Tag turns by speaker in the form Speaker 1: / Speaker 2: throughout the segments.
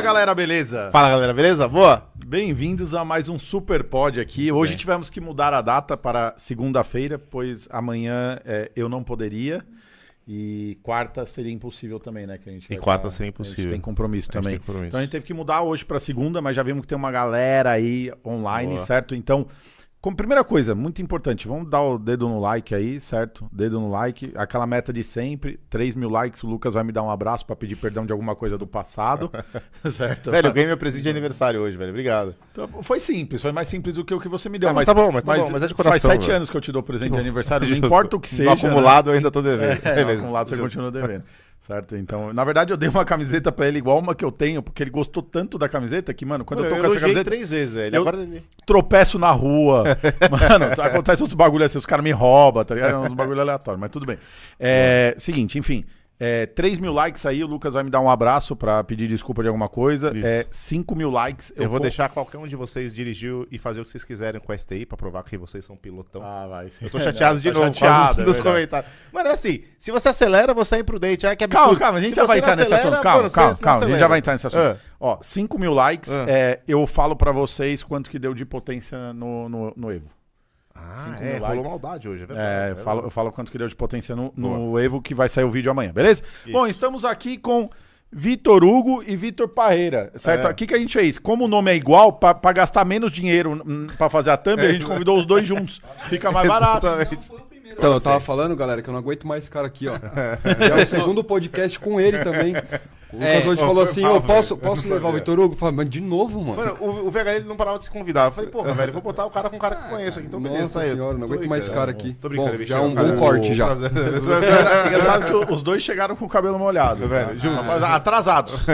Speaker 1: galera, beleza?
Speaker 2: Fala galera, beleza? Boa?
Speaker 1: Bem-vindos a mais um Super Pod aqui. Hoje tivemos que mudar a data para segunda-feira, pois amanhã é, eu não poderia. E quarta seria impossível também, né? Que a gente
Speaker 2: E
Speaker 1: vai
Speaker 2: quarta
Speaker 1: pra-
Speaker 2: seria
Speaker 1: A
Speaker 2: impossível.
Speaker 1: gente tem compromisso
Speaker 2: A gente
Speaker 1: também.
Speaker 2: tem compromisso.
Speaker 1: Então a gente teve que mudar hoje para segunda, mas já vimos que tem uma galera aí online,
Speaker 2: Boa.
Speaker 1: certo? Então, como primeira coisa, muito importante, vamos dar o dedo no like aí, certo? Dedo no like, aquela meta de sempre, 3 mil likes, o Lucas vai me dar um abraço para pedir perdão de alguma coisa do passado, certo?
Speaker 2: Velho, eu ganhei meu presente de aniversário hoje, velho. Obrigado.
Speaker 1: Então, foi simples, foi mais simples do que o que você me deu.
Speaker 2: Ah, mas tá bom, mas tá bom, mas é de coração,
Speaker 1: Faz sete
Speaker 2: velho.
Speaker 1: anos que eu te dou presente de aniversário, não
Speaker 2: Justo.
Speaker 1: importa o que
Speaker 2: No
Speaker 1: seja. né?
Speaker 2: acumulado eu ainda tô devendo.
Speaker 1: É,
Speaker 2: Beleza.
Speaker 1: não, acumulado você
Speaker 2: Justo.
Speaker 1: continua devendo. Certo? Então, na verdade, eu dei uma camiseta pra ele igual uma que eu tenho, porque ele gostou tanto da camiseta que, mano, quando eu
Speaker 2: Mano,
Speaker 1: tô
Speaker 2: eu
Speaker 1: com essa
Speaker 2: elogiei
Speaker 1: camiseta,
Speaker 2: três vezes, velho.
Speaker 1: Eu-
Speaker 2: Agora ele...
Speaker 1: tropeço na rua. mano, acontece outros bagulho assim, os caras me roubam, tá ligado? É Uns bagulho aleatório, mas tudo bem. É, seguinte, enfim. É, 3 mil likes aí, o Lucas vai me dar um abraço pra pedir desculpa de alguma coisa.
Speaker 2: Isso.
Speaker 1: É, 5 mil likes.
Speaker 2: Eu, vou
Speaker 1: co-
Speaker 2: deixar qualquer um de vocês dirigir e fazer o que vocês quiserem com a STI pra provar que vocês são pilotão.
Speaker 1: Ah, vai. sim.
Speaker 2: Eu tô chateado de
Speaker 1: Tá
Speaker 2: novo
Speaker 1: chateado,
Speaker 2: chateado,
Speaker 1: é
Speaker 2: dos
Speaker 1: verdade.
Speaker 2: comentários. Mano, é assim, se você acelera, você é imprudente. Ah, que absurdo.
Speaker 1: Calma, calma, a gente
Speaker 2: Se
Speaker 1: já
Speaker 2: você
Speaker 1: vai
Speaker 2: não
Speaker 1: entrar nesse
Speaker 2: acelera,
Speaker 1: assunto. Calma,
Speaker 2: mano, você
Speaker 1: calma,
Speaker 2: não
Speaker 1: calma. A gente já
Speaker 2: acelera.
Speaker 1: vai entrar nesse assunto.
Speaker 2: Ah.
Speaker 1: Ó, 5 mil likes,
Speaker 2: Ah.
Speaker 1: é, eu falo pra vocês quanto que deu de potência no, no, no Evo.
Speaker 2: Ah,
Speaker 1: Cinco
Speaker 2: é,
Speaker 1: mil
Speaker 2: rolou
Speaker 1: likes.
Speaker 2: maldade hoje, é
Speaker 1: É,
Speaker 2: verdade.
Speaker 1: eu falo, eu falo quanto que deu de potência no, no Evo, que vai sair o vídeo amanhã, beleza? Bom, estamos aqui com Vitor Hugo e Vitor Parreira, certo?
Speaker 2: É.
Speaker 1: O que, que a gente fez? Como o nome é igual, pra, pra gastar menos dinheiro hum, pra fazer a thumb, a gente convidou os dois juntos. Fica mais barato.
Speaker 2: É. Exatamente.
Speaker 3: Então, eu tava falando, galera, que eu não aguento mais esse cara aqui, ó. Já é o segundo podcast com ele também. O Lucas hoje
Speaker 2: ó,
Speaker 3: falou
Speaker 2: É. foi
Speaker 3: assim,
Speaker 2: mal,
Speaker 3: eu posso,
Speaker 2: velho.
Speaker 3: posso levar o Vitor Hugo? Eu falei, mas de novo, mano?
Speaker 2: Mano, o, o VH ele não parava de se convidar. Eu falei, porra, velho, vou botar o cara com um cara que eu conheço aqui. Então, beleza,
Speaker 3: Nossa
Speaker 2: tá aí.
Speaker 3: senhora, não
Speaker 2: Tô
Speaker 3: aguento mais esse cara
Speaker 2: brincando.
Speaker 3: aqui.
Speaker 2: Tô brincando,
Speaker 3: Bom,
Speaker 2: ele
Speaker 3: já é
Speaker 2: chegou,
Speaker 3: um
Speaker 2: cara.
Speaker 3: bom corte já.
Speaker 2: Prazer.
Speaker 1: Engraçado que os dois chegaram com o cabelo molhado.
Speaker 2: Velho, justo.
Speaker 1: Mas Atrasados.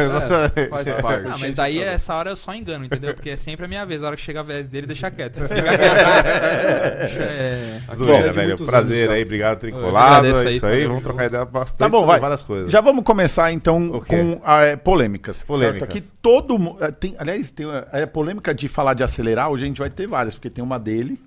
Speaker 1: É,
Speaker 3: Faz
Speaker 2: é.
Speaker 4: Ah,
Speaker 3: parte.
Speaker 4: mas daí essa hora eu só engano, entendeu? Porque é sempre a minha vez. A hora que chega a vez dele, deixa quieto. Fica quieto. É.
Speaker 3: Aqui já é
Speaker 2: Zoeira,
Speaker 3: de
Speaker 2: velho.
Speaker 3: muitos
Speaker 2: Prazer
Speaker 3: anos já.
Speaker 2: aí, obrigado, Trincolado.
Speaker 4: Eu agradeço
Speaker 2: É
Speaker 4: aí,
Speaker 2: isso aí,
Speaker 4: tá
Speaker 2: vamos trocar ideia bastante
Speaker 1: Tá bom,
Speaker 2: sobre
Speaker 1: vai.
Speaker 2: várias coisas.
Speaker 1: Já vamos começar então
Speaker 2: O quê?
Speaker 1: com ah, é, polêmicas.
Speaker 2: Polêmicas.
Speaker 1: Aqui todo mundo. Tem, aliás, tem uma- é polêmica de falar de acelerar, hoje a gente vai ter várias, porque tem uma dele.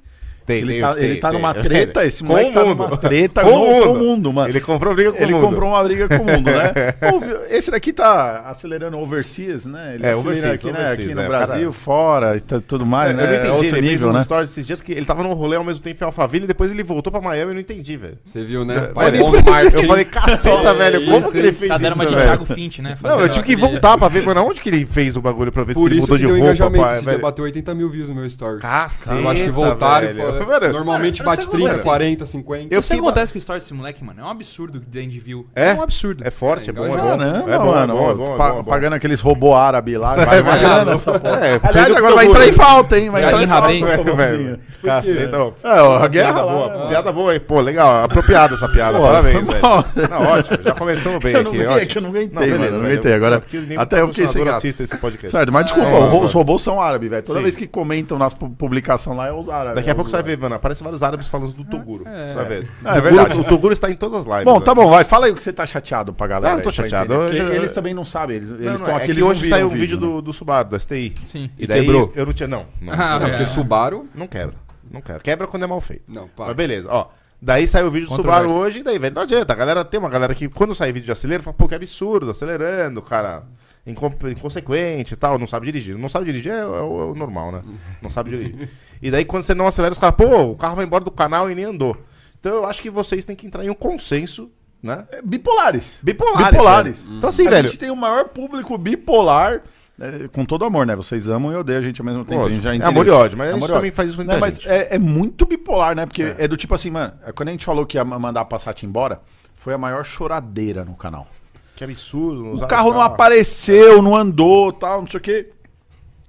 Speaker 2: Tem,
Speaker 1: ele,
Speaker 2: tem,
Speaker 1: tá,
Speaker 2: tem,
Speaker 1: ele tá
Speaker 2: tem.
Speaker 1: numa treta, esse
Speaker 2: Com
Speaker 1: moleque
Speaker 2: o
Speaker 1: tá
Speaker 2: mundo.
Speaker 1: numa treta
Speaker 2: Com
Speaker 1: com,
Speaker 2: o mundo.
Speaker 1: com o mundo, mano.
Speaker 2: Ele comprou briga com o
Speaker 1: Ele
Speaker 2: mundo.
Speaker 1: comprou uma briga com o mundo, né? Ouve, esse daqui tá acelerando overseas, né? Ele
Speaker 2: É,
Speaker 1: acelera
Speaker 2: overseas,
Speaker 1: aqui, né?
Speaker 2: overseas,
Speaker 1: aqui no
Speaker 2: é,
Speaker 1: Brasil,
Speaker 2: cara.
Speaker 1: fora e t- tudo mais,
Speaker 2: Eu
Speaker 1: né?
Speaker 2: não entendi,
Speaker 1: É outro
Speaker 2: ele fez
Speaker 1: nível,
Speaker 2: uns
Speaker 1: né?
Speaker 2: stories esses dias que ele tava num rolê ao mesmo tempo em Alphaville e depois ele voltou pra Miami, eu não entendi, velho.
Speaker 3: Você viu, né?
Speaker 2: Olha,
Speaker 3: Pai bom
Speaker 2: eu
Speaker 3: do marketing.
Speaker 2: falei, caceta,
Speaker 3: Nossa,
Speaker 2: velho,
Speaker 3: isso,
Speaker 2: como que ele
Speaker 3: isso.
Speaker 2: fez
Speaker 4: Tá
Speaker 2: isso,
Speaker 4: dando uma de
Speaker 2: velho?
Speaker 4: Thiago Fint, né?
Speaker 2: Não, eu tive que voltar pra ver, mano, onde que ele fez o bagulho pra ver
Speaker 3: Por
Speaker 2: se ele
Speaker 3: isso
Speaker 2: mudou
Speaker 3: que
Speaker 2: de
Speaker 3: deu
Speaker 2: roupa,
Speaker 3: engajamento.
Speaker 2: pai,
Speaker 3: esse dia
Speaker 2: velho.
Speaker 3: bateu 80 mil views no meu story.
Speaker 2: Caceta,
Speaker 3: eu acho que voltaram e
Speaker 2: velho.
Speaker 3: falaram-
Speaker 2: Mano,
Speaker 3: Normalmente
Speaker 4: eu
Speaker 3: bate
Speaker 4: sei
Speaker 3: 30,
Speaker 4: como é.
Speaker 3: 40, 50.
Speaker 2: Eu
Speaker 4: Eu sei o que
Speaker 2: fiquei-
Speaker 4: acontece com o story desse moleque, mano. É um absurdo de end view.
Speaker 2: É?
Speaker 4: um absurdo.
Speaker 2: É forte, é bom, é bom.
Speaker 1: Caramba,
Speaker 2: é bom,
Speaker 1: mano.
Speaker 2: é bom, é bom, é
Speaker 1: pa-
Speaker 2: bom, é bom.
Speaker 1: Pagando aqueles robô árabe lá. Vai,
Speaker 2: É,
Speaker 1: uma grana essa porra.
Speaker 2: é,
Speaker 1: Aliás,
Speaker 2: perdeu
Speaker 1: agora
Speaker 2: pro
Speaker 1: vai entrar
Speaker 2: Toguro.
Speaker 1: em falta, hein? Vai
Speaker 4: Já
Speaker 1: entrar em
Speaker 4: me rabei,
Speaker 1: falta,
Speaker 2: Velho,
Speaker 1: famosinho.
Speaker 2: velho. Caceta, ó.
Speaker 1: É, ó, a guerra
Speaker 2: Piada
Speaker 1: lá,
Speaker 2: boa,
Speaker 1: né?
Speaker 2: piada boa, hein? Pô, legal, apropriada essa piada,
Speaker 1: Pô,
Speaker 2: parabéns,
Speaker 1: foi
Speaker 2: velho.
Speaker 1: bom.
Speaker 2: Não, ótimo, já começamos bem
Speaker 1: Eu não
Speaker 2: aqui,
Speaker 1: vi, é
Speaker 2: ótimo.
Speaker 1: que eu não aguentei,
Speaker 2: beleza,
Speaker 1: mano, eu não
Speaker 2: velho,
Speaker 1: aguentei, agora-
Speaker 2: porque nenhum
Speaker 1: até eu fiquei sem
Speaker 2: patrocinador
Speaker 1: graça.
Speaker 2: assista esse podcast.
Speaker 1: Certo, mas desculpa,
Speaker 2: É,
Speaker 1: o-
Speaker 2: mano.
Speaker 1: os robôs são árabes, velho. Toda
Speaker 2: Sim.
Speaker 1: vez que comentam nas pu- publicação lá, é os árabes.
Speaker 2: Daqui a pouco
Speaker 1: os
Speaker 2: você vai
Speaker 1: árabes.
Speaker 2: ver, mano, aparece vários árabes falando do Toguro. Você vai ver.
Speaker 1: Ah, é
Speaker 2: Toguro-
Speaker 1: verdade.
Speaker 2: O Toguro está em todas as lives.
Speaker 1: Bom,
Speaker 2: velho.
Speaker 1: tá bom, vai. Fala aí o que você tá chateado pra galera.
Speaker 2: Não, eu tô
Speaker 1: aí, pra
Speaker 2: chateado.
Speaker 1: entender.
Speaker 2: Eu-
Speaker 1: Porque
Speaker 2: eu-
Speaker 1: eles também não sabem. Eles
Speaker 2: Não,
Speaker 1: eles
Speaker 2: não,
Speaker 1: estão
Speaker 2: é
Speaker 1: aqui.
Speaker 2: que
Speaker 1: eles não
Speaker 2: hoje
Speaker 1: viram
Speaker 2: saiu um
Speaker 1: o
Speaker 2: vídeo
Speaker 1: né?
Speaker 2: do, do Subaru, do STI.
Speaker 4: Sim.
Speaker 2: E daí
Speaker 3: quebrou.
Speaker 2: eu não tinha. Não, não,
Speaker 4: Ah,
Speaker 3: É,
Speaker 2: não,
Speaker 3: porque Subaru...
Speaker 2: não quebra. Não quebra. Quebra quando é mal feito.
Speaker 3: Não, para.
Speaker 2: Mas beleza, ó. Daí saiu o vídeo do
Speaker 4: Controvérsia.
Speaker 2: Subaru hoje, e daí, velho, não adianta. A galera tem uma galera que, quando sai vídeo de acelero, fala, pô, que absurdo, acelerando, cara. incom- inconsequente e tal, não sabe dirigir. Não sabe dirigir é, é o, é o normal, né? Não sabe dirigir. e daí, quando você não acelera, os caras, pô, o carro vai embora do canal e nem andou. Então eu acho que vocês têm que entrar em um consenso, né?
Speaker 1: É, Bipolares.
Speaker 2: Bipolares.
Speaker 1: Bipolares.
Speaker 2: velho. Então, assim,
Speaker 1: a
Speaker 2: velho.
Speaker 1: gente tem o maior público bipolar. né, com todo amor, né? Vocês amam e odeiam a gente ao mesmo tempo. a gente
Speaker 2: Lógico.
Speaker 1: já
Speaker 2: É
Speaker 1: entendeu
Speaker 2: amor e
Speaker 1: isso.
Speaker 2: ódio, mas a gente
Speaker 1: amor e ódio.
Speaker 2: também faz isso com
Speaker 1: Não,
Speaker 2: muita
Speaker 1: mas
Speaker 2: gente.
Speaker 1: é, é muito bipolar, né? Porque é. do tipo assim, mano. é, Quando a gente falou que ia ma- mandar a Passat embora, foi a maior choradeira no canal.
Speaker 2: Que absurdo. não
Speaker 1: O
Speaker 2: sabe
Speaker 1: carro não
Speaker 2: falar.
Speaker 1: apareceu, não andou, tal, não sei o quê.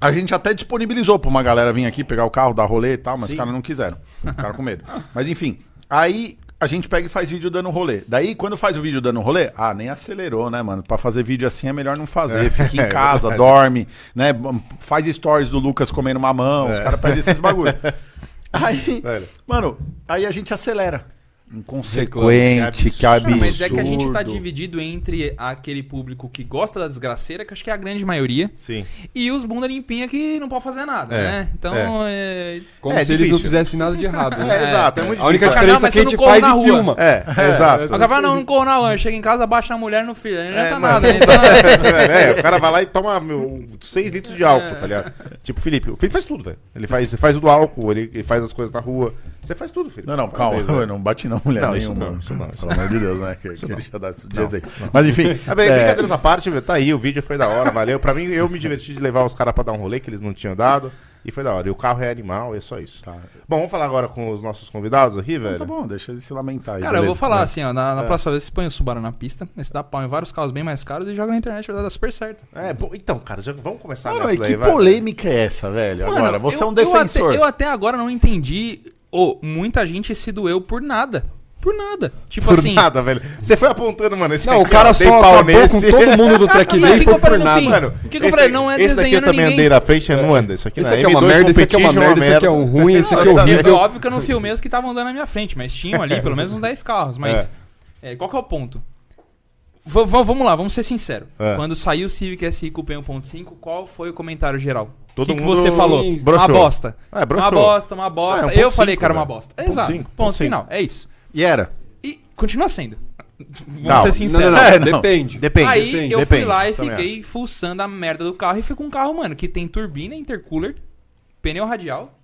Speaker 1: A gente até disponibilizou pra uma galera vir aqui pegar o carro, dar rolê e tal, mas os caras não quiseram. Ficaram com medo. Mas enfim, aí a gente pega e faz vídeo dando rolê. Daí, quando faz o vídeo dando rolê, ah, nem acelerou, né, mano? Pra fazer vídeo assim é melhor não fazer. Fica em casa, dorme, né? Faz stories do Lucas comendo É. mamão, os caras pedem esses bagulho. Aí,
Speaker 2: Velho.
Speaker 1: mano, aí a gente acelera. Inconsequente, que absurdo.
Speaker 4: Não, mas é que a gente tá dividido entre aquele público que gosta da desgraceira, que acho que é a grande maioria,
Speaker 2: Sim.
Speaker 4: e os bunda limpinha que não pode fazer nada,
Speaker 2: É,
Speaker 4: né? Então, é.
Speaker 3: Como
Speaker 2: É
Speaker 3: se eles não
Speaker 2: difícil.
Speaker 3: fizessem nada de errado.
Speaker 2: É,
Speaker 3: né?
Speaker 2: exato, é muito
Speaker 3: A única
Speaker 2: difícil.
Speaker 4: Cara, não,
Speaker 3: diferença é
Speaker 4: mas
Speaker 3: que a
Speaker 4: você
Speaker 3: gente
Speaker 4: não corre
Speaker 3: faz
Speaker 4: na
Speaker 3: e
Speaker 4: rua.
Speaker 3: filma.
Speaker 2: É, exato.
Speaker 4: O cara fala, não, não corro na rua. Chega em casa, baixa na mulher no filho. Não
Speaker 2: É,
Speaker 4: adianta
Speaker 2: mano.
Speaker 4: nada. né? Então, é,
Speaker 2: É, o cara vai lá e toma 6 litros de álcool, tá ligado? Tipo, o Felipe, o Felipe faz tudo, velho. Ele faz, faz o do álcool, ele, ele faz as coisas na rua. Você faz tudo, Felipe.
Speaker 1: Não, não, calma.
Speaker 2: Parabéns, velho.
Speaker 1: não bate não, mulher
Speaker 2: Não, isso
Speaker 1: nenhuma.
Speaker 2: não, isso não, isso
Speaker 1: Pelo amor de Deus, né? Que, que ele já dá esses dias aí. Mas enfim.
Speaker 2: Ah, bem,
Speaker 1: é,
Speaker 2: Brincadeiras à parte, velho, tá aí, o vídeo foi da hora, valeu. Pra mim, eu me diverti de levar os caras pra dar um rolê que eles não tinham dado. E foi da hora. E o carro é animal, é só isso.
Speaker 1: Tá.
Speaker 2: Bom, vamos falar agora com os nossos convidados aqui, velho?
Speaker 1: Tá bom, deixa ele se lamentar aí.
Speaker 4: Cara, eu vou
Speaker 1: beleza. É.
Speaker 4: falar assim, ó. Na, na próxima vez, você põe o Subaru na pista, aí você dá pau em vários carros bem mais caros e joga na internet, vai dar super certo.
Speaker 2: É, bom, então, cara, já vamos começar
Speaker 1: Mano,
Speaker 2: nessa
Speaker 1: e que
Speaker 2: daí, vai.
Speaker 1: polêmica é essa, velho?
Speaker 4: Mano,
Speaker 1: Agora, você
Speaker 4: eu-
Speaker 1: é um defensor.
Speaker 4: Eu até, eu até agora não entendi. Ô, muita gente se doeu por nada. Por nada. Tipo
Speaker 2: Por
Speaker 4: assim.
Speaker 2: nada, velho. Você foi apontando, mano. Esse
Speaker 3: Não, o
Speaker 2: aqui, ó,
Speaker 3: cara
Speaker 2: É, tem
Speaker 3: só
Speaker 2: pau
Speaker 3: acabou com
Speaker 2: nesse.
Speaker 3: todo mundo do track
Speaker 4: Não, mas o
Speaker 3: day
Speaker 4: que
Speaker 3: e
Speaker 4: que
Speaker 3: foi por
Speaker 4: eu falei no fim?
Speaker 3: nada.
Speaker 2: Mano,
Speaker 4: O que que eu falei?
Speaker 2: esse-
Speaker 4: Não
Speaker 2: Esse
Speaker 4: é
Speaker 2: daqui eu
Speaker 4: desenhando
Speaker 2: também
Speaker 4: ninguém.
Speaker 2: andei na frente e não anda. Isso aqui não
Speaker 3: Esse aqui é uma merda, esse aqui é uma merda, esse aqui é um ruim, esse aqui é
Speaker 4: Não, é
Speaker 3: horrível.
Speaker 4: óbvio que eu não filmei os que estavam andando na minha frente, mas tinham ali pelo menos uns 10 carros. Mas é, qual que é o ponto? V- v- vamos lá, vamos ser sinceros.
Speaker 2: É.
Speaker 4: Quando saiu o Civic SI Coupé 1.5, qual foi o comentário geral? O
Speaker 2: Todo
Speaker 4: que, que
Speaker 2: mundo
Speaker 4: você falou?
Speaker 2: broxou.
Speaker 4: Uma bosta.
Speaker 2: É, broxou.
Speaker 4: uma bosta, uma bosta.
Speaker 2: É, 1.5,
Speaker 4: eu falei que era uma
Speaker 2: velho.
Speaker 4: bosta. Exato.
Speaker 2: 1.5,
Speaker 4: ponto
Speaker 2: 1.5.
Speaker 4: final. É isso.
Speaker 1: E era.
Speaker 4: E continua sendo. Vamos
Speaker 2: Não,
Speaker 4: ser
Speaker 2: não,
Speaker 3: Não,
Speaker 4: sinceros.
Speaker 3: não, não.
Speaker 1: É, não.
Speaker 3: Depende.
Speaker 2: Depende,
Speaker 4: Aí
Speaker 2: depende,
Speaker 4: eu
Speaker 2: depende,
Speaker 4: fui lá e
Speaker 2: também
Speaker 4: fiquei fuçando a merda do carro e fui com um carro, mano, que tem turbina, intercooler, pneu radial,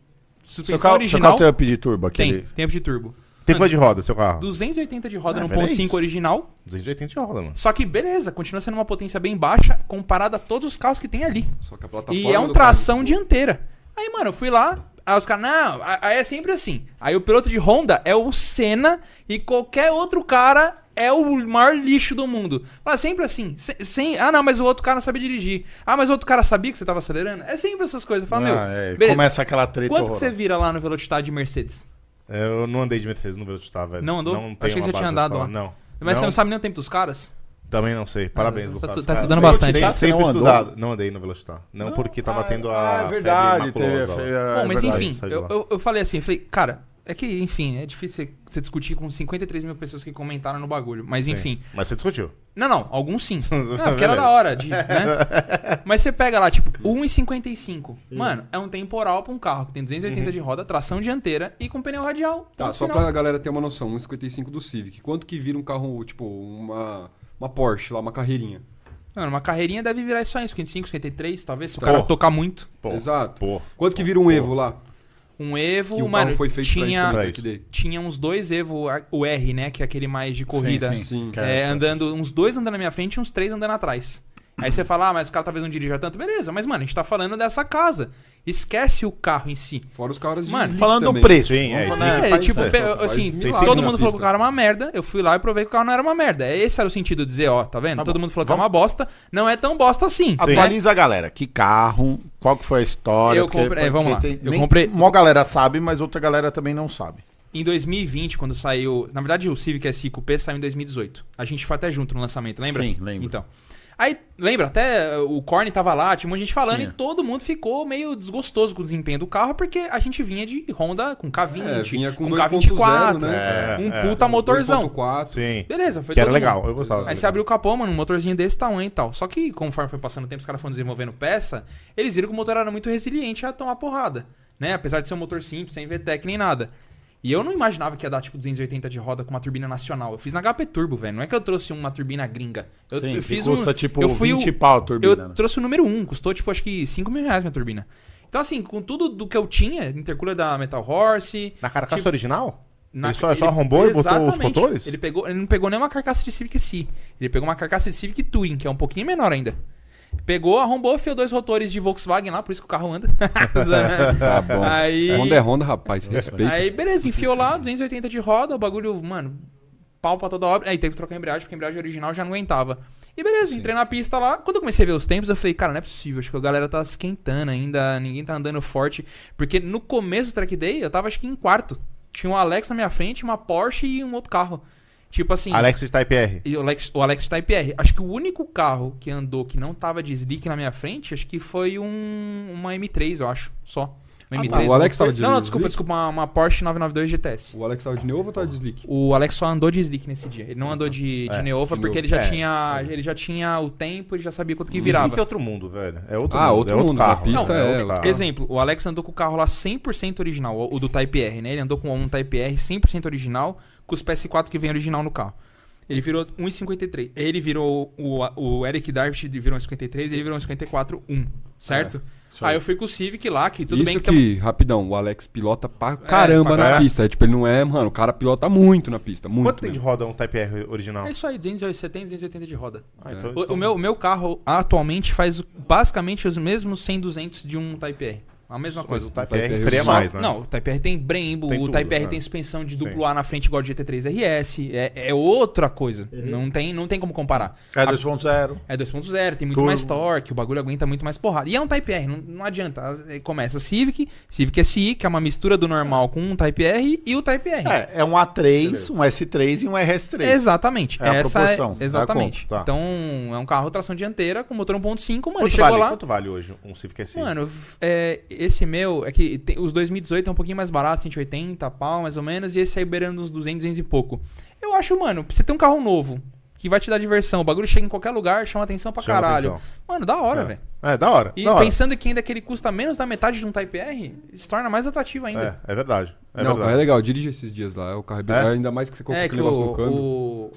Speaker 1: Seu
Speaker 4: suspensão
Speaker 1: carro, seu
Speaker 4: original.
Speaker 1: carro tem up de turbo
Speaker 4: tem,
Speaker 1: aquele.
Speaker 4: tempo de turbo.
Speaker 2: Tem quanto de roda, seu carro?
Speaker 4: 280 de roda
Speaker 2: Ah,
Speaker 4: no
Speaker 2: velho, é
Speaker 4: ponto 5
Speaker 2: isso.
Speaker 4: original.
Speaker 2: 280 de roda, mano.
Speaker 4: Só que beleza, continua sendo uma potência bem baixa comparada a todos os carros que tem ali.
Speaker 3: Só que a plataforma
Speaker 4: E é um
Speaker 3: Tá do
Speaker 4: tração
Speaker 3: carro-
Speaker 4: dianteira. Aí, mano, eu fui lá. Aí os caras, não, a- aí é sempre assim. Aí o piloto de Honda é o Senna e qualquer outro cara é o maior lixo do mundo. Fala sempre assim. se- sem, ah, não, mas o outro cara não sabia dirigir. Ah, mas o outro cara sabia que você tava acelerando. É sempre essas coisas. Fala, meu,
Speaker 1: Ah, é,
Speaker 4: beleza.
Speaker 1: começa aquela treta
Speaker 4: Quanto que você
Speaker 1: horrorosa.
Speaker 4: vira lá no Velocitar de Mercedes?
Speaker 2: Eu não andei de Mercedes, não vou chutar, velho.
Speaker 4: Não andou?
Speaker 2: Não
Speaker 4: Achei
Speaker 2: tenho
Speaker 4: que
Speaker 2: uma
Speaker 4: você tinha
Speaker 2: base pra
Speaker 4: andado
Speaker 2: falar.
Speaker 4: lá.
Speaker 2: Não.
Speaker 4: Mas você não sabe nem o tempo dos caras?
Speaker 2: Também não sei. Parabéns,
Speaker 4: tá
Speaker 2: Lucas.
Speaker 4: estu- tá
Speaker 2: cara.
Speaker 4: estudando
Speaker 2: Sempre-
Speaker 4: bastante.
Speaker 2: Sempre,
Speaker 1: Você não
Speaker 2: sempre
Speaker 1: andou?
Speaker 2: estudado. Não andei no Velocitar. Não, porque tava tendo a.
Speaker 1: Ah, é verdade.
Speaker 2: febre
Speaker 1: Teve, a
Speaker 2: maculosa lá.
Speaker 1: fe- é
Speaker 4: Bom, mas
Speaker 1: verdade.
Speaker 4: enfim,
Speaker 2: saiu de
Speaker 4: eu,
Speaker 2: lá.
Speaker 4: eu, eu falei assim, eu falei, cara, é que, enfim, é difícil você- você discutir com 53 mil pessoas que comentaram no bagulho. Mas
Speaker 3: é.
Speaker 2: Sim.
Speaker 4: enfim.
Speaker 2: Mas você discutiu.
Speaker 4: Não, não, alguns sim. não, porque era da hora, de, né? Mas você pega lá, tipo, 1,55. Mano, é um temporal pra um carro que tem 280
Speaker 2: Uhum.
Speaker 4: de roda, tração dianteira e com pneu radial.
Speaker 3: Tá,
Speaker 4: Ponto
Speaker 3: só
Speaker 4: final.
Speaker 3: pra galera ter uma noção, 1,55 do Civic. Quanto que vira um carro, tipo, uma, uma Porsche lá, uma carreirinha?
Speaker 4: Mano, uma carreirinha deve virar isso aí, 55, 53, talvez, se o
Speaker 3: Tá.
Speaker 4: cara
Speaker 2: Porra.
Speaker 4: tocar muito.
Speaker 2: Pô,
Speaker 3: Exato.
Speaker 2: pô.
Speaker 3: Quanto que vira um Evo lá?
Speaker 4: Um Evo,
Speaker 3: Que o
Speaker 4: mano,
Speaker 3: carro foi feito
Speaker 4: tinha,
Speaker 3: pra
Speaker 2: Pra
Speaker 3: isso. Track Day.
Speaker 4: tinha uns dois Evo, a- o R, né, que é aquele mais de corrida.
Speaker 1: sim.
Speaker 3: Sim.
Speaker 1: Cara,
Speaker 4: É, andando, uns dois andando na minha frente e uns três andando atrás. Aí você fala, ah, mas o cara talvez não dirija tanto. Beleza, mas, mano, a gente tá falando dessa casa. Esquece o carro em si.
Speaker 3: Fora os caras de
Speaker 4: Mano,
Speaker 3: Slick
Speaker 1: Falando
Speaker 3: também.
Speaker 1: do preço.
Speaker 2: Sim, é,
Speaker 1: Vamos
Speaker 2: isso
Speaker 1: falar-
Speaker 2: aí
Speaker 4: É,
Speaker 2: faz,
Speaker 4: tipo,
Speaker 2: velho.
Speaker 4: pe-
Speaker 3: faz
Speaker 4: assim,
Speaker 3: mil
Speaker 2: lá
Speaker 4: todo
Speaker 3: na
Speaker 4: mundo falou que
Speaker 3: pista.
Speaker 4: o carro era uma merda, eu fui lá e provei que o carro não era uma merda. Esse era o sentido de dizer, ó, tá vendo?
Speaker 1: Tá
Speaker 4: todo
Speaker 1: bom.
Speaker 4: mundo falou que é
Speaker 1: Vamos-
Speaker 4: uma bosta, não é tão bosta assim. né?
Speaker 1: Atualiza a galera. Que carro? Qual que foi a história?
Speaker 4: Eu comprei- é, vamos lá. Eu comprei-
Speaker 1: Uma galera sabe, mas outra galera também não sabe.
Speaker 4: Em 2020, quando saiu... Na verdade, o Civic SI Coupé saiu em 2018. A gente foi até junto no lançamento, lembra?
Speaker 1: Sim, lembro.
Speaker 4: Então... Aí, lembra, até eh, o Corne tava lá, tinha um monte de gente falando
Speaker 1: Tinha.
Speaker 4: e todo mundo ficou meio desgostoso com o desempenho do carro, porque a gente vinha de Honda com um K20,
Speaker 3: É, vinha com
Speaker 4: com
Speaker 3: 2.0,
Speaker 4: K24,
Speaker 3: né?
Speaker 4: um
Speaker 2: É,
Speaker 4: puta motorzão.
Speaker 3: 2.4.
Speaker 2: Sim.
Speaker 4: Beleza, foi
Speaker 2: Que era
Speaker 4: todo mundo.
Speaker 2: legal, eu gostava.
Speaker 4: Aí você abriu o capô, mano, um motorzinho desse tamanho e tal. Só que, conforme foi passando o tempo, os caras foram desenvolvendo peça, eles viram que o motor era muito resiliente a tomar porrada, né? Apesar de ser um motor simples, sem VTEC nem nada. E eu não imaginava que ia dar, tipo, 280 de roda com uma turbina nacional. Eu fiz na HP Turbo, velho. Não é que eu trouxe uma turbina gringa. Eu,
Speaker 1: Sim,
Speaker 4: eu
Speaker 1: que
Speaker 4: fiz
Speaker 1: custa,
Speaker 4: um,
Speaker 1: tipo,
Speaker 4: eu fui
Speaker 1: 20
Speaker 4: o,
Speaker 1: pau a turbina,
Speaker 4: Eu
Speaker 1: né?
Speaker 4: trouxe o número 1. Custou, tipo, acho que 5 mil reais minha turbina. Então, assim, com tudo do que eu tinha, intercooler da Metal Horse...
Speaker 2: Na carcaça
Speaker 4: tipo,
Speaker 2: original?
Speaker 4: na-
Speaker 2: ele só, só arrombou e botou os
Speaker 4: Exatamente.
Speaker 2: motores?
Speaker 4: Ele, pegou, ele não pegou nenhuma carcaça de Civic Si. Ele pegou uma carcaça de Civic Touring, que é um pouquinho menor ainda. Pegou, arrombou, fiou dois rotores de Volkswagen lá, por isso que o carro anda.
Speaker 3: Tá bom.
Speaker 4: Aí-
Speaker 2: um
Speaker 3: Honda é Honda, rapaz. Respeita.
Speaker 4: Aí, beleza, enfiou lá, 280 de roda, o bagulho, mano, pau pra toda obra. Aí teve que trocar a embreagem, porque a embreagem original já não aguentava. E beleza, entrei na pista lá. Quando eu comecei a ver os tempos, eu falei, cara, não é possível, acho que a galera tá esquentando ainda, ninguém tá andando forte. Porque no começo do track day, eu tava acho que em quarto. Tinha um Alex na minha frente, uma Porsche e um outro carro. Tipo assim.
Speaker 2: Alex de Type R.
Speaker 4: E o Alex, o Alex Type R. Acho que o único carro que andou que não tava de slick na minha frente, acho que foi um, uma M3, eu acho, só. Uma
Speaker 3: Ah,
Speaker 4: M3,
Speaker 3: tá. O Alex
Speaker 4: uma-
Speaker 3: tava de
Speaker 4: Não, não, desculpa,
Speaker 3: Slick?
Speaker 4: desculpa, uma, uma Porsche 992 GTS.
Speaker 3: O Alex saiu de novo ou tá de Slick?
Speaker 4: O Alex só andou de slick nesse dia. Ele não andou de, de
Speaker 2: É,
Speaker 4: Neova
Speaker 3: de
Speaker 4: porque
Speaker 3: Neova.
Speaker 4: ele já
Speaker 2: É,
Speaker 4: tinha, ele já tinha o tempo, ele já sabia quanto que
Speaker 2: Slick é
Speaker 4: virava.
Speaker 2: outro mundo, velho. É outro
Speaker 3: Ah,
Speaker 2: mundo.
Speaker 3: outro
Speaker 2: é outro
Speaker 3: mundo,
Speaker 2: Carro,
Speaker 3: na pista
Speaker 2: né?
Speaker 3: é
Speaker 2: outro
Speaker 3: outro.
Speaker 2: carro.
Speaker 4: Exemplo, o Alex andou com o carro lá 100% original, o o do Type R, né? Ele andou com um Type R 100% original, com os PS4 que vem original no carro. Ele virou 1,53. Ele virou o, o Eric Darvish virou 1,53, ele virou 1,54,1, certo? aí. eu fui com o Civic lá, que tudo
Speaker 3: Isso
Speaker 4: bem que, tá- um É,
Speaker 3: que, rapidão, o Alex pilota pra caramba
Speaker 2: pra
Speaker 3: na
Speaker 2: caralho.
Speaker 3: pista. É, tipo, ele não é, mano, o cara pilota muito na pista, muito.
Speaker 2: Quanto tem de
Speaker 3: mesmo.
Speaker 2: roda um Type R original?
Speaker 4: É isso aí, 270, 280 de roda.
Speaker 2: Ah, então eles
Speaker 4: O,
Speaker 2: tão-
Speaker 4: o meu, o meu carro atualmente faz basicamente os mesmos 100, 200 de um Type R. A mesma
Speaker 2: Mas
Speaker 4: coisa.
Speaker 2: o Type
Speaker 3: Type
Speaker 2: R
Speaker 3: R
Speaker 2: freia
Speaker 4: Só-
Speaker 2: mais, né?
Speaker 4: Não, o Type R tem Brembo,
Speaker 2: Tem
Speaker 4: o
Speaker 2: tudo,
Speaker 4: Type R
Speaker 2: é.
Speaker 4: tem suspensão de duplo
Speaker 2: Sim.
Speaker 4: A na frente igual a GT3 RS. É, é outra coisa. Não, tem, não tem como comparar.
Speaker 1: É 2.0.
Speaker 4: É 2.0, tem muito
Speaker 1: Turbo.
Speaker 4: mais torque, o bagulho aguenta muito mais porrada. E é um Type R, não, não adianta. Ah, Começa Civic, Civic SI, que é uma mistura do normal com um Type R e o Type R.
Speaker 1: É, é um A3, um S3 e um RS3.
Speaker 4: Exatamente.
Speaker 1: É a
Speaker 4: Essa
Speaker 1: proporção, é a
Speaker 4: exatamente.
Speaker 2: conta, tá.
Speaker 4: Então, é um carro tração dianteira com motor 1.5, mano.
Speaker 2: Quanto
Speaker 4: chegou
Speaker 2: vale,
Speaker 4: lá.
Speaker 2: quanto vale hoje um Civic SI?
Speaker 4: Mano, f- é, esse meu, é que tem- os 2018 é um pouquinho mais barato, 180 pau, mais ou menos, e esse aí beirando uns 200, 200 e pouco. Eu acho, mano, pra você ter um carro novo, que vai te dar diversão, o bagulho chega em qualquer lugar, chama atenção pra
Speaker 2: Chama
Speaker 4: caralho.
Speaker 2: atenção.
Speaker 4: Mano, da hora,
Speaker 2: É.
Speaker 4: velho.
Speaker 2: É, da hora.
Speaker 4: E
Speaker 2: da hora.
Speaker 4: pensando que ainda que ele custa menos da metade de um Type R, se torna mais atrativo ainda.
Speaker 2: É, é verdade. É
Speaker 3: não, o carro é
Speaker 2: verdade.
Speaker 3: legal, dirige esses dias lá. O carro é, bem-
Speaker 2: É?
Speaker 3: ainda mais que você colocou
Speaker 4: É, que
Speaker 3: aquele negócio no câmbio.
Speaker 4: o, o,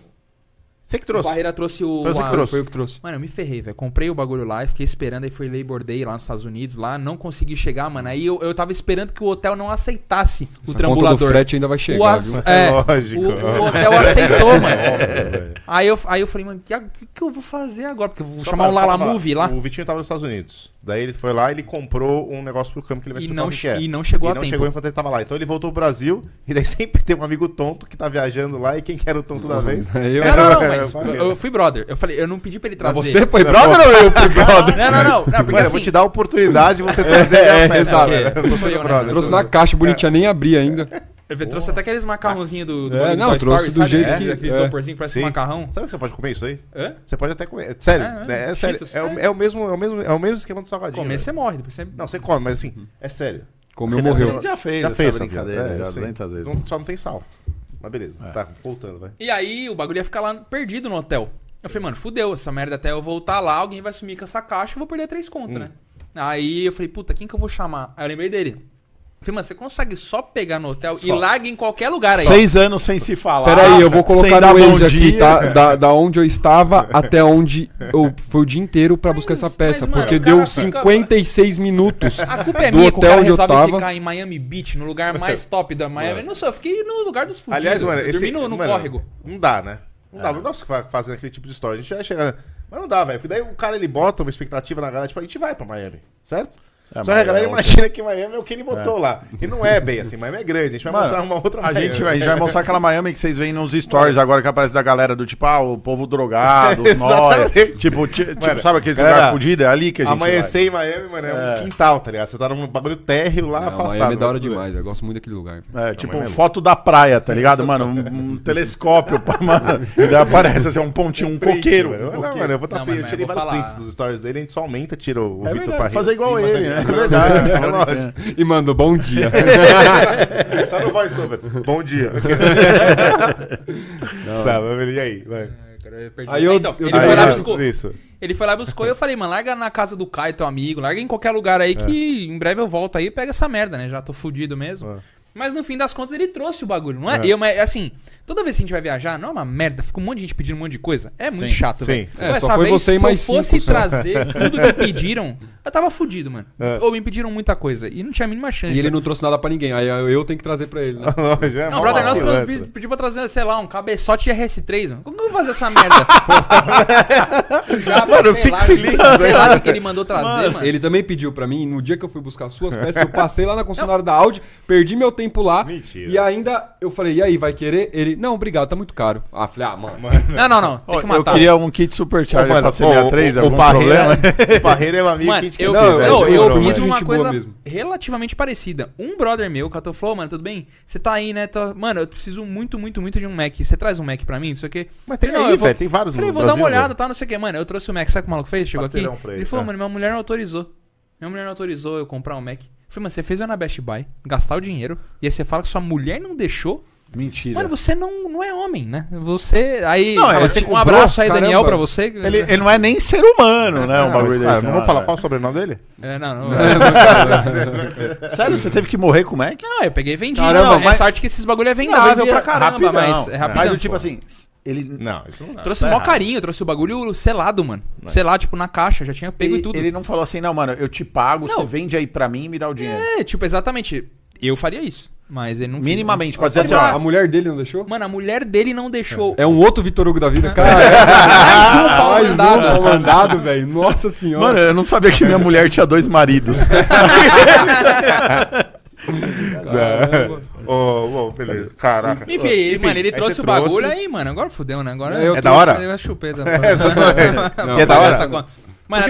Speaker 2: Você que
Speaker 4: o
Speaker 2: trouxe.
Speaker 4: Barreira trouxe o...
Speaker 2: Foi você que
Speaker 4: a-
Speaker 2: trouxe.
Speaker 3: Foi eu que trouxe.
Speaker 4: Mano, eu me ferrei, velho. Comprei o bagulho lá e fiquei esperando. Aí foi Labor Day lá nos Estados Unidos, lá. Não consegui chegar, mano. Aí eu, eu tava esperando que o hotel não aceitasse o
Speaker 3: Essa Conta do
Speaker 4: trambulador.
Speaker 3: frete ainda vai
Speaker 4: o,
Speaker 3: chegar,
Speaker 4: as-
Speaker 3: viu?
Speaker 4: é,
Speaker 2: Lógico.
Speaker 4: o, o hotel aceitou, mano.
Speaker 2: né, velho.
Speaker 4: Aí eu, aí eu falei, mano, o que, que, que eu vou fazer agora? Porque eu vou
Speaker 2: Só
Speaker 4: chamar
Speaker 2: pra-
Speaker 4: um
Speaker 2: só pra
Speaker 4: Lala
Speaker 2: falar,
Speaker 4: Movie lá.
Speaker 2: O Vitinho tava nos Estados Unidos. Daí ele foi lá e ele comprou um negócio pro câmbio que ele vai
Speaker 4: E
Speaker 2: explicar
Speaker 4: não,
Speaker 2: o que que é.
Speaker 4: e não chegou
Speaker 2: e
Speaker 4: a
Speaker 2: não
Speaker 4: tempo.
Speaker 2: chegou enquanto ele tava lá. Então ele voltou pro Brasil e daí sempre tem um amigo tonto que tá viajando lá e quem que era o tonto
Speaker 1: Uhum.
Speaker 2: da vez?
Speaker 3: Eu,
Speaker 4: Não, não, não, mas
Speaker 2: Valeu.
Speaker 4: eu, eu fui brother. Eu falei, eu não pedi pra ele trazer.
Speaker 3: você foi brother ou eu fui brother?
Speaker 4: Não, não, não. não porque
Speaker 2: Mano, eu
Speaker 4: assim,
Speaker 2: vou te dar a oportunidade de você trazer é, a festa,
Speaker 3: exato.
Speaker 2: velho.
Speaker 4: Sou
Speaker 2: Você
Speaker 4: eu,
Speaker 2: é
Speaker 4: né?
Speaker 2: brother.
Speaker 3: Trouxe na caixa bonitinha, nem abri ainda.
Speaker 4: eu trouxe até aqueles macarrãozinhos do, do
Speaker 3: É,
Speaker 4: bagulho
Speaker 3: não,
Speaker 4: Toy
Speaker 3: trouxe do
Speaker 4: sabe?
Speaker 3: jeito
Speaker 4: Aqueles-
Speaker 3: que-
Speaker 4: Aqueles
Speaker 3: é.
Speaker 4: vaporzinhos que parece um
Speaker 2: Sim.
Speaker 4: macarrão.
Speaker 2: Sabe que você pode comer isso aí?
Speaker 4: Hã?
Speaker 2: Você pode até comer. Sério, né?
Speaker 4: É,
Speaker 2: é,
Speaker 4: é,
Speaker 2: sério.
Speaker 4: Cheetos,
Speaker 2: É, o,
Speaker 4: é.
Speaker 2: é o mesmo, é, o mesmo, é o mesmo esquema do salgadinho.
Speaker 4: Comer
Speaker 2: velho.
Speaker 4: você morre, depois você...
Speaker 2: Não, você come, mas assim, é sério.
Speaker 3: Comeu, morreu.
Speaker 1: Já fez essa Uhum. brincadeira, já
Speaker 2: É, sim.
Speaker 1: 200 vezes. É.
Speaker 2: Não- só não tem sal. Mas beleza, tá voltando, vai.
Speaker 4: E aí o bagulho ia ficar lá perdido no hotel. Eu falei, mano, fudeu, essa merda até eu voltar lá, alguém vai sumir com essa caixa, eu vou perder três contas, né? Aí eu falei, puta, quem que eu vou chamar? Aí eu lembrei dele. Eu Falei, mano, você consegue só pegar no hotel e larga em qualquer lugar aí.
Speaker 1: Seis anos sem se falar.
Speaker 3: Peraí, eu vou
Speaker 1: sem
Speaker 3: colocar
Speaker 1: dar
Speaker 3: no
Speaker 1: bom
Speaker 3: Waze aqui,
Speaker 1: dia.
Speaker 3: tá? Da, da onde eu estava até onde eu foi o dia inteiro pra buscar
Speaker 4: Mas-
Speaker 3: essa peça,
Speaker 4: mas, mano,
Speaker 3: porque
Speaker 4: o cara
Speaker 3: deu
Speaker 4: fica-
Speaker 3: 56 minutos.
Speaker 4: A culpa é
Speaker 3: Do
Speaker 4: minha que o
Speaker 3: hotel
Speaker 4: cara
Speaker 3: onde eu
Speaker 4: resolve
Speaker 3: tava.
Speaker 4: ficar em Miami Beach, no lugar mais top da Miami. Não sei, eu fiquei no lugar dos fudidos.
Speaker 2: Aliás, mano,
Speaker 4: eu
Speaker 2: esse.
Speaker 4: dormi no, no
Speaker 2: mano,
Speaker 4: córrego.
Speaker 2: Não dá, né? Não
Speaker 1: É.
Speaker 2: dá, não dá pra você fa- fazer aquele tipo de história. A gente vai chegar. Mas não dá, velho. Porque daí o cara ele bota uma expectativa na galera, tipo, a gente vai pra Miami, certo? Só que a
Speaker 1: Miami
Speaker 2: galera
Speaker 1: é outra.
Speaker 2: imagina que Miami é o que ele botou lá. E não é bem assim, Miami é grande, a gente vai
Speaker 1: Mano,
Speaker 2: mostrar uma outra
Speaker 1: A
Speaker 2: Miami.
Speaker 1: gente, vai- a gente vai mostrar aquela Miami que vocês veem nos stories agora que aparece da galera do tipo, ah, o povo drogado, os nóia.
Speaker 2: Exatamente.
Speaker 1: Tipo, ti- tipo,
Speaker 2: Mano,
Speaker 1: sabe aqueles
Speaker 2: galera,
Speaker 1: lugares fudidos? É ali que a gente
Speaker 2: Amanhecer em Miami, mano, é, um quintal, tá ligado? Você tá num bagulho térreo lá,
Speaker 3: Não,
Speaker 2: afastado. né?
Speaker 3: Miami é da hora
Speaker 2: mas tudo bem.
Speaker 3: demais, eu gosto muito daquele lugar. velho.
Speaker 1: vai. É, tipo,
Speaker 2: Amanhã mesmo.
Speaker 1: foto da praia, tá ligado, mano? Um, um telescópio, pá, mano. E daí aparece assim, um pontinho, um
Speaker 2: Print,
Speaker 1: coqueiro.
Speaker 2: mano.
Speaker 1: Um
Speaker 2: Não,
Speaker 1: coqueiro.
Speaker 2: mano, eu vou tá,
Speaker 4: Não, mas,
Speaker 2: eu
Speaker 4: mas
Speaker 2: tirei
Speaker 4: eu vou
Speaker 2: vários
Speaker 4: falar-
Speaker 2: prints dos stories dele, a gente só aumenta, tira o
Speaker 1: É
Speaker 2: Vitor
Speaker 1: verdade,
Speaker 2: Parreira.
Speaker 1: fazer
Speaker 2: em
Speaker 1: igual
Speaker 2: cima, tá
Speaker 1: ele, né?
Speaker 2: ligado?
Speaker 1: É verdade,
Speaker 2: É
Speaker 1: é
Speaker 2: lógico.
Speaker 1: verdade.
Speaker 3: E mandou bom dia.
Speaker 2: é Só no voiceover. Bom dia. Tá, mas e aí? Vai.
Speaker 3: Aí eu-
Speaker 4: então,
Speaker 3: eu-
Speaker 4: ele
Speaker 2: Aí,
Speaker 4: foi lá e
Speaker 2: isso,
Speaker 4: buscou.
Speaker 2: Isso.
Speaker 4: Ele foi lá e buscou e eu falei, mano, larga na casa do Caio, teu amigo, larga em qualquer lugar aí que
Speaker 3: É.
Speaker 4: em breve eu volto aí e pega essa merda, né? Já tô fudido mesmo.
Speaker 2: É.
Speaker 4: Mas no fim das contas ele trouxe o bagulho, não é? Eu, mas assim, toda vez que a gente vai viajar, não é uma merda, fica um monte de gente pedindo um monte de coisa. É muito
Speaker 1: Sim,
Speaker 4: chato,
Speaker 2: sim.
Speaker 4: velho.
Speaker 2: É,
Speaker 4: Então,
Speaker 3: só foi você e
Speaker 4: se
Speaker 3: mais
Speaker 4: eu fosse
Speaker 3: cinco né? só.
Speaker 4: trazer tudo que pediram, eu tava fudido, mano.
Speaker 2: É.
Speaker 4: Ou me pediram muita coisa e não tinha a mínima chance.
Speaker 3: E ele não trouxe nada pra ninguém, aí eu eu tenho que trazer pra ele, né?
Speaker 2: Já é
Speaker 4: Não,
Speaker 2: mal
Speaker 4: brother, nós
Speaker 2: pilantra.
Speaker 4: pedi- pediu pra trazer, sei lá, um cabeçote de RS3, mano. Como que eu vou fazer essa merda? Já,
Speaker 2: Mano,
Speaker 4: sei
Speaker 2: cinco
Speaker 4: lá,
Speaker 2: cilindros,
Speaker 4: Sei
Speaker 2: né?
Speaker 4: lá o que que ele mandou trazer, mano.
Speaker 3: Ele também pediu pra mim, no dia que eu fui buscar suas peças, eu passei lá na concessionária da Audi, perdi meu tempo lá.
Speaker 2: Mentira.
Speaker 3: E ainda eu falei, e aí, vai querer? Ele, não, obrigado, tá muito caro. Ah, falei, ah, mano.
Speaker 4: Não, não, não. Tem
Speaker 1: Ó,
Speaker 4: que
Speaker 1: Eu
Speaker 4: matar.
Speaker 1: queria um kit supercharger
Speaker 2: Mano,
Speaker 1: pra CBA3,
Speaker 2: Tá, o,
Speaker 1: algum
Speaker 2: Parreira,
Speaker 1: problema?
Speaker 2: o Parreira é um amigo
Speaker 4: Mano,
Speaker 2: quer
Speaker 4: eu,
Speaker 2: ver,
Speaker 3: Não,
Speaker 2: velho.
Speaker 4: eu, eu
Speaker 2: Demorou,
Speaker 3: mano.
Speaker 4: fiz um
Speaker 2: velho.
Speaker 4: uma
Speaker 3: Gente boa
Speaker 4: coisa
Speaker 3: mesmo.
Speaker 4: relativamente parecida. Um brother meu, Cato, falou, "Ô, mano, tudo bem? Você tá aí, né? Tô- Mano, eu preciso muito, muito, muito de um Mac. Você traz um Mac pra mim? Não sei o quê.
Speaker 2: Mas tem
Speaker 4: Falei, "Não,
Speaker 2: aí,
Speaker 4: eu vou-
Speaker 2: velho, tem vários
Speaker 4: Falei,
Speaker 2: no
Speaker 4: vou dar
Speaker 2: Brasil,
Speaker 4: uma olhada,
Speaker 2: velho.
Speaker 4: tá? Não sei o quê. Mano, eu trouxe o Mac. Sabe o é que o maluco fez? Chegou aqui.
Speaker 2: Parteirão pra
Speaker 4: Ele
Speaker 2: ele,
Speaker 4: falou,
Speaker 2: é.
Speaker 4: mano, minha mulher não autorizou. Minha mulher não autorizou eu comprar um Mac. Falei, mano, você fez eu ir na Best Buy, gastar o dinheiro, e aí você fala que sua mulher não deixou.
Speaker 1: Mentira.
Speaker 4: Mano, você não, não é homem, né? Você. Aí.
Speaker 1: Não,
Speaker 4: fala,
Speaker 1: é,
Speaker 4: assim,
Speaker 1: você
Speaker 4: um
Speaker 1: comprou,
Speaker 4: abraço aí,
Speaker 3: caramba.
Speaker 4: Daniel, pra você.
Speaker 1: Ele, ele não é nem ser humano, né? Um
Speaker 2: Não, mas,
Speaker 1: bagulho
Speaker 2: cara,
Speaker 1: desse.
Speaker 2: não
Speaker 1: Ah,
Speaker 2: vamos falar qual
Speaker 1: velho.
Speaker 2: o sobrenome dele?
Speaker 4: É, não, não.
Speaker 1: Sério, você teve que morrer com o Mac?
Speaker 4: Não, eu peguei e vendi.
Speaker 1: Caramba,
Speaker 4: não,
Speaker 1: mas-
Speaker 4: é sorte que esses bagulho é vendável pra caramba,
Speaker 1: Rapidão.
Speaker 4: mas é rapidão.
Speaker 1: Mas do tipo
Speaker 4: pô.
Speaker 1: assim, ele.
Speaker 2: Não, isso não dá.
Speaker 4: Trouxe
Speaker 2: Tá
Speaker 4: o maior
Speaker 2: errado.
Speaker 4: carinho, trouxe o bagulho selado, mano. Selado, tipo, na caixa, já tinha pego e,
Speaker 1: ele-
Speaker 4: tudo.
Speaker 1: Ele não falou assim, não, mano, eu te pago,
Speaker 4: Não.
Speaker 1: você vende aí pra mim e me dá o dinheiro.
Speaker 4: É, tipo, exatamente. Eu faria isso, mas ele não fez.
Speaker 1: Minimamente, pode ser assim,
Speaker 4: Exato.
Speaker 1: ó.
Speaker 3: A mulher dele não deixou?
Speaker 4: Mano, a mulher dele não deixou.
Speaker 3: É um outro Vitor Hugo da vida, cara.
Speaker 4: Mais um pau
Speaker 3: Mais um
Speaker 4: mandado. é
Speaker 3: pau mandado, velho. Nossa senhora.
Speaker 1: Mano, eu não sabia que minha mulher tinha dois maridos.
Speaker 3: Caramba.
Speaker 2: Ô, ô, É. beleza. Caraca.
Speaker 4: Enfim, ele- mano, ele trouxe o bagulho aí, mano. Agora fudeu, né? Agora
Speaker 3: É, eu
Speaker 2: É da hora?
Speaker 4: Eu chupei da
Speaker 2: Não,
Speaker 4: é
Speaker 2: é da hora?
Speaker 4: Mano, é
Speaker 2: Porque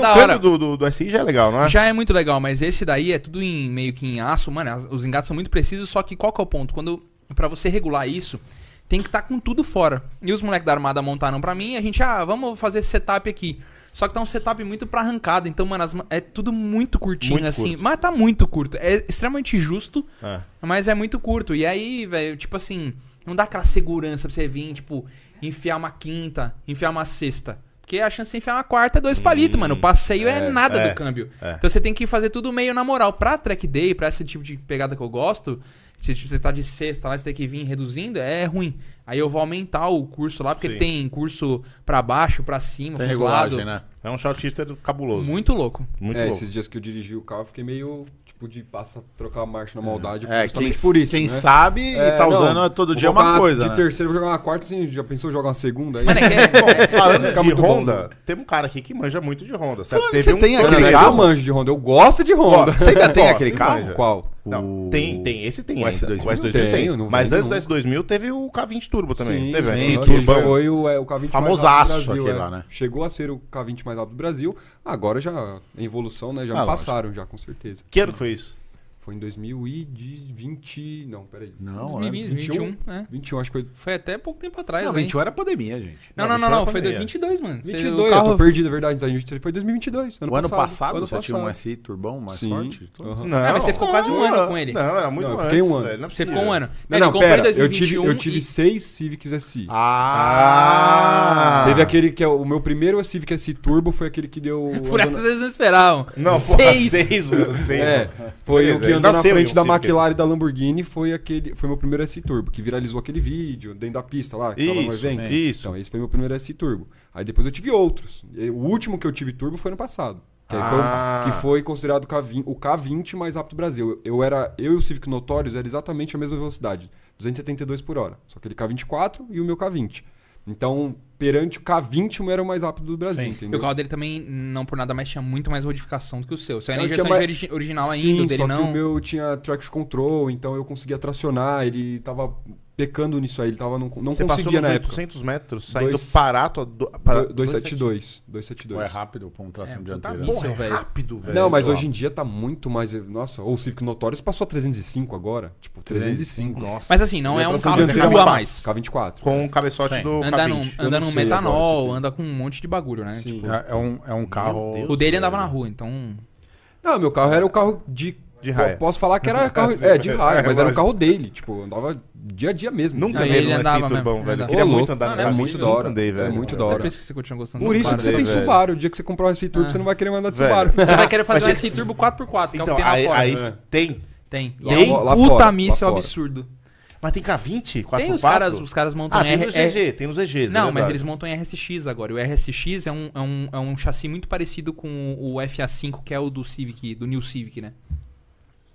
Speaker 4: da
Speaker 2: o canto
Speaker 4: hora.
Speaker 2: do, do, do SI já é legal, não é?
Speaker 4: Já é muito legal, mas esse daí é tudo em meio que em aço, mano. as- os engates são muito precisos, só que qual que é o ponto? Quando para você regular isso, tem que estar com tudo fora. E os moleques da armada montaram pra mim, e a gente, ah, vamos fazer esse setup aqui. Só que tá um setup muito pra arrancada, então, mano, as ma- é tudo muito curtinho
Speaker 2: Muito
Speaker 4: assim.
Speaker 2: curto.
Speaker 4: Mas tá muito curto. É extremamente justo,
Speaker 2: É.
Speaker 4: mas é muito curto. E aí, velho, tipo assim, não dá aquela segurança pra você vir, tipo, enfiar uma quinta, enfiar uma sexta. Porque a chance de enfiar uma quarta é dois palitos, mano. O passeio é, nada
Speaker 2: Hum, é,
Speaker 4: do câmbio.
Speaker 2: é.
Speaker 4: Então você tem que fazer tudo meio na moral. Pra track day, pra esse tipo de pegada que eu gosto, se tipo, você tá de sexta lá, você tem que vir reduzindo, é ruim. Aí eu vou aumentar o curso lá, porque
Speaker 2: Sim.
Speaker 4: tem curso pra baixo, pra cima, pros lados.
Speaker 1: né?
Speaker 2: É um shot shifter cabuloso. Muito,
Speaker 4: Muito louco.
Speaker 3: é,
Speaker 2: louco.
Speaker 3: esses dias que eu dirigi o carro, eu fiquei meio, tipo, de passa trocar a marcha na maldade,
Speaker 1: É, quem,
Speaker 3: justamente por isso,
Speaker 1: quem
Speaker 3: né?
Speaker 1: sabe e
Speaker 3: É,
Speaker 1: tá
Speaker 3: não,
Speaker 1: usando todo
Speaker 3: vou
Speaker 1: dia é uma
Speaker 3: colocar
Speaker 1: coisa,
Speaker 3: De
Speaker 1: né?
Speaker 3: terceiro, vou jogar uma quarta, assim, já pensou jogar uma segunda? Aí...
Speaker 4: Mano, é que é- é-
Speaker 2: Falando
Speaker 3: Fica
Speaker 2: de
Speaker 3: muito bom,
Speaker 2: Honda,
Speaker 3: né?
Speaker 2: tem um cara aqui que manja muito de Honda. Certo? um
Speaker 1: Fulano, você tem
Speaker 3: Mano,
Speaker 1: aquele
Speaker 3: eu
Speaker 1: carro?
Speaker 3: não manjo de Honda, eu gosto de Honda.
Speaker 1: Você ainda tem
Speaker 2: Gosta,
Speaker 1: aquele
Speaker 2: hein,
Speaker 1: carro?
Speaker 2: manja?
Speaker 3: Qual?
Speaker 2: Não,
Speaker 1: O-
Speaker 2: tem, tem, esse tem.
Speaker 1: o
Speaker 2: ainda.
Speaker 1: S2000?
Speaker 2: O S2000
Speaker 3: Tenho,
Speaker 2: tem.
Speaker 3: não
Speaker 2: Mas
Speaker 3: vem
Speaker 2: antes do
Speaker 3: nunca.
Speaker 2: S2000 teve o K20 Turbo também.
Speaker 3: Sim,
Speaker 2: teve o
Speaker 3: sim,
Speaker 2: S
Speaker 3: que
Speaker 2: Turbo.
Speaker 3: Foi o, é, o K20
Speaker 1: Famosaço
Speaker 3: mais alto do Brasil,
Speaker 1: aquele
Speaker 3: é.
Speaker 1: lá, né?
Speaker 3: Chegou a ser o K20 mais alto do Brasil, agora já, em evolução, né? Já
Speaker 2: Ah,
Speaker 3: me
Speaker 2: lógico.
Speaker 3: passaram, já, com certeza.
Speaker 2: Que ano que foi isso?
Speaker 3: Foi em 2020... Não, peraí.
Speaker 1: Não, antes.
Speaker 4: 2021, é.
Speaker 3: 21, acho que foi...
Speaker 4: Foi até pouco tempo atrás,
Speaker 1: um?
Speaker 4: né?
Speaker 1: Não,
Speaker 4: hein?
Speaker 1: 21 era pandemia, gente.
Speaker 4: Não,
Speaker 2: Não,
Speaker 4: não, não,
Speaker 2: 21
Speaker 4: não,
Speaker 2: era
Speaker 4: foi
Speaker 2: pandemia.
Speaker 4: 22, mano. Você-
Speaker 3: 22,
Speaker 4: o
Speaker 3: eu
Speaker 4: carro...
Speaker 3: tô perdido, é verdade. A gente foi em 2022, ano
Speaker 1: O ano
Speaker 3: passado.
Speaker 1: passado, você tinha um SI turbão mais
Speaker 3: Sim. É.
Speaker 1: forte? Então.
Speaker 3: Aham.
Speaker 2: Não,
Speaker 4: Ah, mas você ficou quase um ano com ele.
Speaker 2: Não, era muito
Speaker 3: Não, eu fiquei
Speaker 2: antes.
Speaker 3: um ano.
Speaker 2: velho, não é
Speaker 4: Você
Speaker 2: possível.
Speaker 4: ficou um ano.
Speaker 3: Não,
Speaker 4: Ele
Speaker 3: não,
Speaker 4: comprou em
Speaker 3: pera, eu
Speaker 4: 2021
Speaker 3: tive, eu tive
Speaker 4: e-
Speaker 3: seis Civics SI.
Speaker 1: Ah!
Speaker 3: Teve aquele que é o meu primeiro Civic SI Turbo, foi aquele que deu...
Speaker 4: Por
Speaker 3: andou
Speaker 4: essa vocês não esperavam.
Speaker 2: Não, porra,
Speaker 4: Seis.
Speaker 2: seis, mano. Seis.
Speaker 3: É,
Speaker 2: mano.
Speaker 3: foi
Speaker 2: Beleza,
Speaker 3: o que
Speaker 2: ele
Speaker 3: andou na
Speaker 2: nasceu em
Speaker 3: frente
Speaker 2: um
Speaker 3: da
Speaker 2: Civic,
Speaker 3: McLaren e da Lamborghini, foi aquele, foi meu primeiro S Turbo, que viralizou aquele vídeo dentro da pista lá, que tava no
Speaker 2: Isso,
Speaker 3: evento.
Speaker 2: isso.
Speaker 3: Então, esse foi meu primeiro S Turbo. Aí depois eu tive outros. E o último que eu tive Turbo foi no passado. Que, aí foi, um,
Speaker 2: Ah.
Speaker 3: que foi considerado o K20, o K20 mais rápido do Brasil. Eu, eu era, eu e o Civic Notorious era exatamente a mesma velocidade, 272 por hora. Só aquele K24 e o meu K20. Então, perante o K20, o meu era o mais rápido do Brasil,
Speaker 4: E
Speaker 3: entendeu?
Speaker 4: o carro dele também, não por nada mais, tinha muito mais modificação do que o seu. Seu era
Speaker 3: Eu tinha
Speaker 4: injeção de
Speaker 3: mais-
Speaker 4: origi- original
Speaker 3: Sim,
Speaker 4: ainda, o dele
Speaker 3: só que
Speaker 4: não.
Speaker 3: o meu tinha traction control, então eu conseguia tracionar, ele tava pecando nisso aí, ele tava não, não
Speaker 2: Você passou
Speaker 3: conseguia
Speaker 2: nos
Speaker 3: na época.
Speaker 2: 800 metros, saindo
Speaker 3: Dois-
Speaker 2: parato. Do, para,
Speaker 3: Do- 272, 272.
Speaker 1: É rápido com tração
Speaker 4: É,
Speaker 1: dianteira.
Speaker 4: tá bom.
Speaker 2: Porra,
Speaker 4: Isso,
Speaker 2: é
Speaker 4: velho.
Speaker 2: rápido, velho.
Speaker 3: Não, mas
Speaker 2: Pô.
Speaker 3: hoje em dia tá muito mais, nossa, ou o Civic Notorious passou a 305 agora, tipo 305.
Speaker 1: Nossa.
Speaker 4: Mas assim, não é um
Speaker 3: Tração
Speaker 4: carro que
Speaker 2: dianteira
Speaker 4: rua a
Speaker 2: K24.
Speaker 4: mais.
Speaker 3: K24.
Speaker 2: Com o cabeçote
Speaker 1: Sim.
Speaker 2: do
Speaker 4: Anda num,
Speaker 2: K20.
Speaker 3: Eu
Speaker 4: anda
Speaker 3: não
Speaker 4: num
Speaker 3: sei agora se
Speaker 4: metanol,
Speaker 3: tem.
Speaker 4: anda com um monte de bagulho, né?
Speaker 3: Sim.
Speaker 4: Tipo,
Speaker 1: É, é um, é um carro.
Speaker 4: o dele andava na rua, então.
Speaker 3: Não, meu carro era o carro de
Speaker 2: De raia.
Speaker 3: Posso falar que era carro é de raia, mas era o carro dele, tipo, andava dia a dia mesmo.
Speaker 2: Nunca
Speaker 4: Não,
Speaker 2: andei
Speaker 4: ele
Speaker 2: num
Speaker 4: andava
Speaker 2: SI turbão,
Speaker 4: mesmo,
Speaker 2: velho. Eu
Speaker 4: andava.
Speaker 2: queria
Speaker 3: Ô,
Speaker 2: muito
Speaker 3: louco.
Speaker 2: andar
Speaker 3: Não,
Speaker 2: num
Speaker 3: é
Speaker 2: SI,
Speaker 3: muito
Speaker 2: nunca
Speaker 3: da hora.
Speaker 2: andei, velho.
Speaker 3: É muito da
Speaker 4: Até
Speaker 3: hora.
Speaker 4: por isso que você continua gostando
Speaker 3: Por
Speaker 4: desse
Speaker 3: isso que
Speaker 4: Subaru,
Speaker 3: você
Speaker 4: né?
Speaker 3: tem
Speaker 2: velho.
Speaker 3: Subaru, o dia que você comprar um SI Turbo,
Speaker 4: É.
Speaker 3: você não vai querer mandar de
Speaker 2: Velho.
Speaker 3: Subaru.
Speaker 4: Você vai querer fazer um
Speaker 2: Mas
Speaker 4: SI Turbo 4x4, que é o que
Speaker 2: Então,
Speaker 4: tem lá
Speaker 2: aí,
Speaker 4: fora.
Speaker 2: aí
Speaker 3: É.
Speaker 2: tem.
Speaker 4: Tem. E
Speaker 3: Lá-
Speaker 4: é um
Speaker 3: lá fora,
Speaker 4: puta
Speaker 3: lá
Speaker 4: míssel
Speaker 3: fora.
Speaker 4: absurdo.
Speaker 2: Mas tem K20? 4
Speaker 4: Tem os caras, os caras montam
Speaker 2: Ah, tem
Speaker 4: R-
Speaker 2: no
Speaker 4: R-
Speaker 2: GG, tem nos EGs.
Speaker 4: é. Não, mas eles montam em RSX agora. O RSX é um, é, um, é um chassi muito parecido com o FA5, que é o do Civic, do New Civic, né?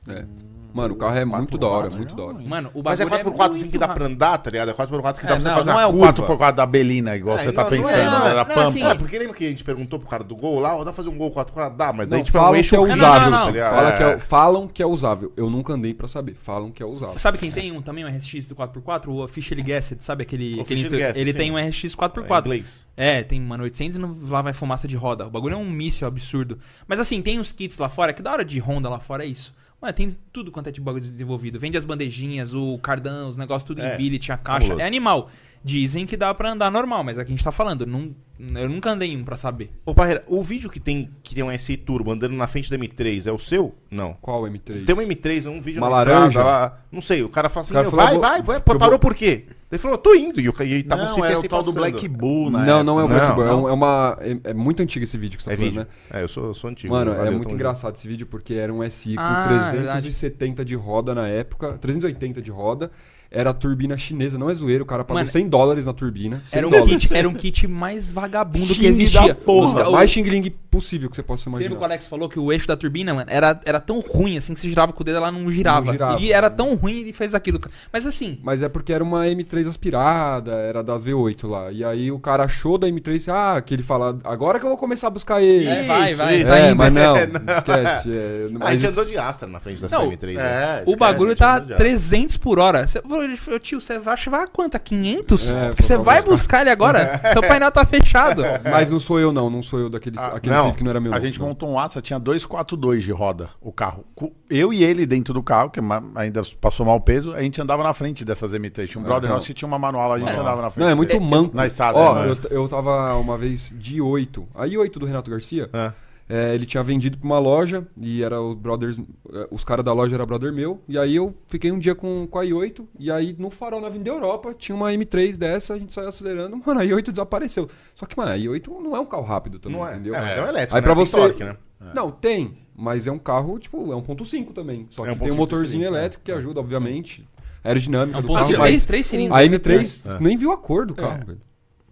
Speaker 3: É. Mano, o carro é muito da hora, muito da hora.
Speaker 4: Mano, o
Speaker 2: Mas é
Speaker 4: bagulho
Speaker 2: 4x4 assim
Speaker 4: muito
Speaker 2: que dá
Speaker 4: rápido.
Speaker 2: pra andar, tá ligado? É 4x4 que dá pra você
Speaker 1: não,
Speaker 2: fazer
Speaker 1: não é
Speaker 2: uma
Speaker 1: um
Speaker 2: curva.
Speaker 1: 4x4 da Belina, igual
Speaker 2: É,
Speaker 1: você tá
Speaker 2: não, não é,
Speaker 1: pensando,
Speaker 4: não,
Speaker 1: era
Speaker 4: não,
Speaker 1: Pampa.
Speaker 4: assim,
Speaker 2: É, porque lembra que a gente perguntou pro cara do gol lá, ó, dá pra fazer um gol 4x4? Dá, mas daí
Speaker 3: Não,
Speaker 2: tipo é um
Speaker 3: falam,
Speaker 2: eixo
Speaker 3: que é
Speaker 4: não,
Speaker 2: horrível,
Speaker 3: usável,
Speaker 4: não, não.
Speaker 2: tá ligado?
Speaker 3: Fala que é,
Speaker 2: É.
Speaker 3: falam que é usável. Eu nunca andei pra saber. Falam que é usável.
Speaker 4: Sabe quem tem um também, um RSX do 4x4? O Official Gasset, sabe aquele...
Speaker 2: O
Speaker 4: aquele
Speaker 2: Official Gasset,
Speaker 4: ele
Speaker 2: sim.
Speaker 4: tem um RSX
Speaker 2: É
Speaker 4: 4x4.
Speaker 2: inglês.
Speaker 4: É, tem, mano, 800 e não- lá vai fumaça de roda. O bagulho é um míssil absurdo. Mas assim, tem uns kits lá fora, que da hora de Honda lá fora é isso. Mano, tem tudo quanto é de bagulho desenvolvido. Vende as bandejinhas, o cardão, os negócios tudo
Speaker 2: É,
Speaker 4: em billet, a caixa.
Speaker 2: cabuloso.
Speaker 4: É animal. Dizem que dá pra andar normal, mas é o que a gente tá falando. Não Eu nunca andei em um pra saber.
Speaker 2: Ô, Parreira, o vídeo que tem, que tem um SI Turbo andando na frente da M3 é o seu? Não.
Speaker 3: Qual M3?
Speaker 2: Tem um M3, um vídeo
Speaker 3: Uma
Speaker 2: na
Speaker 3: laranja?
Speaker 2: estrada lá. Não sei, o cara fala assim,
Speaker 3: O cara
Speaker 2: meu,
Speaker 3: falou,
Speaker 2: vai,
Speaker 3: eu vou-
Speaker 2: vai, vai,
Speaker 3: eu
Speaker 2: parou
Speaker 3: vou-
Speaker 2: por quê? Ele falou, tô indo. E, o, ca- e tava um
Speaker 1: não,
Speaker 2: CPC
Speaker 1: é o tal do
Speaker 2: passando.
Speaker 1: Black
Speaker 2: um
Speaker 1: Bull, né?
Speaker 3: Não, não é o
Speaker 2: Não,
Speaker 3: Black Bull. É,
Speaker 2: não.
Speaker 3: um- é uma. É, é muito antigo esse vídeo que você tá
Speaker 2: É
Speaker 3: falando,
Speaker 2: vídeo.
Speaker 3: né?
Speaker 2: É, eu sou, eu sou antigo.
Speaker 3: Mano, é
Speaker 2: valeu,
Speaker 3: muito
Speaker 2: tamo é
Speaker 3: engraçado esse vídeo porque era um SI com
Speaker 4: Ah,
Speaker 3: 370 de roda na época, 380 de roda, era a turbina chinesa, não é zoeiro, o cara pagou
Speaker 4: Mano,
Speaker 3: 100 dólares na turbina. 100
Speaker 4: Era um,
Speaker 3: dólares.
Speaker 4: kit, era um kit mais vagabundo que
Speaker 1: Xingue da
Speaker 4: existia.
Speaker 1: porra,
Speaker 4: Os
Speaker 2: tá
Speaker 4: ca- o-
Speaker 3: mais xingling possível que você possa
Speaker 4: Você lembra é
Speaker 3: imaginar.
Speaker 4: que o Alex falou que o eixo da turbina, mano, era, era tão ruim assim que você girava com o dedo ela não girava.
Speaker 3: Não girava.
Speaker 4: Ele
Speaker 1: né?
Speaker 4: era tão ruim e fez aquilo. Mas assim,
Speaker 3: Mas é porque era uma M3 aspirada, era das V8 lá. E aí o cara achou da M3, e, ah, que ele fala, agora que eu vou começar a buscar ele.
Speaker 4: é, vai, vai,
Speaker 2: isso.
Speaker 4: vai
Speaker 3: É,
Speaker 4: indo.
Speaker 3: mas não,
Speaker 2: É, não.
Speaker 3: esquece. é,
Speaker 2: Ah, a
Speaker 3: mas
Speaker 2: gente
Speaker 3: isso-
Speaker 2: andou de Astra na frente da
Speaker 4: Não,
Speaker 2: M3. né?
Speaker 1: É,
Speaker 4: O
Speaker 1: esquece,
Speaker 4: bagulho
Speaker 1: gente,
Speaker 4: tá
Speaker 1: não adianta.
Speaker 4: 300 por hora. Cê- Ele falou, tio, você vai, você vai a quanto? A 500?
Speaker 3: É,
Speaker 4: Porque você
Speaker 3: vou
Speaker 4: vai
Speaker 3: buscar.
Speaker 4: buscar ele agora? Seu painel tá fechado.
Speaker 1: É.
Speaker 3: mas não sou eu não, não sou eu daquele,
Speaker 2: Ah,
Speaker 3: aquele
Speaker 2: não,
Speaker 3: Civic que não era meu.
Speaker 1: A
Speaker 3: não,
Speaker 1: gente
Speaker 3: não.
Speaker 1: montou um Astra, tinha 242 de roda o carro. Co- Eu e ele dentro do carro, que é ma- ainda passou mal o peso, a gente andava na frente dessas M3. Tinha um brother
Speaker 3: É, não.
Speaker 1: nosso que tinha uma manual, a gente andava na frente.
Speaker 3: Não, é muito manco.
Speaker 1: Na estrada,
Speaker 3: Ó,
Speaker 1: né?
Speaker 3: eu, t- eu tava uma vez de 8. A I8 do Renato Garcia,
Speaker 2: Ah.
Speaker 3: é, ele tinha vendido pra uma loja e era o brothers, é, os caras da loja era brother meu. E aí eu fiquei um dia com, com a I8 e aí no farol na Avenida Europa tinha uma M3 dessa, a gente saiu acelerando, mano, a I8 desapareceu. Só que, mano, a I8 não é um carro rápido também,
Speaker 2: Não é.
Speaker 3: entendeu?
Speaker 2: É, mas é um elétrico,
Speaker 3: Aí
Speaker 2: né?
Speaker 3: pra
Speaker 2: Tem
Speaker 3: você...
Speaker 2: torque, né?
Speaker 3: Não, tem, mas é um carro, tipo, é 1.5 também. Só
Speaker 2: É
Speaker 3: que
Speaker 2: 1.5
Speaker 3: tem um motorzinho
Speaker 2: cilindros, né?
Speaker 3: elétrico que ajuda, obviamente. A aerodinâmica
Speaker 4: É um
Speaker 3: do
Speaker 4: ponto
Speaker 3: carro,
Speaker 4: de
Speaker 3: mas-
Speaker 4: três, três cilindros. né? É.
Speaker 3: a M3 nem viu a cor do carro, velho.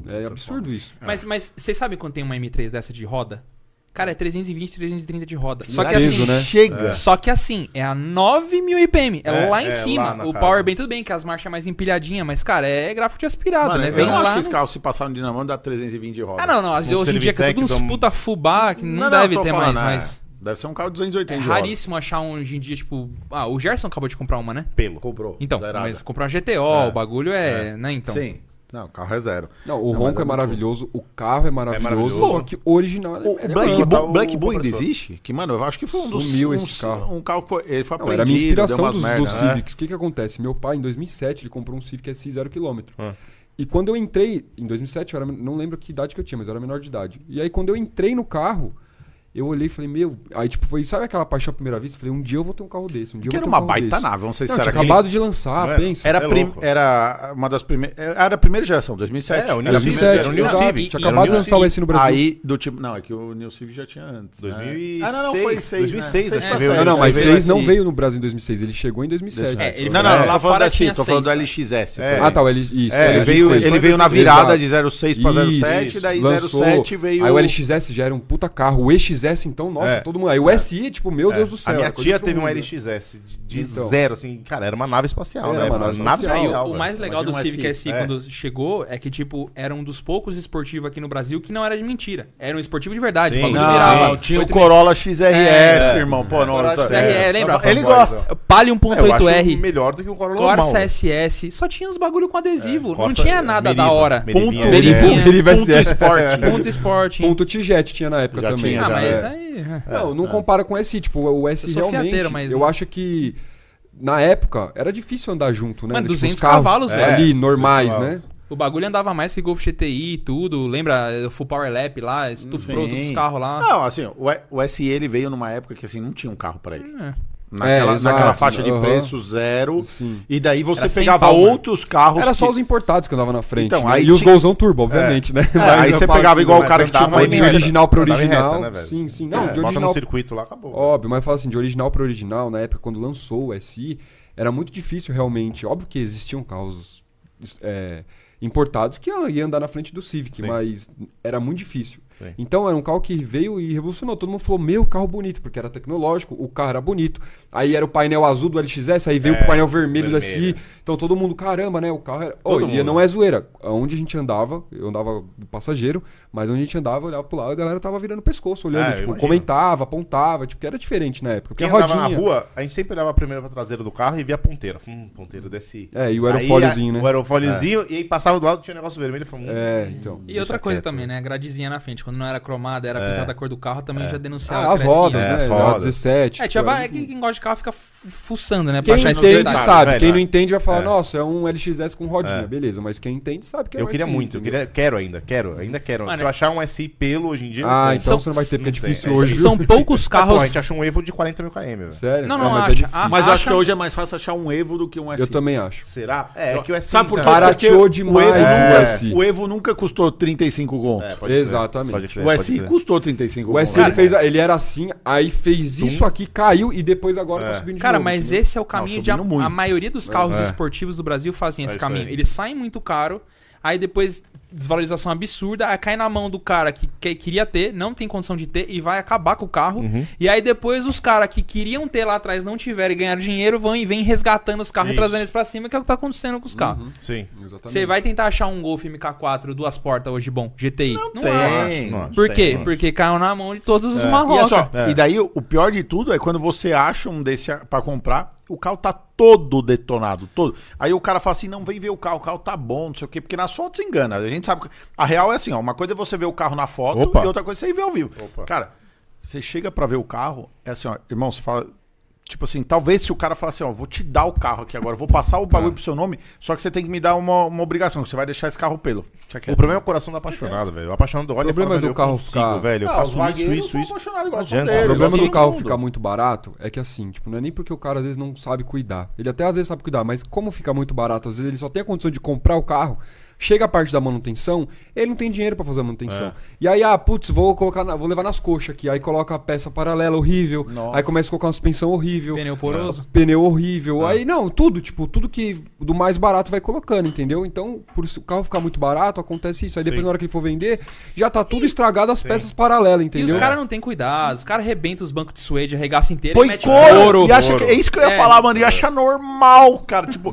Speaker 3: É absurdo isso.
Speaker 4: Mas, mas vocês sabem quando tem uma M3 dessa de roda? Cara, é 320, 330 de roda. Só
Speaker 3: Só
Speaker 4: que assim,
Speaker 3: né?
Speaker 1: É, Chega.
Speaker 4: Só que assim, é a 9000 RPM, é,
Speaker 2: É,
Speaker 4: lá em
Speaker 2: é,
Speaker 4: cima.
Speaker 2: lá na
Speaker 4: o
Speaker 2: casa.
Speaker 4: Power bem tudo bem, que as marchas é mais empilhadinha, mas cara, é gráfico de aspirado,
Speaker 1: Mano,
Speaker 4: né?
Speaker 1: eu
Speaker 4: Vem
Speaker 1: não
Speaker 4: lá.
Speaker 1: acho que esse
Speaker 4: no-
Speaker 1: carro, se passar no dinamômetro, dá 320 de roda.
Speaker 4: Ah, não, não.
Speaker 2: Um
Speaker 4: Hoje em dia que é
Speaker 2: Servitec
Speaker 4: tudo uns
Speaker 2: dá um-
Speaker 4: puta fubá que não,
Speaker 1: eu
Speaker 4: deve
Speaker 1: tô
Speaker 4: ter mais,
Speaker 1: falando, é.
Speaker 4: mas.
Speaker 1: Deve ser um carro de
Speaker 4: É
Speaker 1: 280 de roda.
Speaker 4: raríssimo achar um hoje em dia, tipo. Ah, o Gerson acabou de comprar uma, né?
Speaker 2: Pelo.
Speaker 1: Comprou.
Speaker 4: Então,
Speaker 1: zerada.
Speaker 2: É,
Speaker 4: mas comprar uma GTO, o bagulho é. Né, então.
Speaker 1: Sim. Não, o carro é zero.
Speaker 3: Não, o
Speaker 1: Não, mas
Speaker 3: ronco
Speaker 1: é
Speaker 3: é,
Speaker 1: muito-
Speaker 3: maravilhoso, o carro é maravilhoso,
Speaker 2: maravilhoso.
Speaker 3: só que o original
Speaker 1: O,
Speaker 3: é-
Speaker 1: o Black, Bull,
Speaker 2: bom, tá, o
Speaker 1: Black Bull ainda
Speaker 2: compressor.
Speaker 1: existe? Que, mano, eu acho que foi um dos.
Speaker 3: Sumiu
Speaker 1: um,
Speaker 3: esse carro.
Speaker 1: Um carro que foi, ele foi
Speaker 3: Não, era a minha
Speaker 1: apreendido, deu
Speaker 3: inspiração
Speaker 1: umas
Speaker 3: dos,
Speaker 1: merda,
Speaker 3: dos
Speaker 1: né?
Speaker 3: Civics. O que que acontece? Meu pai, em 2007, ele comprou um Civic SI 0 km.
Speaker 1: Ah.
Speaker 3: E quando eu entrei, em 2007, eu era, não lembro que idade que eu tinha, mas eu era menor de idade. E aí quando eu entrei no carro, eu olhei e falei, meu... Aí tipo, foi, sabe aquela paixão à primeira vista? Eu falei, um dia eu vou ter um carro desse, um dia
Speaker 1: Que
Speaker 3: eu
Speaker 1: era
Speaker 3: vou
Speaker 1: uma
Speaker 3: ter um carro
Speaker 1: baita
Speaker 3: desse.
Speaker 1: nave, vamos
Speaker 3: Não,
Speaker 1: sei se
Speaker 3: tinha
Speaker 1: era aquele-
Speaker 3: acabado de lançar,
Speaker 2: Não era?
Speaker 3: pensa.
Speaker 1: Era,
Speaker 2: É
Speaker 1: prim-
Speaker 2: louco.
Speaker 1: era uma das primeiras. Era a primeira geração, 2007.
Speaker 2: É, o New
Speaker 1: Era
Speaker 3: Era
Speaker 1: a primeira-
Speaker 3: 2007,
Speaker 2: era o New
Speaker 3: exato.
Speaker 2: Civic,
Speaker 3: Tinha
Speaker 2: era o
Speaker 3: acabado de
Speaker 2: New
Speaker 3: lançar o
Speaker 2: Civic.
Speaker 3: S no Brasil.
Speaker 1: Aí, do tipo. Não, é que o New Civic já tinha antes. né?
Speaker 2: 2006.
Speaker 1: Ah, não, não, foi 6,
Speaker 2: 2006,
Speaker 1: né?
Speaker 2: acho
Speaker 1: Seis
Speaker 2: que veio.
Speaker 1: pra
Speaker 3: Não, não,
Speaker 1: seis.
Speaker 3: mas
Speaker 1: Seis veio
Speaker 3: 6 não
Speaker 1: assim.
Speaker 3: veio no Brasil em 2006, ele chegou em 2007.
Speaker 4: É, ele
Speaker 1: Não,
Speaker 4: É,
Speaker 1: não,
Speaker 4: lá
Speaker 1: lá falando
Speaker 4: fora
Speaker 1: da
Speaker 4: tinha
Speaker 1: City, tô falando do
Speaker 4: seis.
Speaker 1: LXS.
Speaker 2: É.
Speaker 3: Ah, tá, o L... isso.
Speaker 1: É,
Speaker 2: É,
Speaker 1: ele,
Speaker 2: LX6,
Speaker 1: veio, ele
Speaker 2: foi
Speaker 1: veio na
Speaker 2: 2006,
Speaker 1: virada de 06 pra
Speaker 3: Isso,
Speaker 1: 07,
Speaker 2: isso.
Speaker 1: daí
Speaker 3: lançou.
Speaker 1: 07 veio.
Speaker 3: Aí o LXS já era um puta carro. O EXS, então, nossa,
Speaker 2: É.
Speaker 3: todo mundo. Aí o SI, tipo, meu Deus do
Speaker 2: A
Speaker 3: céu. tipo,
Speaker 2: minha
Speaker 3: era coisa
Speaker 2: tia
Speaker 3: de
Speaker 2: teve um
Speaker 3: outro mundo,
Speaker 2: LXS de, de
Speaker 3: Então.
Speaker 2: zero, assim, cara, era uma nave espacial,
Speaker 3: Era
Speaker 2: né?
Speaker 3: uma nave espacial.
Speaker 4: Aí, o-
Speaker 2: espacial,
Speaker 4: o,
Speaker 2: velho.
Speaker 4: mais legal do
Speaker 1: Imagina um
Speaker 4: Civic
Speaker 1: SI,
Speaker 4: SI
Speaker 2: é.
Speaker 4: quando chegou é que, tipo, era um dos poucos esportivos aqui no Brasil que não era de mentira. Era um esportivo de verdade.
Speaker 2: Sim.
Speaker 4: o bagulho
Speaker 2: Não,
Speaker 4: virava.
Speaker 2: sim.
Speaker 1: tinha o
Speaker 4: Oito
Speaker 1: Corolla XRS,
Speaker 4: É.
Speaker 1: irmão. Pô,
Speaker 4: Corolla
Speaker 1: nossa.
Speaker 4: XRE, lembra?
Speaker 1: Ele gosta.
Speaker 4: mil- Palio
Speaker 2: É, eu acho
Speaker 4: 1.8R,
Speaker 2: melhor do que o Corolla normal. né?
Speaker 4: Corsa SS, só tinha uns bagulho com adesivo. não
Speaker 2: Corsa-
Speaker 4: tinha nada
Speaker 2: Meriva,
Speaker 4: da hora.
Speaker 2: Meriva.
Speaker 1: Ponto,
Speaker 2: Merivinha,
Speaker 4: Merivinha,
Speaker 3: né? Meriva
Speaker 1: ponto
Speaker 3: SS.
Speaker 1: esporte.
Speaker 4: Ponto Sporting.
Speaker 3: Ponto T-Jet tinha na época
Speaker 1: Já
Speaker 3: também.
Speaker 1: tinha,
Speaker 4: Ah,
Speaker 1: já
Speaker 4: mas
Speaker 3: é.
Speaker 4: aí...
Speaker 3: Não, não compara com o SI. Tipo, o SI
Speaker 4: Eu sou
Speaker 3: realmente.
Speaker 4: fiateiro, mas
Speaker 3: eu
Speaker 4: não.
Speaker 3: acho que. Na época, era difícil andar junto, né?
Speaker 4: Mano,
Speaker 3: Tipo, os
Speaker 4: 200
Speaker 3: carros
Speaker 4: cavalos,
Speaker 2: velho.
Speaker 3: ali, normais, né?
Speaker 2: É, cavalos.
Speaker 4: O bagulho andava mais que Golf GTI e tudo. Lembra o Full Power Lap lá, estuprou
Speaker 1: Sim.
Speaker 4: todos os carros lá.
Speaker 1: Não, assim, o, o SE ele veio numa época que assim, não tinha um carro pra ele.
Speaker 4: É.
Speaker 1: Naquela,
Speaker 3: É, exato.
Speaker 1: naquela faixa de
Speaker 3: Aham.
Speaker 1: preço zero.
Speaker 3: Sim.
Speaker 1: E daí você
Speaker 4: Era sem
Speaker 1: pegava
Speaker 4: pau, mano.
Speaker 1: outros carros.
Speaker 3: Era só
Speaker 1: que-
Speaker 3: os importados que andavam na frente.
Speaker 1: Então,
Speaker 3: né?
Speaker 1: aí
Speaker 3: E os
Speaker 1: tinha-
Speaker 3: golzão turbo, obviamente, né?
Speaker 1: É,
Speaker 3: Mas
Speaker 1: aí
Speaker 3: a
Speaker 1: você
Speaker 3: parte
Speaker 1: pegava
Speaker 3: do-
Speaker 1: igual o
Speaker 2: mas
Speaker 1: cara que tinha uma
Speaker 2: andava em
Speaker 3: de
Speaker 1: M.
Speaker 2: reta.
Speaker 3: original pra
Speaker 2: Andava em reta,
Speaker 3: original.
Speaker 2: né, velho?
Speaker 3: sim, sim. Não,
Speaker 2: É, Bota
Speaker 3: de
Speaker 2: no
Speaker 3: original.
Speaker 2: circuito lá, acabou.
Speaker 3: Óbvio, mas fala assim, de original para original, na época quando lançou o SI, era muito difícil realmente. Óbvio que existiam carros é, importados que iam andar na frente do Civic,
Speaker 2: Sim.
Speaker 3: mas era muito difícil.
Speaker 2: Sim.
Speaker 3: Então era um carro que veio e revolucionou. Todo mundo falou, meu, carro bonito, porque era tecnológico, o carro era bonito. Aí era o painel azul do LXS, aí veio
Speaker 2: É,
Speaker 3: pro painel vermelho, do
Speaker 2: vermelho.
Speaker 3: SI. Então todo mundo, caramba, né? O carro era. Oh,
Speaker 2: Todo
Speaker 3: e
Speaker 2: mundo.
Speaker 3: não é zoeira. Onde a gente andava, eu andava passageiro, mas onde a gente andava, eu olhava pro lado, a galera tava virando o pescoço, olhando,
Speaker 2: É, eu
Speaker 3: tipo,
Speaker 2: imagino.
Speaker 3: comentando apontava, apontava, tipo, que era diferente na época. Porque
Speaker 2: Quem
Speaker 3: a rodinha.
Speaker 2: andava na rua, a gente sempre olhava primeiro pra traseira do carro e via a ponteira. Hum, ponteira desse.
Speaker 3: É, e o aerofóliozinho, né?
Speaker 2: O aerofóliozinho, e aí passava carro do lado tinha um negócio vermelho. eu falei, "Hum,
Speaker 3: É, então.
Speaker 4: E outra coisa
Speaker 2: quieto.
Speaker 4: também, né? Gradezinha na frente. Quando não era cromada, era pintada a cor do carro, também já denunciava.
Speaker 3: Ah, as
Speaker 4: gracinha.
Speaker 3: rodas,
Speaker 2: É,
Speaker 3: né?
Speaker 2: as
Speaker 3: As
Speaker 2: rodas.
Speaker 3: 17.
Speaker 4: É, tinha
Speaker 3: tipo,
Speaker 4: vai, quem, quem gosta de carro fica fu- fuçando, né?
Speaker 3: Quem
Speaker 4: pra achar esses
Speaker 3: entende
Speaker 4: detalhes.
Speaker 3: sabe,
Speaker 2: velho,
Speaker 3: quem não
Speaker 2: né?
Speaker 3: entende vai falar,
Speaker 2: É.
Speaker 3: nossa, é um LXS com rodinha,
Speaker 2: É.
Speaker 3: beleza, mas quem entende sabe que é
Speaker 2: Eu
Speaker 3: um
Speaker 2: queria
Speaker 3: SI,
Speaker 2: muito, eu
Speaker 3: entendeu?
Speaker 2: queria, quero ainda, quero, ainda quero.
Speaker 4: Mano,
Speaker 2: Se eu achar um SI pelo hoje em dia.
Speaker 3: Ah,
Speaker 2: eu
Speaker 3: então
Speaker 2: quero.
Speaker 4: São-
Speaker 3: você não vai ter, porque é
Speaker 2: não tem.
Speaker 3: difícil
Speaker 2: É,
Speaker 3: hoje. Tá
Speaker 4: São são poucos
Speaker 2: Mas, pô,
Speaker 4: carros.
Speaker 2: a gente achou um Evo de 40 mil km, velho.
Speaker 3: Sério?
Speaker 4: Não, não,
Speaker 3: mas É
Speaker 4: acha. Ah,
Speaker 3: difícil.
Speaker 1: Mas
Speaker 4: acha-
Speaker 1: acho que hoje é mais fácil achar um Evo do que um SI.
Speaker 3: Eu também acho.
Speaker 2: Será? É, é que o SI.
Speaker 1: Sabe por
Speaker 2: já-
Speaker 1: quê?
Speaker 3: Barateou
Speaker 1: Porque
Speaker 3: demais
Speaker 1: o Evo,
Speaker 2: o
Speaker 1: nunca-
Speaker 3: SI.
Speaker 1: o Evo nunca custou 35 conto.
Speaker 2: É, pode crer,
Speaker 3: Exatamente.
Speaker 2: pode crer,
Speaker 1: o
Speaker 2: pode
Speaker 1: SI
Speaker 2: crer.
Speaker 1: custou 35
Speaker 3: O SI
Speaker 1: conto.
Speaker 3: ele fez, a- ele era assim, aí fez isso aqui, caiu e depois agora tá subindo de
Speaker 4: Cara,
Speaker 3: novo,
Speaker 4: mas
Speaker 3: entendeu?
Speaker 4: esse é o caminho de a,
Speaker 1: subindo muito.
Speaker 4: a maioria dos carros
Speaker 2: É.
Speaker 4: esportivos do Brasil fazem esse
Speaker 2: isso
Speaker 4: caminho.
Speaker 2: aí.
Speaker 4: Eles saem muito caro, aí depois desvalorização absurda, aí cai na mão do cara que, que- queria ter, não tem condição de ter e vai acabar com o carro. E aí depois os caras que queriam ter lá atrás não tiveram e ganharam dinheiro, vão e vem resgatando os carros e
Speaker 2: Isso.
Speaker 4: trazendo eles pra cima, que é o que tá acontecendo com os carros.
Speaker 2: Sim.
Speaker 3: Exatamente.
Speaker 4: Você vai tentar achar um Golf MK4 duas portas hoje bom, GTI? Não, acha.
Speaker 1: Tem.
Speaker 2: Não acho,
Speaker 4: Por
Speaker 2: tem,
Speaker 4: quê?
Speaker 2: não acho.
Speaker 4: Porque caiu na mão de todos os
Speaker 1: E, é
Speaker 4: marrocos.
Speaker 1: só,
Speaker 2: É.
Speaker 1: e daí o pior de tudo é quando você acha um desse a- pra comprar, o carro tá todo detonado, todo. Aí o cara fala assim: não, vem ver o carro, o carro tá bom, não sei o quê, porque na foto se engana. A gente sabe. que- A real é assim: ó, uma coisa é você ver o carro na foto
Speaker 2: Opa.
Speaker 1: e outra coisa é você ir ver ao vivo. Cara, você chega pra ver o carro, é assim, ó, irmão, você fala. Tipo assim, talvez se o cara falar assim, ó, vou te dar o carro aqui agora, vou passar o
Speaker 2: É.
Speaker 1: bagulho pro seu nome, só que você tem que me dar uma, uma obrigação, que você vai deixar esse carro pelo. Tinha que-
Speaker 2: O problema é o coração do apaixonado, velho. O apaixonado olha
Speaker 3: O problema
Speaker 2: e fala,
Speaker 3: do
Speaker 2: "Mano,
Speaker 3: carro
Speaker 2: eu consigo,
Speaker 3: ficar-
Speaker 2: velho. Eu
Speaker 1: Ah, os
Speaker 2: faço isso,
Speaker 1: vagueiros
Speaker 2: isso,
Speaker 1: são
Speaker 2: isso.
Speaker 1: apaixonados igual,
Speaker 2: Não
Speaker 1: são
Speaker 2: adianta, é
Speaker 1: deles,
Speaker 3: O problema
Speaker 1: assim,
Speaker 3: do carro
Speaker 1: todo mundo.
Speaker 3: ficar muito barato é que assim, tipo, não é nem porque o cara às vezes não sabe cuidar. Ele até às vezes sabe cuidar, mas como fica muito barato, às vezes ele só tem a condição de comprar o carro, chega a parte da manutenção, ele não tem dinheiro pra fazer a manutenção. E aí, ah, putz, vou colocar, na- vou levar nas coxas aqui, aí coloca a peça paralela horrível,
Speaker 1: Nossa.
Speaker 3: aí começa a colocar uma suspensão horrível. Ah,
Speaker 4: Pneu poroso.
Speaker 3: Pneu horrível. Aí não, tudo, tipo, tudo que do mais barato vai colocando, entendeu? Então, por isso o carro ficar muito barato, acontece isso. Aí depois
Speaker 2: Sim.
Speaker 3: na hora que ele for vender, já tá tudo estragado as peças paralelas, entendeu?
Speaker 4: E os caras não têm cuidado, os caras arrebentam os bancos de suede, arregaça inteira
Speaker 1: Põe
Speaker 4: mete
Speaker 1: couro,
Speaker 2: couro,
Speaker 1: e acha
Speaker 2: couro.
Speaker 1: que é isso que eu ia
Speaker 4: É.
Speaker 1: falar, mano, e acha normal, cara, tipo,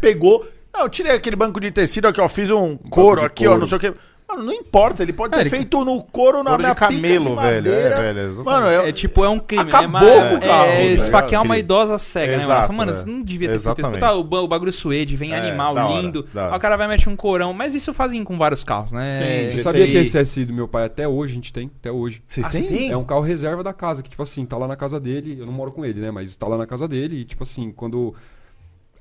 Speaker 1: pegou, não, eu tirei aquele banco de tecido aqui, ó, fiz um couro
Speaker 3: de
Speaker 1: aqui, ó,
Speaker 3: couro.
Speaker 1: não sei o que. Mano, não importa, ele pode ter
Speaker 4: ele-
Speaker 1: feito no couro na
Speaker 2: Couro de
Speaker 1: minha pica
Speaker 2: camelo, velho,
Speaker 1: madeira.
Speaker 2: é, velho, exatamente.
Speaker 1: Mano, eu,
Speaker 4: É tipo, é um crime,
Speaker 1: Acabou
Speaker 4: né? Mas-
Speaker 1: com o carro,
Speaker 4: é,
Speaker 1: tá
Speaker 4: esfaquear
Speaker 2: ligado?
Speaker 4: uma
Speaker 2: Aquele-
Speaker 4: idosa cega, né? Mano,
Speaker 2: Exato,
Speaker 4: Fala, mano,
Speaker 2: né?
Speaker 4: isso não devia ter feito isso.
Speaker 2: Exatamente.
Speaker 4: Tá, o, ba- o bagulho suede, vem
Speaker 2: É,
Speaker 4: animal,
Speaker 2: da hora,
Speaker 4: lindo.
Speaker 2: da hora.
Speaker 4: Aí o cara vai meter um corão, mas isso fazem com vários carros,
Speaker 2: É,
Speaker 4: né?
Speaker 1: Sim,
Speaker 3: Você
Speaker 1: GTI.
Speaker 3: sabia que esse SI do meu pai até hoje a gente tem? Até hoje.
Speaker 1: Vocês
Speaker 2: Ah,
Speaker 1: têm?
Speaker 2: você tem?
Speaker 3: É um carro reserva da casa, que tipo assim, tá lá na casa dele, eu não moro com ele, né? Mas tá lá na casa dele e tipo assim, quando.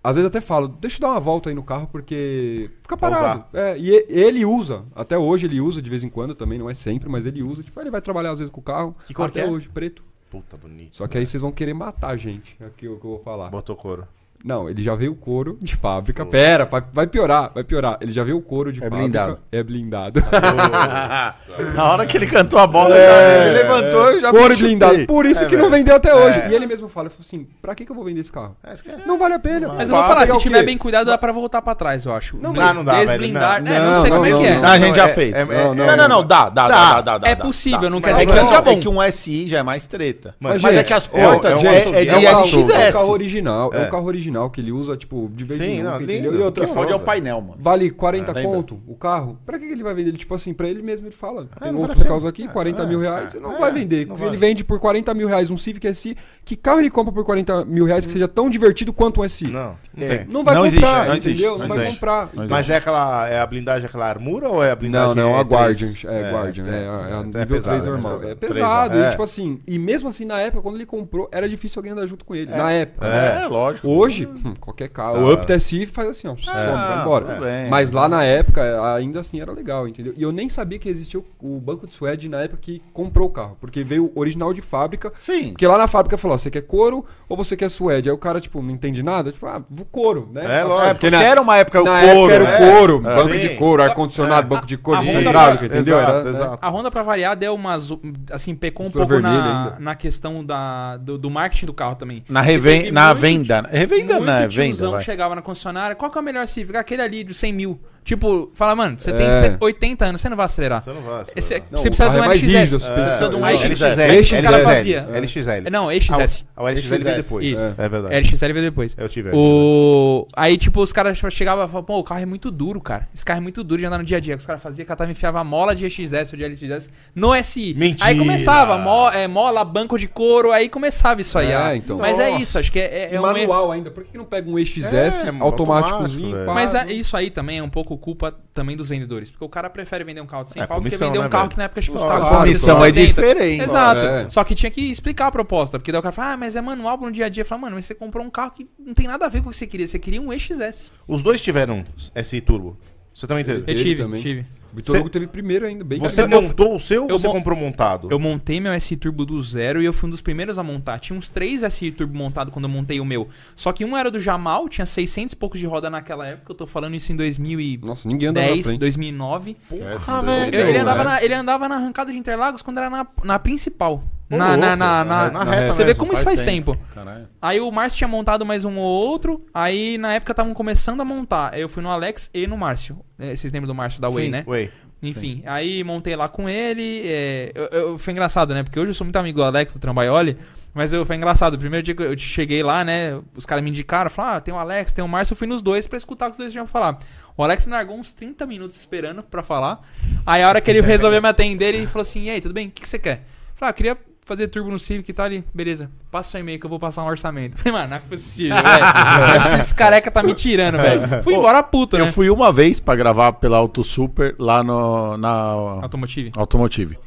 Speaker 3: Às vezes até falo, deixa eu dar uma volta aí no carro porque fica
Speaker 2: Pra
Speaker 3: parado. É, e e- ele usa, até hoje ele usa de vez em quando também, não é sempre, mas ele usa. Tipo, ele vai trabalhar às vezes com o carro.
Speaker 2: Que cor
Speaker 3: até
Speaker 2: que é?
Speaker 3: hoje, preto.
Speaker 2: Puta bonito.
Speaker 3: Só que aí vocês vão querer matar a gente, aqui é o que eu vou falar.
Speaker 2: Botou couro.
Speaker 3: Não, ele já veio o couro de fábrica. Pera, vai- vai piorar, vai piorar. Ele já veio o couro de
Speaker 1: É
Speaker 3: fábrica.
Speaker 1: blindado.
Speaker 3: É blindado.
Speaker 1: Na hora que ele cantou a bola, ele levantou e já me
Speaker 3: Couro
Speaker 1: chutei.
Speaker 3: blindado. Por isso
Speaker 2: Tá É,
Speaker 3: que não
Speaker 2: velho.
Speaker 3: vendeu até hoje.
Speaker 2: É.
Speaker 3: E ele mesmo fala, ele falou assim, pra que, que eu vou vender esse carro?
Speaker 2: É, esquece.
Speaker 3: Não vale a pena.
Speaker 4: Mas eu
Speaker 3: Vai
Speaker 4: vou falar,
Speaker 2: é
Speaker 3: pegar
Speaker 4: se
Speaker 3: é o
Speaker 4: tiver
Speaker 3: quê?
Speaker 4: bem cuidado, dá pra voltar pra trás, eu acho.
Speaker 3: Não,
Speaker 2: não dá, velho,
Speaker 4: Desblindar,
Speaker 3: não.
Speaker 4: é, não,
Speaker 3: Não,
Speaker 4: sei
Speaker 3: não,
Speaker 4: como é
Speaker 3: não,
Speaker 4: que é.
Speaker 1: Não, Ah, a gente
Speaker 2: Não,
Speaker 1: já
Speaker 2: é-
Speaker 1: fez.
Speaker 2: é- é-
Speaker 1: não, não,
Speaker 2: é-
Speaker 1: não, não, dá, dá, dá, dá, dá, dá.
Speaker 4: É possível, não quer
Speaker 1: Mas
Speaker 4: dizer
Speaker 1: é
Speaker 4: que
Speaker 1: que,
Speaker 4: é
Speaker 1: é,
Speaker 4: bom.
Speaker 1: que um SI já é mais treta. Mas,
Speaker 3: Mas,
Speaker 1: é
Speaker 3: gente,
Speaker 1: que as
Speaker 2: é- é um-
Speaker 1: portas
Speaker 2: é um-
Speaker 1: é, é,
Speaker 2: é um
Speaker 1: de
Speaker 2: carro-
Speaker 1: LXS.
Speaker 3: É o carro original. É. o carro original que ele usa, tipo, de vez
Speaker 2: Sim,
Speaker 3: em
Speaker 2: não,
Speaker 3: quando. entendeu?
Speaker 2: lindo.
Speaker 3: E outra
Speaker 1: O que fode é o
Speaker 3: forma.
Speaker 1: painel, mano.
Speaker 2: Ah,
Speaker 3: Vale 40
Speaker 1: lembra?
Speaker 3: conto o carro? Pra que que ele vai vender? Ele, tipo assim, pra ele mesmo ele fala. Tem
Speaker 2: não
Speaker 3: outros
Speaker 2: vale a
Speaker 3: carros
Speaker 2: pena.
Speaker 3: aqui,
Speaker 2: É,
Speaker 3: 40
Speaker 2: é,
Speaker 3: mil reais.
Speaker 2: é,
Speaker 3: Você não
Speaker 2: é,
Speaker 3: vai vender.
Speaker 2: não
Speaker 3: ele
Speaker 2: vale.
Speaker 3: vende por 40 mil reais um Civic SI. Que carro ele compra por 40 mil reais que seja tão divertido quanto um SI?
Speaker 2: Hum. Não, não
Speaker 1: É.
Speaker 2: tem.
Speaker 3: Não vai
Speaker 1: Não
Speaker 3: comprar,
Speaker 1: existe, não existe,
Speaker 3: entendeu?
Speaker 1: não
Speaker 3: não vai
Speaker 2: existe.
Speaker 3: comprar. Então,
Speaker 1: Não
Speaker 2: Mas é aquela. É a blindagem aquela armura ou é a blindagem?
Speaker 3: Não, não,
Speaker 2: é
Speaker 3: a Guardian.
Speaker 2: três?
Speaker 3: É, Guardian, é, é, a nível 3 normal. É
Speaker 2: Três,
Speaker 3: pesado,
Speaker 2: é.
Speaker 3: e tipo assim, e mesmo assim, na época, quando ele comprou, era difícil alguém andar junto com ele. Na época. né?
Speaker 2: É,
Speaker 1: lógico.
Speaker 3: Hoje, hum, qualquer carro.
Speaker 2: Tá.
Speaker 3: O Up TSI faz assim, ó, some, vai embora.
Speaker 1: tudo bem.
Speaker 3: Mas lá na época, ainda assim era legal, entendeu? E eu nem sabia que existia o, o banco de suede na época que comprou o carro, porque veio original de fábrica.
Speaker 1: Sim.
Speaker 3: Porque lá na fábrica falou, ó, você quer couro ou você quer suede? Aí o cara, tipo, não entende nada, tipo, ah, vou couro, né?
Speaker 2: É,
Speaker 3: Só que
Speaker 2: lógico.
Speaker 1: É, porque era uma época o
Speaker 3: na
Speaker 1: couro.
Speaker 3: época era
Speaker 1: né?
Speaker 3: o couro,
Speaker 2: É.
Speaker 3: banco
Speaker 2: Sim.
Speaker 3: de couro, ar-condicionado, banco de couro,
Speaker 4: a
Speaker 3: de
Speaker 4: Honda-
Speaker 3: hidráulica, entendeu?
Speaker 2: Exato,
Speaker 3: Era-
Speaker 2: exato.
Speaker 4: A Honda, pra variar, deu umas. Assim, pecou um
Speaker 3: Mistura
Speaker 4: pouco
Speaker 3: vermelha
Speaker 4: na,
Speaker 3: ainda.
Speaker 4: na questão da, do, do marketing do carro também.
Speaker 1: Na,
Speaker 4: Porque
Speaker 1: reven-
Speaker 4: teve
Speaker 1: na
Speaker 4: muito
Speaker 1: venda. Revenda,
Speaker 4: Muito
Speaker 1: né? Venda.
Speaker 4: tiozão
Speaker 1: vai.
Speaker 4: chegava na concessionária, qual que é o melhor Civic? Aquele ali de 100 mil. Tipo, fala, mano, você tem
Speaker 3: É.
Speaker 4: se- 80 anos, você não vai acelerar.
Speaker 2: Você não vai.
Speaker 4: Você
Speaker 3: Não, o
Speaker 4: você precisa de um
Speaker 3: carro é mais rígido, a
Speaker 4: LXS.
Speaker 3: suspensão.
Speaker 1: precisa de um
Speaker 2: Não,
Speaker 1: LX.
Speaker 2: LXL.
Speaker 3: LXL.
Speaker 4: Cara fazia.
Speaker 2: LXL.
Speaker 4: Não, XS.
Speaker 2: A LXL veio depois.
Speaker 4: Isso.
Speaker 2: É verdade.
Speaker 4: LXL veio depois.
Speaker 2: Eu tive
Speaker 4: O... Aí, tipo, os caras chegavam e falavam, pô, o carro é muito duro, cara. Esse carro é muito duro de andar no dia a dia. Os caras faziam, catava e enfiava mola de XS ou de LXS no SI.
Speaker 2: Mentira!
Speaker 4: Aí começava, mo- é, mola, banco de couro, aí começava isso aí.
Speaker 3: É,
Speaker 4: ah.
Speaker 3: então.
Speaker 4: Mas é
Speaker 2: Nossa.
Speaker 4: isso, acho que é, é,
Speaker 3: E
Speaker 4: é um erro.
Speaker 3: manual ainda. Por que que não pega um EXS
Speaker 2: É,
Speaker 3: automáticozinho?
Speaker 2: automático, velho.
Speaker 3: pá,
Speaker 4: Mas
Speaker 3: não-
Speaker 4: é- isso aí também é um pouco pouco culpa também dos vendedores. Porque o cara prefere vender um carro de 100
Speaker 2: É,
Speaker 4: pau do que
Speaker 2: comissão,
Speaker 4: vender um
Speaker 2: né,
Speaker 4: carro
Speaker 2: velho?
Speaker 4: que na época acho que
Speaker 2: Claro,
Speaker 4: custava
Speaker 1: a
Speaker 3: claro,
Speaker 1: comissão é
Speaker 3: claro.
Speaker 4: 70.
Speaker 1: diferente.
Speaker 4: Exato.
Speaker 3: É.
Speaker 4: Só que tinha que explicar a proposta. Porque daí o cara fala, ah, mas é manual no dia a dia. Fala, mano, mas você comprou um carro que não tem nada a ver com o que você queria. Você queria um EXS.
Speaker 2: Os dois tiveram SI Turbo. Você também teve?
Speaker 3: Ele-
Speaker 4: Eu tive,
Speaker 3: também.
Speaker 4: tive.
Speaker 3: O Vitor
Speaker 2: Cê-
Speaker 3: Hugo teve primeiro ainda, bem
Speaker 2: Você
Speaker 4: Eu- eu-
Speaker 2: montou o seu
Speaker 4: eu
Speaker 2: ou você
Speaker 4: mon-
Speaker 2: comprou montado?
Speaker 4: Eu montei meu SI Turbo do zero e eu fui um dos primeiros a montar. Tinha uns três SI Turbo montado quando eu montei o meu. Só que um era do Jamal, tinha 600 e poucos de roda naquela época. Eu tô falando isso em 2010,
Speaker 3: Nossa, ninguém andava na frente.
Speaker 4: 2009.
Speaker 1: Porra,
Speaker 3: velho.
Speaker 4: Ele, ele
Speaker 3: Não,
Speaker 4: andava
Speaker 3: né?
Speaker 4: na, ele andava na arrancada de Interlagos quando era na, na principal.
Speaker 2: Ô,
Speaker 4: Na, na, na,
Speaker 2: louco,
Speaker 4: na-
Speaker 2: é, reta
Speaker 4: Você vê
Speaker 2: mesmo,
Speaker 4: como isso faz tempo.
Speaker 1: Caralho.
Speaker 4: Aí o Márcio tinha montado mais um ou outro. Aí na época estavam começando a montar. Aí eu fui no Alex e no Márcio. Eh, Vocês lembram do Márcio da Way,
Speaker 2: Sim,
Speaker 4: né?
Speaker 2: Way.
Speaker 4: Enfim, aí montei lá com ele. é, eu- eu- foi engraçado, né? Porque hoje eu sou muito amigo do Alex, do Trambaioli. Mas eu, foi engraçado. O primeiro dia que eu cheguei lá, né? Os caras me indicaram. Falaram, ah, tem o Alex, tem o Márcio. Eu fui nos dois pra escutar o que os dois tinham pra falar. O Alex me largou uns 30 minutos esperando pra falar. Aí a hora que ele resolveu me atender, ele falou assim: e aí, tudo bem? O que, que você quer? Eu falei, ah, eu queria fazer turbo no Civic e tal. Ele, beleza, passa seu e-mail que eu vou passar um orçamento. Eu falei, mano, não é possível, velho. Esse careca tá me tirando, velho. Fui embora puto,
Speaker 1: Eu
Speaker 4: né?
Speaker 1: fui uma vez pra gravar pela Auto Super lá no, na
Speaker 4: Automotive.
Speaker 1: Automotive.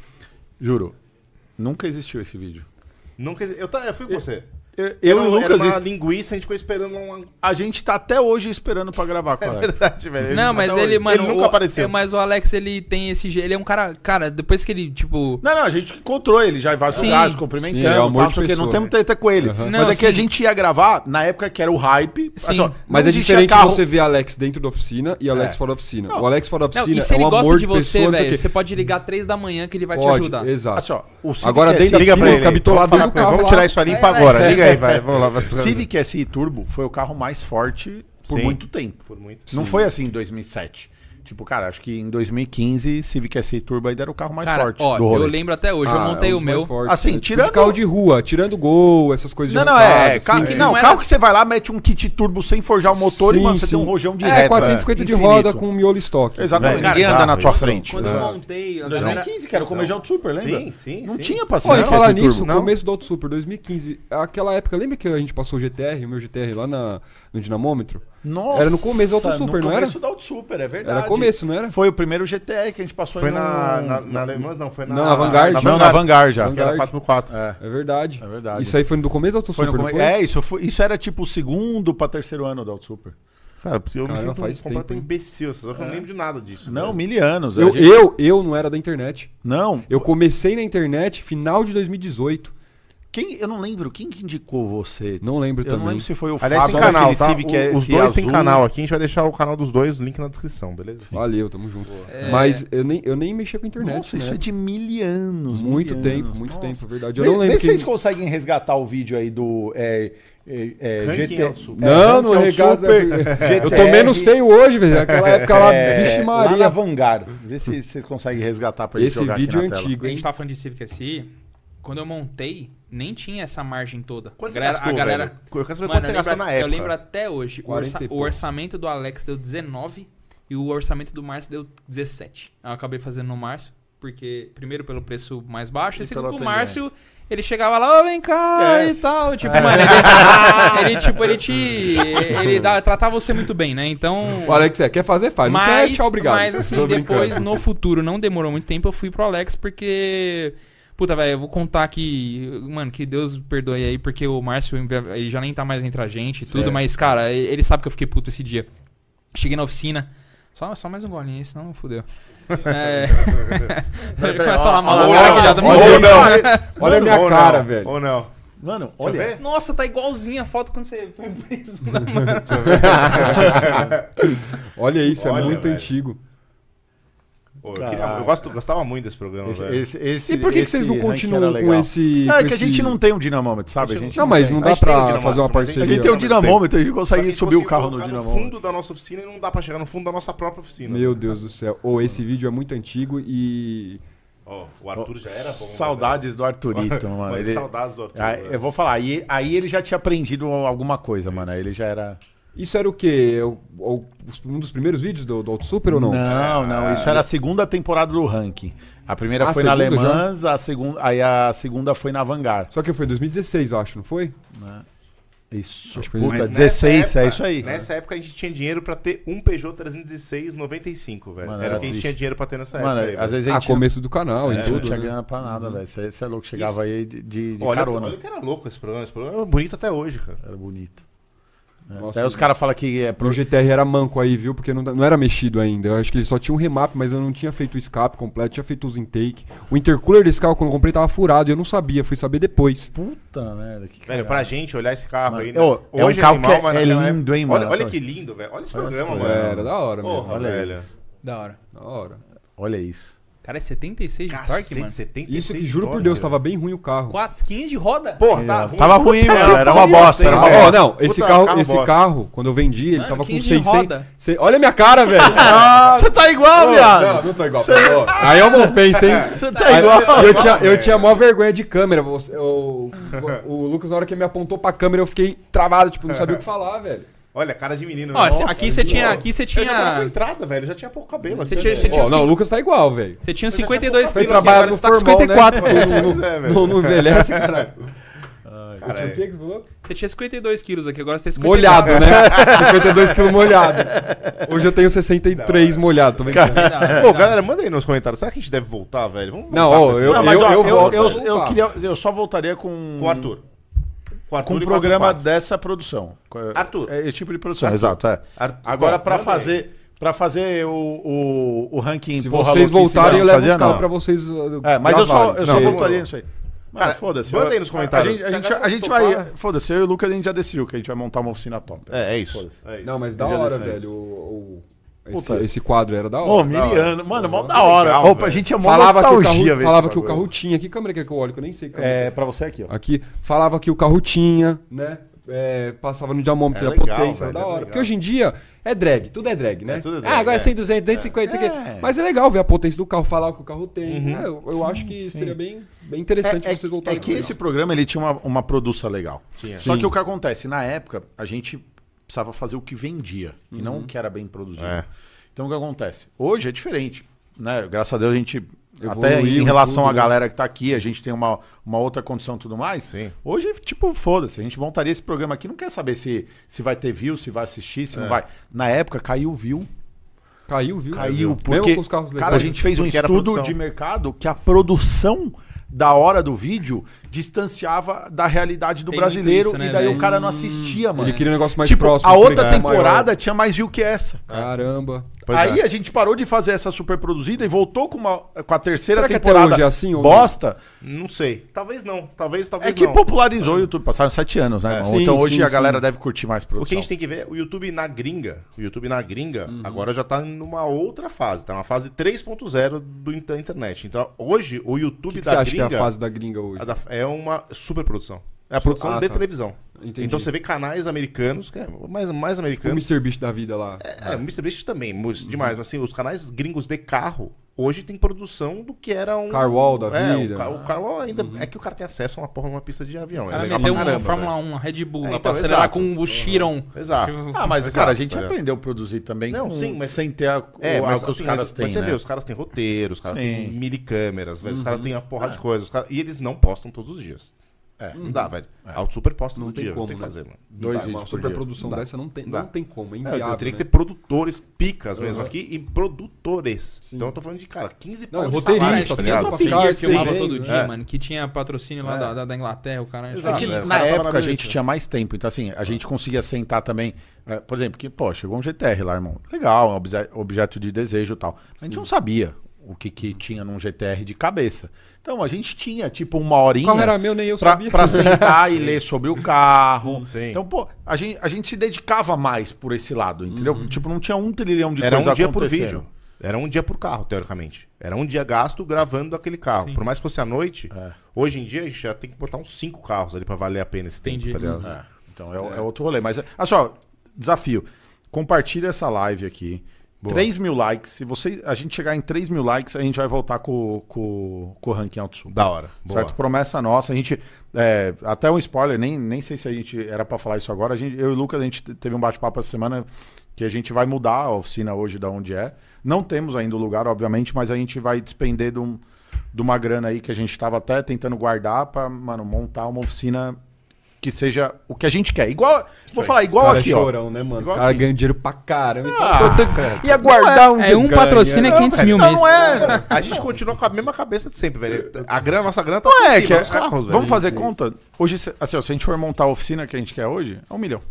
Speaker 1: Juro, nunca existiu esse vídeo.
Speaker 2: Nunca... Eu, tá- eu fui com você.
Speaker 1: Eu, eu e o
Speaker 2: Era-
Speaker 1: Lucas,
Speaker 2: Era uma
Speaker 1: est-
Speaker 2: linguiça, a gente ficou esperando uma...
Speaker 1: a gente tá até hoje esperando pra gravar com o Alex.
Speaker 2: Verdade, velho.
Speaker 4: Não, mas
Speaker 2: tá até
Speaker 4: ele,
Speaker 2: hoje.
Speaker 4: mano.
Speaker 2: Ele nunca
Speaker 4: o-
Speaker 2: apareceu.
Speaker 4: é, Mas o Alex, ele tem esse. je- Ele é um cara. Cara, depois que ele, tipo.
Speaker 1: Não, não, a gente encontrou ele já em vários
Speaker 4: Sim.
Speaker 1: lugares,
Speaker 3: Sim, é
Speaker 1: cumprimentando,
Speaker 3: um
Speaker 1: tal,
Speaker 3: amor
Speaker 1: não
Speaker 3: de
Speaker 1: sei o quê, não
Speaker 3: pessoa.
Speaker 1: temos treta com ele. Mas
Speaker 4: Não,
Speaker 1: é que a
Speaker 4: sim.
Speaker 1: gente ia gravar na época que era o hype. assim,
Speaker 4: Sim.
Speaker 1: ó,
Speaker 3: Mas
Speaker 1: não
Speaker 3: é
Speaker 1: existia
Speaker 3: diferente
Speaker 1: carro-
Speaker 3: você ver Alex dentro da oficina e Alex
Speaker 2: É.
Speaker 3: fora da oficina. O Alex fora da
Speaker 4: Não,
Speaker 3: oficina
Speaker 4: e se
Speaker 3: é
Speaker 4: ele
Speaker 3: um
Speaker 4: gosta
Speaker 3: amor
Speaker 4: de
Speaker 3: de
Speaker 4: você,
Speaker 3: pessoa, não sei o
Speaker 4: velho,
Speaker 3: quê.
Speaker 4: você pode ligar três da manhã que ele vai te
Speaker 3: Pode,
Speaker 4: ajudar.
Speaker 3: Exato.
Speaker 1: Assim, ó, o assim, Civic
Speaker 3: Agora
Speaker 1: SI
Speaker 3: dentro da
Speaker 2: liga pra
Speaker 3: oficina
Speaker 2: ele.
Speaker 3: fica bitolado
Speaker 2: Vamos,
Speaker 3: com o carro
Speaker 2: vamos
Speaker 3: lá.
Speaker 2: tirar isso ali
Speaker 4: Vai,
Speaker 2: pra
Speaker 4: vai.
Speaker 2: agora. Liga aí, vai. Vamos lá. vai.
Speaker 1: Civic SI Turbo foi o carro mais forte por
Speaker 2: Sim.
Speaker 1: muito tempo.
Speaker 2: Por muito.
Speaker 1: Não foi assim em 2007. Tipo, cara, acho que em 2015 Civic SI Turbo ainda era o carro é mais
Speaker 4: Cara,
Speaker 1: forte
Speaker 4: ó,
Speaker 1: do
Speaker 4: eu
Speaker 1: rolê.
Speaker 4: lembro até hoje. eu
Speaker 3: Ah,
Speaker 4: montei
Speaker 3: é um
Speaker 4: o
Speaker 3: dos mais
Speaker 4: meu.
Speaker 3: fortes,
Speaker 1: Assim,
Speaker 3: Tipo
Speaker 1: tirando-
Speaker 3: de carro de rua, tirando gol, essas coisas
Speaker 1: Não,
Speaker 3: de
Speaker 1: não,
Speaker 3: arrancada,
Speaker 1: é.
Speaker 3: assim,
Speaker 1: carro,
Speaker 3: que-
Speaker 1: não,
Speaker 4: não era-
Speaker 1: carro que você vai lá, mete um kit turbo sem forjar o motor e,
Speaker 3: Sim,
Speaker 1: mano, você
Speaker 3: sim.
Speaker 1: tem um rojão de
Speaker 3: É,
Speaker 1: reta.
Speaker 3: 450 de
Speaker 1: infinito.
Speaker 3: roda com um miolo estoque.
Speaker 1: Exatamente.
Speaker 4: Cara,
Speaker 1: Ninguém anda
Speaker 2: já,
Speaker 1: na
Speaker 2: foi.
Speaker 1: tua frente.
Speaker 4: Quando eu
Speaker 1: né?
Speaker 4: montei, a galera-
Speaker 1: 2015, que era o Comejão do Super, lembra?
Speaker 2: Sim, sim,
Speaker 1: Não
Speaker 2: sim.
Speaker 1: tinha
Speaker 3: Ó,
Speaker 1: passado.
Speaker 3: e
Speaker 1: né?
Speaker 3: falar
Speaker 1: Esse
Speaker 3: nisso,
Speaker 1: turbo. Não.
Speaker 3: começo do Auto Super 2015, aquela época, lembra que a gente passou o GTR, o meu GTR lá na, no dinamômetro?
Speaker 1: Nossa,
Speaker 3: Era no começo do Auto Super, não era?
Speaker 1: No começo do Auto Super, é verdade.
Speaker 3: Era começo, não era?
Speaker 1: Foi o primeiro GTR que a gente passou
Speaker 2: Foi
Speaker 1: em
Speaker 2: na,
Speaker 1: um-
Speaker 2: na, na Alemãs, não. Foi Tá na,
Speaker 3: Não, na Vanguard.
Speaker 1: Não, na Vanguard já.
Speaker 2: Que era 4x4.
Speaker 1: É.
Speaker 3: É verdade.
Speaker 1: É verdade.
Speaker 3: Isso aí foi do começo do Auto
Speaker 1: Foi no
Speaker 3: Super,
Speaker 1: come-
Speaker 3: não foi?
Speaker 1: É, isso, foi- isso era tipo o segundo pra terceiro ano do Auto Super.
Speaker 2: Cara, eu
Speaker 3: Caramba,
Speaker 2: me sinto
Speaker 3: faz
Speaker 2: um completo
Speaker 3: tempo, hein?
Speaker 2: imbecil. Só que eu não lembro de nada disso.
Speaker 1: Não,
Speaker 2: velho.
Speaker 1: mil anos. a
Speaker 3: É. Eu,
Speaker 1: gente-
Speaker 3: eu, eu não era da internet.
Speaker 1: Não,
Speaker 3: Eu comecei na internet final de 2018.
Speaker 1: quem, eu não lembro. Quem que indicou você?
Speaker 3: Não lembro
Speaker 1: eu
Speaker 3: também.
Speaker 1: não lembro se foi o
Speaker 2: Aliás, tem
Speaker 1: ou aquele
Speaker 2: canal, tá?
Speaker 1: Civic
Speaker 2: O- os
Speaker 1: SE
Speaker 2: dois têm
Speaker 1: azul.
Speaker 2: canal aqui. A gente vai deixar o canal dos dois, o link na descrição, beleza?
Speaker 3: Valeu, tamo junto. Mas eu nem, eu nem mexia com a internet,
Speaker 1: Nossa,
Speaker 3: né?
Speaker 1: isso é de mil anos.
Speaker 3: Muito
Speaker 1: mil
Speaker 3: tempo,
Speaker 1: anos.
Speaker 3: muito
Speaker 1: Nossa.
Speaker 3: tempo, verdade.
Speaker 1: Vê,
Speaker 3: Eu não lembro
Speaker 1: vê se
Speaker 3: quem...
Speaker 1: vocês conseguem resgatar o vídeo aí do é, é, é,
Speaker 2: Ranking
Speaker 1: GT.
Speaker 2: Auto Super.
Speaker 3: Não,
Speaker 1: Ranking
Speaker 3: não
Speaker 1: Auto
Speaker 3: regata.
Speaker 1: GTR,
Speaker 3: é um Eu tô menos feio hoje, velho. Aquela época lá,
Speaker 1: é,
Speaker 3: vixe
Speaker 1: Lá na
Speaker 3: Maria.
Speaker 1: Vanguard. Vê se vocês conseguem resgatar pra gente
Speaker 3: Esse
Speaker 1: jogar aqui
Speaker 3: vídeo é
Speaker 1: na tela.
Speaker 3: antigo,
Speaker 4: A
Speaker 3: hein?
Speaker 4: gente tá- tava falando de Civic SI. Quando eu montei, nem tinha essa margem toda.
Speaker 2: Quanto
Speaker 4: Galera-
Speaker 2: você gastou,
Speaker 4: a galera.
Speaker 2: velho? Eu quero saber
Speaker 4: Mano,
Speaker 2: quanto você
Speaker 4: eu lembro,
Speaker 2: gastou na
Speaker 4: a- eu
Speaker 2: época.
Speaker 4: lembro até hoje. O,
Speaker 3: 40 e
Speaker 4: orça- o
Speaker 3: pouco.
Speaker 4: orçamento do Alex deu 19 e o orçamento do Márcio deu 17. Aí Eu acabei fazendo no Márcio, porque, primeiro, pelo preço mais baixo,
Speaker 1: E
Speaker 4: e segundo,
Speaker 1: pela
Speaker 4: que o
Speaker 1: atendente.
Speaker 4: Márcio, ele chegava lá, ô, vem cá
Speaker 1: Esquece.
Speaker 4: e tal. Tipo, mano, ele, ele, tipo, ele te. Ele dá- tratava você muito bem, né? Então.
Speaker 3: O Alex, é, quer fazer? Faz. Não quer? Tchau, obrigado.
Speaker 4: Mas assim,
Speaker 3: Tô brincando.
Speaker 4: depois, no futuro, não demorou muito tempo, eu fui pro Alex porque. Puta, velho, eu vou contar que. Mano, que Deus perdoe aí, porque o Márcio, ele já nem tá mais entre a gente e tudo,
Speaker 1: Certo.
Speaker 4: mas, cara, ele ele sabe que eu fiquei puto esse dia. Cheguei na oficina. Só, só mais um golinho, senão fudeu. É. ele começa a falar mal da
Speaker 2: Ou
Speaker 4: minha
Speaker 2: não,
Speaker 4: filha da
Speaker 2: ou
Speaker 4: mãe.
Speaker 2: não.
Speaker 3: Olha a minha
Speaker 2: Ou não,
Speaker 3: cara, velho.
Speaker 2: Ou não.
Speaker 1: Mano,
Speaker 2: Deixa eu
Speaker 1: olha.
Speaker 2: ver.
Speaker 4: Nossa, tá igualzinha a foto quando você foi preso na mano.
Speaker 3: Olha isso, é
Speaker 2: Olha,
Speaker 3: muito
Speaker 2: velho.
Speaker 3: antigo.
Speaker 2: Pô, eu queria-
Speaker 1: Caraca.
Speaker 2: Eu gosto- gostava muito desse programa,
Speaker 1: Esse,
Speaker 2: velho.
Speaker 1: esse, esse,
Speaker 3: E por que, que
Speaker 1: esse
Speaker 3: vocês não
Speaker 1: ranking
Speaker 3: continuam
Speaker 1: era
Speaker 3: com
Speaker 1: legal.
Speaker 3: esse.
Speaker 1: É
Speaker 3: com
Speaker 1: que a
Speaker 3: esse-
Speaker 1: gente não tem um dinamômetro, sabe? A gente
Speaker 3: Não, mas
Speaker 1: tem.
Speaker 3: não
Speaker 2: A
Speaker 3: dá
Speaker 2: gente tem o
Speaker 3: pra
Speaker 2: dinamômetro,
Speaker 3: fazer uma
Speaker 2: mas tem-
Speaker 1: A
Speaker 3: parceria.
Speaker 1: gente tem um
Speaker 2: Não, mas
Speaker 1: dinamômetro, a gente consegue
Speaker 2: Só que
Speaker 1: subir o
Speaker 2: você
Speaker 1: carro no
Speaker 2: colocar
Speaker 1: dinamômetro.
Speaker 2: fundo da nossa oficina e não dá pra chegar no fundo da nossa própria oficina.
Speaker 3: Meu Deus do céu. Ou esse vídeo é muito antigo e.
Speaker 2: Ó, o Arthur já era bom. né,
Speaker 1: Saudades do Arthurito,
Speaker 2: velho?
Speaker 1: mano.
Speaker 2: Mano,
Speaker 1: Ele-
Speaker 2: Saudades do Arthur.
Speaker 1: Ah,
Speaker 2: velho.
Speaker 1: eu vou falar, aí, aí ele já tinha aprendido alguma coisa, mano. Aí ele já era.
Speaker 3: Isso era o quê? É o- o- um dos primeiros vídeos do, do Auto Super ou não?
Speaker 1: Não, não, isso era a segunda temporada do ranking. A primeira
Speaker 3: Ah,
Speaker 1: foi na
Speaker 3: segunda já?
Speaker 1: Alemãs, a segunda, aí a segunda foi na Vanguard.
Speaker 3: Só que foi em 2016, eu acho, não foi?
Speaker 1: Isso.
Speaker 3: Acho que foi
Speaker 1: Puta,
Speaker 3: isso.
Speaker 2: Mas
Speaker 1: 16,
Speaker 2: nessa
Speaker 1: é
Speaker 2: época-
Speaker 1: isso aí.
Speaker 2: Nessa época a gente tinha dinheiro pra ter um Peugeot 316 95, velho.
Speaker 1: Mano,
Speaker 2: era
Speaker 1: era
Speaker 2: o que a gente
Speaker 1: triste.
Speaker 2: tinha dinheiro pra ter nessa
Speaker 1: Mano,
Speaker 2: época. aí,
Speaker 1: às
Speaker 2: velho.
Speaker 1: vezes a
Speaker 3: Ah,
Speaker 1: gente não-
Speaker 3: começo do canal
Speaker 1: É,
Speaker 3: e
Speaker 1: não
Speaker 3: tudo.
Speaker 1: tinha
Speaker 3: né?
Speaker 1: grana pra nada, velho. Você é louco, chegava
Speaker 2: Isso.
Speaker 1: aí de, é de, de
Speaker 2: olha,
Speaker 1: carona.
Speaker 2: olha que era louco esse programa. Esse programa é bonito até hoje, cara.
Speaker 1: Era bonito. É.
Speaker 3: Nossa,
Speaker 1: Aí os caras falam que é
Speaker 3: Pro
Speaker 1: pro...
Speaker 3: GTR era manco aí, viu? Porque não, não era mexido ainda. Eu acho que ele só tinha um remap, mas eu não tinha feito o escape completo, tinha feito os intake. O intercooler desse carro, quando eu comprei, tava furado e eu não sabia, fui saber depois.
Speaker 1: Puta merda, que
Speaker 2: Velho,
Speaker 1: cagada.
Speaker 2: pra gente olhar esse carro
Speaker 1: Mano,
Speaker 2: aí,
Speaker 1: ô, é um carro que é- é
Speaker 2: naquela época-
Speaker 1: lindo, hein, mano?
Speaker 2: Olha, olha que lindo, velho. Olha esse
Speaker 1: Olha
Speaker 2: programa,
Speaker 1: esse
Speaker 2: mano.
Speaker 1: programa.
Speaker 3: Era da hora mesmo.
Speaker 2: Porra,
Speaker 1: Olha
Speaker 2: velho.
Speaker 1: isso.
Speaker 4: Da hora.
Speaker 3: Da hora.
Speaker 1: Olha isso.
Speaker 4: Cara, é 76 de torque,
Speaker 2: Cacete,
Speaker 4: mano.
Speaker 2: 76
Speaker 3: Isso que, juro por
Speaker 2: dólares,
Speaker 3: Deus,
Speaker 2: velho.
Speaker 3: tava bem ruim o carro.
Speaker 4: Quatro, 15 de roda?
Speaker 2: Porra, tá
Speaker 1: Era-
Speaker 2: ruim.
Speaker 1: Tava ruim, mano. Era uma
Speaker 2: pariu,
Speaker 1: bosta, era
Speaker 2: sei,
Speaker 1: uma
Speaker 2: velho.
Speaker 1: bosta.
Speaker 3: Ó, não, esse
Speaker 2: Puta,
Speaker 3: carro,
Speaker 2: carro
Speaker 3: esse
Speaker 2: bosta.
Speaker 3: carro, quando eu vendi, ele
Speaker 4: Mano,
Speaker 3: tava com
Speaker 4: 15
Speaker 3: 600.
Speaker 4: roda.
Speaker 3: Cê- olha a minha cara, velho.
Speaker 1: Você tá igual,
Speaker 3: Não,
Speaker 1: viado.
Speaker 3: não tô igual. ó. Aí é uma ofensa, hein?
Speaker 1: Você tá
Speaker 3: Aí-
Speaker 1: igual.
Speaker 3: Eu tinha, eu tinha maior vergonha de câmera. Você- eu- o Lucas, na hora que ele me apontou pra câmera, eu fiquei travado, tipo, não sabia o que falar, velho.
Speaker 2: Olha, cara de menino.
Speaker 4: Ó,
Speaker 2: Nossa,
Speaker 4: aqui você
Speaker 2: velho.
Speaker 4: tinha. Aqui você
Speaker 2: Eu já tava com
Speaker 4: tinha.
Speaker 2: entrada, velho. Já tinha pouco cabelo.
Speaker 4: Você
Speaker 2: aqui,
Speaker 4: tinha-
Speaker 2: velho.
Speaker 4: você tinha-
Speaker 3: Ó, não, o Lucas tá igual, velho.
Speaker 4: Você tinha uns
Speaker 2: já tinha
Speaker 4: 52
Speaker 2: pouco
Speaker 3: Foi
Speaker 4: quilos
Speaker 2: cabelo
Speaker 4: aqui,
Speaker 3: trabalhar
Speaker 4: agora
Speaker 3: no
Speaker 4: você tá
Speaker 3: formal,
Speaker 4: com 54.
Speaker 3: né? Não,
Speaker 2: Pois é,
Speaker 3: não,
Speaker 2: velho.
Speaker 3: não- não envelhece, caralho.
Speaker 2: Cara,
Speaker 3: O que que você falou?
Speaker 2: né?
Speaker 4: Você tinha 52 quilos aqui, agora você tem 54.
Speaker 3: Molhado, né? 52 quilos molhado. Hoje eu tenho 63 molhado, tô brincando.
Speaker 4: Molhado.
Speaker 2: Pô, galera, manda aí nos comentários. Será que a gente deve voltar, velho? Vamos
Speaker 3: Não,
Speaker 2: voltar
Speaker 3: ó,
Speaker 2: com esse
Speaker 3: eu-
Speaker 2: programa.
Speaker 1: Não, mas,
Speaker 3: eu-
Speaker 1: ó,
Speaker 3: eu volto,
Speaker 1: eu,
Speaker 3: velho.
Speaker 1: eu queria, eu só voltaria com,
Speaker 2: Com o Arthur. Com o Arthur
Speaker 1: com um
Speaker 2: e
Speaker 1: programa
Speaker 2: 4x4.
Speaker 1: dessa produção. Com-
Speaker 2: Arthur.
Speaker 1: É, esse tipo de produção, exato. é.
Speaker 2: Arthur.
Speaker 1: Agora,
Speaker 2: Bom,
Speaker 1: pra
Speaker 2: manda aí.
Speaker 1: fazer, pra fazer o, o, o ranking...
Speaker 3: Se
Speaker 1: porra
Speaker 3: vocês
Speaker 1: louquice, não,
Speaker 3: voltarem, eu levo
Speaker 1: fazia
Speaker 3: os carros
Speaker 1: não.
Speaker 3: pra vocês. uh,
Speaker 1: É, mas eu só,
Speaker 3: gravarem.
Speaker 1: eu só
Speaker 3: Não,
Speaker 1: voltaria nisso aí. Mano,
Speaker 2: Cara,
Speaker 1: foda-se.
Speaker 2: manda
Speaker 1: eu-
Speaker 2: aí nos comentários.
Speaker 1: A gente, a
Speaker 2: Se a
Speaker 1: gente,
Speaker 2: galera
Speaker 1: a gente
Speaker 2: topar-
Speaker 1: vai... Foda-se, eu e o Lucas, a gente já decidiu que a gente vai montar uma oficina top.
Speaker 2: É, é isso.
Speaker 1: Foda-se.
Speaker 2: É isso.
Speaker 3: Não, mas da
Speaker 1: Eu já
Speaker 3: hora,
Speaker 1: disse
Speaker 3: velho. o- o- esse,
Speaker 1: Puta.
Speaker 3: esse quadro era da
Speaker 1: Ô,
Speaker 3: hora.
Speaker 1: Miriano, mano, mó da
Speaker 2: Que
Speaker 1: hora.
Speaker 2: legal,
Speaker 1: Opa, a
Speaker 2: velho.
Speaker 1: gente amou
Speaker 3: Falava, que o,
Speaker 1: nostalgia ver
Speaker 3: carro,
Speaker 1: esse
Speaker 3: falava que o
Speaker 1: bagulho.
Speaker 3: carro tinha. Que câmera que é que eu olho? Que eu nem sei. que câmera
Speaker 1: É, pra você aqui, ó.
Speaker 3: Aqui. Falava que o carro tinha, né? É, passava no diamômetro
Speaker 2: É
Speaker 3: da
Speaker 2: legal,
Speaker 3: potência,
Speaker 2: velho,
Speaker 3: da
Speaker 2: é
Speaker 3: hora.
Speaker 2: legal.
Speaker 3: Porque hoje em dia é drag, tudo é drag, né?
Speaker 2: É, tudo é
Speaker 3: ah,
Speaker 2: drag,
Speaker 3: agora é
Speaker 2: é.
Speaker 3: 100, 200, 250, isso aqui. Mas é legal ver a potência do carro, falar o que o carro tem. né? Eu, eu acho que seria bem, bem interessante
Speaker 1: É, é-
Speaker 3: vocês voltarem
Speaker 1: é
Speaker 3: com
Speaker 1: que
Speaker 3: isso.
Speaker 1: esse programa ele tinha uma, uma produção legal.
Speaker 2: Tinha.
Speaker 1: Só
Speaker 3: Sim.
Speaker 1: que o que acontece? Na época, a gente precisava fazer o que vendia e não o que era bem produzido.
Speaker 2: É.
Speaker 1: Então o que acontece? Hoje é diferente. Né? Graças a Deus a gente. até
Speaker 3: Evoluiu
Speaker 1: em relação
Speaker 3: tudo,
Speaker 1: à
Speaker 3: né?
Speaker 1: galera que tá aqui, a gente tem uma, uma outra condição e tudo mais.
Speaker 2: Sim.
Speaker 1: Hoje, tipo, foda-se. A gente montaria esse programa aqui, não quer saber se, se vai ter view, se vai assistir, se não vai. Na época, caiu view.
Speaker 3: Caiu, viu?
Speaker 1: Caiu,
Speaker 3: Mesmo
Speaker 1: porque
Speaker 3: com os carros legais.
Speaker 1: cara, a gente fez um
Speaker 2: Porque era
Speaker 1: estudo
Speaker 2: produção.
Speaker 1: de mercado que a produção da hora do vídeo distanciava da realidade do
Speaker 4: Tem
Speaker 1: brasileiro
Speaker 4: muito isso, né,
Speaker 1: e daí
Speaker 4: velho?
Speaker 1: o cara não assistia, mano.
Speaker 3: Ele queria um negócio mais
Speaker 1: tipo,
Speaker 3: próximo.
Speaker 1: a
Speaker 3: tá
Speaker 1: outra
Speaker 3: ligado?
Speaker 1: temporada tinha mais view que essa.
Speaker 3: Maior. Caramba.
Speaker 2: Ah, Pois
Speaker 1: Aí
Speaker 2: é.
Speaker 1: a gente parou de fazer essa super produzida e voltou com, uma, com a terceira
Speaker 3: Será que até
Speaker 1: temporada
Speaker 3: hoje é assim ou não?
Speaker 1: bosta.
Speaker 2: Não sei. Talvez não. Talvez, talvez
Speaker 1: É que
Speaker 2: não. É,
Speaker 1: popularizou o YouTube, passaram sete anos, né? irmão?
Speaker 3: sim,
Speaker 1: então hoje
Speaker 3: sim,
Speaker 1: a
Speaker 3: sim.
Speaker 1: galera deve curtir mais produção.
Speaker 2: O que a gente tem que ver, o YouTube na gringa, o YouTube na gringa,
Speaker 3: Uhum.
Speaker 2: agora já tá numa outra fase, tá? Uma fase 3.0 do in- da internet. Então, hoje, o
Speaker 3: O
Speaker 2: YouTube
Speaker 3: que, que
Speaker 2: da
Speaker 3: você acha
Speaker 2: gringa
Speaker 3: que é a fase da gringa hoje?
Speaker 2: a da- é uma superprodução. É a produção
Speaker 3: Ah,
Speaker 2: de
Speaker 3: tá.
Speaker 2: televisão.
Speaker 3: Entendi.
Speaker 2: Então, você vê canais americanos, que é mais, mais
Speaker 3: O Uhum.
Speaker 2: americanos.
Speaker 3: Mr. Beast da vida lá.
Speaker 2: É, o MrBeast também, mu- demais. Mas, assim, os canais gringos de carro, hoje tem produção do que era um...
Speaker 3: Carwall da
Speaker 2: é,
Speaker 3: vida. Uhum.
Speaker 2: O, ca- o Carwall ainda... É que o cara tem acesso a uma porra, uma pista de avião.
Speaker 4: O
Speaker 2: é
Speaker 4: cara
Speaker 2: legal
Speaker 4: meteu
Speaker 2: pra
Speaker 4: uma
Speaker 2: caramba,
Speaker 4: Fórmula
Speaker 2: velho.
Speaker 4: 1, uma Red Bull,
Speaker 2: É,
Speaker 4: lá
Speaker 2: então,
Speaker 4: pra acelerar
Speaker 2: exato.
Speaker 4: com o Chiron. Tipo,
Speaker 2: Exato.
Speaker 1: Ah, mas,
Speaker 2: Exato,
Speaker 1: cara, a gente
Speaker 2: tá ligado?
Speaker 1: aprendeu a produzir também
Speaker 2: Não,
Speaker 1: com-
Speaker 2: sim, mas-
Speaker 1: sem ter a,
Speaker 2: É,
Speaker 1: o- a-
Speaker 2: mas,
Speaker 1: o que
Speaker 2: assim, mas- mas você
Speaker 1: né?
Speaker 2: vê, os caras têm roteiro, os caras têm
Speaker 1: Sim.
Speaker 2: mini câmeras, velho, os
Speaker 3: Uhum.
Speaker 2: caras têm uma porra
Speaker 3: É.
Speaker 2: de coisa. os caras- E eles não postam todos os dias.
Speaker 1: É.
Speaker 2: Não dá, velho. A Auto Super posta
Speaker 3: Uhum. Não
Speaker 2: todo
Speaker 3: tem
Speaker 2: dia,
Speaker 3: como,
Speaker 2: não tem o que
Speaker 3: né?
Speaker 2: fazer, mano.
Speaker 1: Dois
Speaker 3: Tá,
Speaker 1: vídeos
Speaker 3: uma
Speaker 1: por
Speaker 3: super
Speaker 1: dia.
Speaker 3: produção
Speaker 2: Dá.
Speaker 3: dessa não tem,
Speaker 2: Dá.
Speaker 3: não tem como, é
Speaker 2: É,
Speaker 3: inviável.
Speaker 2: eu teria que
Speaker 3: né? Uhum.
Speaker 2: ter produtores picas mesmo aqui e produtores. Então eu tô falando de, cara, 15
Speaker 3: Não,
Speaker 2: pau de
Speaker 3: roteirista,
Speaker 2: salário,
Speaker 3: tá
Speaker 2: tá
Speaker 3: ligado?
Speaker 2: ligado?
Speaker 3: Pra ficar-
Speaker 4: Filho que filmava
Speaker 3: sim.
Speaker 4: todo dia,
Speaker 2: É.
Speaker 4: mano, que tinha patrocínio lá da, da- da Inglaterra, o cara...
Speaker 1: É
Speaker 2: Exato.
Speaker 1: que
Speaker 2: né? Os
Speaker 1: na
Speaker 2: caras
Speaker 1: época a
Speaker 2: trabalham
Speaker 1: gente
Speaker 2: nisso.
Speaker 1: tinha mais tempo, então assim, a gente conseguia sentar também. eh, por exemplo, que, pô, chegou um GTR lá, irmão. Legal, é um obje- objeto de desejo e tal. A gente não sabia o que, que tinha num GTR de cabeça. Então a gente tinha, tipo, uma
Speaker 3: O
Speaker 1: horinha.
Speaker 3: carro era meu, nem eu
Speaker 1: Pra,
Speaker 3: sabia.
Speaker 1: pra sentar e ler sobre o carro.
Speaker 2: Sim, sim.
Speaker 1: Então, pô, a gente, a gente se dedicava mais por esse lado, entendeu? Tipo, não tinha um trilhão de
Speaker 2: Uhum. Era
Speaker 1: coisa
Speaker 2: um dia por
Speaker 1: acontecendo.
Speaker 2: vídeo. Era um dia por carro, teoricamente. Era um dia gasto gravando aquele carro. Por mais que fosse à noite,
Speaker 3: É.
Speaker 2: hoje em dia a gente já tem que botar uns 5 carros ali pra valer a pena esse tempo,
Speaker 4: Entendi.
Speaker 2: tá ligado?
Speaker 3: Uhum.
Speaker 1: É, então é, é outro rolê. Mas, ah, só, desafio. Compartilha essa live aqui. 3 mil likes. Se você, a gente chegar em 3 mil likes, a gente vai voltar com, com, com o ranking alto sul.
Speaker 2: Da hora. Boa.
Speaker 1: Certo? Promessa nossa. A gente. é, até um spoiler, nem, nem sei se a gente era pra falar isso agora. A gente, eu e o Lucas, a gente te- teve um bate-papo essa semana que a gente vai mudar a oficina hoje da onde é. Não temos ainda o lugar, obviamente, mas a gente vai despender de, um- de uma grana aí que a gente tava até tentando guardar pra, mano, montar uma oficina que seja o que a gente quer. Igual, vou
Speaker 2: aí.
Speaker 1: falar igual
Speaker 3: cara é
Speaker 1: aqui, ó.
Speaker 3: chorão, né, mano?
Speaker 1: Igual
Speaker 3: Os caras
Speaker 1: aqui.
Speaker 3: ganham dinheiro pra caramba. Então, se eu tenho- Ia
Speaker 1: Não é-
Speaker 3: guardar um
Speaker 4: É, um patrocínio é 500 mil
Speaker 1: Não,
Speaker 4: mesmo.
Speaker 1: não é.
Speaker 2: A gente continua com a mesma cabeça de sempre, velho. A grana, nossa grana tá
Speaker 1: Não
Speaker 2: por
Speaker 1: é
Speaker 2: cima
Speaker 1: que é,
Speaker 2: dos carros, velho.
Speaker 1: Vamos fazer conta? Hoje, se- assim, ó, se a gente for montar a oficina que a gente quer hoje, é um milhão.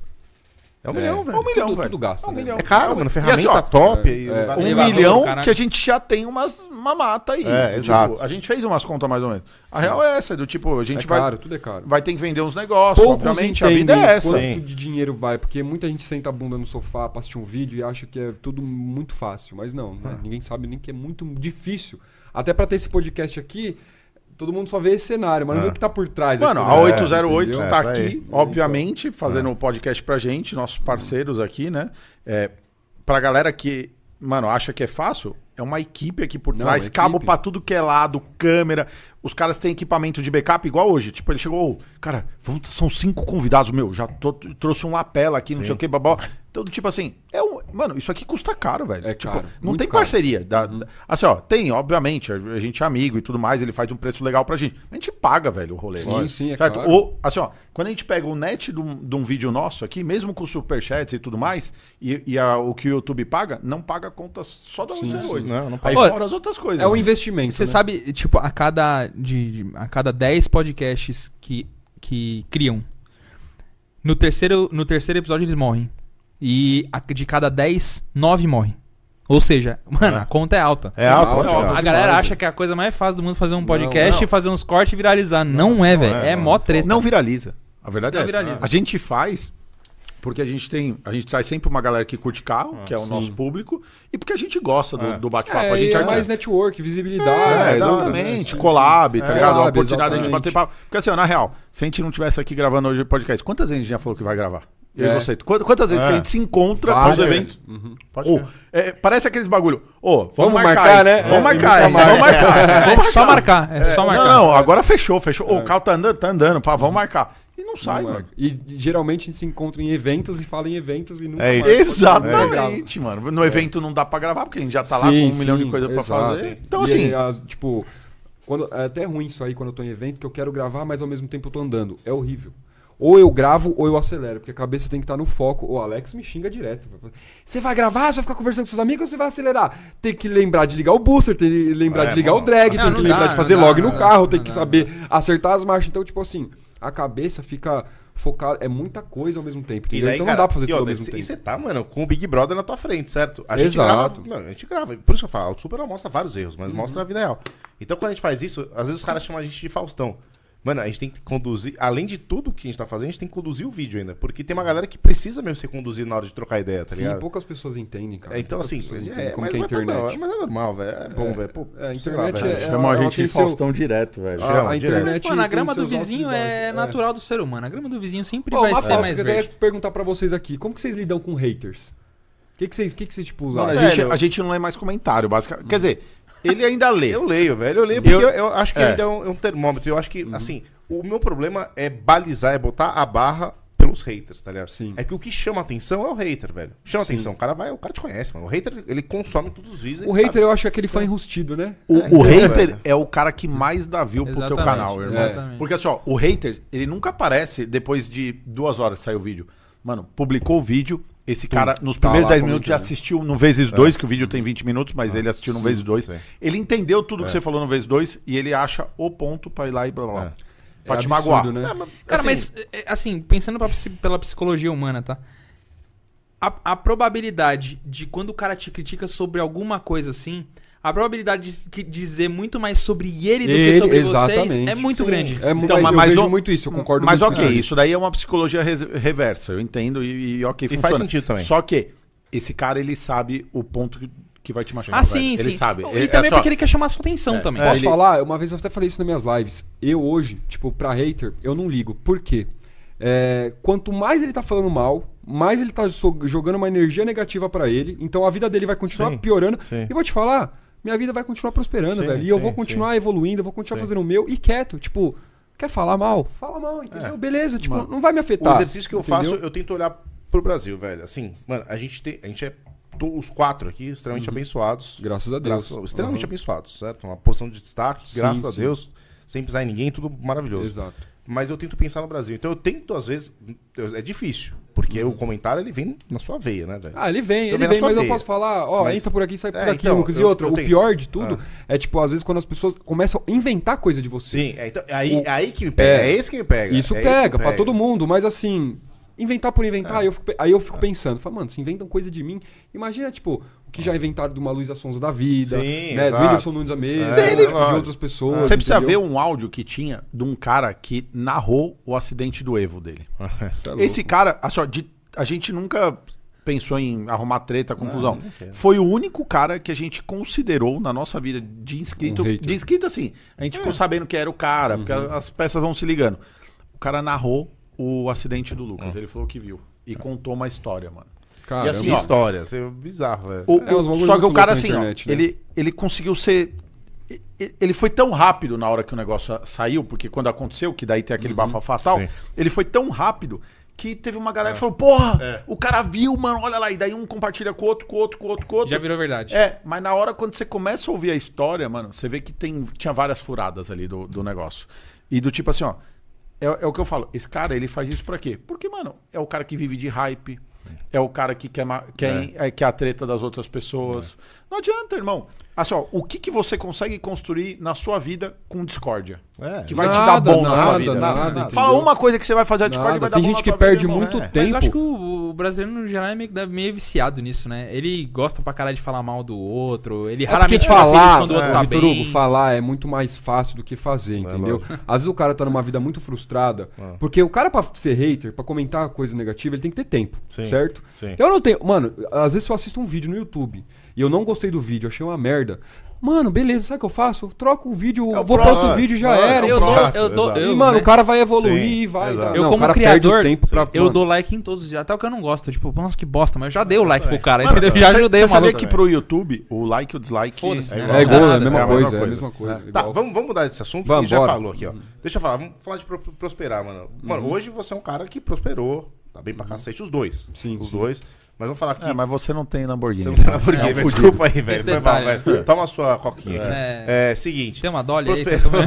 Speaker 2: É um milhão,
Speaker 1: É um
Speaker 2: velho.
Speaker 1: milhão,
Speaker 3: tudo,
Speaker 1: velho.
Speaker 3: tudo gasta, né?
Speaker 2: É caro, mano. Ferramenta
Speaker 1: ó,
Speaker 2: top. e
Speaker 3: é.
Speaker 2: o Tá cara- né?
Speaker 1: Um
Speaker 4: Ele vai
Speaker 1: milhão
Speaker 4: valor, caralho.
Speaker 1: que a gente já tem umas, uma mata aí.
Speaker 2: É,
Speaker 1: Tipo,
Speaker 2: exato.
Speaker 1: A gente fez umas contas mais ou menos. A real é essa, do tipo, a gente
Speaker 3: É
Speaker 1: vai,
Speaker 3: caro, tudo é caro.
Speaker 1: vai ter que vender uns negócios,
Speaker 3: Poucos
Speaker 1: obviamente. A
Speaker 3: entendem
Speaker 1: vida é essa.
Speaker 3: quanto
Speaker 2: Sim.
Speaker 3: de dinheiro vai, porque muita gente senta a bunda no sofá pra assistir um vídeo e acha que é tudo muito fácil, mas não, né? ninguém sabe nem que é muito difícil. Até pra ter esse podcast aqui, todo mundo só vê esse cenário, mas não vê o que tá por trás.
Speaker 1: É. Mano,
Speaker 3: aqui,
Speaker 1: a
Speaker 3: né?
Speaker 1: 808
Speaker 3: Entendeu?
Speaker 1: tá
Speaker 2: É, tá aí.
Speaker 1: aqui,
Speaker 3: É.
Speaker 1: obviamente, fazendo o podcast pra gente, nossos parceiros aqui, né? É, pra galera que, mano, acha que é fácil, é uma equipe aqui por
Speaker 3: Não,
Speaker 1: trás,
Speaker 3: equipe.
Speaker 1: cabo pra tudo que é lado, câmera. Os caras têm equipamento de backup igual hoje. Tipo, ele chegou, "Ô, cara, vamos- são cinco convidados, meu, já tô- trouxe um lapela aqui, não sei o que, babá. Então, tipo assim, é um, mano, isso aqui custa caro, velho.
Speaker 3: É
Speaker 1: tipo,
Speaker 3: caro,
Speaker 1: não
Speaker 3: muito
Speaker 1: tem
Speaker 3: caro.
Speaker 1: parceria. da- da- assim, ó, tem, obviamente, a, a gente é amigo e tudo mais, ele faz um preço legal pra gente. A gente paga, velho, o rolê.
Speaker 3: Sim,
Speaker 1: Lógico.
Speaker 3: sim, é
Speaker 1: certo?
Speaker 3: claro.
Speaker 1: Ou, assim, ó, quando a gente pega o net de um, de um vídeo nosso aqui, mesmo com superchats e tudo mais, e, e a- o que o YouTube paga, não paga a conta só da
Speaker 3: Sim,
Speaker 1: 108.
Speaker 2: sim. Não, não
Speaker 1: Aí
Speaker 4: paga.
Speaker 1: fora as outras coisas.
Speaker 3: É o investimento.
Speaker 4: Você
Speaker 3: né?
Speaker 4: sabe, tipo, a cada, de, de- a cada 10 podcasts que, que criam, no terceiro, no terceiro episódio eles morrem. E a- de cada 10, 9 morrem. Ou seja, mano, a conta é alta.
Speaker 2: É alto,
Speaker 3: Sim,
Speaker 2: pode
Speaker 3: é
Speaker 1: Tá.
Speaker 3: alto.
Speaker 2: chegar.
Speaker 4: A galera acha que é a coisa mais fácil do mundo fazer um podcast
Speaker 1: não.
Speaker 4: e fazer uns cortes e viralizar. Não, é, velho.
Speaker 2: é,
Speaker 4: É,
Speaker 2: não.
Speaker 4: mó treta.
Speaker 1: Não viraliza. A verdade é
Speaker 4: Não
Speaker 1: essa.
Speaker 4: viraliza.
Speaker 1: A gente faz porque a gente tem. A gente traz sempre uma galera que curte carro, que é o
Speaker 3: Ah, sim.
Speaker 1: nosso público, e porque a gente gosta do, do bate-papo.
Speaker 3: É,
Speaker 1: a gente
Speaker 3: e é
Speaker 1: aqui-
Speaker 3: mais network, visibilidade.
Speaker 1: É,
Speaker 3: tudo, né?
Speaker 1: exatamente. Collab, tá
Speaker 3: É,
Speaker 1: ligado? a
Speaker 3: collab,
Speaker 1: oportunidade de a gente
Speaker 3: exatamente.
Speaker 1: bater papo. Porque assim, ó, na real, se a gente não tivesse aqui gravando hoje o podcast, quantas vezes a gente já falou que vai gravar? Eu
Speaker 3: É.
Speaker 1: e você. Quant- Quantas vezes
Speaker 2: É.
Speaker 1: que a gente se encontra
Speaker 3: Várias. Uhum.
Speaker 1: nos eventos?
Speaker 2: Pode
Speaker 1: Ô,
Speaker 2: chegar.
Speaker 1: é, parece aqueles bagulho. Ô, vamos,
Speaker 3: Vamos
Speaker 1: marcar,
Speaker 3: marcar,
Speaker 1: aí.
Speaker 3: né?
Speaker 1: Vamos
Speaker 3: É,
Speaker 1: marcar,
Speaker 3: e
Speaker 1: aí.
Speaker 3: nunca
Speaker 1: vamos marcar.
Speaker 4: É,
Speaker 1: Vamos
Speaker 4: só marcar. É, só marcar.
Speaker 1: Não, não, agora fechou, fechou. Ô, o carro tá andando, tá andando, pá, vamos marcar. E não sai,
Speaker 3: É. Não é.
Speaker 1: mano.
Speaker 3: E d- geralmente a gente se encontra em eventos e fala em eventos e nunca
Speaker 2: É
Speaker 3: mais.
Speaker 2: isso.
Speaker 3: É.
Speaker 1: Exatamente, mano. No evento não dá pra gravar, porque a gente já tá lá com um milhão de coisas pra fazer. Então, assim,
Speaker 3: tipo, quando, é até ruim isso aí quando eu tô em evento, que eu quero gravar, mas ao mesmo tempo eu tô andando. É horrível. Ou eu gravo ou eu acelero, porque a cabeça tem que estar no foco. O Alex me xinga direto. Você vai gravar, você vai ficar conversando com seus amigos ou você vai acelerar? Tem que lembrar de ligar o booster, tem que lembrar
Speaker 2: É,
Speaker 3: de ligar
Speaker 2: mano.
Speaker 3: o drag,
Speaker 4: Não,
Speaker 3: tem
Speaker 4: não
Speaker 3: que lembrar
Speaker 4: dá,
Speaker 3: de fazer
Speaker 4: não dá,
Speaker 3: log
Speaker 4: não
Speaker 3: no
Speaker 4: dá,
Speaker 3: carro,
Speaker 4: não
Speaker 3: tem
Speaker 4: dá,
Speaker 3: que
Speaker 4: não
Speaker 3: saber acertar as marchas. Então, tipo assim, a cabeça fica focada, é muita coisa ao mesmo
Speaker 2: E
Speaker 3: tempo. entendeu?
Speaker 2: daí,
Speaker 3: então
Speaker 2: cara,
Speaker 3: não dá pra fazer
Speaker 2: e
Speaker 3: tudo ao
Speaker 2: outra,
Speaker 3: mesmo
Speaker 2: e
Speaker 3: tempo.
Speaker 2: você tá, mano, com o Big Brother na tua frente, certo? A gente
Speaker 3: Exato.
Speaker 2: grava. Mano, a gente grava. Por isso que eu falo, o Super mostra vários erros, mas mostra a vida real. Então, quando a gente faz isso, às vezes os caras chamam a gente de Faustão. Mano, a gente tem que conduzir, além de tudo que a gente tá fazendo, a gente tem que conduzir o vídeo ainda. Porque tem uma galera que precisa mesmo ser conduzido na hora de trocar ideia, tá
Speaker 3: Sim,
Speaker 2: ligado?
Speaker 3: poucas pessoas entendem, cara.
Speaker 2: É, então,
Speaker 3: Poucas
Speaker 2: assim,
Speaker 3: pessoas entendem
Speaker 2: é,
Speaker 3: como
Speaker 2: mas,
Speaker 3: que é a
Speaker 2: mas tá
Speaker 3: internet.
Speaker 2: da hora, mas é normal, velho. É bom, velho. Pô,
Speaker 3: é, a
Speaker 2: sei lá,
Speaker 3: internet
Speaker 2: velho.
Speaker 3: é-
Speaker 1: chamam a
Speaker 3: ela
Speaker 1: gente
Speaker 3: tem
Speaker 1: de
Speaker 3: seu- Ah,
Speaker 1: Faustão direto, velho.
Speaker 3: A- a,
Speaker 2: direto.
Speaker 3: internet.
Speaker 4: Mas, mano, a
Speaker 3: tem
Speaker 4: grama do
Speaker 3: seus altos e
Speaker 4: vizinho
Speaker 3: baixos.
Speaker 4: é natural do ser humano. A grama do vizinho sempre
Speaker 3: Ó,
Speaker 4: vai
Speaker 3: uma
Speaker 4: ser
Speaker 3: pauta
Speaker 4: mais
Speaker 3: que eu até
Speaker 4: verde.
Speaker 3: ia perguntar pra vocês aqui. Como que vocês lidam com haters? O que, que vocês, que que vocês tipo,
Speaker 1: Mano, a,
Speaker 3: acham?
Speaker 2: velho.
Speaker 1: gente, a gente não lê mais comentário, basicamente. Quer dizer, ele ainda
Speaker 3: é-
Speaker 1: lê.
Speaker 2: Eu leio, velho. Eu leio porque eu,
Speaker 1: Eu-
Speaker 2: eu acho que
Speaker 1: é.
Speaker 2: ainda é um, é um termômetro. Eu acho
Speaker 3: Uhum.
Speaker 2: que, assim, o meu problema é balizar, é botar a barra pelos haters, tá ligado?
Speaker 3: Sim.
Speaker 2: É que o que chama atenção é o hater, velho. Chama
Speaker 3: Sim.
Speaker 2: atenção. O cara vai, o cara te conhece, mano. O hater, ele consome todos os vídeos.
Speaker 3: O
Speaker 2: ele
Speaker 3: hater, eu acho que é aquele fã enrustido, né?
Speaker 1: O,
Speaker 2: É,
Speaker 1: o hater
Speaker 2: velho.
Speaker 1: é o cara que mais dá view pro teu
Speaker 4: Exatamente,
Speaker 1: canal, irmão.
Speaker 4: exatamente.
Speaker 1: Porque assim, ó, o hater, ele nunca aparece depois de duas horas que saiu o vídeo. Mano, publicou o vídeo, esse cara, nos
Speaker 3: tá
Speaker 1: primeiros
Speaker 3: lá
Speaker 1: 10 minutos, já
Speaker 3: comentando.
Speaker 1: assistiu no vezes dois, que o vídeo tem 20 minutos, mas ele assistiu no vezes dois.
Speaker 2: É. Ah, sim. É.
Speaker 1: Ele entendeu tudo que você falou no vezes dois e ele acha o ponto pra ir lá e blá blá blá. Pra
Speaker 3: É
Speaker 1: te
Speaker 3: absurdo,
Speaker 1: magoar.
Speaker 3: né?
Speaker 2: sabe. mas,
Speaker 4: Cara,
Speaker 2: assim,
Speaker 4: mas, é, é, assim, pensando pra psi- pela psicologia humana, tá? A, a probabilidade de quando o cara te critica sobre alguma coisa assim, a probabilidade de que dizer muito mais sobre ele do que
Speaker 3: Ele,
Speaker 4: sobre vocês
Speaker 3: exatamente.
Speaker 4: é muito
Speaker 3: Sim.
Speaker 4: grande.
Speaker 3: É muito,
Speaker 1: Então,
Speaker 3: eu
Speaker 1: mas- mas
Speaker 3: vejo
Speaker 1: o-
Speaker 3: muito isso, eu concordo
Speaker 1: Mas
Speaker 3: muito
Speaker 1: ok,
Speaker 3: com
Speaker 1: isso daí é uma psicologia res- reversa, eu entendo e, e ok,
Speaker 2: E faz sentido também.
Speaker 1: Só que esse cara, ele sabe o ponto que, que vai te machucar.
Speaker 4: Ah, sim,
Speaker 1: velho.
Speaker 4: sim.
Speaker 1: Ele sabe.
Speaker 4: E
Speaker 1: Ele- é
Speaker 4: também
Speaker 1: só- É.
Speaker 4: porque ele quer chamar a sua atenção também.
Speaker 3: Posso
Speaker 1: ele-
Speaker 3: falar? Uma vez eu até falei isso nas minhas lives. Eu hoje, tipo, pra hater, eu não ligo. Por quê? É, quanto mais ele tá falando mal, mais ele tá so- jogando uma energia negativa pra ele. Então a vida dele vai continuar
Speaker 2: Sim,
Speaker 3: piorando.
Speaker 2: sim.
Speaker 3: E vou te falar, minha vida vai continuar prosperando,
Speaker 2: Sim,
Speaker 3: velho. E eu
Speaker 2: sim,
Speaker 3: vou continuar evoluindo, eu vou continuar fazendo o meu e quieto. Tipo, quer falar mal? Fala mal,
Speaker 2: É.
Speaker 3: entendeu? Beleza, tipo, não vai me
Speaker 2: o
Speaker 3: afetar.
Speaker 2: exercício que eu faço,
Speaker 3: entendeu?
Speaker 2: eu tento olhar pro Brasil, velho. Assim, mano, a gente tem. A gente é. to- Os quatro aqui,
Speaker 3: Uhum.
Speaker 2: extremamente abençoados.
Speaker 3: Graças a Deus. Uhum.
Speaker 2: Graças, extremamente abençoados, certo? Uma posição de destaque,
Speaker 3: Sim,
Speaker 2: graças a
Speaker 3: sim.
Speaker 2: Deus, sem pisar em ninguém, tudo maravilhoso.
Speaker 3: Exato.
Speaker 2: mas eu tento pensar no Brasil. Então eu tento, às vezes, eu- é difícil, porque o comentário ele vem na sua veia, né, velho?
Speaker 3: Uhum. Ah, ele vem,
Speaker 2: Tô
Speaker 3: ele
Speaker 2: vendo a
Speaker 3: vem,
Speaker 2: sua
Speaker 3: mas eu
Speaker 2: veia.
Speaker 3: posso falar, ó,
Speaker 2: Mas-
Speaker 3: entra por aqui e sai por
Speaker 2: É,
Speaker 3: aqui,
Speaker 2: então,
Speaker 3: Lucas. E
Speaker 2: eu-
Speaker 3: outra,
Speaker 2: eu
Speaker 3: o
Speaker 2: tenho.
Speaker 3: pior
Speaker 1: Ah.
Speaker 3: de tudo é, tipo, às vezes quando as pessoas começam a inventar coisa de você.
Speaker 2: Sim, é, então, é aí, é aí que me pega,
Speaker 3: É.
Speaker 2: é, esse que me pega.
Speaker 3: Isso
Speaker 2: é esse que me
Speaker 3: pega, pra todo mundo, mas assim, inventar por inventar,
Speaker 1: É.
Speaker 3: eu fico pe- aí eu fico pensando, falo, mano, se inventam coisa de mim, imagina, tipo, o que já inventaram do uma Luísa Sonza da vida,
Speaker 2: Sim,
Speaker 3: né, do
Speaker 2: exato.
Speaker 3: Whindersson Nunes da mesa,
Speaker 2: É,
Speaker 3: de
Speaker 2: lógico.
Speaker 3: outras pessoas.
Speaker 1: Você precisa ver
Speaker 3: entendeu?
Speaker 1: um áudio que tinha de um cara que narrou o acidente do Evo dele.
Speaker 3: Cê é louco.
Speaker 1: Esse cara, a, só, de- a gente nunca pensou em arrumar treta, confusão.
Speaker 2: não quero.
Speaker 1: Foi o único cara que a gente considerou na nossa vida de inscrito.
Speaker 3: Um hater. É. Uhum.
Speaker 1: de inscrito, assim. A gente ficou sabendo que era o cara, porque a- as peças vão se ligando. O cara narrou o acidente do Lucas.
Speaker 3: Uhum.
Speaker 1: Ele falou que viu. E
Speaker 3: Tá.
Speaker 1: contou uma história, mano.
Speaker 3: Caramba.
Speaker 1: assim,
Speaker 2: Que
Speaker 1: ó,
Speaker 2: história, isso é bizarro, velho.
Speaker 1: O-
Speaker 3: É, os
Speaker 1: o-
Speaker 3: bagulho
Speaker 1: só que
Speaker 3: muito
Speaker 1: o cara, assim,
Speaker 3: louco na
Speaker 1: ó,
Speaker 3: internet, né?
Speaker 1: ele, ele conseguiu ser. e- e- Ele foi tão rápido na hora que o negócio a- saiu, porque quando aconteceu, que daí tem
Speaker 3: Uhum.
Speaker 1: aquele bafo fatal,
Speaker 2: Sim.
Speaker 1: ele foi tão rápido que teve uma
Speaker 3: É.
Speaker 1: galera que falou: Porra, o cara viu, mano, olha lá. E daí um compartilha com o outro, com o outro, com o outro, com o outro.
Speaker 4: Já virou verdade.
Speaker 1: É, mas na hora quando você começa a ouvir a história, mano, você vê que tem, tinha várias furadas ali do, do negócio. E do tipo assim, ó. É, é o que eu falo, esse cara, ele faz isso pra quê? Porque, mano, é o cara que vive de hype, é o cara que quer, ma- quer, é. quer a treta das outras pessoas. Não adianta, irmão. Assim, ó, o que, que você consegue construir na sua vida com discórdia?
Speaker 2: É.
Speaker 1: Que vai te dar bom na sua
Speaker 3: nada,
Speaker 1: vida.
Speaker 3: Nada,
Speaker 2: Nada.
Speaker 1: Fala
Speaker 3: entendeu?
Speaker 1: uma coisa que você vai fazer a discórdia e
Speaker 3: Nada.
Speaker 1: vai dar
Speaker 3: Tem
Speaker 1: bom
Speaker 3: gente
Speaker 1: na
Speaker 3: que
Speaker 1: tua vida,
Speaker 3: perde
Speaker 1: irmão.
Speaker 3: muito
Speaker 1: É.
Speaker 4: Mas eu acho que
Speaker 3: tempo.
Speaker 4: o, o brasileiro, no geral, é meio, que- meio viciado nisso, né? Ele gosta pra caralho de falar mal do outro. Ele
Speaker 3: É porque
Speaker 4: raramente fica feliz
Speaker 3: falar,
Speaker 4: quando o outro
Speaker 3: é,
Speaker 4: tá
Speaker 3: Vitor
Speaker 4: bem.
Speaker 3: Hugo, falar é muito mais fácil do que fazer,
Speaker 2: É
Speaker 3: entendeu? Às vezes o cara tá numa vida muito frustrada, porque o cara pra ser hater, pra comentar coisa negativa, ele tem que ter tempo,
Speaker 2: Sim,
Speaker 3: certo? Então
Speaker 2: sim.
Speaker 3: Eu não tenho, mano, às vezes eu assisto um vídeo no YouTube e eu não gostei do vídeo, achei uma merda. Mano, beleza, sabe o que eu faço? Eu troco o vídeo,
Speaker 2: É o
Speaker 3: vou
Speaker 2: próximo.
Speaker 3: posto o vídeo e já
Speaker 2: É,
Speaker 3: era.
Speaker 2: é o
Speaker 4: eu dou,
Speaker 2: Exato,
Speaker 4: eu dou,
Speaker 2: exato.
Speaker 4: eu,
Speaker 3: e, mano,
Speaker 4: né?
Speaker 3: o cara vai evoluir,
Speaker 2: Sim,
Speaker 3: vai.
Speaker 2: exato.
Speaker 3: vai.
Speaker 4: Eu,
Speaker 3: Não, o
Speaker 4: como
Speaker 3: cara
Speaker 4: criador,
Speaker 3: perde o tempo pra.
Speaker 4: eu
Speaker 3: mano,
Speaker 4: dou like em todos os dias. Até o que eu não gosto. Tipo, nossa, que bosta. Mas eu já dei o like pro cara.
Speaker 1: Mano,
Speaker 4: entendeu? Já
Speaker 1: você-
Speaker 4: ajudei
Speaker 1: Você
Speaker 4: o
Speaker 1: sabia
Speaker 4: maluco.
Speaker 1: que pro YouTube, o like e o dislike...
Speaker 4: Foda-se, né?
Speaker 3: É igual, é a
Speaker 4: Nada,
Speaker 3: mesma
Speaker 2: é a mesma
Speaker 3: coisa, é a
Speaker 2: coisa.
Speaker 3: mesma coisa.
Speaker 2: Tá,
Speaker 3: igual.
Speaker 2: vamos, vamos mudar desse assunto que a
Speaker 3: Vamos,
Speaker 2: gente já
Speaker 3: bora. Uhum.
Speaker 2: falou aqui, ó. Deixa eu falar, vamos falar de pro- prosperar, mano. Mano, hoje você é um cara que prosperou, tá bem pra cacete, os dois.
Speaker 3: Uhum. Sim,
Speaker 2: Os
Speaker 3: sim. É um
Speaker 2: dois. Mas vamos falar aqui.
Speaker 1: É, mas você não tem Lamborghini.
Speaker 2: Você não tá por quê, velho? desculpa aí, velho.
Speaker 4: Esse
Speaker 2: Foi mal,
Speaker 4: detalhe.
Speaker 2: velho. Toma a sua coquinha. aqui.
Speaker 4: É.
Speaker 2: É, seguinte.
Speaker 4: Tem uma dolly aí.
Speaker 2: Prosperou,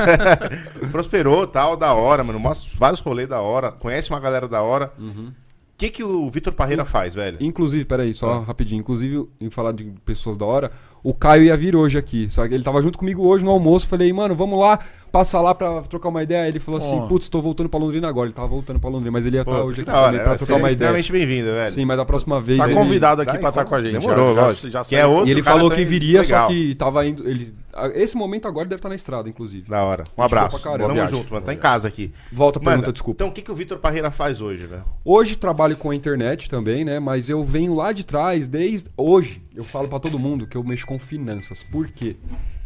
Speaker 2: tá, prosperou, tal, da hora, mano. Mostra vários rolês da hora. Conhece uma galera da hora. O
Speaker 3: Uhum.
Speaker 2: que, que o Vitor Parreira faz, velho?
Speaker 3: Inclusive, peraí, só rapidinho. Inclusive, em falar de pessoas da hora, o Caio ia vir hoje aqui. Só que ele tava junto comigo hoje no almoço. Falei, mano, vamos lá, passa lá pra trocar uma ideia. Ele falou assim,
Speaker 1: Ó.
Speaker 3: putz, tô voltando pra Londrina agora. Ele tava voltando pra Londrina, mas ele ia estar
Speaker 2: Pô, tá
Speaker 3: hoje aqui
Speaker 2: da hora. né?
Speaker 3: também pra
Speaker 2: Seria
Speaker 3: trocar uma ideia.
Speaker 2: extremamente bem-vindo, velho.
Speaker 3: Sim, mas da próxima vez.
Speaker 1: Tá
Speaker 3: ele-
Speaker 1: convidado aqui
Speaker 2: Tá,
Speaker 1: pra
Speaker 2: então,
Speaker 1: estar com a gente.
Speaker 2: demorou,
Speaker 1: já,
Speaker 2: lógico.
Speaker 1: já, já
Speaker 2: Que é
Speaker 1: saiu.
Speaker 2: outro-
Speaker 3: E ele
Speaker 2: O cara
Speaker 3: falou
Speaker 2: tá
Speaker 3: que
Speaker 2: indo-
Speaker 3: viria, só
Speaker 2: legal.
Speaker 3: que tava indo. Ele, a- esse momento agora deve estar na estrada, inclusive.
Speaker 2: Da hora. Um
Speaker 3: Gente boa
Speaker 2: abraço.
Speaker 3: pra caramba.
Speaker 2: Tamo
Speaker 1: Boa viagem.
Speaker 2: junto, mano. Tá em casa aqui.
Speaker 3: Volta a
Speaker 2: Mano,
Speaker 3: pergunta, desculpa.
Speaker 2: Então, o que, que o Vitor Parreira faz hoje, velho?
Speaker 3: Hoje trabalho com a internet também, né? Mas eu venho lá de trás, desde hoje. Eu falo pra todo mundo que eu mexo com finanças. Por quê?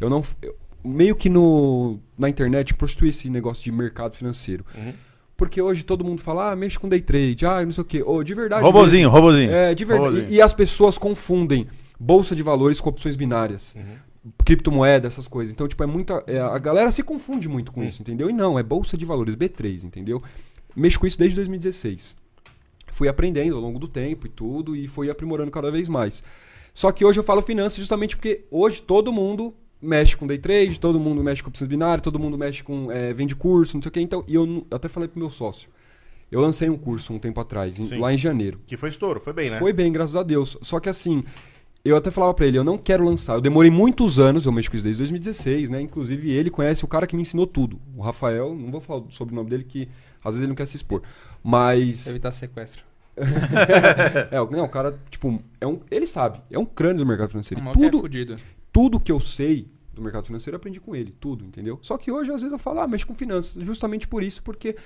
Speaker 3: Eu não. eu- meio que no, na internet prostituí esse negócio de mercado financeiro. Porque hoje todo mundo fala, ah, mexe com day trade, ah, não sei o quê. Ô, de verdade.
Speaker 1: Robozinho, robozinho.
Speaker 3: É, de verdade.
Speaker 1: Robozinho.
Speaker 3: E, e as pessoas confundem bolsa de valores com opções binárias. Criptomoeda, essas coisas. Então, tipo, é muita. é, a galera se confunde muito com isso, entendeu? E não, é bolsa de valores, B3, entendeu? Mexo com isso desde 2016. Fui aprendendo ao longo do tempo e tudo, e fui aprimorando cada vez mais. Só que hoje eu falo finanças justamente porque hoje todo mundo mexe com day trade, todo mundo mexe com opções binárias, todo mundo mexe com. é, vende curso, não sei o quê. Então, e eu, nu- eu até falei pro meu sócio. Eu lancei um curso um tempo atrás, em-
Speaker 2: Sim.
Speaker 3: lá em janeiro.
Speaker 2: Que foi estouro, foi bem, né?
Speaker 3: Foi bem, graças a Deus. Só que assim, eu até falava pra ele, eu não quero lançar. Eu demorei muitos anos, eu mexo com isso desde 2016, né? Inclusive ele conhece o cara que me ensinou tudo. O Rafael, não vou falar sobre o nome dele que às vezes ele não quer se expor. Mas
Speaker 4: Evitar sequestro.
Speaker 3: é, o- não, o cara, tipo, é um, ele sabe, é um crânio do mercado financeiro. E
Speaker 4: O maluco é
Speaker 3: Tudo,
Speaker 4: fudido.
Speaker 3: tudo que eu sei do mercado financeiro, eu aprendi com ele, tudo, entendeu? Só que hoje, às vezes, eu falo, ah, mexo com finanças, justamente por isso, porque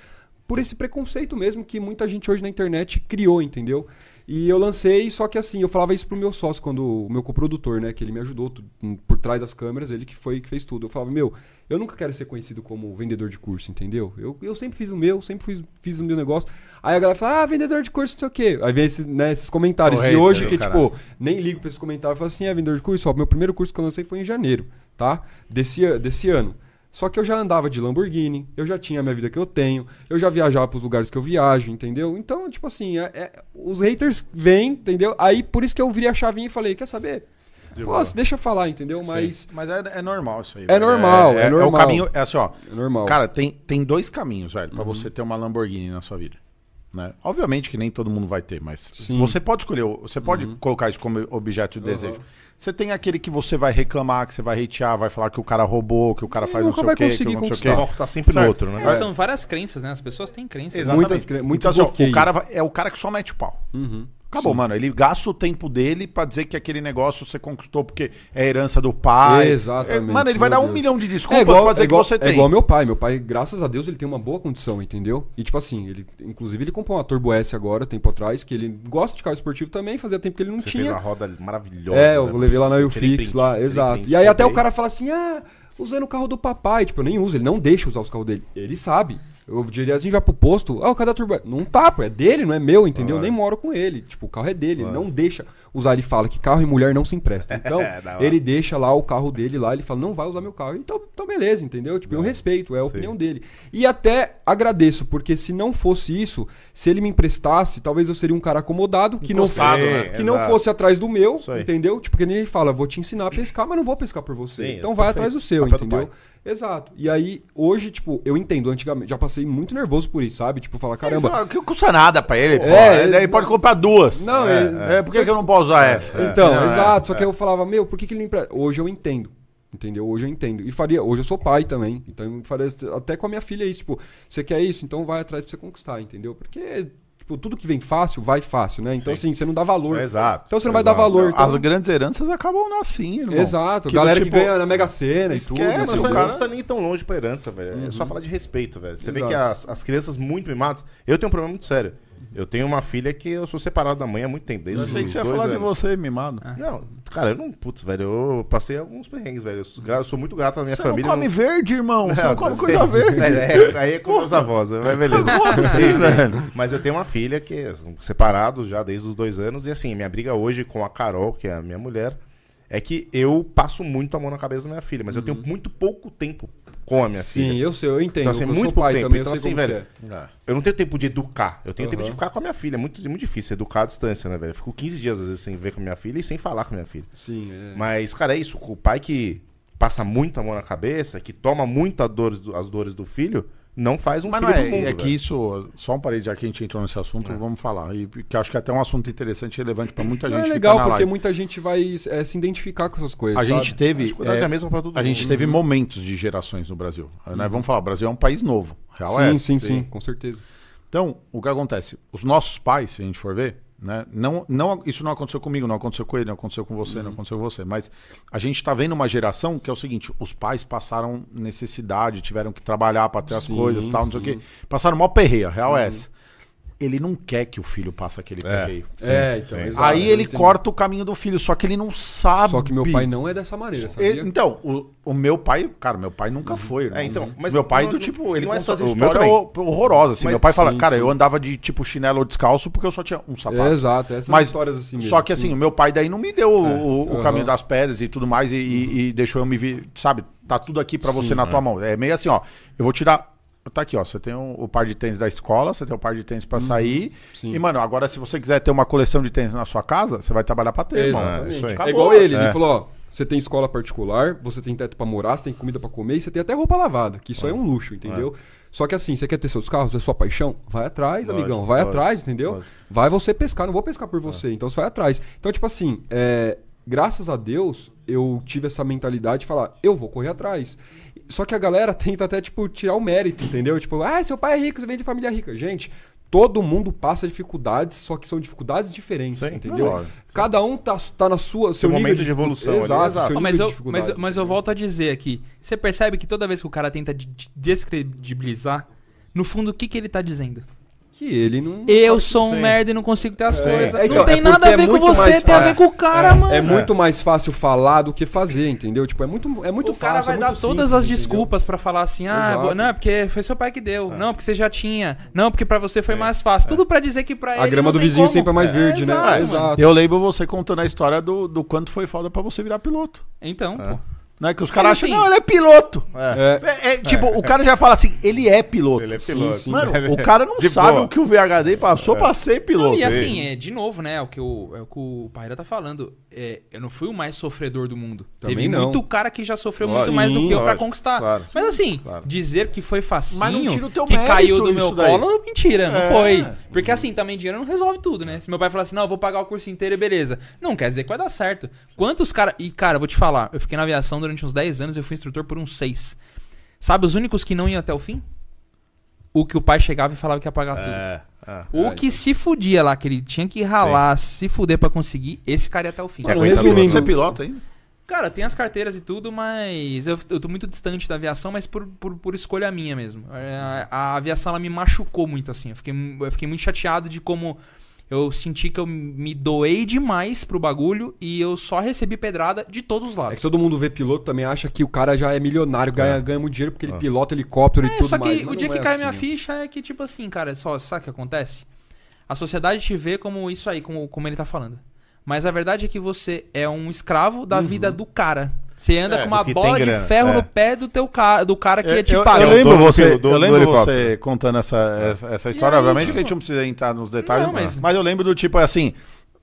Speaker 3: por esse preconceito mesmo que muita gente hoje na internet criou, entendeu? E eu lancei, só que assim, eu falava isso pro meu sócio, quando o meu coprodutor, né, que ele me ajudou tu- por trás das câmeras, ele que foi que fez tudo. Eu falava, meu, eu nunca quero ser conhecido como vendedor de curso, entendeu? Eu, eu sempre fiz o meu, sempre fiz, fiz o meu negócio. Aí a galera fala, ah, vendedor de curso, não sei o quê. Aí vem esses, né, esses comentários.
Speaker 2: Correto,
Speaker 3: e hoje,
Speaker 2: né,
Speaker 3: que,
Speaker 2: caralho.
Speaker 3: tipo, nem ligo pra esse comentário. Eu falo assim, é vendedor de curso? Ó, meu primeiro curso que eu lancei foi em janeiro, tá? Desse, a- desse ano. Só que eu já andava de Lamborghini, eu já tinha a minha vida que eu tenho, eu já viajava pros lugares que eu viajo, entendeu? Então, tipo assim, é- é- os haters vêm, entendeu? Aí por isso que eu virei a chavinha e falei, quer saber?
Speaker 2: De
Speaker 3: Pô,
Speaker 2: boa.
Speaker 3: deixa eu falar, entendeu? Mas
Speaker 1: Mas é, é normal isso aí.
Speaker 3: É normal, é
Speaker 1: o
Speaker 3: normal.
Speaker 1: caminho, é assim, ó.
Speaker 3: é normal. Uhum.
Speaker 1: Cara, tem, tem dois caminhos, velho, pra você ter uma Lamborghini na sua vida. Né? Obviamente que nem todo mundo vai ter, mas
Speaker 3: Sim. Uhum.
Speaker 1: você pode escolher, você pode colocar isso como objeto de desejo. Você tem aquele que você vai reclamar, que você vai hatear, vai falar que o cara roubou, que o cara
Speaker 3: Ele
Speaker 1: faz não
Speaker 3: nunca
Speaker 1: sei o
Speaker 3: vai
Speaker 1: quê, que
Speaker 3: conseguir
Speaker 1: não sei o
Speaker 2: Porque o
Speaker 1: quê.
Speaker 2: foco tá sempre
Speaker 1: Certo.
Speaker 2: no outro, né?
Speaker 4: É, são várias crenças, né? As pessoas têm crenças.
Speaker 1: Exatamente.
Speaker 3: Muitas cre- muito
Speaker 1: então, assim, ó,
Speaker 3: bloqueio.
Speaker 1: o cara vai- é o cara que só mete o pau.
Speaker 3: Uhum.
Speaker 1: Acabou, mano. Ele gasta o tempo dele pra dizer que aquele negócio você conquistou porque é herança do pai.
Speaker 3: Exatamente,
Speaker 1: É, Mano, ele vai
Speaker 3: meu
Speaker 1: dar um
Speaker 3: Deus.
Speaker 1: milhão de
Speaker 3: É
Speaker 1: desculpas
Speaker 3: igual,
Speaker 1: pra
Speaker 3: é,
Speaker 1: dizer
Speaker 3: igual,
Speaker 1: que você
Speaker 3: é
Speaker 1: tem.
Speaker 3: igual meu pai. Meu pai, graças a Deus, ele tem uma boa condição, entendeu? E tipo assim, ele, inclusive ele comprou uma Turbo S agora, tempo atrás, que ele gosta de carro esportivo também, fazia tempo que ele não
Speaker 2: Você fez
Speaker 3: tinha.
Speaker 2: uma roda maravilhosa.
Speaker 3: É, eu
Speaker 2: né?
Speaker 3: levei lá na
Speaker 2: Nossa, aquele
Speaker 3: Eufix
Speaker 2: print,
Speaker 3: lá,
Speaker 2: aquele
Speaker 3: exato.
Speaker 2: print
Speaker 3: e aí
Speaker 2: que eu
Speaker 3: até o
Speaker 2: dei.
Speaker 3: cara fala assim, ah, usando o carro do papai. Tipo, eu nem uso, ele não deixa usar os carros dele. Ele sabe. Eu diria, a gente vai pro posto, ah, o cara da turbo? Não tá, pô, é dele, não é meu, entendeu? Eu Nem moro com ele. Tipo, o carro é dele, ele não deixa usar. Ele fala que carro e mulher não se emprestam. Então,
Speaker 2: É, da hora.
Speaker 3: ele deixa lá o carro dele lá, ele fala, não vai usar meu carro. Então, então beleza, entendeu? Tipo, eu respeito, é a opinião dele. E até agradeço, porque se não fosse isso, se ele me emprestasse, talvez eu seria um cara acomodado, que não,
Speaker 2: Encostado, né?
Speaker 3: que não
Speaker 2: Exato.
Speaker 3: fosse fosse atrás do meu,
Speaker 2: Isso aí.
Speaker 3: entendeu? Tipo, que nem ele fala, vou te ensinar a pescar, mas não vou pescar por você.
Speaker 2: Sim,
Speaker 3: então vai
Speaker 2: perfeito.
Speaker 3: atrás do seu,
Speaker 2: Papel do
Speaker 3: entendeu?
Speaker 2: pai.
Speaker 3: Exato. E aí, hoje, tipo, eu entendo, antigamente, já passei muito nervoso por isso, sabe? Tipo, falar, caramba,
Speaker 1: Isso, Que custa nada pra ele, pô.
Speaker 3: É,
Speaker 1: Ele- ele pode comprar duas.
Speaker 3: Não,
Speaker 1: é,
Speaker 3: ele-
Speaker 1: é, por que, que eu não posso usar essa?
Speaker 3: Então,
Speaker 1: Não, é.
Speaker 3: exato. só que eu falava, meu, por que, que ele não empresta? Hoje eu entendo. Entendeu? Hoje eu entendo. E faria, hoje eu sou pai também. Então eu faria isso até com a minha filha isso, tipo, você quer isso, então vai atrás pra você conquistar, entendeu? Porque, tipo, tudo que vem fácil, vai fácil, né? Então, assim, você não dá valor.
Speaker 2: É, Exato.
Speaker 3: Então você não vai dar
Speaker 2: exato.
Speaker 3: valor. então-
Speaker 1: As grandes heranças acabam assim, irmão.
Speaker 3: Exato.
Speaker 1: Que,
Speaker 3: Galera
Speaker 1: tipo,
Speaker 3: que ganha na Mega Sena e tudo. assim,
Speaker 1: esquece,
Speaker 2: É, mas
Speaker 1: Esse
Speaker 2: o
Speaker 1: é o
Speaker 2: cara
Speaker 1: cara-
Speaker 2: não precisa nem ir tão longe pra herança, velho. É só falar de respeito, velho. Você vê
Speaker 3: Uhum. Exato.
Speaker 2: que as, as crianças muito mimadas. Eu tenho um problema muito sério. Eu tenho uma filha que eu sou separado da mãe há muito tempo, desde
Speaker 1: Eu
Speaker 2: os
Speaker 1: achei que você ia
Speaker 2: dois
Speaker 1: falar de
Speaker 2: anos.
Speaker 1: você, mimado.
Speaker 3: É.
Speaker 2: Não, cara, eu não. Putz, velho, eu passei alguns perrengues, velho. Eu sou, gra- eu sou muito grato à minha
Speaker 1: Você
Speaker 2: família.
Speaker 1: não come verde, irmão.
Speaker 3: É,
Speaker 1: Você não come coisa
Speaker 2: tem-
Speaker 1: verde.
Speaker 2: É, é, aí é com os avós, mas beleza. Sim, velho. Mas eu tenho uma filha que é separados já desde os dois anos. E assim, minha briga hoje com a Carol, que é a minha mulher, é que eu passo muito a mão na cabeça da minha filha, mas eu tenho muito pouco tempo com a minha filha.
Speaker 3: Uhum. Sim, eu sei, eu entendo.
Speaker 2: Então, assim,
Speaker 3: eu sou
Speaker 2: muito pouco
Speaker 3: pai
Speaker 2: tempo.
Speaker 3: também,
Speaker 2: então,
Speaker 3: eu sei
Speaker 2: assim,
Speaker 3: como
Speaker 2: velho,
Speaker 3: que é.
Speaker 2: eu não tenho tempo de educar. Eu tenho tempo de
Speaker 3: Aham.
Speaker 2: ficar com a minha filha. É muito, muito difícil educar à distância, né, velho? Eu fico 15 dias, às vezes, sem ver com a minha filha e sem falar com a minha filha.
Speaker 3: é. Sim, é.
Speaker 2: Mas, cara, é isso. O pai que passa muita mão na cabeça, que toma muita dor, as dores do filho, não faz um
Speaker 1: Mas não
Speaker 2: filho
Speaker 1: é,
Speaker 2: pro mundo,
Speaker 1: é que
Speaker 2: velho.
Speaker 1: isso, só um parede, já que a gente entrou nesse assunto, vamos falar. E que acho que é até um assunto interessante e relevante pra muita
Speaker 3: É. Não,
Speaker 1: gente.
Speaker 3: é
Speaker 1: que
Speaker 3: legal,
Speaker 1: tá na
Speaker 3: porque
Speaker 1: live.
Speaker 3: muita gente vai é, se identificar com essas coisas.
Speaker 1: A
Speaker 3: sabe?
Speaker 1: gente teve.
Speaker 2: Acho que cuidado
Speaker 1: é,
Speaker 2: é a mesma pra todo
Speaker 1: A
Speaker 2: mundo.
Speaker 1: gente teve momentos de gerações no Brasil. né? Vamos falar, o Brasil é um país novo. Real é
Speaker 3: Uhum. Sim,
Speaker 1: essa.
Speaker 3: sim, sim, com certeza.
Speaker 1: Então, o que acontece? Os nossos pais, se a gente for ver, né? Não, não, isso não aconteceu comigo, não aconteceu com ele, não aconteceu com
Speaker 3: Uhum.
Speaker 1: você, não aconteceu com você. Mas a gente está vendo uma geração que é o seguinte: os pais passaram necessidade, tiveram que trabalhar para ter as
Speaker 3: Sim, Uhum.
Speaker 1: coisas, tal, não sei o quê. Passaram mó perreia, real é essa. Ele não quer que o filho passe aquele perreio.
Speaker 3: é, então, exato,
Speaker 1: Aí
Speaker 3: eu
Speaker 1: ele
Speaker 3: entendo.
Speaker 1: corta o caminho do filho, só que ele não sabe.
Speaker 3: Só que meu pai não é dessa maneira, sabia? Uhum.
Speaker 1: E- então, o, o meu pai, cara, meu pai nunca foi. irmão.
Speaker 2: É, então, mas
Speaker 1: meu pai
Speaker 2: não-
Speaker 1: do tipo, ele
Speaker 2: não é
Speaker 1: conta
Speaker 2: só-
Speaker 1: essa
Speaker 2: o meu
Speaker 1: história
Speaker 2: também.
Speaker 1: hor- horrorosa. Assim,
Speaker 2: Mas-
Speaker 1: meu pai fala,
Speaker 3: sim,
Speaker 1: cara,
Speaker 3: sim.
Speaker 1: eu andava de tipo chinelo ou descalço porque eu só tinha um sapato.
Speaker 3: É, exato, essas
Speaker 1: Mas-
Speaker 3: histórias assim mesmo. É,
Speaker 1: Só que assim, o meu pai daí não me deu o- o, o
Speaker 3: Aham. Uhum.
Speaker 1: caminho das pedras e tudo mais e, e- e deixou eu me vir, sabe? Tá tudo aqui pra você na tua mão. É meio assim, ó. Eu vou tirar. Tá aqui, ó. Você tem o, o par de tênis da escola, você tem o par de tênis pra sair.
Speaker 3: Uhum, sim.
Speaker 1: E, mano, agora se você quiser ter uma coleção de tênis na sua casa, você vai trabalhar pra ter, irmão.
Speaker 3: Exatamente.
Speaker 2: isso aí.
Speaker 1: Acabou.
Speaker 3: É igual ele, ele
Speaker 2: É.
Speaker 3: falou, ó, você tem escola particular, você tem teto pra morar, você tem comida pra comer e você tem até roupa lavada, que isso aí é um luxo, entendeu? Só que assim, você quer ter seus carros, é sua paixão? Vai atrás,
Speaker 2: Lógico,
Speaker 3: amigão, vai
Speaker 2: lógico,
Speaker 3: atrás, entendeu?
Speaker 2: lógico.
Speaker 3: Vai você pescar, não vou pescar
Speaker 2: É.
Speaker 3: por você, então você vai atrás. Então, tipo assim, é, graças a Deus, eu tive essa mentalidade de falar, eu vou correr atrás. Só que a galera tenta até, tipo, tirar o mérito, entendeu? Tipo, ah, seu pai é rico, você vem de família rica. Gente, todo mundo passa dificuldades, só que são dificuldades diferentes,
Speaker 2: Sim,
Speaker 3: entendeu?
Speaker 1: lógico.
Speaker 3: Cada um tá, tá na sua, seu
Speaker 2: Seu
Speaker 3: nível
Speaker 2: momento de evolução ali,
Speaker 3: Exato,
Speaker 2: exato.
Speaker 3: seu
Speaker 4: Ó,
Speaker 3: nível
Speaker 4: mas,
Speaker 3: de
Speaker 4: eu,
Speaker 3: dificuldade. né?
Speaker 4: mas, eu- mas eu volto a dizer aqui. Você percebe que toda vez que o cara tenta de- de- descredibilizar, no fundo, o que, que ele tá dizendo?
Speaker 3: que ele não
Speaker 4: Eu sou um
Speaker 2: Sim.
Speaker 4: merda e não consigo ter as coisas.
Speaker 3: É, então,
Speaker 4: não tem
Speaker 3: é
Speaker 4: nada a
Speaker 3: porque
Speaker 4: ver
Speaker 3: é
Speaker 4: com
Speaker 3: muito
Speaker 4: você,
Speaker 3: mais
Speaker 4: tem a
Speaker 3: fácil.
Speaker 4: ver com o cara, mano.
Speaker 3: é muito mais fácil falar do que fazer, entendeu? Tipo, é muito é muito
Speaker 4: o cara
Speaker 3: fácil, é
Speaker 4: vai dar
Speaker 3: muito
Speaker 4: todas
Speaker 3: simples,
Speaker 4: as
Speaker 3: entendeu?
Speaker 4: desculpas pra falar assim: ah,
Speaker 3: Exato. É.
Speaker 4: vou- não, é porque foi seu pai que deu. Não, porque você já tinha. Não, porque pra você foi mais fácil. Tudo pra dizer que pra ele.
Speaker 3: A grama
Speaker 4: não
Speaker 3: do
Speaker 4: tem
Speaker 3: vizinho
Speaker 4: como.
Speaker 3: sempre é mais verde, né?
Speaker 4: exato, mano.
Speaker 3: exato.
Speaker 1: Eu lembro você contando a história do, do quanto foi foda pra você virar piloto.
Speaker 4: Então, pô.
Speaker 1: Né? Que os caras
Speaker 4: Mas,
Speaker 1: acham,
Speaker 4: assim,
Speaker 1: não, ele é piloto.
Speaker 3: É,
Speaker 1: É, é, tipo, o cara já fala assim, ele é piloto.
Speaker 2: Ele é
Speaker 3: Sim,
Speaker 2: piloto.
Speaker 3: sim.
Speaker 1: Mano, o cara não
Speaker 2: De
Speaker 1: sabe
Speaker 2: boa.
Speaker 1: o que o VHD passou pra ser piloto.
Speaker 4: Não, e assim, é, de novo, né? O que o, é o, que o Parreira tá falando. É, eu não fui o mais sofredor do mundo.
Speaker 3: Também
Speaker 4: Teve
Speaker 3: não.
Speaker 4: muito cara que já sofreu
Speaker 2: Lógico.
Speaker 4: muito mais do que eu pra
Speaker 2: Lógico,
Speaker 4: conquistar.
Speaker 2: claro.
Speaker 4: Mas assim,
Speaker 2: Claro.
Speaker 4: dizer que foi facinho,
Speaker 1: Mas não tira o teu
Speaker 4: que
Speaker 1: mérito
Speaker 4: caiu do meu
Speaker 1: isso daí.
Speaker 4: colo, mentira, não
Speaker 1: É.
Speaker 4: foi. Porque assim, também dinheiro não resolve tudo, né? Se meu pai falar assim, não, eu vou pagar o curso inteiro, beleza. Não quer dizer que vai dar certo. Quantos caras... E cara, eu vou te falar, eu fiquei na aviação durante uns 10 anos, eu fui instrutor por uns 6. Sabe os únicos que não iam até o fim? O que o pai chegava e falava que ia pagar tudo.
Speaker 2: É, é.
Speaker 4: O que se fudia lá, que ele tinha que ralar, se fuder pra conseguir, esse cara ia até o fim.
Speaker 2: Mano,
Speaker 3: Mano,
Speaker 2: coisa resumindo-
Speaker 1: Você é
Speaker 3: resumindo,
Speaker 1: piloto ainda?
Speaker 4: Cara, tem as carteiras e tudo, mas eu, eu tô muito distante da aviação, mas por, por, por escolha minha mesmo. É, A, a aviação, ela me machucou muito, assim. Eu fiquei, mu- eu fiquei muito chateado de como eu senti que eu me doei demais pro bagulho e eu só recebi pedrada de todos os
Speaker 3: É que
Speaker 4: lados.
Speaker 3: todo mundo vê piloto também acha que o cara já é milionário, ganha, ganha muito dinheiro porque ele pilota helicóptero e
Speaker 4: É,
Speaker 3: tudo
Speaker 4: só que
Speaker 3: mais. mas
Speaker 4: o dia
Speaker 3: não
Speaker 4: que
Speaker 3: é
Speaker 4: cai
Speaker 3: assim,
Speaker 4: minha
Speaker 3: né?
Speaker 4: ficha é que, tipo assim, cara, só, sabe o que acontece? A sociedade te vê como isso aí, como, como ele tá falando. Mas a verdade é que você é um escravo da vida do cara. Você anda
Speaker 2: É,
Speaker 4: com uma
Speaker 2: do que
Speaker 4: bola
Speaker 2: tem
Speaker 4: de
Speaker 2: grana,
Speaker 4: ferro
Speaker 2: é.
Speaker 4: no pé do teu cara, do cara que
Speaker 1: Eu,
Speaker 4: é, te
Speaker 1: eu-
Speaker 4: paga.
Speaker 1: eu
Speaker 2: É o
Speaker 1: lembro
Speaker 2: dono do
Speaker 1: você,
Speaker 2: pil- do-
Speaker 1: eu
Speaker 2: do
Speaker 1: lembro
Speaker 2: helicóptero.
Speaker 1: você contando essa, essa, essa história.
Speaker 4: aí,
Speaker 1: Obviamente
Speaker 4: tipo-
Speaker 1: que a gente não precisa entrar nos detalhes,
Speaker 4: Não, mas-
Speaker 1: mas... eu lembro do tipo assim: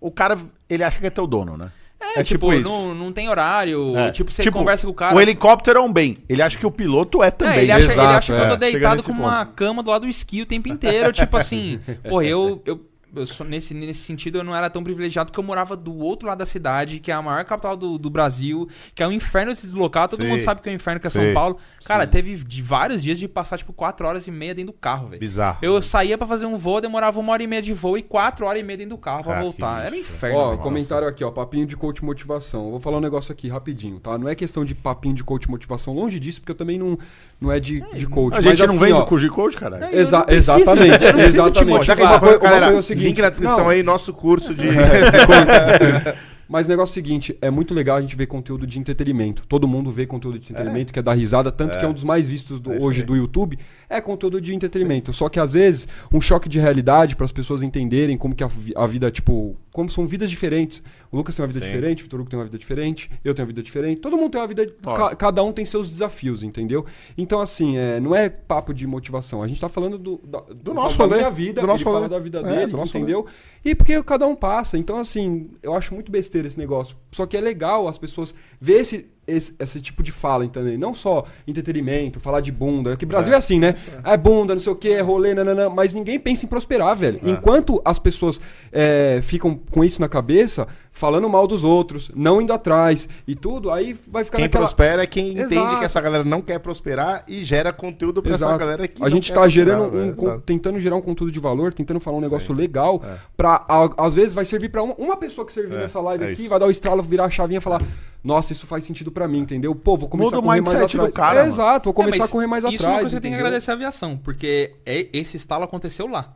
Speaker 1: o cara, ele acha que é teu dono, né?
Speaker 4: É, tipo, Não, não tem horário.
Speaker 1: É.
Speaker 4: Tipo, você conversa com o cara.
Speaker 1: O helicóptero é um bem. Ele acha que o piloto é também.
Speaker 4: É, ele acha, ele
Speaker 3: Exato,
Speaker 4: acha que eu tô
Speaker 1: é. Chega
Speaker 4: deitado
Speaker 1: nesse
Speaker 4: com uma cama do lado do esqui o tempo inteiro. tipo assim, porra, eu. eu, eu sou- nesse, nesse sentido, eu não era tão privilegiado porque eu morava do outro lado da cidade, que é a maior capital do, do Brasil, que é um inferno de se deslocar. Todo
Speaker 2: Sim.
Speaker 4: mundo sabe que é um inferno, que é São
Speaker 2: Sim.
Speaker 4: Paulo. Cara, teve de vários dias de passar, tipo, 4 horas e meia dentro do carro, velho.
Speaker 2: Bizarro.
Speaker 4: Eu saía pra fazer um voo, demorava uma hora e meia de voo e quatro horas e meia dentro do carro pra
Speaker 2: Ah, que
Speaker 4: voltar. Era um
Speaker 2: lixo,
Speaker 4: inferno.
Speaker 3: Ó,
Speaker 4: velho.
Speaker 3: comentário aqui, ó, papinho de coach motivação. Eu Vou falar um negócio aqui rapidinho, tá? Não é questão de papinho de coach motivação, longe disso, porque eu também não, não é de, de coach.
Speaker 1: A gente
Speaker 3: mas
Speaker 1: não
Speaker 3: assim,
Speaker 1: vem
Speaker 3: ó,
Speaker 1: do Cuji Code, caralho.
Speaker 4: Eu
Speaker 3: exa
Speaker 4: não preciso, eu não
Speaker 3: exatamente,
Speaker 4: preciso te
Speaker 3: exatamente.
Speaker 2: Já que a
Speaker 4: Vai,
Speaker 2: gente tá
Speaker 3: Foi-
Speaker 2: falando, galera,
Speaker 3: foi o seguinte,
Speaker 2: link na descrição
Speaker 3: não,
Speaker 2: aí, nosso curso de.
Speaker 3: Mas o negócio é o seguinte, é muito legal a gente ver conteúdo de entretenimento. Todo mundo vê conteúdo de entretenimento, que é dar risada, tanto que é um dos mais vistos do- hoje do YouTube, é conteúdo de entretenimento. Só que às vezes, um choque de realidade para as pessoas entenderem como que a, vi- a vida, tipo, como são vidas diferentes. O Lucas tem uma vida diferente, o Vitor Hugo tem uma vida diferente, eu tenho uma vida diferente, todo mundo tem uma vida, ca- cada um tem seus desafios, entendeu? Então assim, é, não é papo de motivação, a gente tá falando do, da, do
Speaker 2: nosso
Speaker 3: da
Speaker 2: rolê,
Speaker 3: minha vida,
Speaker 2: do nosso
Speaker 3: ele fala
Speaker 2: rolê.
Speaker 3: da vida
Speaker 2: É,
Speaker 3: dele,
Speaker 2: do nosso rolê.
Speaker 3: entendeu? entendeu? E porque cada um passa. Então, assim, eu acho muito besteira esse negócio. Só que é legal as pessoas ver esse, esse, esse tipo de fala também. Não só entretenimento, falar de bunda. Que Brasil é, assim, né? É bunda, não sei o que, é rolê, nananã. Mas ninguém pensa em prosperar, velho. Enquanto as pessoas é, ficam com isso na cabeça, falando mal dos outros, não indo atrás e tudo, aí vai ficar
Speaker 2: Quem
Speaker 3: naquela...
Speaker 2: prospera é quem entende
Speaker 3: Exato.
Speaker 2: que essa galera não quer prosperar e gera conteúdo pra essa
Speaker 3: Exato.
Speaker 2: galera que.
Speaker 3: a
Speaker 2: não
Speaker 3: gente
Speaker 2: quer
Speaker 3: tá
Speaker 2: prosperar,
Speaker 3: gerando um,
Speaker 2: velho.
Speaker 3: con-
Speaker 2: Exato.
Speaker 3: tentando gerar um conteúdo de valor, tentando falar um negócio legal, pra, a- às vezes vai servir pra uma, uma pessoa que servir
Speaker 2: É,
Speaker 3: nessa live
Speaker 2: é
Speaker 3: aqui,
Speaker 2: isso.
Speaker 3: vai dar o estralo, virar a chavinha e falar, nossa, isso faz sentido pra mim, entendeu? Pô, vou
Speaker 1: Muda
Speaker 3: começar a
Speaker 1: o
Speaker 3: correr mais
Speaker 1: mindset do
Speaker 3: atrás.
Speaker 1: cara,
Speaker 3: É,
Speaker 1: mano.
Speaker 3: exato, vou
Speaker 4: É,
Speaker 3: começar
Speaker 4: mas
Speaker 3: a correr mais atrás.
Speaker 4: Isso é uma coisa que eu tenho que
Speaker 3: entendeu?
Speaker 4: agradecer à aviação, porque é- esse estalo aconteceu lá.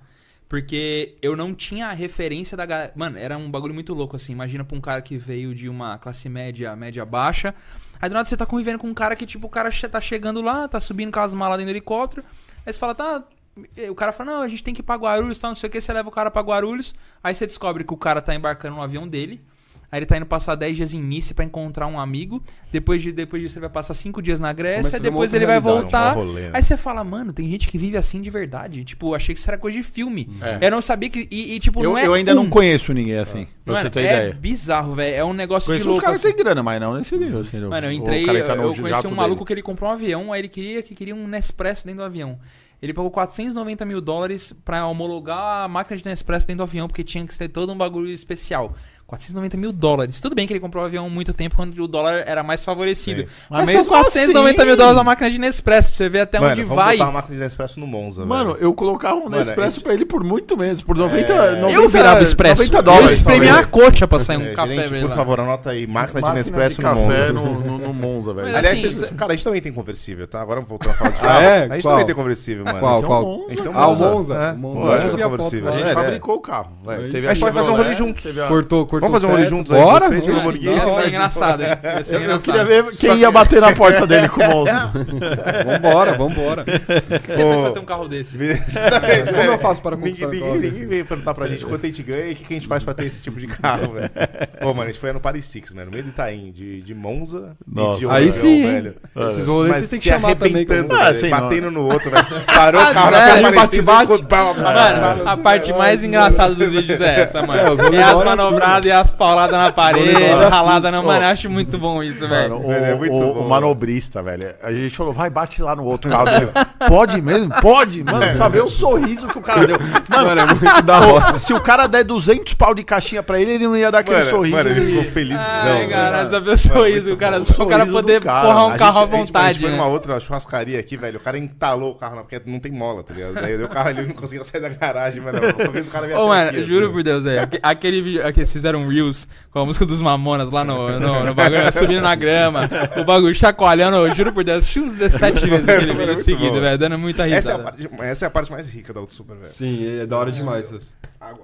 Speaker 4: Porque eu não tinha a referência da galera. Mano, era um bagulho muito louco, assim. Imagina pra um cara que veio de uma classe média, média baixa. Aí do nada você tá convivendo com um cara que, tipo, o cara che- tá chegando lá, tá subindo com as malas dentro do helicóptero. Aí você fala, tá. O cara fala, não, a gente tem que ir pra Guarulhos, tal, não sei o que. Você leva o cara pra Guarulhos. Aí você descobre que o cara tá embarcando no avião dele. Aí ele tá indo passar 10 dias em Nice pra encontrar um amigo. Depois, de, depois disso, ele vai passar 5 dias na
Speaker 3: Começa
Speaker 4: Grécia.
Speaker 3: a ver uma
Speaker 4: Depois
Speaker 3: outra
Speaker 4: ele vai
Speaker 3: realidade.
Speaker 4: voltar.
Speaker 2: É um rolê, né?
Speaker 4: Aí você fala, mano, tem gente que vive assim de verdade. Tipo, eu achei que isso era coisa de filme. Eu não sabia que. E, e, tipo,
Speaker 1: Eu,
Speaker 4: não é.
Speaker 1: eu ainda
Speaker 4: um.
Speaker 1: não conheço ninguém assim. Pra
Speaker 4: Mano,
Speaker 1: você ter
Speaker 4: é
Speaker 1: ideia.
Speaker 4: bizarro, velho. É um negócio
Speaker 1: Conheço
Speaker 4: de
Speaker 1: os
Speaker 4: louco.
Speaker 1: caras que
Speaker 4: assim.
Speaker 1: têm grana, mas não nesse nível. Assim,
Speaker 4: Mano, eu
Speaker 1: O
Speaker 4: entrei.
Speaker 1: cara que tá
Speaker 4: eu
Speaker 1: no
Speaker 4: eu
Speaker 1: jato
Speaker 4: conheci um
Speaker 1: dele.
Speaker 4: maluco que ele comprou um avião, aí ele queria que queria um Nespresso dentro do avião. Ele pagou 490 mil dólares pra homologar a máquina de Nespresso dentro do avião, porque tinha que ter todo um bagulho especial. 490 mil dólares. Tudo bem que ele comprou o avião há muito tempo, quando o dólar era mais favorecido.
Speaker 2: Sim.
Speaker 4: Mas,
Speaker 1: Mas
Speaker 4: são
Speaker 1: mesmo
Speaker 4: 490 mil
Speaker 1: assim-
Speaker 4: dólares a máquina de Nespresso, pra você ver até
Speaker 2: Mano,
Speaker 4: Então, onde
Speaker 2: vamos
Speaker 4: vai.
Speaker 2: botar uma máquina de Nespresso no Monza,
Speaker 1: Mano,
Speaker 2: velho.
Speaker 1: eu colocava um Nespresso
Speaker 2: esse-
Speaker 1: pra ele por muito menos. Por 90,
Speaker 2: É.
Speaker 1: 90
Speaker 4: Eu virava expresso.
Speaker 1: 90
Speaker 4: Eu
Speaker 1: dólares.
Speaker 4: espremia a
Speaker 1: talvez.
Speaker 4: coxa pra sair
Speaker 2: É,
Speaker 4: um café
Speaker 2: gerente,
Speaker 4: pra ele
Speaker 2: por
Speaker 4: lá.
Speaker 2: favor, anota aí, máquina,
Speaker 1: Máquina
Speaker 2: de Nespresso no
Speaker 1: café
Speaker 2: Monza.
Speaker 1: no, no, no Monza, velho.
Speaker 4: Mas
Speaker 2: Aliás,
Speaker 1: É,
Speaker 4: assim-
Speaker 2: você precisa- cara, a gente também tem conversível, tá? Agora voltando a falar de
Speaker 3: Ah, é?
Speaker 2: A gente
Speaker 3: Qual?
Speaker 2: também tem conversível, mano.
Speaker 3: Qual,
Speaker 4: é um
Speaker 1: Então,
Speaker 3: qual?
Speaker 1: Monza,
Speaker 2: Então,
Speaker 3: ah, o
Speaker 2: Monza.
Speaker 3: Monza.
Speaker 2: É.
Speaker 3: O Monza.
Speaker 2: Pô,
Speaker 3: Eu
Speaker 2: acho
Speaker 3: vi a foto
Speaker 2: conversível.
Speaker 3: lá.
Speaker 1: A gente
Speaker 2: É,
Speaker 1: fabricou o carro. velho.
Speaker 3: Aí
Speaker 1: Teve
Speaker 2: a gente pode fazer um
Speaker 1: Chevrolet,
Speaker 2: rolê juntos.
Speaker 1: teve a-
Speaker 3: Cortou, cortou.
Speaker 2: Vamos fazer um
Speaker 3: o
Speaker 2: rolê
Speaker 3: teto.
Speaker 2: juntos aí,
Speaker 3: Bora?
Speaker 2: vocês,
Speaker 3: vamos.
Speaker 2: Lamborghini.
Speaker 4: Ia
Speaker 2: Nossa.
Speaker 4: ser engraçado, hein? Ia ser
Speaker 1: Eu
Speaker 4: engraçado.
Speaker 1: queria ver quem ia bater na porta dele com o Monza.
Speaker 3: Vambora, vambora.
Speaker 4: O que você fez pra
Speaker 2: Ô.
Speaker 4: ter um carro desse?
Speaker 2: Exatamente,
Speaker 3: Como
Speaker 2: velho.
Speaker 3: eu faço para conquistar
Speaker 2: Ninguém,
Speaker 3: o
Speaker 2: ninguém, ninguém veio perguntar pra gente quanto a gente ganha e o que que a gente faz pra ter esse tipo de carro, velho. Pô, mano, a gente foi no Paris Six, mano. No meio do Itaim, de, de Monza e
Speaker 1: Nossa.
Speaker 2: de
Speaker 3: Aí
Speaker 2: Orleão,
Speaker 3: sim, hein?
Speaker 2: velho.
Speaker 3: Esses rolês
Speaker 2: Mas
Speaker 3: você tem que
Speaker 2: se
Speaker 3: chamar também.
Speaker 2: arrebentando,
Speaker 3: como- é,
Speaker 1: Ah,
Speaker 2: velho,
Speaker 1: sim,
Speaker 2: batendo no outro, velho. Parou
Speaker 4: Ah,
Speaker 2: o carro
Speaker 4: sério?
Speaker 2: na Paris Six,
Speaker 3: Bate-bate?
Speaker 2: ficou bravo, abraçado,
Speaker 4: Mano, a
Speaker 2: assim,
Speaker 4: parte
Speaker 2: velho.
Speaker 4: mais engraçada dos vídeos é essa,
Speaker 3: É, os
Speaker 4: mano. É,
Speaker 3: voleibol é
Speaker 4: as
Speaker 3: assim,
Speaker 4: manobradas e as pauladas na parede,
Speaker 3: Voleibol é assim.
Speaker 4: ralada na mano. Eu acho muito bom isso,
Speaker 1: Mano,
Speaker 4: velho.
Speaker 1: o,
Speaker 2: Velho, é muito
Speaker 1: o-
Speaker 2: bom,
Speaker 1: o manobrista, velho. A gente falou, vai, bate lá no outro carro. dele. pode mesmo? Pode,
Speaker 2: É.
Speaker 1: mano. Sabe o sorriso que o cara deu.
Speaker 3: Mano, é muito da hora.
Speaker 1: Se o cara der 200 pau de caixinha pra ele, ele não ia dar aquele
Speaker 2: Mano,
Speaker 1: sorriso.
Speaker 2: Mano, ele ficou felizão.
Speaker 4: Ai,
Speaker 2: velho.
Speaker 4: cara, sabe o sorriso, o cara, só o cara
Speaker 1: Sorriso do
Speaker 4: poder
Speaker 1: cara.
Speaker 4: porrar
Speaker 1: A
Speaker 4: um
Speaker 1: gente-
Speaker 4: carro à
Speaker 2: A gente- A gente
Speaker 4: vontade.
Speaker 2: foi
Speaker 4: né?
Speaker 2: numa outra churrascaria aqui, velho. O cara entalou o carro, na- porque não tem mola, tá ligado? Daí o carro ele não conseguia sair da garagem, mano. Só fez o cara
Speaker 4: Ô, mano,
Speaker 2: assim.
Speaker 4: juro por Deus, velho. aque- Aquele vídeo que eles fizeram um Reels com a música dos Mamonas lá no, no, no bagulho, né? subindo na grama, o bagulho chacoalhando, eu juro por Deus, assisti uns 17 vezes aquele
Speaker 2: Mano, é
Speaker 4: vídeo
Speaker 2: muito
Speaker 4: seguido,
Speaker 2: bom.
Speaker 4: velho, dando muita
Speaker 2: Essa é, a
Speaker 4: risada.
Speaker 2: parte, essa é a parte mais rica da Auto Super, velho.
Speaker 3: Sim, é da hora demais. essas.
Speaker 2: Água.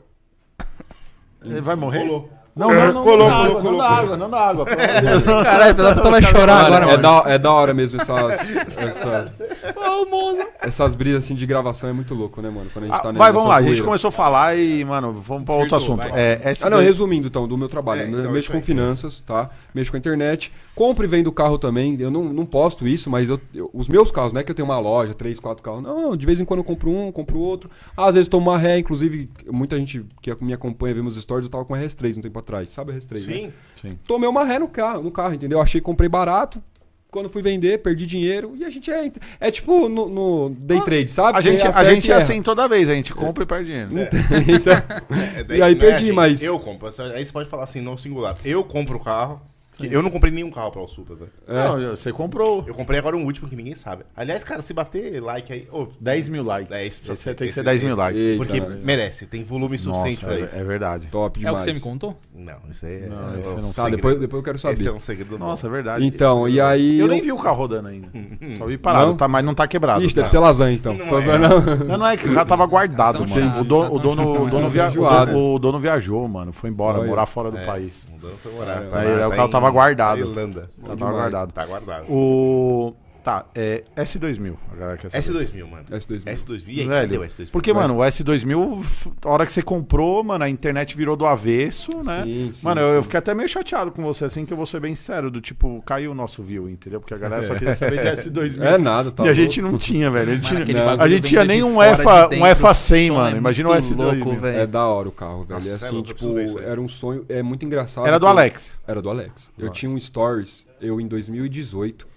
Speaker 1: Ele vai morrer?
Speaker 2: Colou.
Speaker 1: Não, não, não.
Speaker 2: Colou,
Speaker 1: não dá
Speaker 2: colou, É,
Speaker 1: água, não dá água, não
Speaker 2: colou.
Speaker 1: dá água. pelo amor de Deus.
Speaker 4: Caralho, a puta vai
Speaker 2: Tá,
Speaker 4: chorar
Speaker 3: Mano,
Speaker 4: agora,
Speaker 3: é,
Speaker 4: mano.
Speaker 3: da, é da hora mesmo essas, essa-
Speaker 1: É
Speaker 4: Ô, é Monza.
Speaker 3: essas brisas assim, de gravação, é muito louco, né, mano? Quando a gente
Speaker 1: Ah,
Speaker 3: tá
Speaker 1: vai, vamos lá. A gente
Speaker 3: nessas zoeiras.
Speaker 1: começou a falar e, mano, vamos pra outro
Speaker 4: Desvirtuou,
Speaker 1: assunto.
Speaker 4: vai.
Speaker 1: É, S2.
Speaker 3: Ah, não, resumindo então, do meu trabalho.
Speaker 2: É,
Speaker 3: né?
Speaker 2: então,
Speaker 3: mexo
Speaker 2: isso
Speaker 3: com
Speaker 2: aí.
Speaker 3: finanças, tá? Mexo com a internet. Compro e vendo carro também. Eu não, não posto isso, mas eu, eu- os meus carros, não é que eu tenho uma loja, três, quatro carros. Não, de vez em quando eu compro um, compro outro. Às vezes tomo uma ré, inclusive, muita gente que me acompanha vê meus stories, eu tava com a RS3 um tempo atrás. Sabe a RS3? né?
Speaker 2: Sim.
Speaker 3: tomei uma ré no carro, no carro, entendeu? Achei, comprei barato. Quando fui vender, perdi dinheiro. E a gente é. É tipo no, no day trade, sabe?
Speaker 1: Ah, A gente,
Speaker 3: Você
Speaker 1: a
Speaker 3: acerta
Speaker 1: gente
Speaker 3: e
Speaker 1: é
Speaker 3: erra.
Speaker 1: assim toda vez. A gente compra e perde dinheiro.
Speaker 3: Não tem, então,
Speaker 2: É,
Speaker 3: E aí
Speaker 2: não é
Speaker 3: perdi,
Speaker 2: a gente.
Speaker 3: mas-
Speaker 2: Eu compro. Aí você pode falar assim, não singular. Eu compro o carro. que eu não comprei nenhum carro pra Auto Super, velho.
Speaker 3: é.
Speaker 1: Não, você comprou.
Speaker 2: Eu comprei agora um último que ninguém sabe. Aliás, cara, se bater like aí. ô,
Speaker 1: 10 mil likes.
Speaker 2: 10,
Speaker 1: Você
Speaker 2: esse-
Speaker 1: tem que ser
Speaker 2: esse-
Speaker 1: 10 mil
Speaker 2: esse-
Speaker 1: likes.
Speaker 3: Eita,
Speaker 2: porque
Speaker 3: velho.
Speaker 2: merece, tem volume suficiente
Speaker 1: Nossa,
Speaker 2: pra
Speaker 1: é-
Speaker 2: isso.
Speaker 1: é verdade.
Speaker 3: top
Speaker 4: É o
Speaker 3: demais.
Speaker 4: que você me contou?
Speaker 2: Não, isso aí é.
Speaker 1: Não,
Speaker 2: é
Speaker 1: isso
Speaker 2: um
Speaker 1: eu não-
Speaker 3: Tá,
Speaker 2: segredo.
Speaker 3: depois, depois eu quero
Speaker 2: Esse
Speaker 3: saber.
Speaker 2: é um segredo
Speaker 1: Nossa, é
Speaker 2: nosso.
Speaker 1: verdade.
Speaker 3: Então, e aí.
Speaker 1: Eu nem vi o carro rodando ainda. Só vi parado,
Speaker 3: Não?
Speaker 1: tá, mas não tá quebrado.
Speaker 3: Ixi, deve
Speaker 1: Tá.
Speaker 3: ser lasanha então.
Speaker 2: Não
Speaker 3: Tô
Speaker 2: é.
Speaker 3: vendo-
Speaker 1: Não, não é que o carro tava guardado,
Speaker 4: Tão
Speaker 1: mano.
Speaker 4: chato,
Speaker 1: o, dono-
Speaker 4: tão
Speaker 1: o dono,
Speaker 4: chato.
Speaker 1: o, dono via- o
Speaker 3: Enjoado.
Speaker 1: dono- o dono viajou, mano. Foi embora,
Speaker 3: é Olha.
Speaker 1: morar fora do
Speaker 2: É.
Speaker 1: país.
Speaker 2: Mudando pra morar.
Speaker 1: Aí, o carro tava guardado.
Speaker 2: tá Irlanda.
Speaker 1: O carro tava
Speaker 3: demais.
Speaker 1: guardado.
Speaker 2: Tá guardado.
Speaker 1: O. Tá, é S2000. A galera quer saber.
Speaker 2: S2000, mano.
Speaker 3: S2000.
Speaker 2: S2000. E aí,
Speaker 1: Velho,
Speaker 2: cadê o S2000?
Speaker 1: Porque, mano, o S2000, f- a hora que você comprou, mano, a internet virou do avesso, né?
Speaker 3: Sim, sim,
Speaker 1: mano, eu- eu
Speaker 3: sim.
Speaker 1: fiquei até meio chateado com você, assim, que eu vou ser bem sincero, do tipo, caiu o nosso view, entendeu? Porque a galera só queria saber de S2000.
Speaker 3: É nada, tá?
Speaker 1: e a
Speaker 3: louco.
Speaker 1: gente não tinha, velho. A gente,
Speaker 4: Mano, aquele
Speaker 1: não.
Speaker 4: bagulho
Speaker 1: a gente
Speaker 4: vem
Speaker 1: tinha
Speaker 4: de
Speaker 1: nem um
Speaker 4: fora, de
Speaker 1: EFA, um
Speaker 4: dentro,
Speaker 1: EFA
Speaker 4: o
Speaker 1: 100,
Speaker 4: som
Speaker 1: mano.
Speaker 4: é
Speaker 1: Imagina o
Speaker 4: muito
Speaker 1: S2000.
Speaker 4: louco, velho.
Speaker 3: É da hora o carro, velho.
Speaker 2: Nossa,
Speaker 3: é
Speaker 2: é
Speaker 3: assim,
Speaker 2: louco, eu preciso ver isso
Speaker 3: tipo,
Speaker 2: aí.
Speaker 3: era um sonho, é muito engraçado.
Speaker 1: Era do
Speaker 3: que-
Speaker 1: Alex.
Speaker 3: Era do Alex. Eu tinha um stories, eu em 2018.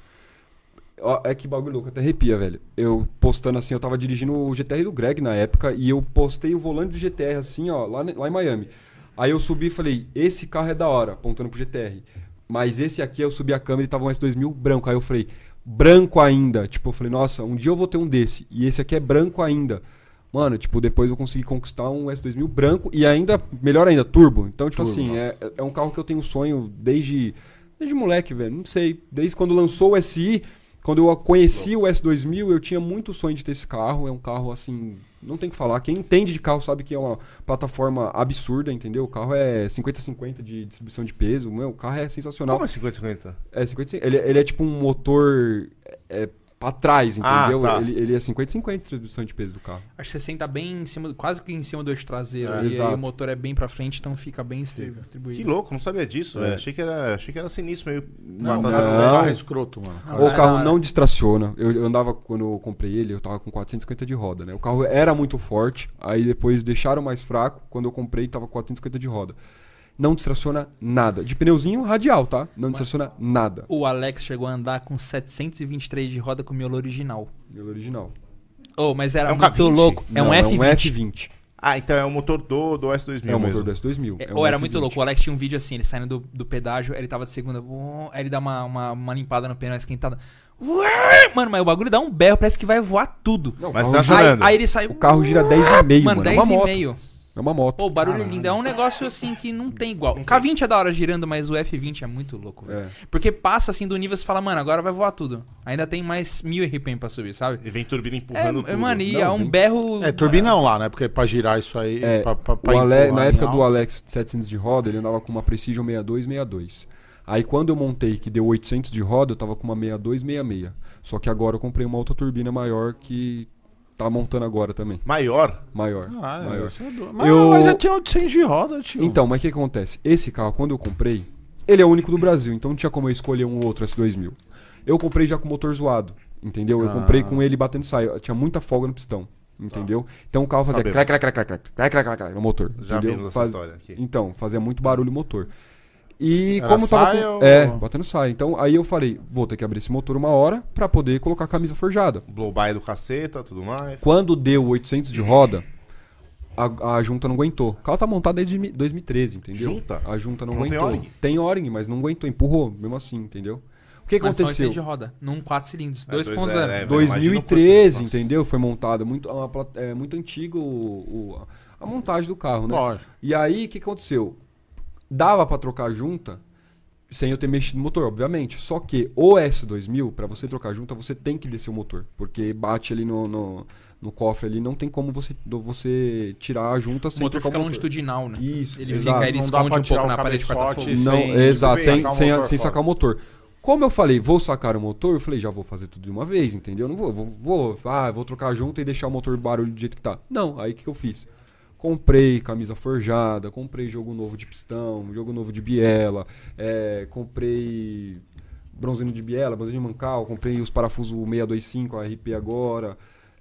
Speaker 3: Ó, é que bagulho louco, até arrepia, velho. Eu postando assim, eu tava dirigindo o GTR do Greg na época e eu postei o volante do GTR assim, ó, lá, ne- lá em Miami. Aí eu subi e falei, esse carro é da hora, apontando pro GTR. Mas esse aqui eu subi a câmera e tava um S2000 branco. Aí eu falei, branco ainda. Tipo, eu falei, nossa, um dia eu vou ter um desse. E esse aqui é branco ainda. Mano, tipo, depois eu consegui conquistar um S2000 branco e ainda, melhor ainda, turbo. Então, tipo assim, é, é um carro que eu tenho um sonho desde, desde moleque, velho. Não sei, desde quando lançou o SI, quando eu conheci o S2000, eu tinha muito sonho de ter esse carro. É um carro, assim, não tem o que falar. Quem entende de carro sabe que é uma plataforma absurda, entendeu? O carro é 50-50 de distribuição de peso. Meu, o carro é sensacional.
Speaker 2: Como é 50-50?
Speaker 3: É 50 ele, ele é tipo um motor é, pra trás,
Speaker 2: Ah,
Speaker 3: entendeu?
Speaker 2: tá.
Speaker 3: ele, ele é 50-50 de distribuição de peso do carro.
Speaker 4: Acho que você senta bem em cima, quase que em cima do eixo traseiro.
Speaker 3: É,
Speaker 4: e aí
Speaker 3: exato.
Speaker 4: o motor é bem pra frente, então fica bem distri-
Speaker 2: Que
Speaker 4: distribuído.
Speaker 2: louco, não sabia disso, velho. Achei que era, achei que era sinistro meio. Não,
Speaker 3: não.
Speaker 1: Carro escroto, mano.
Speaker 4: Não,
Speaker 3: O
Speaker 4: é da
Speaker 3: carro
Speaker 4: hora.
Speaker 3: não distraciona. Eu, eu andava, quando eu comprei ele, eu tava com 450 de roda, né? O carro era muito forte, aí depois deixaram mais fraco. Quando eu comprei, tava com 450 de roda. Não distraciona nada. De pneuzinho radial, tá? Não distraciona nada.
Speaker 4: O Alex chegou a andar com 723 de roda com o miolo original.
Speaker 3: Meu original.
Speaker 4: Oh, mas era
Speaker 2: É um
Speaker 4: muito
Speaker 2: K20?
Speaker 4: louco. É um
Speaker 3: Não,
Speaker 4: F20.
Speaker 3: É um F20.
Speaker 2: Ah, então é o motor do, do S2000
Speaker 3: É o
Speaker 2: mesmo.
Speaker 3: motor do S2000.
Speaker 4: É,
Speaker 3: é um
Speaker 4: ou era
Speaker 3: F20.
Speaker 4: muito louco. O Alex tinha um vídeo assim, ele saindo do, do pedágio, aí ele tava de segunda, uó, aí ele dá uma, uma, uma limpada no pneu, esquentada. Ué! Mano, mas o bagulho dá um berro, parece que vai voar tudo.
Speaker 3: Não, o
Speaker 2: Mas
Speaker 3: carro
Speaker 2: tá
Speaker 3: gira-
Speaker 2: chorando.
Speaker 4: Aí, aí ele sai.
Speaker 3: O carro gira 10,5, mano.
Speaker 4: Mano,
Speaker 3: é uma moto.
Speaker 4: 10,5.
Speaker 3: É uma moto.
Speaker 4: Pô, o barulho é lindo. É um negócio assim que não tem igual. K20 é da hora girando, mas o F20 é muito louco, velho.
Speaker 3: É.
Speaker 4: Porque passa assim do nível, você fala, mano, agora vai voar tudo. Ainda tem mais mil RPM pra subir, sabe?
Speaker 2: E vem turbina
Speaker 4: É,
Speaker 2: empurrando tudo.
Speaker 4: mano, e
Speaker 3: Não,
Speaker 4: é um
Speaker 3: tem-
Speaker 4: berro.
Speaker 1: É, turbinão lá, né? Porque pra girar isso aí.
Speaker 3: É,
Speaker 1: pra- pra- pra
Speaker 3: o Ale-
Speaker 1: empurrar
Speaker 3: na
Speaker 1: em
Speaker 3: época do
Speaker 1: alto.
Speaker 3: Alex 700 de roda, ele andava com uma Precision 6262. Aí quando eu montei, que deu 800 de roda, eu tava com uma 6266. Só que agora eu comprei uma outra turbina maior que tá montando agora também.
Speaker 2: Maior.
Speaker 3: Maior.
Speaker 1: Caralho,
Speaker 3: maior.
Speaker 1: isso é do... mas,
Speaker 3: Eu-
Speaker 1: mas já tinha 800 de roda, tio.
Speaker 3: Então, mas o que acontece? Esse carro, quando eu comprei, ele é o único do Brasil, então não tinha como eu escolher um outro S2000. Eu comprei já com motor zoado, entendeu? Eu comprei com ele batendo saia. Tinha muita folga no pistão, entendeu? Então o carro fazia
Speaker 2: Sabemos.
Speaker 3: clac, clac, clac, clac, clac, clac, clac, clac, clac, no motor.
Speaker 2: Já
Speaker 3: entendeu?
Speaker 2: vimos essa
Speaker 3: Faz-
Speaker 2: história aqui.
Speaker 3: Então, fazia muito barulho o motor. E
Speaker 1: Era
Speaker 3: como tava.
Speaker 1: saia
Speaker 3: com-
Speaker 1: ou-
Speaker 3: É, batendo saia. Então aí eu falei, vou ter que abrir esse motor uma hora pra poder colocar a camisa forjada.
Speaker 2: Blow by do caceta, tudo mais.
Speaker 3: Quando deu 800 de roda, a, a junta não aguentou. O carro tá montado desde mi- 2013, entendeu?
Speaker 2: Junta?
Speaker 3: A junta não,
Speaker 2: Não tem
Speaker 3: aguentou.
Speaker 2: O-ring?
Speaker 3: Tem O-ring, mas não aguentou, empurrou, mesmo assim, entendeu? O que
Speaker 4: Mano, são
Speaker 3: aconteceu?
Speaker 4: oito de roda. Num 4 cilindros,
Speaker 2: É,
Speaker 4: 2.0.
Speaker 2: dois, é, é.
Speaker 3: 2013,
Speaker 2: Imagina o quanto-
Speaker 3: entendeu? Foi montada. Muito, uma plat- é muito antigo o- o- a montagem do carro, né?
Speaker 1: Lógico.
Speaker 3: E aí, o que aconteceu? Dava pra trocar a junta sem eu ter mexido no motor, obviamente. Só que o S2000, pra você trocar a junta, você tem que descer o motor. Porque bate ali no, no, no cofre ali, não tem como você, do- você tirar a junta
Speaker 4: O
Speaker 3: sem
Speaker 4: motor
Speaker 3: trocar
Speaker 4: fica
Speaker 3: o motor.
Speaker 4: longitudinal, né?
Speaker 3: Isso,
Speaker 4: Ele
Speaker 3: exato.
Speaker 4: fica, ele
Speaker 1: Não dá pra
Speaker 4: esconde um
Speaker 1: tirar
Speaker 4: pouco
Speaker 1: o
Speaker 4: na parede de
Speaker 1: cabeçote.
Speaker 4: quarta-feira.
Speaker 1: sem,
Speaker 3: Não,
Speaker 1: tipo,
Speaker 3: exato, sem,
Speaker 1: sacar o
Speaker 3: sem,
Speaker 1: motor
Speaker 3: sem
Speaker 1: fora.
Speaker 3: sacar o motor. Como eu falei, vou sacar o motor, eu falei, já vou fazer tudo de uma vez, entendeu? Não vou, vou, vou, ah, vou trocar junto e deixar o motor barulho do jeito que tá. Não, aí o que, que eu fiz? Comprei camisa forjada, comprei jogo novo de pistão, jogo novo de biela, é, comprei bronzino de biela, bronzino de mancal, comprei os parafusos 625, a RP agora.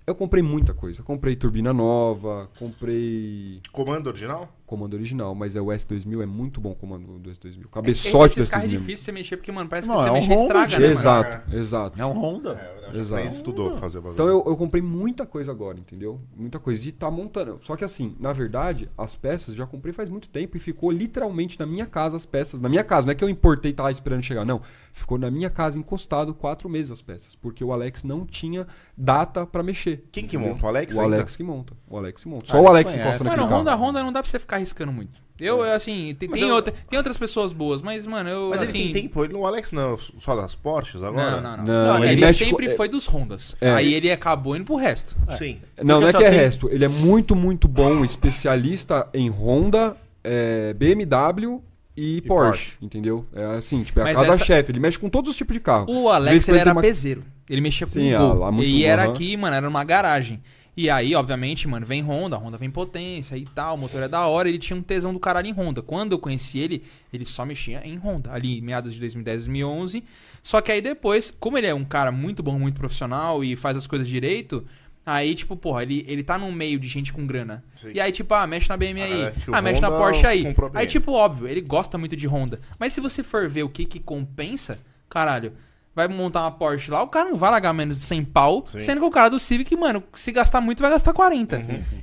Speaker 3: Eu comprei muita coisa. Comprei turbina nova, comprei
Speaker 2: Comando original?
Speaker 3: comando original, mas é o S2000 é muito bom o comando do S2000.
Speaker 4: Só
Speaker 3: Cabeçote do
Speaker 4: Esses carros é
Speaker 3: S2000.
Speaker 4: difícil você mexer, porque, mano, parece que
Speaker 1: Não,
Speaker 4: você
Speaker 1: é um
Speaker 4: mexer
Speaker 1: Honda,
Speaker 4: estraga,
Speaker 1: tio.
Speaker 4: né, mano?
Speaker 3: Exato, exato.
Speaker 1: É um Honda.
Speaker 3: Exato.
Speaker 2: Nem estudou pra fazer o bagulho.
Speaker 3: Então eu, eu comprei muita coisa agora, entendeu? Muita coisa. E tá montando. Só que assim, na verdade, as peças eu já comprei faz muito tempo e ficou literalmente na minha casa as peças. Na minha casa, não é que eu importei e tava esperando chegar, não. Ficou na minha casa encostado quatro meses as peças. Porque o Alex não tinha data pra mexer.
Speaker 2: Quem que monta? O Alex
Speaker 3: O
Speaker 2: ainda?
Speaker 3: Alex que monta. O Alex que monta.
Speaker 1: Ah,
Speaker 3: Só o Alex
Speaker 1: ele
Speaker 3: encosta
Speaker 1: conhece.
Speaker 3: naquele
Speaker 4: Mano,
Speaker 3: carro.
Speaker 4: Honda, Honda não dá pra você ficar arriscando muito. Eu, eu, assim, tem, tem outra- tem outras pessoas boas, mas, mano, eu.
Speaker 2: Mas
Speaker 4: assim,
Speaker 2: ele tem tempo. Ele, não- o Alex não é só das Porsches agora?
Speaker 4: Não, não, não.
Speaker 3: Não,
Speaker 4: Não,
Speaker 3: ele
Speaker 4: ele
Speaker 3: mexe
Speaker 4: sempre
Speaker 3: com-
Speaker 4: foi dos Hondas.
Speaker 3: É.
Speaker 4: Aí ele acabou indo pro resto.
Speaker 2: Sim.
Speaker 3: Não, não é
Speaker 1: só
Speaker 4: assim,
Speaker 3: que é
Speaker 1: tem-
Speaker 3: resto. Ele é muito, muito bom, especialista em Honda, é, BMW e, Porsche, entendeu? É assim, tipo, é a
Speaker 4: Mas essa-
Speaker 3: casa-chefe. Ele mexe com todos os tipos de carro.
Speaker 4: O
Speaker 3: Vez
Speaker 4: Alex,
Speaker 3: que
Speaker 4: ele
Speaker 3: ele tem
Speaker 4: era
Speaker 3: uma-
Speaker 4: peseiro. Ele mexia com
Speaker 3: Sim,
Speaker 4: o gol.
Speaker 3: ah, lá, muito
Speaker 4: e
Speaker 3: gol,
Speaker 4: era
Speaker 3: aham.
Speaker 4: aqui, mano, era numa garagem. E aí, obviamente, mano, vem Honda, Honda vem potência e tal, o motor é da hora, ele tinha um tesão do caralho em Honda. Quando eu conheci ele, ele só mexia em Honda, ali meados de 2010, 2011. Só que aí depois, como ele é um cara muito bom, muito profissional e faz as coisas direito, aí, tipo, porra, ele, ele tá num meio de gente com grana.
Speaker 2: Sim.
Speaker 4: E aí, tipo, ah, mexe na BMW aí,
Speaker 2: Ah, tio
Speaker 4: ah, mexe na
Speaker 2: Honda
Speaker 4: Porsche aí.
Speaker 2: comprou
Speaker 4: Aí,
Speaker 2: BMW.
Speaker 4: tipo, óbvio, ele gosta muito de Honda. Mas se você for ver o que que compensa, caralho, vai montar uma Porsche lá, o cara não vai largar menos de 100 pau,
Speaker 2: Sim.
Speaker 4: sendo que o cara do Civic, mano, se gastar muito, vai gastar 40.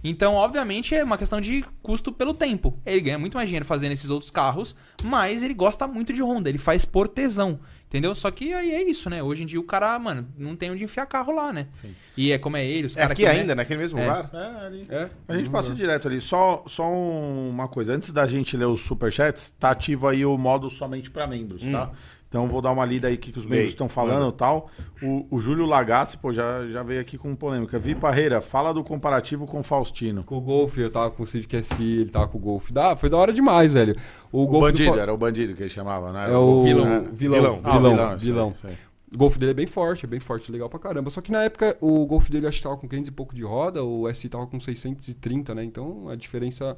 Speaker 4: Então, obviamente, é uma questão de custo pelo tempo. Ele ganha muito mais dinheiro fazendo esses outros carros, mas ele gosta muito de Honda, ele faz por tesão. Entendeu? Só que aí é isso, né? Hoje em dia o cara, mano, não tem onde enfiar carro lá, né? E é como é ele, os
Speaker 2: É
Speaker 4: caras
Speaker 2: aqui ainda, naquele mesmo
Speaker 4: É.
Speaker 2: lugar?
Speaker 1: É, ali. Uhum.
Speaker 3: É,
Speaker 1: A gente passa direto ali. Só, só um- uma coisa. Antes da gente ler os superchats, tá ativo aí o modo somente para membros,
Speaker 3: Hum.
Speaker 1: tá? Então vou dar uma lida aí que, que os membros
Speaker 2: Lei.
Speaker 1: estão falando e tal. O, o Júlio Lagassi, pô, já, já veio aqui com polêmica. Vi Parreira, fala do comparativo com Faustino.
Speaker 3: Com o Golf, eu tava com o Civic SI, ele tava com o Golf. Dá, foi da hora demais, velho. O,
Speaker 1: O,
Speaker 3: Golf do
Speaker 1: bandido,
Speaker 3: Fa-
Speaker 1: era o bandido que ele chamava, né?
Speaker 3: É o vilão,
Speaker 1: Né?
Speaker 3: vilão, vilão,
Speaker 1: Ah,
Speaker 3: vilão.
Speaker 1: isso aí, isso aí.
Speaker 3: O Golf dele é bem forte, é bem forte, legal pra caramba. Só que na época o Golf dele acho que tava com 500 e pouco de roda, o SI tava com 630, né? Então a diferença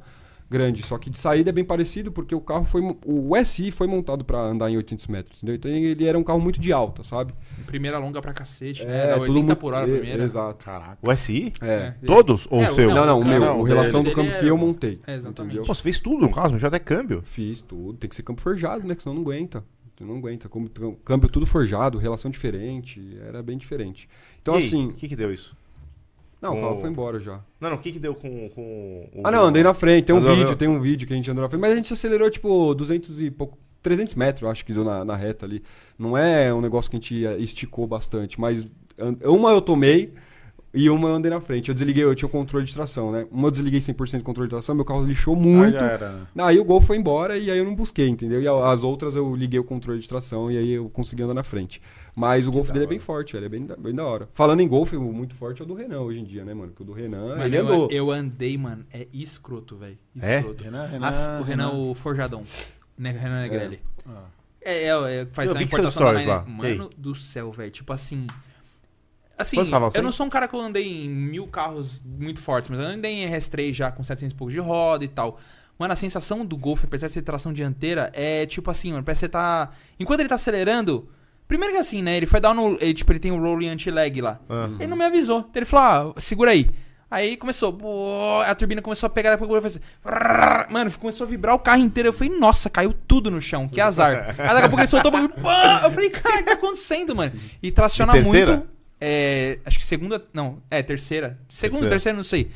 Speaker 3: grande. Só que de saída é bem parecido porque o carro foi mo- o SI foi montado pra andar em 800 metros, entendeu? Então ele era um carro muito de alta, sabe?
Speaker 4: Primeira longa pra cacete, né? Dá 80
Speaker 3: muito-
Speaker 4: por hora a
Speaker 3: é,
Speaker 4: primeira.
Speaker 3: Exato.
Speaker 1: Caraca.
Speaker 2: O SI?
Speaker 3: É.
Speaker 2: Todos? Ou
Speaker 4: É,
Speaker 2: o seu?
Speaker 3: Não, não, o
Speaker 4: Não,
Speaker 3: meu,
Speaker 1: não,
Speaker 3: o relação
Speaker 4: dele-
Speaker 3: do campo
Speaker 4: dele
Speaker 3: que
Speaker 4: é-
Speaker 3: eu montei.
Speaker 4: É, exatamente.
Speaker 3: entendeu?
Speaker 2: Pô, você fez tudo no caso, mexeu até câmbio.
Speaker 3: Fiz tudo. Tem que ser campo forjado, né? Que senão não aguenta. Tu não aguenta. Como tu- câmbio tudo forjado, relação diferente. Era bem diferente. Então,
Speaker 2: E aí,
Speaker 3: assim.
Speaker 2: O que que deu isso?
Speaker 3: Não, o
Speaker 2: o-
Speaker 3: carro foi embora já.
Speaker 2: Não, não, o que que deu com, com o...
Speaker 3: Ah, não, andei na frente. Tem um
Speaker 2: Mas, ó,
Speaker 3: vídeo,
Speaker 2: meu-
Speaker 3: tem um vídeo que a gente andou na frente. Mas a gente acelerou, tipo, 200 e pouco. 300 metros, eu acho que deu na, na reta ali. Não é um negócio que a gente eh, esticou bastante, mas an- uma eu tomei, E uma eu andei na frente. Eu desliguei, eu tinha o controle de tração, né? Uma eu desliguei 100% do controle de tração, meu carro lixou muito.
Speaker 1: Aí já era, né?
Speaker 3: Aí o gol foi embora e aí eu não busquei, entendeu? E a- as outras eu liguei o controle de tração e aí eu consegui andar na frente. Mas o golfe dele é bem forte, ele é bem, da- bem da hora. Falando em golfe, o muito forte é o do Renan hoje em dia, né, mano? Porque o do Renan,
Speaker 4: Mano,
Speaker 3: ele
Speaker 4: eu,
Speaker 3: andou.
Speaker 4: eu andei, mano. É escroto, velho.
Speaker 2: É?
Speaker 4: Escroto.
Speaker 1: Renan, Renan,
Speaker 4: As- o Renan,
Speaker 1: Renan. É
Speaker 4: o Forjadão. Né, Renan Negrelli. É, é, é, faz
Speaker 2: Eu
Speaker 4: a
Speaker 2: vi Ah. que são
Speaker 4: importação da
Speaker 2: stories
Speaker 4: Nike.
Speaker 2: lá.
Speaker 4: Mano do céu, velho. Tipo assim. Assim,
Speaker 2: Quantos cavalos
Speaker 4: eu
Speaker 2: tem?
Speaker 4: não sou um cara que eu andei em mil carros muito fortes, mas eu andei em RS3 já com 700 e pouco de roda e tal. Mano, a sensação do Golf, apesar de ser tração dianteira, é tipo assim, mano, parece que você tá. Enquanto ele tá acelerando. Primeiro que assim, né? Ele foi dar no. Ele, tipo, ele tem o rolling anti-lag lá.
Speaker 2: Ah.
Speaker 4: Ele não me avisou. Então ele falou, ah, segura aí. Aí começou, "Bô", a turbina começou a pegar, daqui a pouco fez assim, "Brrr". mano, começou a vibrar o carro inteiro. Eu falei, nossa, caiu tudo no chão, que azar. Aí daqui a pouco ele soltou o bagulho, pá! eu falei, cara, o que tá acontecendo, mano? E traciona
Speaker 2: E terceira?
Speaker 4: muito. É, acho que segunda, não, é terceira. Segunda,
Speaker 2: Terceira.
Speaker 4: terceira, não sei.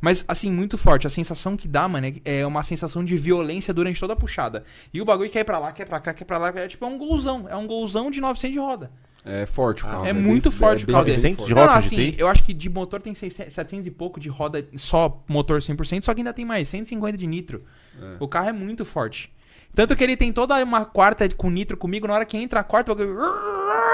Speaker 4: Mas, assim, muito forte. A sensação que dá, mano, é- é uma sensação de violência durante toda a puxada. E o bagulho quer ir pra lá, quer pra cá, quer pra lá. É tipo, é um golzão. É um golzão de 900 de roda.
Speaker 3: É forte o carro.
Speaker 4: É
Speaker 3: bem-
Speaker 4: muito forte o
Speaker 3: bem
Speaker 4: carro dele.
Speaker 2: 900 de
Speaker 4: Não,
Speaker 2: roda
Speaker 4: assim,
Speaker 2: GTI?
Speaker 4: eu acho que de motor tem 600, 700 e pouco de roda, só motor 100%, só que ainda tem mais, 150 de nitro. O carro é muito forte. Tanto que ele tem toda uma quarta com nitro comigo, na hora que entra a quarta, o bagulho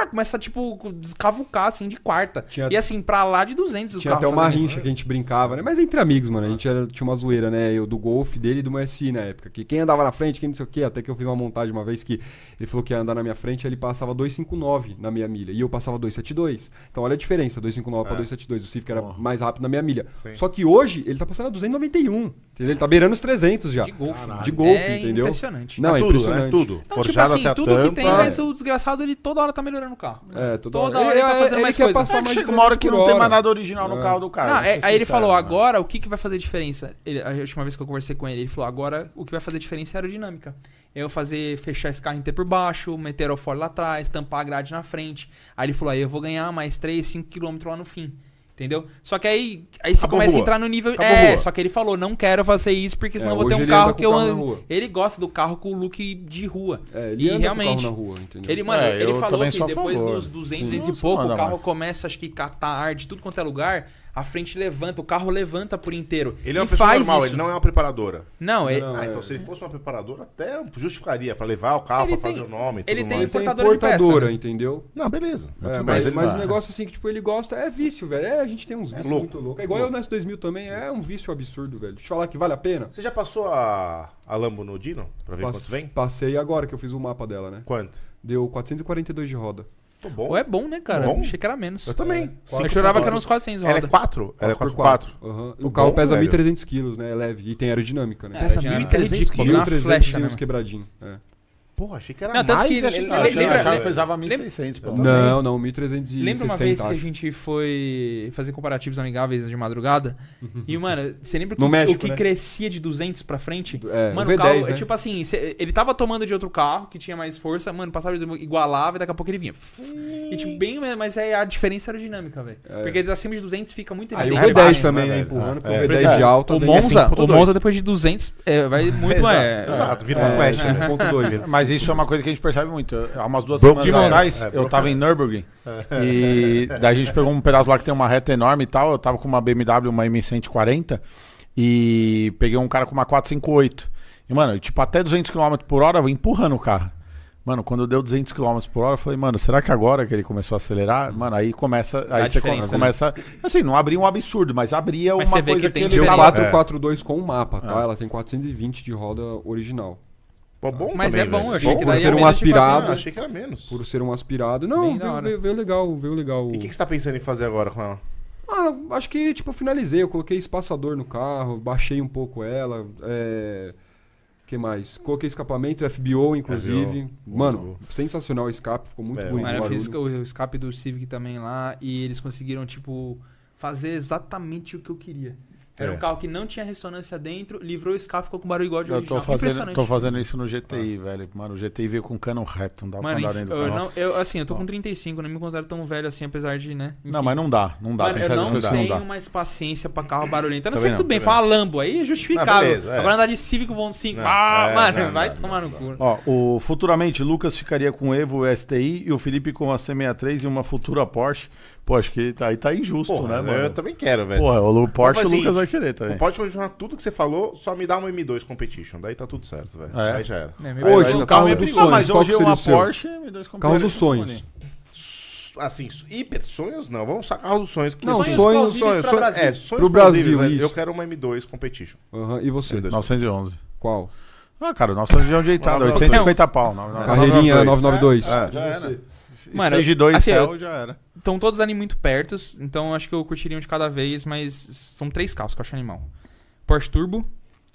Speaker 4: começa, tipo, descavucar, assim, de quarta.
Speaker 3: Tinha-
Speaker 4: e assim, pra lá de 200 o
Speaker 3: Tinha até
Speaker 4: carro
Speaker 3: uma
Speaker 4: fazendo
Speaker 3: rincha
Speaker 4: isso.
Speaker 3: que a gente brincava, né? Mas entre amigos, mano. A gente era- tinha uma zoeira, né? Eu do golfe dele e do meu SI na época. Que quem andava na frente, quem não sei o quê. Até que eu fiz uma montagem uma vez que ele falou que ia andar na minha frente, aí ele passava 259 na minha milha. E eu passava 272. Então olha a diferença, 259
Speaker 4: É.
Speaker 3: pra 272. O Civic era mais rápido na minha milha. Só que hoje ele tá passando a 291. Entendeu? Ele tá beirando os 300 já.
Speaker 4: De golfe, mano.
Speaker 3: De golfe,
Speaker 4: É
Speaker 3: entendeu?
Speaker 4: impressionante.
Speaker 3: Não, é,
Speaker 2: tudo,
Speaker 3: impressionante.
Speaker 2: né? Tudo.
Speaker 4: Não, tipo
Speaker 2: Forjado
Speaker 4: assim,
Speaker 2: até
Speaker 4: tudo
Speaker 2: a tampa.
Speaker 4: que tem, mas o desgraçado, ele toda hora tá melhorando o carro.
Speaker 3: É, toda,
Speaker 4: Toda hora ele tá fazendo mais
Speaker 3: quer
Speaker 4: coisa.
Speaker 3: passar
Speaker 1: É que
Speaker 3: mais
Speaker 1: chega
Speaker 3: de
Speaker 1: uma hora
Speaker 3: 300
Speaker 1: que
Speaker 3: por
Speaker 1: não tem
Speaker 3: hora.
Speaker 1: mais nada original no
Speaker 3: É.
Speaker 1: carro do cara.
Speaker 4: Não,
Speaker 1: vou ser
Speaker 4: é- aí
Speaker 1: sincero,
Speaker 4: ele
Speaker 1: né?
Speaker 4: falou,
Speaker 1: mano.
Speaker 3: né?
Speaker 4: agora o que, que vai fazer diferença? Ele- a última vez que eu conversei com ele, ele falou, agora o que vai fazer diferença é a aerodinâmica. Eu fazer, fechar esse carro inteiro por baixo, meter o fora lá atrás, tampar a grade na frente. Aí ele falou, aí eu vou ganhar mais 3, 5 km lá no fim. Entendeu? Só que aí, aí você
Speaker 2: Acabou
Speaker 4: começa
Speaker 2: rua.
Speaker 4: a entrar no nível.
Speaker 2: Acabou
Speaker 4: é,
Speaker 2: rua.
Speaker 4: só que ele falou, não quero fazer isso, porque senão
Speaker 3: É,
Speaker 4: eu vou
Speaker 3: hoje
Speaker 4: ter um
Speaker 3: ele
Speaker 4: carro
Speaker 3: anda com
Speaker 4: que
Speaker 3: o
Speaker 4: eu
Speaker 3: carro na
Speaker 4: ando.
Speaker 3: rua.
Speaker 4: Ele gosta do carro com o look de rua.
Speaker 3: É,
Speaker 4: e
Speaker 3: ele anda com o carro
Speaker 4: realmente.
Speaker 3: na rua, entendeu?
Speaker 4: Ele, mano,
Speaker 1: É,
Speaker 4: ele
Speaker 1: eu
Speaker 4: falou
Speaker 1: também
Speaker 4: que
Speaker 1: sou a
Speaker 4: depois
Speaker 1: favor.
Speaker 4: dos 200
Speaker 1: Sim.
Speaker 4: e pouco,
Speaker 1: Não,
Speaker 4: o
Speaker 1: não
Speaker 4: carro
Speaker 1: mais.
Speaker 4: começa, acho que, catar ar de tudo quanto é lugar, a frente levanta, o carro levanta por inteiro.
Speaker 2: Ele é uma
Speaker 4: e
Speaker 2: pessoa
Speaker 4: faz
Speaker 2: normal,
Speaker 4: isso.
Speaker 2: ele não é uma preparadora.
Speaker 4: Não, ele,
Speaker 3: Não,
Speaker 2: ah,
Speaker 3: é.
Speaker 2: então se ele fosse uma preparadora, até justificaria pra levar o carro,
Speaker 4: Ele
Speaker 2: pra fazer o
Speaker 4: tem-
Speaker 2: nome e
Speaker 4: ele
Speaker 2: tudo
Speaker 4: tem
Speaker 2: mais.
Speaker 3: Mas é
Speaker 4: Importadora de peça. né?
Speaker 3: importadora, entendeu?
Speaker 2: Não, beleza.
Speaker 3: É,
Speaker 2: tudo
Speaker 3: mas,
Speaker 2: bem.
Speaker 3: mas
Speaker 1: Ah.
Speaker 3: um negócio assim que, tipo, ele gosta é vício, velho. É, a gente tem uns vícios
Speaker 2: louco.
Speaker 3: muito loucos. É igual eu no S2000 também, é um vício absurdo, velho. Deixa eu falar que vale a pena.
Speaker 2: Você já passou a, a Lambo no Dino? Pra ver
Speaker 3: Pass-
Speaker 2: quanto vem?
Speaker 3: Passei agora que eu fiz o mapa dela, né?
Speaker 2: Quanto?
Speaker 3: Deu 442 de roda.
Speaker 2: Tô bom.
Speaker 4: Ou é bom, né, cara?
Speaker 2: Bom.
Speaker 4: Achei que era menos.
Speaker 2: Eu também.
Speaker 4: Eu
Speaker 2: Cinco
Speaker 4: chorava
Speaker 2: por
Speaker 4: que
Speaker 2: quatro.
Speaker 4: era uns 400
Speaker 2: Ela é
Speaker 4: roda.
Speaker 2: 4? Ela é 4 4
Speaker 3: Aham.
Speaker 2: Tô
Speaker 3: O carro
Speaker 2: Tá bom,
Speaker 3: pesa
Speaker 2: velho.
Speaker 3: 1.300 quilos, né? É leve. E tem aerodinâmica, né?
Speaker 4: Pesa
Speaker 3: É,
Speaker 4: 1.300
Speaker 3: aerodinâmica.
Speaker 4: quilos, na flecha, né, mano?
Speaker 3: quebradinho. é.
Speaker 2: Porra, achei que era
Speaker 4: Não, tanto
Speaker 2: mais.
Speaker 4: que
Speaker 3: tá
Speaker 2: achei
Speaker 4: ele-
Speaker 1: Ah,
Speaker 2: era
Speaker 1: eu
Speaker 4: lembra-
Speaker 1: achava
Speaker 2: mais.
Speaker 1: que pesava 1.600, pô.
Speaker 3: Não, não, 1.360.
Speaker 4: Lembra uma vez que a gente foi fazer comparativos amigáveis de madrugada? E, mano, você lembra o que,
Speaker 3: Uhum. No México,
Speaker 4: o que
Speaker 3: né?
Speaker 4: crescia de 200 pra frente?
Speaker 3: É,
Speaker 4: mano,
Speaker 3: o
Speaker 4: o carro,
Speaker 3: V10, né?
Speaker 4: tipo assim, cê- ele tava tomando de outro carro que tinha mais força, mano, passava de- um, igualava e daqui a pouco ele vinha. E tipo, bem, mas é a diferença aerodinâmica, velho.
Speaker 3: É.
Speaker 4: Porque eles acima de 200 fica muito
Speaker 3: Aí o
Speaker 4: evidente.
Speaker 2: baixo,
Speaker 3: V10
Speaker 2: né,
Speaker 3: também, né?
Speaker 2: velho?
Speaker 3: Empurrando, porque
Speaker 2: É.
Speaker 3: o
Speaker 2: Pois
Speaker 3: V10
Speaker 2: é.
Speaker 3: de alta
Speaker 4: assim, O
Speaker 3: vem a
Speaker 4: Monza, o
Speaker 3: 5.2.
Speaker 4: Monza depois de 200 é, vai muito mais.
Speaker 2: Exato, vira uma
Speaker 3: É,
Speaker 2: flecha. né?
Speaker 3: 5.2. né?
Speaker 1: Mas isso é uma coisa que a gente percebe muito. Eu- Há umas duas
Speaker 2: Broco de
Speaker 1: semanas
Speaker 2: Monza.
Speaker 1: atrás,
Speaker 2: É,
Speaker 1: eu
Speaker 2: broco.
Speaker 1: tava em Nürburgring e daí a gente pegou um pedaço lá que tem uma reta enorme e tal. Eu tava com uma BMW, uma M140 e peguei um cara com uma 458. E, mano, tipo, até 200 km por hora, eu vou empurrando o carro. Mano, quando deu 200 km por hora, eu falei, mano, será que agora que ele começou a acelerar? Mano, aí começa. Aí
Speaker 4: Dá
Speaker 1: você
Speaker 4: diferença, né?
Speaker 1: começa. Assim, não abria um absurdo, mas abria
Speaker 4: Mas
Speaker 1: uma
Speaker 4: você vê
Speaker 1: coisa que,
Speaker 4: que tem um É.
Speaker 1: ele
Speaker 3: Deu
Speaker 2: É.
Speaker 1: tava-
Speaker 4: diferença.
Speaker 3: 442 com o mapa, tá? Ela tem 420 de roda original.
Speaker 2: Pô, bom
Speaker 4: Mas
Speaker 2: também,
Speaker 4: é bom,
Speaker 2: velho.
Speaker 4: eu achei que
Speaker 3: Por
Speaker 4: daí
Speaker 3: ser
Speaker 4: é
Speaker 3: um
Speaker 4: menos de
Speaker 3: aspirado.
Speaker 2: Ah, achei que era menos.
Speaker 3: Por ser um aspirado. Não,
Speaker 4: Bem da
Speaker 3: veio,
Speaker 4: hora.
Speaker 3: veio- veio legal, veio legal.
Speaker 2: E o que, que você tá pensando em fazer agora com ela?
Speaker 3: Ah, acho que, tipo, eu finalizei. Eu coloquei espaçador no carro, baixei um pouco ela. É... que mais? Coloquei escapamento, FBO, inclusive.
Speaker 2: FBO.
Speaker 3: Mano, sensacional o escape, ficou muito
Speaker 2: É,
Speaker 3: bonito.
Speaker 4: Mano,
Speaker 3: o
Speaker 4: eu
Speaker 3: barulho.
Speaker 4: fiz o, o escape do Civic também lá e eles conseguiram, tipo, fazer exatamente o que eu queria. Era
Speaker 2: É.
Speaker 4: um carro que não tinha ressonância dentro, livrou o escape, ficou com um barulho igual de
Speaker 1: Eu tô
Speaker 4: original.
Speaker 1: fazendo,
Speaker 4: Impressionante.
Speaker 1: tô fazendo isso no GTI, velho. Mano, o GTI veio com cano reto, não dá pra
Speaker 4: Mano,
Speaker 1: andar
Speaker 4: inf-
Speaker 1: dentro do
Speaker 4: eu,
Speaker 1: carro.
Speaker 4: não, eu, assim, eu tô com
Speaker 1: Nossa.
Speaker 4: 35, não me considero tão velho assim, apesar de, né?
Speaker 1: Não,
Speaker 4: enfim.
Speaker 1: mas não dá, não dá.
Speaker 4: Mano,
Speaker 1: tem
Speaker 4: eu
Speaker 1: certas
Speaker 4: não
Speaker 1: coisas que não
Speaker 4: tenho
Speaker 1: dá.
Speaker 4: mais paciência pra carro barulhento. A não
Speaker 1: Também
Speaker 4: ser que tudo
Speaker 1: não,
Speaker 4: bem,
Speaker 2: também
Speaker 4: fala Lambo aí é justificável.
Speaker 2: Ah, beleza, é.
Speaker 4: Agora andar de Civic com 5,
Speaker 2: Não,
Speaker 4: ah,
Speaker 2: é,
Speaker 4: mano,
Speaker 2: não,
Speaker 4: vai
Speaker 2: não,
Speaker 4: tomar no cu.
Speaker 1: Ó, o, futuramente, Lucas ficaria com o Evo STI e o Felipe com a C63 e uma futura Porsche, Pô, acho que tá, aí tá injusto, né,
Speaker 2: Porra,
Speaker 1: mano?
Speaker 2: Eu também quero, velho.
Speaker 1: Porra, o Lu- Porsche
Speaker 2: Mas,
Speaker 1: o
Speaker 2: assim,
Speaker 1: Lucas vai querer também.
Speaker 2: Pode continuar tudo que você falou, só me dá uma M2 Competition. Daí tá tudo certo, velho.
Speaker 1: É?
Speaker 2: Aí já era.
Speaker 4: É, meio
Speaker 2: Aí
Speaker 3: Hoje,
Speaker 2: já
Speaker 3: o
Speaker 2: tá
Speaker 3: carro
Speaker 2: tudo
Speaker 3: é dos
Speaker 2: certo.
Speaker 1: Não, mas
Speaker 3: sonhos, qual
Speaker 1: hoje
Speaker 3: que seria
Speaker 1: uma
Speaker 3: o seu?
Speaker 1: Porsche e dois
Speaker 3: Carro
Speaker 1: computadores
Speaker 3: dos sonhos.
Speaker 2: Assim, hiper sonhos não. Vamos sacar carro dos sonhos. Que
Speaker 3: Não,
Speaker 2: sonhos,
Speaker 3: sonhos-
Speaker 2: plausíveis
Speaker 4: sonhos
Speaker 2: sonhos-
Speaker 4: pra Brasil.
Speaker 2: É, sonhos
Speaker 3: Pro Brasil,
Speaker 2: plausíveis, velho.
Speaker 3: isso.
Speaker 2: Eu quero uma M2 Competition.
Speaker 3: Aham, E você?
Speaker 2: M2.
Speaker 1: 911.
Speaker 3: Qual?
Speaker 1: Ah, cara, o 911 é ajeitado, 850 pau. Não, não, não.
Speaker 3: Carreirinha
Speaker 2: 992.
Speaker 3: 992.
Speaker 2: É,
Speaker 1: já era.
Speaker 4: Mano,
Speaker 1: Stage 2
Speaker 4: assim,
Speaker 1: Hell
Speaker 4: eu-
Speaker 1: um já era.
Speaker 4: Estão todos ali muito pertos, então acho que eu curtiria um de cada vez, mas são três carros que eu acho animal. Porsche Turbo,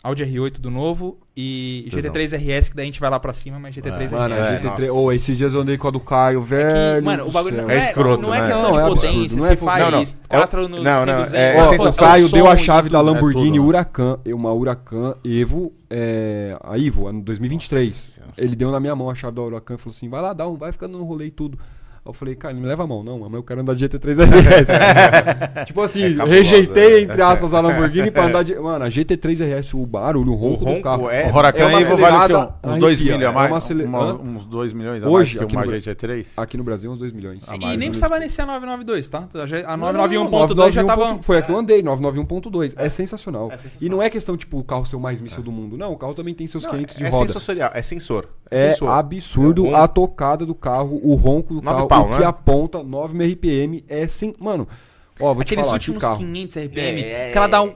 Speaker 4: Audi R8 do novo e
Speaker 2: Tesão.
Speaker 4: GT3 RS, que daí a gente vai lá pra cima, mas GT3
Speaker 3: Mano,
Speaker 4: RS.
Speaker 2: É,
Speaker 3: é, GT3.
Speaker 2: nossa.
Speaker 3: Ô, esses dias eu andei com a do Caio, velho.
Speaker 4: É Que, mano, o bagulho
Speaker 3: do
Speaker 4: não
Speaker 3: céu.
Speaker 4: é,
Speaker 2: escroto,
Speaker 4: não é
Speaker 2: né?
Speaker 4: questão
Speaker 3: Não,
Speaker 4: de
Speaker 3: é absurdo,
Speaker 4: potência,
Speaker 3: não é
Speaker 4: se
Speaker 3: po-
Speaker 4: faz
Speaker 2: Não, não, é o-
Speaker 4: 4 no
Speaker 2: não, não,
Speaker 4: 100,
Speaker 2: é-
Speaker 4: pô,
Speaker 2: a
Speaker 3: Ó, o
Speaker 2: sensação.
Speaker 3: Caio deu
Speaker 4: som
Speaker 3: a
Speaker 4: e
Speaker 3: chave da
Speaker 4: tudo.
Speaker 3: Lamborghini
Speaker 1: tudo, né?
Speaker 3: Huracan, é uma Huracan Evo, é, a Evo, ano 2023.
Speaker 2: Senhora.
Speaker 3: ele deu na minha mão a chave da Huracan e falou assim: vai lá, dá um, vai ficando no rolê e tudo. Aí eu falei, cara, me leva a mão. Não, mas eu quero andar de GT3 RS. tipo assim,
Speaker 2: É cabuloso,
Speaker 3: rejeitei,
Speaker 2: é.
Speaker 3: entre aspas, a Lamborghini pra andar de. Mano, a GT3 RS, o barulho, o
Speaker 2: O
Speaker 3: ronco, do carro.
Speaker 2: ronco é...
Speaker 1: O Huracan
Speaker 3: é uma
Speaker 1: Evo vale o quê?
Speaker 3: acelerada
Speaker 1: Uns 2
Speaker 3: arrepia,
Speaker 1: milhões a
Speaker 3: é
Speaker 1: mais?
Speaker 3: uma acele-
Speaker 1: Uma-
Speaker 3: Hã?
Speaker 1: Uns 2 milhões a
Speaker 3: Hoje,
Speaker 1: mais que
Speaker 3: aqui
Speaker 1: uma
Speaker 3: no Brasil.
Speaker 1: GT3?
Speaker 3: Aqui no Brasil, é uns 2 milhões.
Speaker 1: Ah,
Speaker 4: E
Speaker 2: né?
Speaker 1: mais
Speaker 4: nem
Speaker 1: ou
Speaker 4: precisava
Speaker 1: menos.
Speaker 4: nesse a 992, tá? A ge- A
Speaker 3: Não,
Speaker 4: 991.2 já
Speaker 3: 991
Speaker 4: tava.
Speaker 3: ponto- Foi a que eu andei, 991.2. É, sensacional.
Speaker 2: É sensacional. É.
Speaker 3: E não é questão, tipo, o carro ser o mais míssil do mundo. Não, o carro também tem seus
Speaker 2: Não,
Speaker 3: 500 de
Speaker 2: é
Speaker 3: roda.
Speaker 2: sensorial, é sensor.
Speaker 3: É
Speaker 2: sensor.
Speaker 3: absurdo
Speaker 2: É um-
Speaker 3: a tocada do carro, o ronco do
Speaker 2: Nove
Speaker 3: carro,
Speaker 2: pau,
Speaker 3: o que
Speaker 2: né?
Speaker 3: aponta 9 RPM é sem... Mano, ó, vou
Speaker 4: Aqueles
Speaker 3: te falar, aqui o
Speaker 4: últimos
Speaker 3: carro. é,
Speaker 4: 500 RPM,
Speaker 2: É,
Speaker 4: que ela dá um.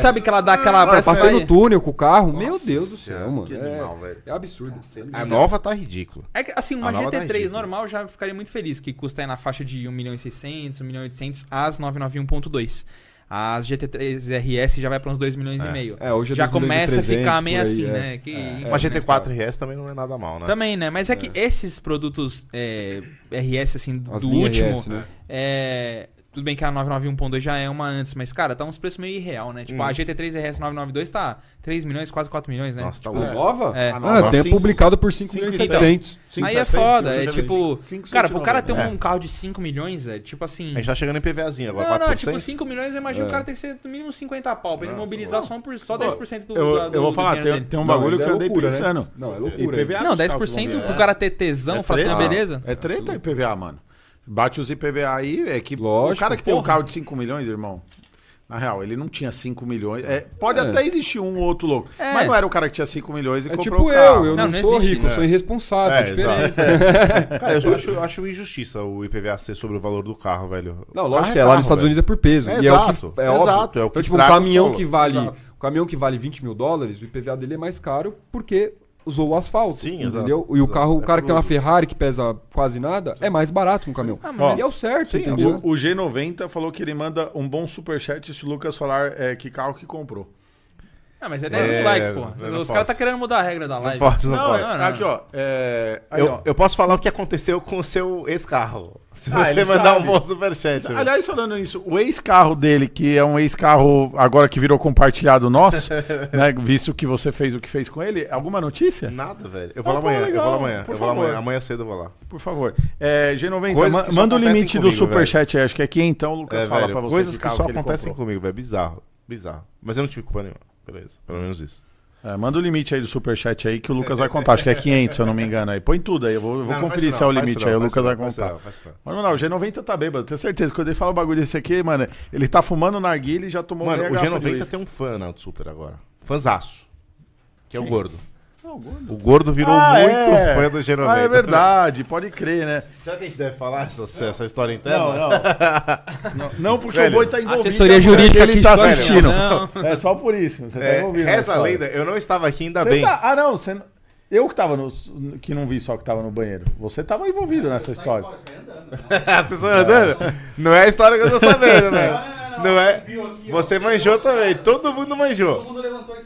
Speaker 4: Sabe que ela dá aquela.
Speaker 3: Mano,
Speaker 4: parece que
Speaker 3: Ah, passei
Speaker 4: vai-
Speaker 3: no túnel com o carro, meu
Speaker 2: Nossa,
Speaker 3: Deus do céu, mano.
Speaker 2: que
Speaker 3: é,
Speaker 2: animal, velho.
Speaker 3: é absurdo.
Speaker 2: A nova tá ridícula.
Speaker 4: É que, assim, uma
Speaker 2: A nova tá
Speaker 4: GT3
Speaker 2: ridícula.
Speaker 4: normal já ficaria muito feliz, que custa aí na faixa de 1 milhão e 600, 1 milhão e 800, as 991.2. As GT3 RS já vai pra uns 2 milhões e meio.
Speaker 3: É, hoje é
Speaker 4: já
Speaker 3: 2.300
Speaker 4: começa a ficar meio
Speaker 3: por aí,
Speaker 4: assim,
Speaker 3: é.
Speaker 4: né? Que,
Speaker 2: Uma GT4 RS também não é nada mal, né?
Speaker 4: Também, né? Mas é que esses produtos é, RS, assim, do
Speaker 3: As
Speaker 4: do
Speaker 3: linhas
Speaker 4: último,
Speaker 3: RS, né?
Speaker 4: é, Tudo bem que a 991.2 já é uma antes, mas, cara, tá uns preços meio irreal, né? Tipo,
Speaker 2: Hum.
Speaker 4: a GT3 RS 992 tá 3 milhões, quase 4 milhões, né?
Speaker 2: Nossa, tá
Speaker 3: A
Speaker 2: louco.
Speaker 3: nova?
Speaker 4: É.
Speaker 3: Ah,
Speaker 2: nova,
Speaker 3: tem
Speaker 2: sim.
Speaker 3: publicado por
Speaker 1: Cinco,
Speaker 3: 5.700.
Speaker 4: Aí é foda, é tipo... Cara, pro cara ter
Speaker 1: tem
Speaker 4: um carro de 5 milhões, é tipo assim...
Speaker 2: A gente tá chegando em PVAzinho agora,
Speaker 4: Não, não,
Speaker 2: 4%.
Speaker 4: tipo 5 milhões, eu imagino
Speaker 3: É.
Speaker 4: o cara tem que ser no mínimo 50 pau pra ele
Speaker 2: Nossa,
Speaker 4: mobilizar
Speaker 2: mano.
Speaker 4: só, um por, só
Speaker 1: Pô,
Speaker 4: 10% do,
Speaker 1: Eu,
Speaker 4: do,
Speaker 1: eu vou
Speaker 4: do
Speaker 1: falar,
Speaker 4: dinheiro
Speaker 1: tem,
Speaker 4: dele.
Speaker 1: tem um
Speaker 3: Não,
Speaker 1: bagulho
Speaker 3: ainda
Speaker 1: que
Speaker 3: é
Speaker 1: eu andei
Speaker 3: loucura, né?
Speaker 1: pensando.
Speaker 3: Não, é loucura.
Speaker 1: IPVA
Speaker 4: Não,
Speaker 1: dos
Speaker 4: 10%
Speaker 1: carros que vão vir,
Speaker 4: pro
Speaker 1: é.
Speaker 4: cara ter tesão,
Speaker 1: É
Speaker 4: falar assim,
Speaker 1: treta?
Speaker 4: "Ah, beleza.
Speaker 1: É treta IPVA, mano. Bate os IPVA aí, é que o
Speaker 3: Lógico,
Speaker 1: cara que tem um
Speaker 3: porra.
Speaker 1: carro de 5 milhões, irmão. Na real, ele não tinha 5 milhões. É, pode
Speaker 3: É.
Speaker 1: até existir um ou outro louco.
Speaker 4: É.
Speaker 1: Mas não era o cara que tinha 5 milhões e
Speaker 3: É
Speaker 1: comprou
Speaker 3: tipo
Speaker 1: o carro.
Speaker 3: eu, eu
Speaker 4: Não,
Speaker 3: não,
Speaker 4: não
Speaker 3: sou
Speaker 4: existe,
Speaker 3: rico,
Speaker 4: né?
Speaker 3: sou irresponsável.
Speaker 2: É,
Speaker 3: É, diferente.
Speaker 2: Cara, eu acho, eu acho injustiça o IPVA ser sobre o valor do carro, velho.
Speaker 3: Não,
Speaker 2: O
Speaker 3: lógico
Speaker 2: carro
Speaker 3: que é, lá
Speaker 2: carro,
Speaker 3: nos Estados
Speaker 2: velho.
Speaker 3: Unidos é por peso.
Speaker 2: É
Speaker 3: e
Speaker 2: exato,
Speaker 3: é o que, é
Speaker 2: exato,
Speaker 3: óbvio.
Speaker 2: é o que
Speaker 3: então, tipo, um
Speaker 2: estraga o
Speaker 3: caminhão
Speaker 2: solo.
Speaker 3: que vale.
Speaker 2: Exato.
Speaker 3: Um caminhão que vale 20 mil dólares, o IPVA dele é mais caro porque usou o asfalto.
Speaker 2: Sim, exato,
Speaker 3: entendeu? E o
Speaker 2: exato.
Speaker 3: carro, o
Speaker 2: É
Speaker 3: cara que tem uma
Speaker 2: por-
Speaker 3: Ferrari que pesa quase nada, é mais barato que um caminhão.
Speaker 4: Ah, mas-
Speaker 3: E é o certo,
Speaker 2: Sim,
Speaker 3: entendeu?
Speaker 1: O, o G90 falou que ele manda um bom superchat se o Lucas falar é, que carro que comprou.
Speaker 4: Ah, mas é 10
Speaker 2: É,
Speaker 4: mil likes,
Speaker 2: eu
Speaker 4: pô.
Speaker 2: não
Speaker 4: Os caras tá
Speaker 2: posso.
Speaker 4: querendo mudar a regra da live.
Speaker 2: Pode, não, pode.
Speaker 1: é,
Speaker 4: não, não.
Speaker 1: aqui, ó. é, aí, ó.
Speaker 2: Eu, eu posso falar o que aconteceu com o seu ex-carro. Se
Speaker 1: Ah,
Speaker 2: você
Speaker 1: ele
Speaker 2: mandar
Speaker 1: sabe.
Speaker 2: um bom superchat. velho.
Speaker 1: Aliás, falando nisso, o ex-carro dele, que é um ex-carro agora que virou compartilhado nosso, né, visto que você fez o que fez com ele, alguma notícia?
Speaker 2: Nada, velho. Eu vou
Speaker 1: Ah,
Speaker 2: lá
Speaker 1: pô,
Speaker 2: amanhã, eu
Speaker 1: legal,
Speaker 2: vou lá amanhã.
Speaker 1: por
Speaker 2: Eu vou lá
Speaker 1: favor.
Speaker 2: amanhã. Amanhã cedo eu vou lá.
Speaker 1: Por favor. É, G90,
Speaker 2: Coisas
Speaker 1: ma-
Speaker 2: que só
Speaker 1: manda o
Speaker 2: acontecem
Speaker 1: limite do
Speaker 2: comigo,
Speaker 1: superchat, aí, acho que é aqui, então o Lucas
Speaker 2: É,
Speaker 1: fala
Speaker 2: velho,
Speaker 1: pra você.
Speaker 2: coisas
Speaker 1: de
Speaker 2: que
Speaker 1: carro
Speaker 2: só
Speaker 1: ele
Speaker 2: acontecem
Speaker 1: comprou.
Speaker 2: comigo, velho. Bizarro. Bizarro. Mas eu não tive culpa nenhuma. Beleza. Pelo menos isso.
Speaker 1: É, manda o limite aí do superchat aí que o Lucas vai contar, acho que é 500, se eu não me engano aí. Põe tudo aí, eu vou, eu vou
Speaker 2: Não, faz
Speaker 1: conferir
Speaker 2: isso
Speaker 1: se é o
Speaker 2: não, faz
Speaker 1: limite
Speaker 2: isso
Speaker 1: aí, o
Speaker 2: não,
Speaker 1: Lucas
Speaker 2: faz
Speaker 1: vai
Speaker 2: isso não, faz
Speaker 1: contar.
Speaker 2: isso não, faz isso não.
Speaker 1: Mas, mano, o G90 tá bêbado, tenho certeza. Quando ele fala um bagulho desse aqui, mano, ele tá fumando narguilha e já tomou
Speaker 2: Mano,
Speaker 1: meia
Speaker 2: o
Speaker 1: garrafa de
Speaker 2: G90
Speaker 1: uísque.
Speaker 2: tem um fã na Auto Super agora. Fanzaço. Que é o gordo.
Speaker 1: Não, gordo.
Speaker 2: O gordo virou
Speaker 1: Ah,
Speaker 2: um muito
Speaker 1: é.
Speaker 2: fã do G90.
Speaker 1: Ah, é verdade, pode crer, né?
Speaker 2: Será que a gente deve falar essa, essa história
Speaker 1: Não,
Speaker 2: interna?
Speaker 1: não. Não, não, porque
Speaker 2: É, Velho,
Speaker 1: o boi tá envolvido.
Speaker 4: assessoria
Speaker 1: é porque
Speaker 4: jurídica
Speaker 1: ele
Speaker 4: aqui
Speaker 1: tá
Speaker 4: de Goiânia.
Speaker 1: assistindo.
Speaker 4: Não.
Speaker 1: É só por isso. Você tá
Speaker 2: É,
Speaker 1: envolvido.
Speaker 2: reza a
Speaker 1: cara.
Speaker 2: lenda, eu não estava aqui, ainda
Speaker 1: Você
Speaker 2: bem.
Speaker 1: tá- ah, não. Você, eu que tava no. que não vi só que tava no banheiro. Você tava envolvido nessa história.
Speaker 2: Vocês estão andando? Não é a história que eu tô sabendo, velho. Não é. Você manjou também, todo mundo manjou.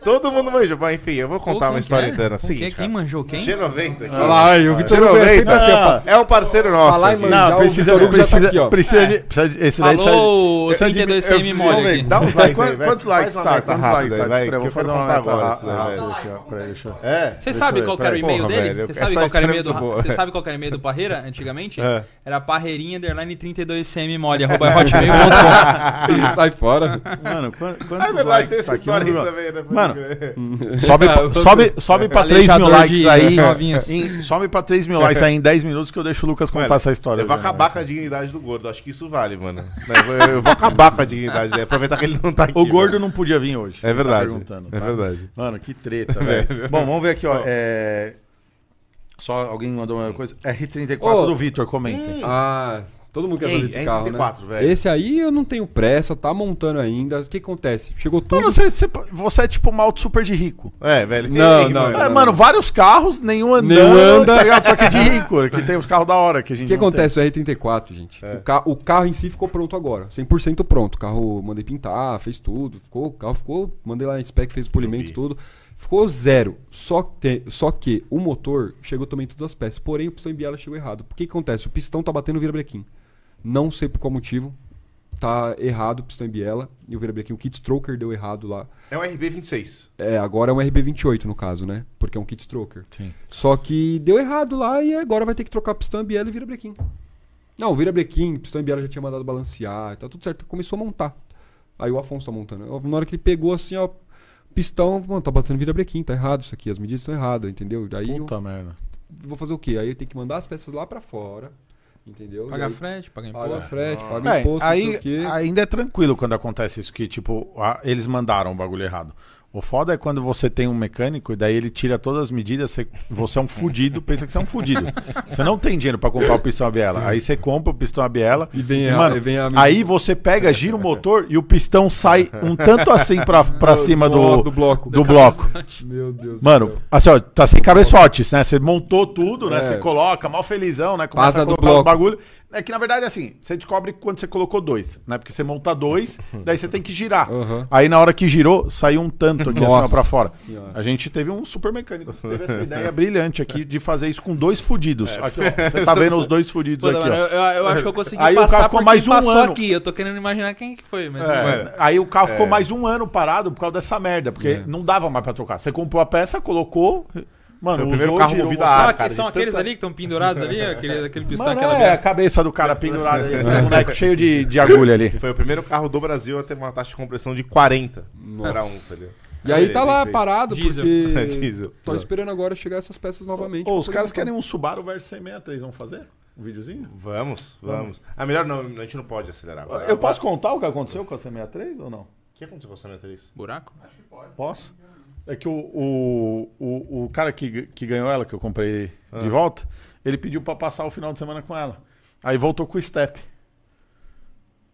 Speaker 2: Todo mundo manjou. Mas enfim, eu vou
Speaker 1: tá
Speaker 2: contar
Speaker 4: Como
Speaker 2: uma
Speaker 4: que
Speaker 2: história
Speaker 4: é?
Speaker 2: interna.
Speaker 4: Como que é?
Speaker 2: Seguinte,
Speaker 4: Quem
Speaker 2: cara.
Speaker 4: manjou quem?
Speaker 2: G90 aqui.
Speaker 3: Olha lá, aí, o Vitor Hugo é sempre assim, ó,
Speaker 1: Ah,
Speaker 2: É um parceiro nosso.
Speaker 3: Falar em
Speaker 2: aqui.
Speaker 3: manjar Já o Vitor Hugo já tá aqui, ó.
Speaker 1: precisa de- precisa de- esse daí precisa de-
Speaker 4: Alô,
Speaker 1: precisa de-
Speaker 4: 32CM
Speaker 1: eu-
Speaker 4: mole
Speaker 1: Vamos ver,
Speaker 4: aqui.
Speaker 1: Dá um uns likes aí, vai.
Speaker 2: Quantos likes
Speaker 1: Faz
Speaker 2: tá?
Speaker 1: uma meta
Speaker 2: Quantos
Speaker 1: rápida
Speaker 2: likes tá?
Speaker 1: aí, vai,
Speaker 2: Espera,
Speaker 1: que
Speaker 2: eu vou
Speaker 1: eu quero
Speaker 2: fazer uma
Speaker 1: contar
Speaker 2: meta
Speaker 1: agora
Speaker 2: rápida.
Speaker 3: Ah, tá
Speaker 1: isso daí,
Speaker 2: velho.
Speaker 1: vai, aqui, ó,
Speaker 3: então,
Speaker 1: peraí, deixa eu-
Speaker 2: É.
Speaker 4: Você sabe
Speaker 1: eu
Speaker 4: qual
Speaker 1: ver,
Speaker 4: que era o
Speaker 2: peraí.
Speaker 4: e-mail
Speaker 2: Porra,
Speaker 4: dele?
Speaker 2: velho,
Speaker 4: Você sabe
Speaker 2: essa
Speaker 4: qual que era o e-mail
Speaker 2: história é muito
Speaker 4: do
Speaker 2: boa.
Speaker 4: Você sabe qual que era o e-mail do Parreira antigamente?
Speaker 2: É.
Speaker 4: Era parreirinha underline 32cm hotmail.com.
Speaker 3: sai fora.
Speaker 1: Mano, quan- quantos
Speaker 2: Ah, é verdade,
Speaker 1: likes
Speaker 2: tem essa
Speaker 1: tá aqui?
Speaker 2: história aí
Speaker 1: Mano,
Speaker 2: também, né? Pode
Speaker 1: Mano,
Speaker 2: crer.
Speaker 1: Sobe,
Speaker 4: Ah, eu tô-
Speaker 1: sobe, sobe pra 3 mil
Speaker 4: Aleijador
Speaker 1: likes
Speaker 4: de
Speaker 1: aí.
Speaker 4: novinhas.
Speaker 1: Em, sobe pra 3 mil likes aí em 10 minutos que eu deixo o Lucas contar
Speaker 2: Mano,
Speaker 1: essa história.
Speaker 2: Eu vou acabar com a dignidade do gordo, acho que isso vale, mano. Eu vou- Eu vou acabar com a dignidade dele, aproveitar que ele não tá aqui.
Speaker 1: O gordo
Speaker 2: mano.
Speaker 1: não podia vir hoje.
Speaker 2: É
Speaker 1: ele tá
Speaker 2: verdade,
Speaker 1: perguntando,
Speaker 2: é
Speaker 1: tá?
Speaker 2: verdade.
Speaker 1: Mano, que treta, velho. Bom, vamos ver aqui, ó. é, Só alguém mandou uma coisa. R34
Speaker 3: Ô.
Speaker 1: do Vitor, comentem.
Speaker 3: Ah, todo mundo quer
Speaker 2: Ei,
Speaker 3: saber
Speaker 4: é
Speaker 3: desse carro, né?
Speaker 2: R34, velho.
Speaker 3: Esse aí eu não tenho pressa, tá montando ainda. O que acontece? Chegou tudo.
Speaker 1: Mano, você, você, você é tipo mal de super de rico.
Speaker 2: É, velho.
Speaker 3: Não, não,
Speaker 1: É, mano, vários carros, nenhum andando.
Speaker 3: Nenhum anda.
Speaker 1: tá ligado? Só que de rico, que tem os carros da hora que a gente
Speaker 3: O que
Speaker 1: não tem. É.
Speaker 3: acontece? O R34, gente. O, ca- o carro em si ficou pronto agora. 100% pronto. O carro mandei pintar, fez tudo. Ficou, o carro ficou. Mandei lá em spec, fez o polimento, tudo. Ficou zero. Só que, só que o motor chegou também em todas as peças. Porém, o pistão em biela chegou errado. O que, que acontece? O pistão tá batendo o virabrequim. Não sei por qual motivo. Tá errado o pistão em biela e o virabrequim. O kit stroker deu errado lá.
Speaker 2: É um RB26.
Speaker 3: É, agora é um RB28 no caso, né? Porque é um kit stroker.
Speaker 1: Sim.
Speaker 3: Só que deu errado lá e agora vai ter que trocar pistão e biela e vira brequim. Não, vira brequim, pistão e biela já tinha mandado balancear, tá tudo certo, começou a montar. Aí o Afonso tá montando. Eu- Na hora que ele pegou assim, ó, pistão, mano, tá batendo vira brequim, tá errado isso aqui, as medidas estão erradas, entendeu? Daí eu
Speaker 1: Puta merda.
Speaker 3: vou fazer o quê? Aí eu tenho que mandar as peças lá pra fora, entendeu?
Speaker 4: Paga
Speaker 3: E aí
Speaker 4: frete, né? paga
Speaker 3: Paga
Speaker 4: imposto.
Speaker 3: frete, paga
Speaker 1: É,
Speaker 3: imposto, não sei
Speaker 1: aí,
Speaker 3: o quê.
Speaker 1: ainda é tranquilo quando acontece isso, que tipo, a- eles mandaram o bagulho errado. O foda é quando você tem um mecânico e daí ele tira todas as medidas, você, você é um fudido, pensa que você é um fudido. Você não tem dinheiro pra comprar o pistão a biela. Aí você compra o pistão a biela.
Speaker 3: E vem a-
Speaker 1: mano,
Speaker 3: e vem a-
Speaker 1: aí você pega, gira o motor e o pistão sai um tanto assim pra, pra cima do,
Speaker 3: Nossa, do bloco.
Speaker 1: do bloco.
Speaker 3: Meu Deus do
Speaker 1: Mano,
Speaker 3: céu.
Speaker 1: assim, ó, tá sem cabeçotes, né? Você montou tudo, né?
Speaker 3: É.
Speaker 1: Você coloca, mal felizão, né? Começa
Speaker 3: Passa
Speaker 1: a
Speaker 3: do
Speaker 1: colocar os
Speaker 3: bloco.
Speaker 1: bagulho. É que, na verdade, assim, você descobre quando você colocou dois, né? Porque você monta dois, daí você tem que girar.
Speaker 3: Uhum.
Speaker 1: Aí, na hora que girou, saiu um tanto aqui, assim, ó,
Speaker 3: Nossa
Speaker 1: pra fora.
Speaker 3: Senhora.
Speaker 1: A gente teve um super mecânico que teve essa ideia brilhante aqui de fazer isso com dois
Speaker 2: É.
Speaker 1: fudidos. Aqui, ó, você tá vendo os dois fudidos
Speaker 4: Pô,
Speaker 1: aqui,
Speaker 4: mano,
Speaker 1: ó.
Speaker 4: eu, eu acho que eu consegui
Speaker 1: Aí o cara
Speaker 4: passar
Speaker 1: ficou
Speaker 4: por quem
Speaker 1: mais um
Speaker 4: passou
Speaker 1: ano.
Speaker 4: aqui. Eu tô querendo imaginar quem que foi, mas...
Speaker 1: É,
Speaker 2: Mano. É.
Speaker 1: aí o carro ficou mais um ano parado por causa dessa merda, porque não dava mais pra trocar. Você comprou a peça, colocou. Mano,
Speaker 2: Foi o primeiro
Speaker 1: usou,
Speaker 2: carro
Speaker 1: girou,
Speaker 2: movido a
Speaker 1: mostrou.
Speaker 4: São,
Speaker 2: Ah,
Speaker 4: aqu-
Speaker 2: cara,
Speaker 4: são
Speaker 2: de
Speaker 4: aqueles
Speaker 2: tanta-
Speaker 4: ali que estão pendurados ali, aquele, aquele pistão,
Speaker 1: Mano,
Speaker 4: aquela
Speaker 1: é, a
Speaker 4: merda.
Speaker 1: cabeça do cara pendurada ali, aquele boneco cheio de, de agulha ali.
Speaker 2: Foi o primeiro carro do Brasil a ter uma taxa de compressão de 40.
Speaker 3: Nossa.
Speaker 2: Era um, tá ligado?
Speaker 3: E aí
Speaker 2: Ele
Speaker 3: tá lá
Speaker 2: fez.
Speaker 3: parado,
Speaker 4: Diesel.
Speaker 3: porque.
Speaker 2: Diesel.
Speaker 3: Tô esperando agora chegar essas peças novamente.
Speaker 1: os caras querem um Subaru Versa 63, vamos fazer? Um videozinho?
Speaker 2: Vamos, vamos. Ah, melhor não, a gente não pode acelerar. agora.
Speaker 1: Eu posso contar o que aconteceu com a C63 ou não?
Speaker 2: O que aconteceu com a Sônia Therese?
Speaker 4: Buraco?
Speaker 1: Posso? É que o, o, o, o cara que, que ganhou ela, que eu comprei de volta, ele pediu pra passar o final de semana com ela. Aí voltou com o Step.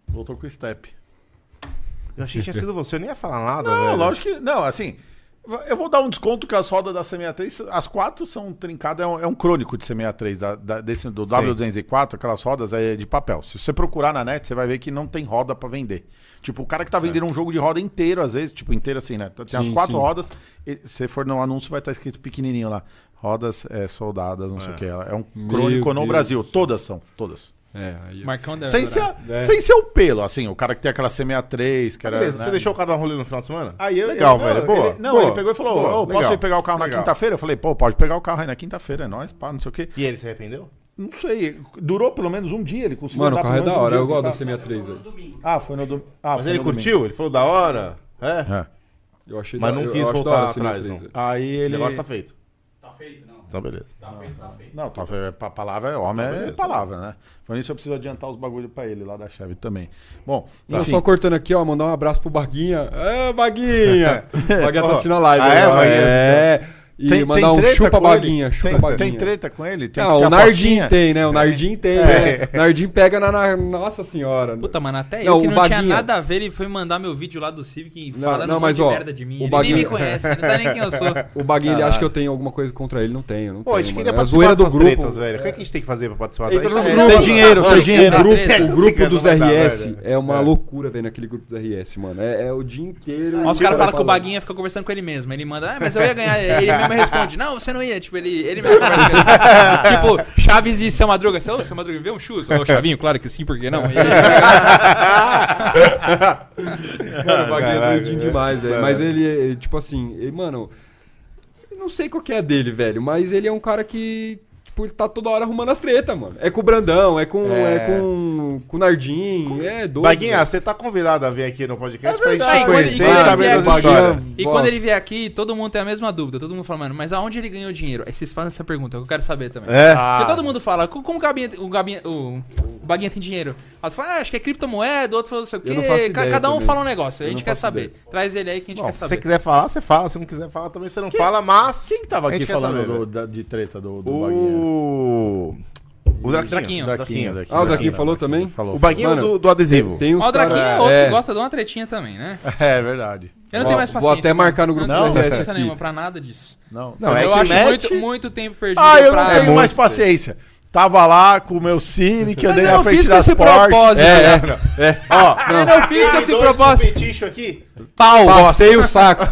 Speaker 1: Voltou com o Step.
Speaker 2: Eu achei que tinha sido você, eu nem ia falar nada.
Speaker 1: Não,
Speaker 2: velho.
Speaker 1: lógico que. Não, assim. Eu vou dar um desconto que as rodas da C63, as quatro são trincadas, é um, é um crônico de C63, da, da- desse, do
Speaker 2: Sim.
Speaker 1: W204, aquelas rodas é de papel. Se você procurar na net, você vai ver que não tem roda pra vender. Tipo, o cara que tá vendendo um jogo de roda inteiro, às vezes, tipo, inteiro assim, né? Tem as
Speaker 3: Sim,
Speaker 1: quatro
Speaker 3: sim.
Speaker 1: rodas, e se for no anúncio, vai estar escrito pequenininho lá. Rodas é, soldadas, não sei o que. É um
Speaker 3: Meu
Speaker 1: crônico no
Speaker 3: Deus.
Speaker 1: Brasil. Todas são, todas.
Speaker 3: É, aí.
Speaker 4: Marcão né? deve
Speaker 1: Sem ser,
Speaker 4: adorar.
Speaker 3: É.
Speaker 1: sem ser o pelo, assim, o cara que tem aquela C63, que era.
Speaker 2: Beleza,
Speaker 1: né?
Speaker 2: você deixou o carro dar um rolê no final de semana?
Speaker 1: Aí eu,
Speaker 2: Legal,
Speaker 1: eu-
Speaker 2: velho,
Speaker 1: não,
Speaker 2: boa,
Speaker 1: Ele, não,
Speaker 2: boa,
Speaker 1: ele pegou e falou:
Speaker 2: boa,
Speaker 1: "Ô, posso
Speaker 2: legal,
Speaker 1: ir pegar o carro na
Speaker 2: legal.
Speaker 1: quinta-feira? Eu falei: pô, pode pegar o carro aí na quinta-feira, é nóis, pá, não sei o quê.
Speaker 2: E ele se arrependeu?
Speaker 1: Não sei, durou pelo menos um dia, ele conseguiu
Speaker 3: Mano, o
Speaker 1: andar
Speaker 3: carro é
Speaker 1: pelo
Speaker 3: da
Speaker 1: menos um
Speaker 3: hora.
Speaker 1: dia
Speaker 3: Eu
Speaker 1: com o
Speaker 3: gosto da
Speaker 1: carro.
Speaker 3: CM3, velho.
Speaker 1: Ah, foi no domingo. Ah,
Speaker 2: Mas
Speaker 1: foi
Speaker 2: ele
Speaker 1: no
Speaker 2: curtiu? Ele falou da hora? É.
Speaker 1: domingo. É.
Speaker 3: Eu achei
Speaker 2: Mas
Speaker 3: da-
Speaker 2: não
Speaker 3: eu
Speaker 2: quis
Speaker 3: acho
Speaker 2: voltar
Speaker 3: da hora a
Speaker 2: atrás,
Speaker 3: CM3,
Speaker 2: não.
Speaker 3: velho.
Speaker 1: Aí
Speaker 2: O
Speaker 1: ele.
Speaker 2: negócio tá feito.
Speaker 5: Tá feito, não.
Speaker 2: Então, beleza.
Speaker 5: Tá feito, tá feito.
Speaker 1: Não, tá, é, pa- palavra é homem, é
Speaker 2: Tá Beleza.
Speaker 1: palavra, né? Foi nisso eu preciso adiantar os bagulho pra ele lá da chave também. Bom,
Speaker 3: E eu
Speaker 1: enfim.
Speaker 3: Tá só cortando aqui, ó, mandar um abraço pro Baguinha. É, Baguinha! Baguinha tá
Speaker 2: Ó,
Speaker 3: assistindo a live.
Speaker 2: ah, é,
Speaker 3: ó,
Speaker 1: tá
Speaker 2: Baguinha
Speaker 3: é. E mandar um
Speaker 1: treta
Speaker 3: chupa
Speaker 1: com ele?
Speaker 3: Baguinha, chupa
Speaker 1: tem,
Speaker 3: Baguinha.
Speaker 1: tem treta com É. ele? Tem
Speaker 3: Ah,
Speaker 1: que ter
Speaker 3: o
Speaker 1: apostinha?
Speaker 3: Nardim tem, né? O Nardim tem, né?
Speaker 1: É.
Speaker 3: Nardim pega na, na- Nossa senhora. né?
Speaker 4: Puta, mano, até
Speaker 3: Não,
Speaker 4: eu que
Speaker 3: o
Speaker 4: não tinha
Speaker 3: Baguinha.
Speaker 4: nada a ver, ele foi mandar meu vídeo lá do Civic
Speaker 3: Não,
Speaker 4: falando
Speaker 3: não,
Speaker 4: um
Speaker 3: mas,
Speaker 4: monte
Speaker 3: ó,
Speaker 4: de merda de mim.
Speaker 3: o
Speaker 4: Ele
Speaker 3: Baguinha-
Speaker 4: nem me conhece, não sabe nem quem eu sou.
Speaker 3: O Baguinha, ele acha que eu tenho alguma coisa contra ele. Não tenho, não
Speaker 2: Pô, a
Speaker 3: tenho,
Speaker 2: gente
Speaker 3: mano.
Speaker 2: queria
Speaker 3: É a
Speaker 2: participar
Speaker 3: zoeira do
Speaker 2: dessas
Speaker 3: grupo.
Speaker 2: tretas, velho. O que, é que a gente tem que fazer pra participar?
Speaker 3: Entra
Speaker 2: disso?
Speaker 3: nos
Speaker 2: É,
Speaker 3: grupos.
Speaker 2: tem dinheiro,
Speaker 1: Mano,
Speaker 2: tem dinheiro.
Speaker 4: grupo-
Speaker 3: O grupo dos
Speaker 2: Não dá,
Speaker 3: RS
Speaker 2: velho.
Speaker 3: é uma
Speaker 2: É.
Speaker 3: loucura, velho, naquele grupo dos RS, mano. É, é o dia inteiro.
Speaker 4: Mas
Speaker 3: inteiro
Speaker 4: os caras falam que o
Speaker 3: falando.
Speaker 4: Baguinha fica conversando com ele mesmo. Ele manda, ah, mas eu ia ganhar. Ele mesmo responde, não, você não ia. Tipo, ele, ele mesmo conversa com ele. Tipo, Chaves e Seu Madruga. Seu, Seu Madruga, vê um chus? Ô, Chavinho, claro que sim, por que não? E ele-
Speaker 2: É,
Speaker 3: Mano, o Baguinha é
Speaker 2: Caraca,
Speaker 3: doidinho demais, velho.
Speaker 2: Mano.
Speaker 3: Mas ele, é, tipo assim, ele, mano. Eu não sei qual que é a dele, velho. Mas ele é um cara que. tipo, tipo, ele tá toda hora arrumando as tretas, mano. É com o Brandão, é com, é.
Speaker 2: É.
Speaker 3: com, com o Nardim, é doido.
Speaker 2: Baguinha,
Speaker 3: velho.
Speaker 2: você tá convidado a vir aqui no podcast
Speaker 3: É
Speaker 2: pra gente
Speaker 4: verdade.
Speaker 2: te conhecer
Speaker 4: Enquanto-
Speaker 2: e saber
Speaker 4: enquanto
Speaker 2: das
Speaker 4: vier-
Speaker 2: histórias.
Speaker 4: E
Speaker 3: Bom.
Speaker 4: quando ele vier aqui, todo mundo tem a mesma dúvida. Todo mundo fala, mano, mas aonde ele ganhou dinheiro? Aí vocês fazem essa pergunta, eu quero saber também.
Speaker 2: É?
Speaker 4: Porque todo mundo fala, "Co- como o Gabinha, o, Gabinha, o, o Baguinha tem dinheiro? Aí você fala, ah, acho que é criptomoeda, outro fala não sei o
Speaker 3: Eu não faço
Speaker 4: quê. Ca-
Speaker 3: ideia
Speaker 4: Cada um
Speaker 3: também.
Speaker 4: fala um negócio, a
Speaker 2: Eu
Speaker 4: gente
Speaker 2: não
Speaker 4: quer
Speaker 2: faço
Speaker 4: saber. Traz ele aí que a gente
Speaker 2: Bom,
Speaker 4: quer
Speaker 2: se você
Speaker 4: saber.
Speaker 2: quiser falar, você fala. Se não quiser falar, também você não fala, mas.
Speaker 1: Quem que tava
Speaker 2: a
Speaker 1: aqui
Speaker 2: gente quer
Speaker 1: falando
Speaker 2: saber,
Speaker 1: do-
Speaker 2: velho.
Speaker 1: da- de treta do, do Baguinha?
Speaker 2: O. O Draquinho.
Speaker 4: Draquinho.
Speaker 1: Draquinho,
Speaker 2: assim,
Speaker 1: Draquinho.
Speaker 3: Ah, o
Speaker 2: né?
Speaker 3: Draquinho falou também?
Speaker 1: Falou.
Speaker 2: O Baguinho
Speaker 3: Mano,
Speaker 2: do, do adesivo.
Speaker 3: Tem uns
Speaker 4: Ó, o Draquinho
Speaker 3: cara-
Speaker 4: é outro
Speaker 3: é.
Speaker 4: que gosta de uma tretinha também, né?
Speaker 1: É verdade.
Speaker 4: Eu não
Speaker 3: Ó,
Speaker 4: tenho mais
Speaker 3: vou
Speaker 4: paciência.
Speaker 3: até marcar no grupo
Speaker 4: não, não
Speaker 3: do
Speaker 4: tenho
Speaker 3: RS
Speaker 4: paciência
Speaker 3: aqui.
Speaker 4: nenhuma pra nada disso.
Speaker 1: Não,
Speaker 2: Não, é
Speaker 4: eu
Speaker 2: que
Speaker 4: acho
Speaker 2: mete-
Speaker 4: muito, muito tempo perdido
Speaker 1: Ah, eu não
Speaker 4: pra...
Speaker 1: tenho
Speaker 2: muito
Speaker 1: mais paciência. Tava lá com o meu Civic, andei na frente das Porsche.
Speaker 4: propósito.
Speaker 3: É,
Speaker 4: né?
Speaker 3: é, é.
Speaker 2: Ó,
Speaker 4: Eu não fiz com esse propósito.
Speaker 2: competicho aqui.
Speaker 3: Pau, Passei o saco.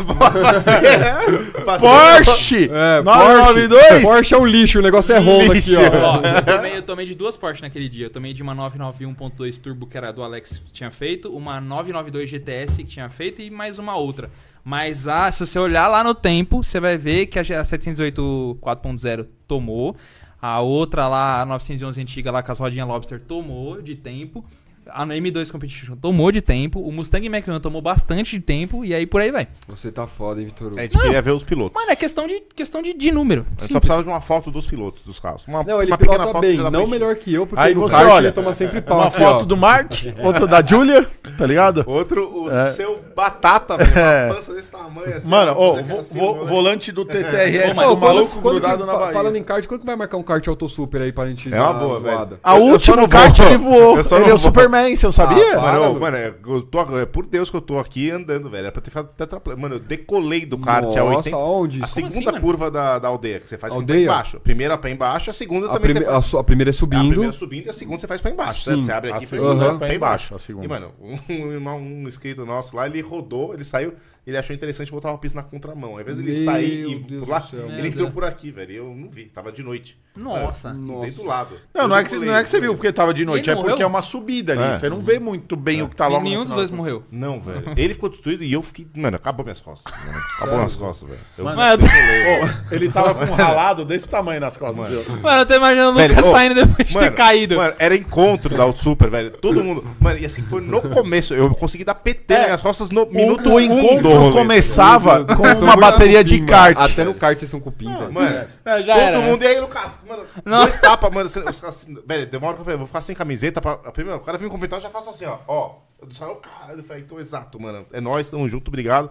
Speaker 1: Porsche!
Speaker 3: É,
Speaker 1: 992?
Speaker 3: Porsche. Porsche é um lixo, o negócio é Honda
Speaker 1: Lixo.
Speaker 3: aqui, ó.
Speaker 4: Ó, eu tomei, eu tomei de duas Porsche naquele dia. Eu tomei de uma 991.2 Turbo, que era do Alex que tinha feito, uma 992 GTS que tinha feito e mais uma outra. Mas a, se você olhar lá no tempo, você vai ver que a G- a 708 4.0 tomou, a outra lá, a 911 antiga lá com as rodinhas Lobster tomou de tempo. A M2 Competition tomou de tempo, o Mustang mach tomou bastante de tempo, e aí por aí vai.
Speaker 3: Você tá foda, hein, Vitor Hugo?
Speaker 2: A gente queria ver os pilotos.
Speaker 4: Mano, é questão de, questão de, de número.
Speaker 2: A gente só
Speaker 4: Simples.
Speaker 2: precisava de uma foto dos pilotos dos carros. Uma,
Speaker 3: Não, ele
Speaker 2: uma
Speaker 3: pilota bem,
Speaker 2: de lá pra
Speaker 3: não
Speaker 2: gente.
Speaker 3: melhor que eu, porque
Speaker 1: Aí
Speaker 3: no
Speaker 1: você
Speaker 3: kart
Speaker 1: olha,
Speaker 3: ele toma sempre pau.
Speaker 1: É Uma
Speaker 3: aqui,
Speaker 1: foto
Speaker 3: ó.
Speaker 1: do Mark, outra da Julia, tá ligado?
Speaker 2: Outro, o
Speaker 1: É.
Speaker 2: seu batata, velho.
Speaker 1: É.
Speaker 2: Uma pança desse tamanho assim.
Speaker 1: Mano,
Speaker 2: ó,
Speaker 1: ó,
Speaker 2: daquela
Speaker 1: vo-
Speaker 2: assim,
Speaker 1: vo-
Speaker 2: mano.
Speaker 1: volante do TTRS
Speaker 4: Ô, mano,
Speaker 1: do
Speaker 3: quando-
Speaker 1: maluco
Speaker 3: quando que-
Speaker 1: grudado na
Speaker 3: fa-
Speaker 1: Bahia.
Speaker 3: Falando em kart, quando que vai marcar um kart autosuper aí pra gente
Speaker 2: É uma boa, velho.
Speaker 1: A
Speaker 2: Eu- eu só
Speaker 1: última
Speaker 2: não
Speaker 1: kart
Speaker 2: vou.
Speaker 1: ele voou.
Speaker 2: Eu só
Speaker 1: Ele
Speaker 2: não
Speaker 1: é o
Speaker 2: vou.
Speaker 1: Superman, você não sabia?
Speaker 2: Mano,
Speaker 3: Ah, Para,
Speaker 2: eu- mano, eu tô, é por Deus que eu tô aqui andando, velho. É pra ter ficado tetraplano. Mano, eu decolei do kart
Speaker 3: Nossa,
Speaker 2: a 80.
Speaker 3: onde?
Speaker 2: A
Speaker 3: Como
Speaker 2: segunda
Speaker 4: assim, mano?
Speaker 2: curva da, da aldeia, que você faz
Speaker 3: Aldeia?
Speaker 2: pra embaixo. A primeira pra embaixo, a segunda
Speaker 3: A,
Speaker 2: também
Speaker 3: prime-
Speaker 2: você
Speaker 3: a
Speaker 2: faz.
Speaker 3: su- a primeira é
Speaker 2: A
Speaker 3: subindo.
Speaker 2: primeira subindo e a segunda você faz pra embaixo.
Speaker 3: Sim.
Speaker 2: certo? Você abre
Speaker 1: A
Speaker 2: aqui pra,
Speaker 1: segunda
Speaker 3: é pra
Speaker 2: pra
Speaker 1: embaixo,
Speaker 2: embaixo.
Speaker 1: a segunda.
Speaker 2: E, mano, um, irmão- um inscrito nosso lá, ele rodou, ele saiu, ele achou interessante voltar uma pista na contramão. Ao invés dele
Speaker 3: Meu
Speaker 2: sair e
Speaker 3: Deus do
Speaker 2: pular,
Speaker 3: céu.
Speaker 4: Meu
Speaker 2: ele entrou
Speaker 4: Deus.
Speaker 2: por aqui, velho. e Eu não vi, tava de noite.
Speaker 4: Nossa.
Speaker 2: Dei do
Speaker 3: Nossa.
Speaker 2: lado.
Speaker 1: Não, não é, que, você- não é que você viu porque tava de noite,
Speaker 4: Ele
Speaker 1: é porque
Speaker 4: morreu?
Speaker 1: é uma subida ali.
Speaker 2: É.
Speaker 1: Você não vê muito bem o que tá logo no
Speaker 4: Nenhum dos
Speaker 1: final.
Speaker 4: dois morreu.
Speaker 2: Não, velho. Ele ficou destruído e eu fiquei. Mano, acabou minhas costas. mano. Acabou minhas costas, velho. Eu
Speaker 4: Mano, eu tô-
Speaker 1: Ô, ele tava com um ralado desse tamanho nas costas. viu?
Speaker 4: Mano, eu tô imaginando o Lucas
Speaker 2: Velho, ô,
Speaker 4: saindo depois de ter caído.
Speaker 2: Mano, era encontro da Auto Super, velho. Todo mundo. Mano, e assim foi no começo. Eu consegui dar PT nas minhas costas no minuto
Speaker 1: o, o
Speaker 2: um do
Speaker 1: encontro
Speaker 2: rolê.
Speaker 1: começava com
Speaker 3: Vocês são
Speaker 1: uma
Speaker 3: muito
Speaker 1: bateria de
Speaker 3: cupim,
Speaker 1: kart.
Speaker 3: mano. Até no kart vocês são cupim, velho.
Speaker 2: Mano,
Speaker 4: Não, já
Speaker 2: todo
Speaker 4: era, né?
Speaker 2: mundo. E aí, Lucas, mano,
Speaker 4: Não.
Speaker 2: dois tapas, mano. Assim, os caras assim, velho, demora que eu falei, vou ficar sem camiseta. Pra, a primeira, o cara vem comentar, eu já faço assim, ó. Ó, dos caras, ô, caralho, eu falei, então exato, mano. É nóis, tamo junto, obrigado.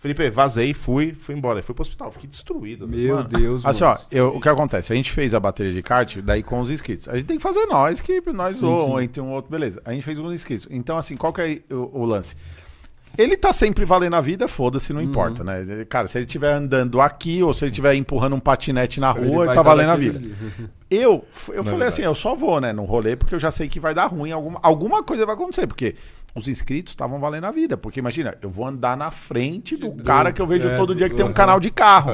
Speaker 2: Felipe, vazei, fui, fui embora. Fui pro hospital, fiquei destruído. velho.
Speaker 3: Meu Deus,
Speaker 1: Assim, ó,
Speaker 3: mano.
Speaker 1: eu- o que acontece? A gente fez a bateria de kart, daí com os inscritos. A gente tem que fazer nós, que nós ou entre um outro, beleza. A gente fez com os inscritos. Então, assim, qual que é o, o lance? Ele tá sempre valendo a vida, foda-se,
Speaker 3: Uhum.
Speaker 1: não importa, né? Cara, se ele estiver andando aqui ou se ele estiver empurrando um patinete na
Speaker 3: Ele
Speaker 1: rua, ele
Speaker 3: vai
Speaker 1: tá
Speaker 3: estar
Speaker 1: valendo a
Speaker 3: daquele
Speaker 1: vida.
Speaker 3: ali.
Speaker 1: Eu, f- eu falei
Speaker 2: Na verdade.
Speaker 1: assim, eu só vou, né, no rolê, porque eu já sei que vai dar ruim, alguma, alguma coisa vai acontecer, porque os inscritos estavam valendo a vida, porque imagina, eu vou andar na frente do cara que eu vejo
Speaker 3: é,
Speaker 1: todo
Speaker 3: do-
Speaker 1: dia que tem um
Speaker 3: aham.
Speaker 1: canal de carro.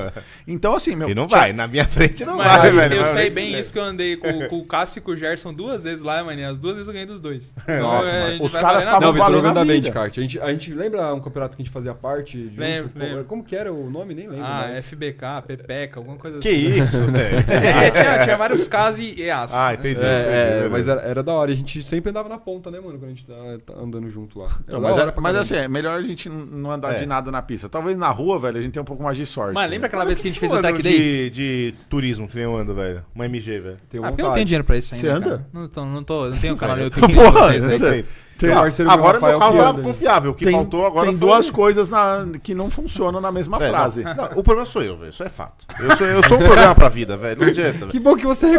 Speaker 1: Então assim, meu,
Speaker 2: E não
Speaker 1: tinha-
Speaker 2: vai, né? na minha frente não
Speaker 4: Mas
Speaker 2: vai,
Speaker 4: eu,
Speaker 2: velho.
Speaker 4: eu
Speaker 2: Mas-
Speaker 4: sei bem isso porque eu andei com, com o Cássio e com o Gerson duas vezes lá, mano. e As duas vezes eu ganhei dos dois.
Speaker 1: Nossa,
Speaker 4: é,
Speaker 1: mano,
Speaker 4: a gente
Speaker 1: os
Speaker 4: vai
Speaker 1: caras
Speaker 4: valer na
Speaker 1: tavam
Speaker 3: Não, o Vitor
Speaker 4: vida.
Speaker 1: valendo
Speaker 3: Hugo
Speaker 1: a
Speaker 3: anda bem
Speaker 1: vida.
Speaker 3: de kart. A gente, a gente lembra um campeonato que a gente fazia parte? Junto?
Speaker 4: Lembro,
Speaker 3: Como-
Speaker 4: lembro.
Speaker 3: Como que era o nome? Nem lembro.
Speaker 4: Ah,
Speaker 3: mas-
Speaker 4: FBK, Pepeca, alguma coisa
Speaker 2: Que isso, velho.
Speaker 4: assim. É, tinha, tinha vários casos e EAS.
Speaker 2: Ah, entendi. né? entendi,
Speaker 3: É, é,
Speaker 2: beleza.
Speaker 3: mas era, era da hora. A gente sempre andava na ponta, né, mano? Quando a gente tá, tá andando junto lá. Era
Speaker 1: Então,
Speaker 3: da
Speaker 1: mas,
Speaker 3: hora
Speaker 1: é-
Speaker 3: pra
Speaker 1: mas
Speaker 3: caramba.
Speaker 1: assim, é melhor a gente n- não andar
Speaker 2: É.
Speaker 1: de nada na pista. Talvez na rua, velho, a gente tenha um pouco mais de sorte.
Speaker 4: Mano, lembra aquela vez que a gente fez
Speaker 2: Esse
Speaker 4: o
Speaker 2: é um ano
Speaker 4: Tech
Speaker 2: de,
Speaker 4: Day?
Speaker 2: de turismo que nem eu ando, velho. Uma MG, velho.
Speaker 3: Tenho
Speaker 4: Ah, porque eu não
Speaker 3: vontade.
Speaker 4: tenho dinheiro pra isso ainda.
Speaker 1: Você anda?
Speaker 4: cara. Não, tô, não, tô, não tenho
Speaker 2: É.
Speaker 4: canal no
Speaker 1: Porra,
Speaker 4: YouTube. que nem vocês, né?
Speaker 1: você-
Speaker 2: tem-
Speaker 1: tem-
Speaker 3: Meu
Speaker 2: Ah,
Speaker 3: parceiro meu,
Speaker 2: agora
Speaker 3: Rafael,
Speaker 2: meu carro
Speaker 3: que
Speaker 2: tava
Speaker 3: anda.
Speaker 2: confiável. O que
Speaker 1: tem,
Speaker 2: faltou agora
Speaker 1: tem
Speaker 2: foi-
Speaker 1: duas coisas na- que um. É, não Ah. funcionam na mesma
Speaker 2: Velho,
Speaker 1: frase.
Speaker 2: não, não, o problema sou eu, velho. Isso é fato. Eu sou, eu sou um problema pra vida, velho. Não adianta, velho.
Speaker 3: Que bom que você
Speaker 2: Velho,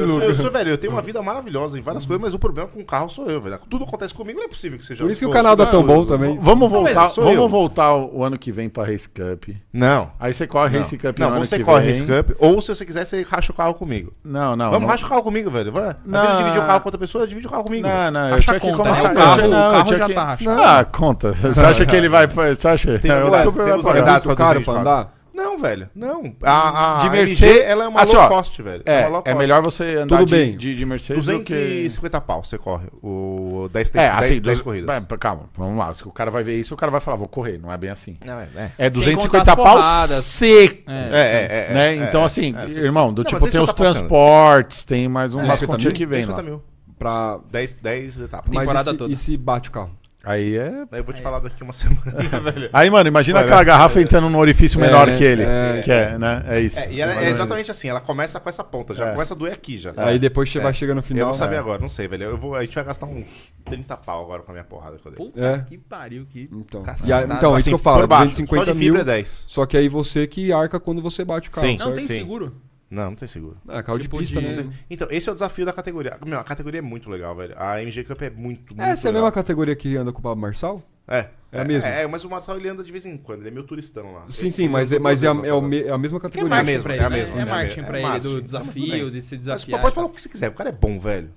Speaker 2: eu, eu, sou- eu
Speaker 3: Lucas. É
Speaker 2: sou, velho, eu tenho uma vida maravilhosa em várias coisas, mas o problema com o carro sou eu, velho. Tudo acontece comigo, não é possível que seja.
Speaker 3: Por isso que o
Speaker 2: Pô,
Speaker 3: canal tá
Speaker 2: não,
Speaker 3: tão bom
Speaker 2: eu-
Speaker 3: também.
Speaker 1: Vamos
Speaker 4: Não, mas
Speaker 1: voltar,
Speaker 2: sou
Speaker 1: vamos
Speaker 2: eu.
Speaker 1: voltar o ano que vem pra Race Cup.
Speaker 2: Não.
Speaker 1: Aí você corre
Speaker 2: Não,
Speaker 1: Race Cup no
Speaker 2: não
Speaker 1: ano
Speaker 2: você
Speaker 1: que
Speaker 2: corre
Speaker 1: vem.
Speaker 2: esse Cup, ou se você quiser, você racha o carro comigo.
Speaker 1: Não, não.
Speaker 2: Vamos,
Speaker 1: não.
Speaker 2: racha o carro comigo, velho. Vai.
Speaker 1: Não.
Speaker 2: Não. Ao invés de dividir o carro com outra pessoa, divide o carro comigo.
Speaker 1: Não, não, eu
Speaker 4: Acha
Speaker 1: tinha que
Speaker 4: conta, né?
Speaker 1: começar.
Speaker 4: O
Speaker 1: eu
Speaker 4: carro-
Speaker 1: tinha-
Speaker 4: o
Speaker 1: não, eu
Speaker 4: carro
Speaker 1: tinha
Speaker 4: já
Speaker 1: que-
Speaker 4: tá rachado.
Speaker 1: Ah, conta. Você acha que ele vai. Você acha?
Speaker 2: Tem
Speaker 1: o
Speaker 2: algumas-
Speaker 1: Super
Speaker 2: temos
Speaker 1: vai pagar.
Speaker 2: novidades.
Speaker 3: Muito
Speaker 2: pra
Speaker 3: caro pra
Speaker 2: 2024.
Speaker 3: andar?
Speaker 2: Não, velho. Não. A, a
Speaker 1: De
Speaker 2: a
Speaker 1: Mercê-
Speaker 2: MG, ela é uma
Speaker 1: Assim, ó,
Speaker 2: low cost, velho.
Speaker 1: É,
Speaker 2: uma low
Speaker 1: é
Speaker 2: cost.
Speaker 1: melhor você andar
Speaker 3: Tudo
Speaker 1: de,
Speaker 3: bem.
Speaker 1: de, de Mercedes do que...
Speaker 2: 250 pau você corre. O 10, tem-
Speaker 1: É,
Speaker 2: 10,
Speaker 1: assim,
Speaker 2: 10
Speaker 1: dos-
Speaker 2: corridas.
Speaker 1: Vai, calma, vamos lá. Se o cara vai ver isso, o cara vai falar, vou correr. Não é bem assim.
Speaker 2: Não, é, é.
Speaker 1: É
Speaker 4: Sem contar
Speaker 1: 250
Speaker 4: as
Speaker 1: pau
Speaker 4: porradas.
Speaker 1: seco.
Speaker 4: É.
Speaker 2: É, é, é,
Speaker 1: né?
Speaker 2: é,
Speaker 1: então,
Speaker 2: é,
Speaker 1: assim,
Speaker 2: é, assim.
Speaker 1: irmão, do
Speaker 2: Não,
Speaker 1: tipo,
Speaker 2: mas isso
Speaker 1: tem
Speaker 2: eu
Speaker 1: os
Speaker 2: tô passando.
Speaker 1: transportes, tem mais umas
Speaker 2: É,
Speaker 1: continhas que vem
Speaker 2: 150
Speaker 1: lá.
Speaker 2: mil.
Speaker 3: Pra...
Speaker 2: 10, 10 etapas.
Speaker 3: Mas
Speaker 4: Temporada
Speaker 3: e se,
Speaker 4: toda.
Speaker 3: e se bate o carro?
Speaker 1: Aí é.
Speaker 2: Daí eu vou te falar daqui uma semana, velho.
Speaker 1: Aí, mano, imagina
Speaker 2: Vai,
Speaker 1: aquela
Speaker 2: vai.
Speaker 1: garrafa entrando num orifício menor
Speaker 3: né?
Speaker 1: que ele.
Speaker 3: É,
Speaker 1: que é, né? É isso.
Speaker 2: É, e ela é exatamente assim, ela começa com essa ponta, já
Speaker 1: É.
Speaker 2: começa a doer aqui já.
Speaker 3: Aí depois você
Speaker 2: É.
Speaker 3: vai chegar no
Speaker 2: eu
Speaker 3: final.
Speaker 2: vou saber
Speaker 3: é.
Speaker 2: agora, não sei, velho. Eu vou, a gente vai gastar uns 30 pau agora com a minha porrada que eu dei.
Speaker 4: Puta
Speaker 3: É.
Speaker 4: que pariu, que.
Speaker 3: Então,
Speaker 4: Cacetado.
Speaker 3: e aí- então isso que eu falo,
Speaker 2: Assim, por baixo,
Speaker 3: 250
Speaker 2: só de
Speaker 3: mil.
Speaker 2: fibra é 10.
Speaker 3: Só que aí você que arca quando você bate o carro.
Speaker 2: Sim.
Speaker 3: só
Speaker 4: Não tem
Speaker 2: sim.
Speaker 4: seguro?
Speaker 2: Não, não tem seguro.
Speaker 3: Ah, carro de
Speaker 4: Tipo
Speaker 3: pista,
Speaker 4: de-
Speaker 3: né?
Speaker 4: Não
Speaker 2: Então, esse é o desafio da categoria. Meu, a categoria é muito legal, velho. A MG Cup é muito, muito
Speaker 3: Essa é
Speaker 2: legal.
Speaker 3: a mesma categoria que anda com o Pablo Marçal?
Speaker 2: É.
Speaker 3: É a mesma?
Speaker 2: É, mas o Marçal ele anda de vez em quando, ele é meu turistão lá.
Speaker 3: Sim,
Speaker 2: Ele-
Speaker 3: sim,
Speaker 2: ele
Speaker 3: mas, é,
Speaker 2: andou
Speaker 3: mas é,
Speaker 2: duas
Speaker 3: a,
Speaker 2: vezes
Speaker 3: é o
Speaker 2: só,
Speaker 3: me- é a mesma
Speaker 4: Que é
Speaker 3: categoria.
Speaker 2: marketing,
Speaker 4: marketing
Speaker 2: mesma,
Speaker 4: pra
Speaker 2: é
Speaker 4: ele.
Speaker 2: a
Speaker 4: né?
Speaker 2: mesma,
Speaker 4: É
Speaker 2: é a
Speaker 4: marketing
Speaker 2: mesma.
Speaker 4: pra
Speaker 2: É
Speaker 4: ele do
Speaker 2: marketing, tá
Speaker 4: desafio,
Speaker 2: tudo
Speaker 4: de se
Speaker 2: Mas
Speaker 4: desafiar.
Speaker 2: pô, pode falar o que você quiser, o cara é bom, velho.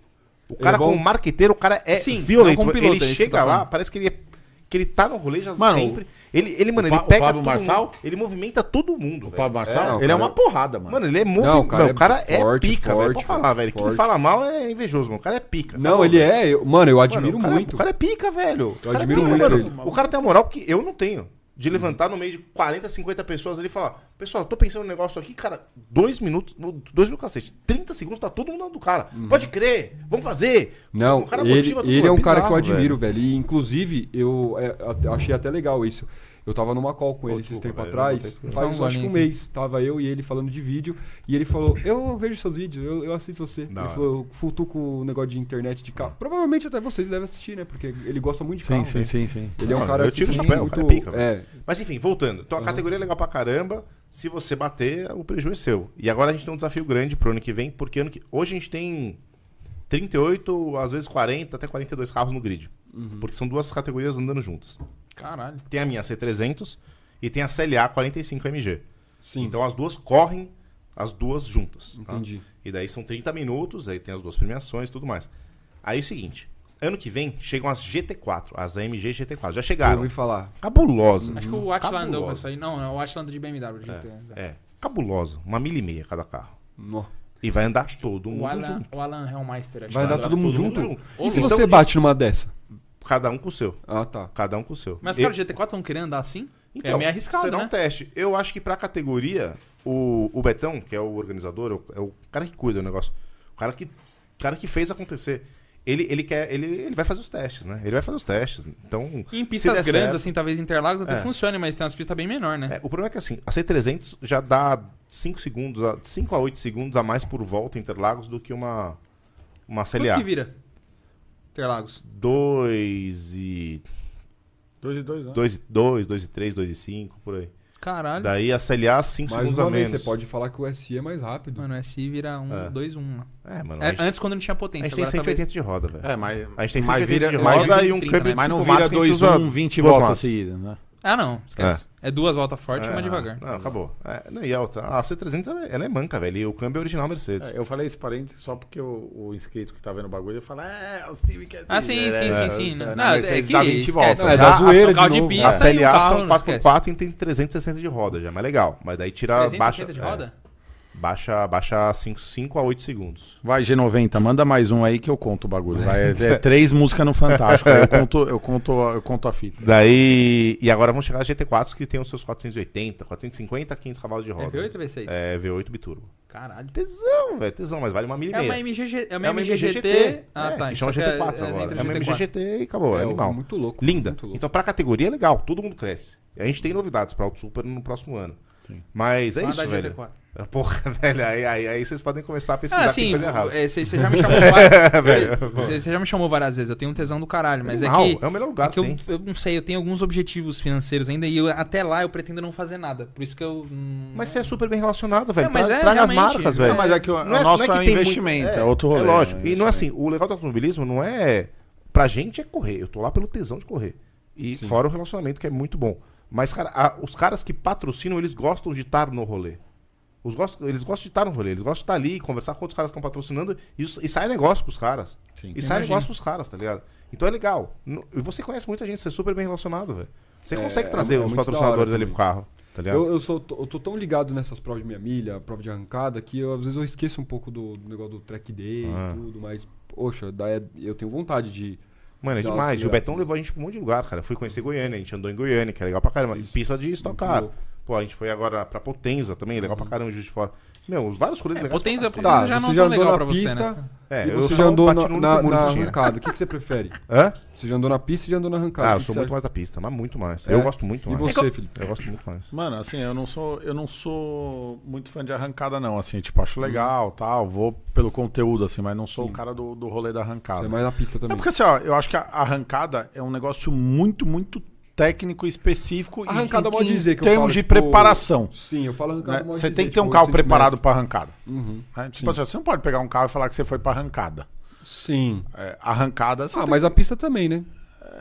Speaker 2: O cara,
Speaker 3: vou-
Speaker 2: como marqueteiro, o cara é
Speaker 4: Sim,
Speaker 2: violento.
Speaker 4: não como piloto,
Speaker 2: ele
Speaker 4: é isso que eu
Speaker 2: chega
Speaker 4: tô
Speaker 2: lá,
Speaker 4: falando.
Speaker 2: parece que ele, é- que ele tá no rolê já
Speaker 1: Mano,
Speaker 2: sempre. Ele, ele mano,
Speaker 1: o Pa-
Speaker 2: ele
Speaker 1: o
Speaker 2: pega.
Speaker 1: Pablo
Speaker 2: todo
Speaker 1: Marçal?
Speaker 2: mundo. Ele movimenta todo mundo.
Speaker 1: O Pablo
Speaker 2: velho.
Speaker 1: Marçal,
Speaker 2: É,
Speaker 1: ele é
Speaker 2: cara.
Speaker 1: uma porrada, mano.
Speaker 2: Mano, ele é muito.
Speaker 3: Não,
Speaker 2: Não,
Speaker 3: o cara
Speaker 2: o cara
Speaker 3: é
Speaker 2: é,
Speaker 3: forte,
Speaker 2: pica, velho.
Speaker 3: forte,
Speaker 2: Pode falar, velho.
Speaker 3: forte.
Speaker 2: Quem fala mal é invejoso, mano. O cara é pica.
Speaker 3: Não,
Speaker 2: Acabou,
Speaker 3: ele
Speaker 2: velho.
Speaker 3: é. eu- Mano, eu admiro
Speaker 2: Mano, o cara-
Speaker 3: muito.
Speaker 2: O cara é pica, velho. O cara é
Speaker 3: admiro
Speaker 2: pica,
Speaker 3: muito
Speaker 2: mano.
Speaker 3: ele.
Speaker 2: O cara tem uma moral que eu não tenho. De levantar no meio de 40, 50 pessoas ali e falar: Pessoal, tô pensando num negócio aqui, cara, dois minutos, no- dois mil cacete, 30 segundos, tá todo mundo do lado do cara. Pode crer, vamos fazer.
Speaker 3: Uhum. Não,
Speaker 2: O cara
Speaker 3: ele,
Speaker 2: motiva todo
Speaker 3: ele
Speaker 2: mundo,
Speaker 3: é um cara que eu
Speaker 2: bizarro,
Speaker 3: admiro, velho. E, inclusive, eu é, at- achei até legal isso. Eu tava numa call com ele esses
Speaker 2: desculpa,
Speaker 3: tempos
Speaker 2: velho, eu
Speaker 3: atrás,
Speaker 2: botei-
Speaker 4: Só
Speaker 3: faz
Speaker 4: um
Speaker 3: acho que
Speaker 4: golinho
Speaker 3: um
Speaker 4: aqui.
Speaker 3: mês. Tava eu e ele falando de vídeo, e ele falou, eu vejo seus vídeos, eu, eu assisto você.
Speaker 2: Da
Speaker 3: ele
Speaker 2: hora.
Speaker 3: falou, eu futuco o negócio de internet de carro. Provavelmente até você deve assistir, né? Porque ele gosta muito de
Speaker 1: Sim,
Speaker 3: carro.
Speaker 1: sim,
Speaker 3: né?
Speaker 1: sim, sim.
Speaker 3: Ele é um
Speaker 2: Não,
Speaker 3: cara
Speaker 2: eu tiro o
Speaker 3: assim,
Speaker 2: chapéu, o cara é pica,
Speaker 3: é,
Speaker 2: Mas enfim, voltando. Então a categoria é legal pra caramba. Se você bater, o prejuízo é seu. E agora a gente tem um desafio grande pro ano que vem, porque ano que... hoje a gente tem 38, às vezes 40, até 42 carros no grid.
Speaker 3: Uhum.
Speaker 2: Porque são duas categorias andando juntas.
Speaker 4: Caralho.
Speaker 2: Tem a minha C300 e tem a CLA 45MG.
Speaker 3: sim,
Speaker 2: Então as duas correm, as duas juntas. tá?
Speaker 3: entendi.
Speaker 2: E daí são 30 minutos, aí tem as duas premiações e tudo mais. Aí é o seguinte, ano que vem chegam as GT4, as AMG GT4. Já
Speaker 3: Eu
Speaker 2: chegaram.
Speaker 3: ouvi falar.
Speaker 2: Cabulosa.
Speaker 4: Acho que o Atila andou com
Speaker 2: Cabulosa.
Speaker 4: isso aí. Não, não, o Atila andou de BMW. de GT.
Speaker 2: Hum, É, cabulosa. Uma milha e meia cada carro.
Speaker 3: Nó.
Speaker 2: E vai andar todo mundo
Speaker 4: O Alan,
Speaker 2: junto.
Speaker 4: o Alan Hellmeister. acho
Speaker 3: Vai
Speaker 4: que é.
Speaker 3: andar
Speaker 4: andou.
Speaker 3: todo mundo
Speaker 2: todo mundo
Speaker 3: junto?
Speaker 2: junto.
Speaker 3: E se
Speaker 2: Então,
Speaker 3: você
Speaker 2: de-
Speaker 3: bate numa dessa?
Speaker 2: Cada um com o seu.
Speaker 3: Ah, tá.
Speaker 2: Cada um com o seu.
Speaker 4: Mas,
Speaker 2: E-
Speaker 4: cara, o GT4 vão querer andar assim? é meio arriscado,
Speaker 2: será
Speaker 4: né?
Speaker 2: um teste. Eu acho que pra categoria, o, o Betão, que é o organizador, é o- é o cara que cuida do negócio, o cara que, o cara que fez acontecer, ele, ele quer, ele, ele vai fazer os testes, né? Ele vai fazer os testes. Então,
Speaker 4: E em
Speaker 2: se
Speaker 4: pistas
Speaker 2: der
Speaker 4: grandes,
Speaker 2: certo-
Speaker 4: assim, talvez Interlagos até
Speaker 2: É.
Speaker 4: funcione, mas tem umas pistas bem menor, né?
Speaker 2: É, o problema é que assim, a C300 já dá 5 segundos, a- 5 a 8 segundos a mais por volta em Interlagos do que uma uma
Speaker 4: Quanto que
Speaker 2: CLA.
Speaker 4: vira? Interlagos.
Speaker 2: 2 e
Speaker 1: 2 e 2, né?
Speaker 2: 2 e 2, 2 e 3, 2 e 5, por aí.
Speaker 4: Caralho.
Speaker 2: Daí a CLA 5
Speaker 3: Mais
Speaker 2: Um segundos
Speaker 3: uma
Speaker 2: a
Speaker 3: vez,
Speaker 2: menos.
Speaker 3: você pode falar que o SI é mais rápido.
Speaker 4: Mano, o SI vira
Speaker 2: É.
Speaker 4: 1, 2, 1.
Speaker 2: É, mano. a gente-
Speaker 4: Antes, quando não tinha
Speaker 2: a
Speaker 4: potência,
Speaker 2: gente tem
Speaker 4: agora
Speaker 2: 180
Speaker 4: talvez.
Speaker 2: de roda, velho.
Speaker 1: É, mas.
Speaker 2: A gente tem
Speaker 1: mas
Speaker 2: 180 de
Speaker 1: vira,
Speaker 4: mas
Speaker 2: roda
Speaker 4: vira
Speaker 2: e um
Speaker 4: 30,
Speaker 2: câmbio
Speaker 4: né?
Speaker 2: de
Speaker 1: mas não
Speaker 2: cinco
Speaker 1: vira um.
Speaker 2: marchas que a um. gente
Speaker 1: 2,
Speaker 2: usa
Speaker 1: 1, 20
Speaker 2: duas
Speaker 1: voltas
Speaker 2: marchas.
Speaker 1: seguidas, né?
Speaker 4: Ah, não, esquece. É, duas voltas fortes e uma devagar.
Speaker 2: Ah, Não, acabou. É, não, e a outra- a C300 ela, é- ela é manca, velho. E o câmbio é original Mercedes.
Speaker 1: É, eu falei esse parênteses só porque o, o inscrito que tá vendo o bagulho fala, é, o Steve quer
Speaker 4: Ah, sim,
Speaker 1: é,
Speaker 4: sim,
Speaker 1: é,
Speaker 4: sim, sim.
Speaker 1: é,
Speaker 4: Não,
Speaker 1: na
Speaker 4: é
Speaker 1: Mercedes
Speaker 4: que
Speaker 1: dá 20
Speaker 4: esquece.
Speaker 1: voltas.
Speaker 3: Não, é
Speaker 1: Já
Speaker 3: da zoeira
Speaker 4: carro
Speaker 3: de novo.
Speaker 4: de
Speaker 2: A
Speaker 4: pista.
Speaker 1: Ah,
Speaker 4: Isso aí, um
Speaker 2: CLA
Speaker 4: carro,
Speaker 2: são
Speaker 4: não
Speaker 2: 4x4 e tem 360 de roda já, mas legal. Mas daí tira,
Speaker 4: 360
Speaker 2: baixa,
Speaker 4: de
Speaker 2: é,
Speaker 4: roda?
Speaker 2: baixa, baixa 5, 5 a 8 segundos.
Speaker 1: Vai, G90, manda mais um aí que eu conto o bagulho. Vai, é, é três músicas no Fantástico. aí Eu conto, eu conto, eu conto a fita.
Speaker 2: Daí, e agora vão chegar as GT4s que tem os seus 480, 450, 500 cavalos de roda.
Speaker 4: V8 ou V6?
Speaker 2: É, V8 biturbo.
Speaker 4: Caralho.
Speaker 2: Tesão, velho, tesão, mas vale uma milha e
Speaker 4: É
Speaker 2: meia.
Speaker 4: uma MGG, é uma
Speaker 2: É uma
Speaker 4: MGGT.
Speaker 2: MGGT. é,
Speaker 4: Ah, tá.
Speaker 2: que Chama
Speaker 4: isso aqui
Speaker 2: GT4
Speaker 4: é,
Speaker 2: agora.
Speaker 4: entre
Speaker 2: É uma
Speaker 4: GT4.
Speaker 2: MGGT e acabou. É,
Speaker 3: eu-
Speaker 2: animal.
Speaker 3: Muito louco.
Speaker 2: Linda.
Speaker 3: Muito louco.
Speaker 2: Então, pra categoria é legal, todo mundo cresce. A gente tem novidades pra Auto Super no próximo ano.
Speaker 1: Sim.
Speaker 2: Mas é
Speaker 4: Manda
Speaker 2: isso, velho.
Speaker 4: GT4.
Speaker 2: Porra, velho, aí, aí, aí vocês podem começar a pesquisar
Speaker 4: Ah,
Speaker 2: que tem
Speaker 4: sim,
Speaker 2: coisa errada.
Speaker 4: você já me chamou várias
Speaker 2: velho,
Speaker 4: Você já me chamou várias vezes, eu tenho um tesão do caralho, mas
Speaker 2: Animal,
Speaker 4: é que
Speaker 2: é o melhor lugar
Speaker 4: é
Speaker 2: que
Speaker 4: que eu,
Speaker 2: tem.
Speaker 4: eu não sei, eu tenho alguns objetivos financeiros ainda e eu- até lá eu pretendo não fazer nada. Por isso que eu. hum,
Speaker 2: Mas você é super bem relacionado, velho.
Speaker 4: Não, mas
Speaker 2: Tra-
Speaker 4: é
Speaker 2: Traga as
Speaker 4: realmente.
Speaker 2: marcas,
Speaker 4: Não,
Speaker 2: velho.
Speaker 1: Não, mas é que o,
Speaker 2: Não é-
Speaker 1: o
Speaker 2: não
Speaker 1: nosso
Speaker 2: que
Speaker 1: é, um
Speaker 2: tem muito-
Speaker 1: investimento, é, outro rolê.
Speaker 2: É lógico.
Speaker 1: né?
Speaker 2: E não é assim, o legal do automobilismo não é. Pra gente é correr. Eu tô lá pelo tesão de correr. E fora o relacionamento, que é muito bom. Mas, cara, a- os caras que patrocinam, eles gostam de estar no rolê. Os gostam, eles gostam de estar no rolê, eles gostam de estar ali, conversar com outros caras que estão patrocinando e, os- e sai negócio pros caras.
Speaker 1: Sim.
Speaker 2: E sai
Speaker 4: Imagino.
Speaker 2: negócio pros caras, tá ligado? Então é legal. No- E você conhece muita gente, você é super bem relacionado, velho. Você
Speaker 3: É,
Speaker 2: consegue
Speaker 3: é-
Speaker 2: trazer
Speaker 3: é
Speaker 2: os
Speaker 3: muito da hora
Speaker 2: patrocinadores ali
Speaker 3: também.
Speaker 2: pro carro. Tá ligado?
Speaker 3: Eu, eu, sou, eu tô tão ligado nessas provas de meia milha, prova de arrancada, que eu, às vezes eu esqueço um pouco do, do negócio do track day
Speaker 2: Ah.
Speaker 3: e tudo, mas, poxa, daí é- eu tenho vontade de.
Speaker 2: Mano, é
Speaker 3: Dá
Speaker 2: demais.
Speaker 3: uma
Speaker 2: E o Betão levou a gente pra um monte de lugar, cara. Eu fui conhecer Goiânia, a gente andou em Goiânia, que é legal pra caramba.
Speaker 3: Isso.
Speaker 2: Pista de
Speaker 3: Muito
Speaker 2: estocar.
Speaker 3: louco.
Speaker 2: Pô, a gente foi agora pra Potenza também, legal pra caramba, Juiz de Fora. Meu, os vários rolês
Speaker 4: É,
Speaker 2: legais. pra
Speaker 4: Potenza-
Speaker 2: cacete.
Speaker 4: Tá. já não tão legal
Speaker 3: na
Speaker 4: pra você,
Speaker 3: pista
Speaker 4: né?
Speaker 2: É,
Speaker 3: e
Speaker 2: eu
Speaker 3: você
Speaker 2: só
Speaker 3: já andou
Speaker 2: bati
Speaker 3: na,
Speaker 2: no único
Speaker 3: na,
Speaker 2: muro
Speaker 3: na
Speaker 2: que tinha.
Speaker 3: arrancada. O que, que você prefere?
Speaker 2: Hã?
Speaker 3: Você já andou na pista e já andou na arrancada.
Speaker 2: Ah,
Speaker 3: O
Speaker 2: eu
Speaker 3: que
Speaker 2: sou
Speaker 3: que
Speaker 2: muito
Speaker 3: você
Speaker 2: mais É, da pista, mas muito mais.
Speaker 3: É?
Speaker 2: Eu gosto muito
Speaker 3: acha? E
Speaker 2: mais.
Speaker 3: você, Felipe?
Speaker 2: Eu gosto muito mais.
Speaker 1: Mano, assim, eu não sou, eu não sou muito fã de arrancada, não. Assim, tipo, acho legal tal. Vou pelo conteúdo, assim, mas não sou o cara do, do rolê da
Speaker 3: Você
Speaker 1: arrancada.
Speaker 3: é mais na pista também.
Speaker 1: É porque assim, ó, eu acho que a arrancada é um negócio muito, muito técnico e específico. e-
Speaker 3: Arrancada
Speaker 1: e,
Speaker 3: pode
Speaker 1: em
Speaker 3: dizer que eu
Speaker 1: termos
Speaker 3: falo,
Speaker 1: de
Speaker 3: tipo,
Speaker 1: preparação.
Speaker 3: Sim, eu falo arrancada.
Speaker 1: né?
Speaker 3: mas
Speaker 1: Você
Speaker 3: dizer,
Speaker 1: tem que ter um
Speaker 3: tipo,
Speaker 1: carro
Speaker 3: 800
Speaker 1: preparado
Speaker 3: metros.
Speaker 1: para arrancada.
Speaker 3: Uhum.
Speaker 1: né? Tipo assim, você não pode pegar um carro e falar que você foi para arrancada.
Speaker 3: Sim.
Speaker 1: É, arrancada, você
Speaker 3: Ah,
Speaker 1: tem-
Speaker 3: mas a pista também, né?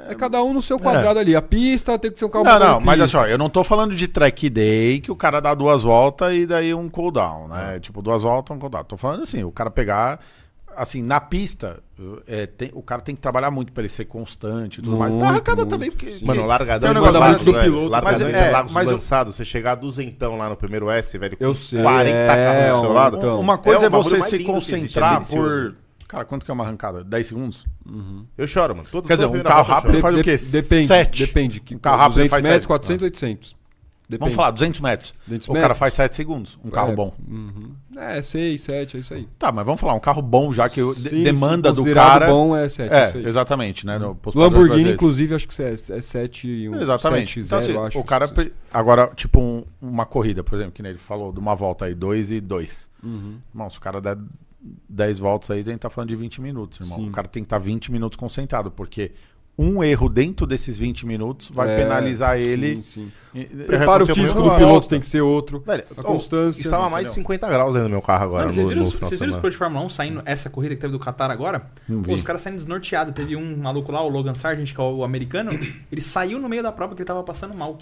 Speaker 3: É cada um no seu quadrado ali. A pista tem que ser um carro
Speaker 1: Não,
Speaker 3: motor
Speaker 1: não,
Speaker 3: de
Speaker 1: mas
Speaker 3: pista.
Speaker 1: assim, ó, eu não tô falando de track day que o cara dá duas voltas e daí um cooldown, né?
Speaker 3: É.
Speaker 1: Tipo, duas voltas, um cooldown. Tô falando assim, o cara pegar, assim, na pista, é, tem- o cara tem que trabalhar muito pra ele ser constante e tudo mais.
Speaker 3: Muito,
Speaker 1: Na arrancada
Speaker 3: muito,
Speaker 1: também, porque.
Speaker 3: sim.
Speaker 2: Mano,
Speaker 1: porque
Speaker 2: largadão
Speaker 1: tem um
Speaker 2: em
Speaker 1: negócio
Speaker 3: Guarda-
Speaker 2: Lagos,
Speaker 1: assim,
Speaker 3: Guarda-
Speaker 2: velho.
Speaker 3: piloto,
Speaker 2: Largadão
Speaker 1: mas
Speaker 2: em
Speaker 1: é- é,
Speaker 2: Lagos
Speaker 1: mas eu-
Speaker 2: lançado. Você chegar a duzentão lá no primeiro S, velho, com
Speaker 3: Eu sei,
Speaker 2: 40 carros do
Speaker 3: é,
Speaker 2: seu lado.
Speaker 3: então.
Speaker 1: uma coisa
Speaker 2: É
Speaker 1: é,
Speaker 2: o bagulho
Speaker 1: você
Speaker 2: mais
Speaker 1: se
Speaker 2: lindo que existe, é
Speaker 1: concentrar por.
Speaker 2: delicioso.
Speaker 1: Cara, quanto que é uma arrancada? 10 segundos?
Speaker 2: Eu choro, mano. Todo,
Speaker 1: Quer dizer, um
Speaker 2: toda primeira
Speaker 1: carro
Speaker 2: volta eu
Speaker 1: rápido
Speaker 2: choro.
Speaker 1: faz o quê?
Speaker 3: Depende.
Speaker 1: Sete.
Speaker 3: Depende. Que,
Speaker 1: Um carro rápido
Speaker 3: 200
Speaker 1: faz
Speaker 3: metros,
Speaker 1: sete.
Speaker 3: 400, 800. Depende.
Speaker 1: Vamos falar, 200 metros.
Speaker 3: 200
Speaker 1: o cara
Speaker 3: metros.
Speaker 1: faz 7 segundos, um carro
Speaker 3: É,
Speaker 1: bom.
Speaker 3: uhum. É, 6, 7, é isso aí.
Speaker 1: Tá, mas vamos falar, um carro bom, já que o- de-
Speaker 3: Sim,
Speaker 1: demanda
Speaker 3: sim,
Speaker 1: do
Speaker 3: considerado
Speaker 1: cara.
Speaker 3: bom é 7, é, isso
Speaker 1: É,
Speaker 3: aí.
Speaker 1: exatamente, né? no- pros padrões
Speaker 3: Lamborghini,
Speaker 1: brasileiros.
Speaker 3: inclusive, acho que é, é 7 e um,
Speaker 1: Exatamente.
Speaker 3: 7 e
Speaker 1: então, assim,
Speaker 3: zero, acho.
Speaker 1: o cara.
Speaker 3: Sim.
Speaker 1: pre- Agora, tipo, um- uma corrida, por exemplo, que nem ele falou, de uma volta aí, dois e dois.
Speaker 3: Uhum.
Speaker 1: Irmão, se o cara der 10 voltas aí, a gente tá falando de 20 minutos, irmão.
Speaker 3: Sim.
Speaker 1: O cara tem que estar 20 minutos concentrado, porque um erro dentro desses 20 minutos vai
Speaker 3: É,
Speaker 1: penalizar ele.
Speaker 3: Sim, sim.
Speaker 1: E-
Speaker 3: Prepara o
Speaker 2: aconteceu
Speaker 3: físico
Speaker 2: muito
Speaker 3: do
Speaker 2: na
Speaker 3: piloto,
Speaker 2: volta.
Speaker 3: tem que ser outro.
Speaker 2: Velho,
Speaker 3: a
Speaker 2: oh,
Speaker 3: constância.
Speaker 2: Estava mais de 50 graus aí no meu carro agora.
Speaker 4: Mano, vocês
Speaker 2: no,
Speaker 4: viram,
Speaker 2: no
Speaker 4: os-
Speaker 2: final de
Speaker 4: vocês viram os
Speaker 2: semana.
Speaker 4: pilotos de Fórmula 1 saindo, essa corrida que teve do Qatar agora?
Speaker 1: Não
Speaker 4: Pô,
Speaker 1: vi.
Speaker 4: os caras saindo desnorteados. Teve um maluco lá, o Logan Sargent, que é o americano, ele saiu no meio da prova que ele tava passando mal.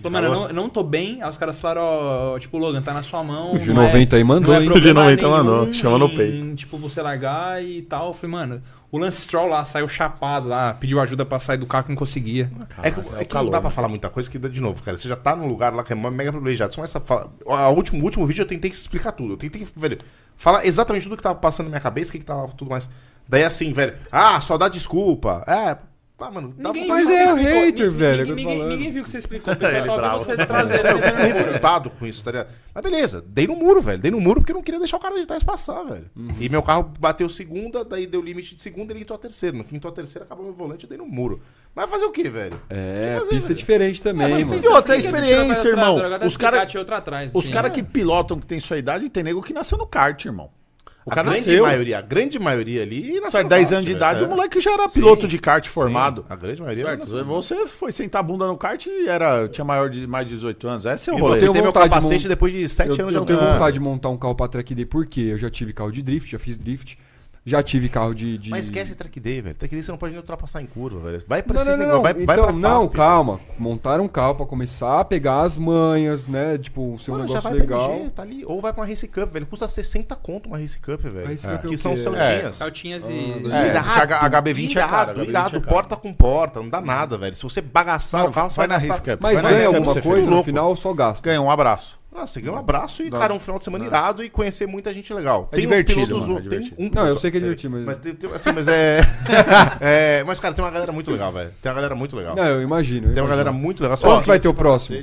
Speaker 4: Falou, mano, eu não, eu não tô bem. Aí os caras falaram, ó, tipo, Logan, tá na sua mão.
Speaker 3: O de
Speaker 4: não é-
Speaker 3: 90 aí mandou,
Speaker 4: não é
Speaker 3: hein?
Speaker 1: O de 90
Speaker 4: problema
Speaker 1: mandou,
Speaker 4: nenhum
Speaker 1: chama no
Speaker 4: em,
Speaker 1: peito.
Speaker 4: Tipo, você largar e tal. Eu falei, mano, o Lance Stroll lá saiu chapado lá, pediu ajuda pra sair do carro que não conseguia.
Speaker 2: É que, é que não dá pra falar muita coisa que dá de novo, cara. Você já tá num lugar lá que é mega privilegiado. Você começa a falar. A último, o último vídeo eu tentei explicar tudo. Eu tentei, velho, falar exatamente tudo que tava passando na minha cabeça, o que, que tava tudo mais. Daí assim, velho, ah, só dá desculpa. É, ah, mano, dá
Speaker 4: Ninguém
Speaker 2: pra-
Speaker 3: mas
Speaker 4: viu o que
Speaker 3: é
Speaker 4: você
Speaker 3: o
Speaker 4: explicou.
Speaker 3: hater,
Speaker 4: Ni-
Speaker 3: velho, que
Speaker 4: Ninguém,
Speaker 3: eu tô
Speaker 4: ninguém-
Speaker 3: falando.
Speaker 4: ninguém viu o que você explicou. O pessoal
Speaker 2: Ele
Speaker 4: só viu
Speaker 2: bravo.
Speaker 4: você trazer
Speaker 2: Eu fico
Speaker 4: ele.
Speaker 2: revoltado com isso, tá ligado? Mas beleza, dei no muro, velho. Dei no muro porque eu não queria deixar o cara de trás passar, velho.
Speaker 4: Uhum.
Speaker 2: E meu carro bateu segunda, daí deu limite de segunda, ele entrou a terceira. No quinto a terceira, acabou meu volante, eu dei no muro. Mas fazer o quê, velho?
Speaker 3: É,
Speaker 2: Tem que fazer,
Speaker 3: pista é
Speaker 1: né?
Speaker 2: velho.
Speaker 3: diferente também, mano.
Speaker 1: E outra experiência, irmão. Os
Speaker 4: Os
Speaker 1: cara-
Speaker 4: caras. outra atrás.
Speaker 1: Os
Speaker 4: entende?
Speaker 1: caras que pilotam, que tem sua idade, tem nego que nasceu no kart, irmão. O
Speaker 2: a
Speaker 1: cara
Speaker 2: grande
Speaker 1: nasceu.
Speaker 2: maioria, a grande maioria ali. nasceu
Speaker 1: Só
Speaker 2: no
Speaker 1: 10
Speaker 2: kart,
Speaker 1: anos de
Speaker 2: velho.
Speaker 1: idade,
Speaker 2: É.
Speaker 1: o moleque já era
Speaker 2: Sim.
Speaker 1: piloto de kart formado.
Speaker 2: Sim, A grande maioria.
Speaker 1: Certo,
Speaker 2: nasceu no kart.
Speaker 1: você foi sentar a bunda no kart e era, tinha maior de mais de 18 anos. Esse é o
Speaker 2: Eu
Speaker 1: rolê.
Speaker 2: botei
Speaker 3: tenho
Speaker 2: meu
Speaker 3: vontade de
Speaker 2: capacete
Speaker 3: mont-
Speaker 2: depois de 7
Speaker 3: Eu,
Speaker 2: anos de
Speaker 3: eu tenho
Speaker 1: é
Speaker 2: autódromo.
Speaker 3: vontade de montar um carro pra track day, porque eu já tive carro de drift, já fiz drift, já tive carro de. de-
Speaker 2: Mas esquece track day, velho. Track day você não pode nem ultrapassar em curva, velho. Vai pra
Speaker 3: Não,
Speaker 2: esses
Speaker 3: não, não.
Speaker 2: negócios, vai,
Speaker 3: então,
Speaker 2: vai pra
Speaker 3: não,
Speaker 2: FASP.
Speaker 3: calma. Montar um carro pra começar a pegar as manhas, né? Tipo, ser um
Speaker 2: Mano, já
Speaker 3: negócio
Speaker 2: vai
Speaker 3: legal.
Speaker 2: pra MG, tá ali. Ou vai pra uma Race Cup, velho. Custa 60 conto uma Race Cup, velho.
Speaker 3: Race Cup é o
Speaker 2: Que são
Speaker 3: quê?
Speaker 2: Celtinhas.
Speaker 4: Saltinhas e.
Speaker 1: É, porque a HB20 é
Speaker 2: irado,
Speaker 1: cara, HB20 é cara.
Speaker 2: irado, porta com porta, não dá nada, velho. Se você bagaçar o carro, você
Speaker 1: vai
Speaker 2: vai,
Speaker 1: na
Speaker 2: gastar-
Speaker 1: Race Cup.
Speaker 3: Mas
Speaker 1: Vai na
Speaker 3: ganha
Speaker 1: Scrap,
Speaker 3: alguma
Speaker 1: você fez
Speaker 3: coisa, no
Speaker 2: louco.
Speaker 3: final só gasta.
Speaker 1: Ganha um abraço.
Speaker 2: Ah, você ganha um abraço e, cara, um final de semana irado e conhecer muita gente legal.
Speaker 1: É divertido, mano, é
Speaker 2: outros-
Speaker 1: divertido.
Speaker 2: tem um
Speaker 3: Não, eu
Speaker 2: piloto-
Speaker 3: sei que é divertido, mas-
Speaker 2: Mas, tem, tem- assim, mas é... é... Mas, cara, tem uma galera muito legal, velho. Tem uma galera muito legal.
Speaker 3: Não, eu imagino. eu
Speaker 2: Tem uma
Speaker 3: imagino.
Speaker 2: galera muito legal. Só-
Speaker 3: Quando que vai ter o próximo?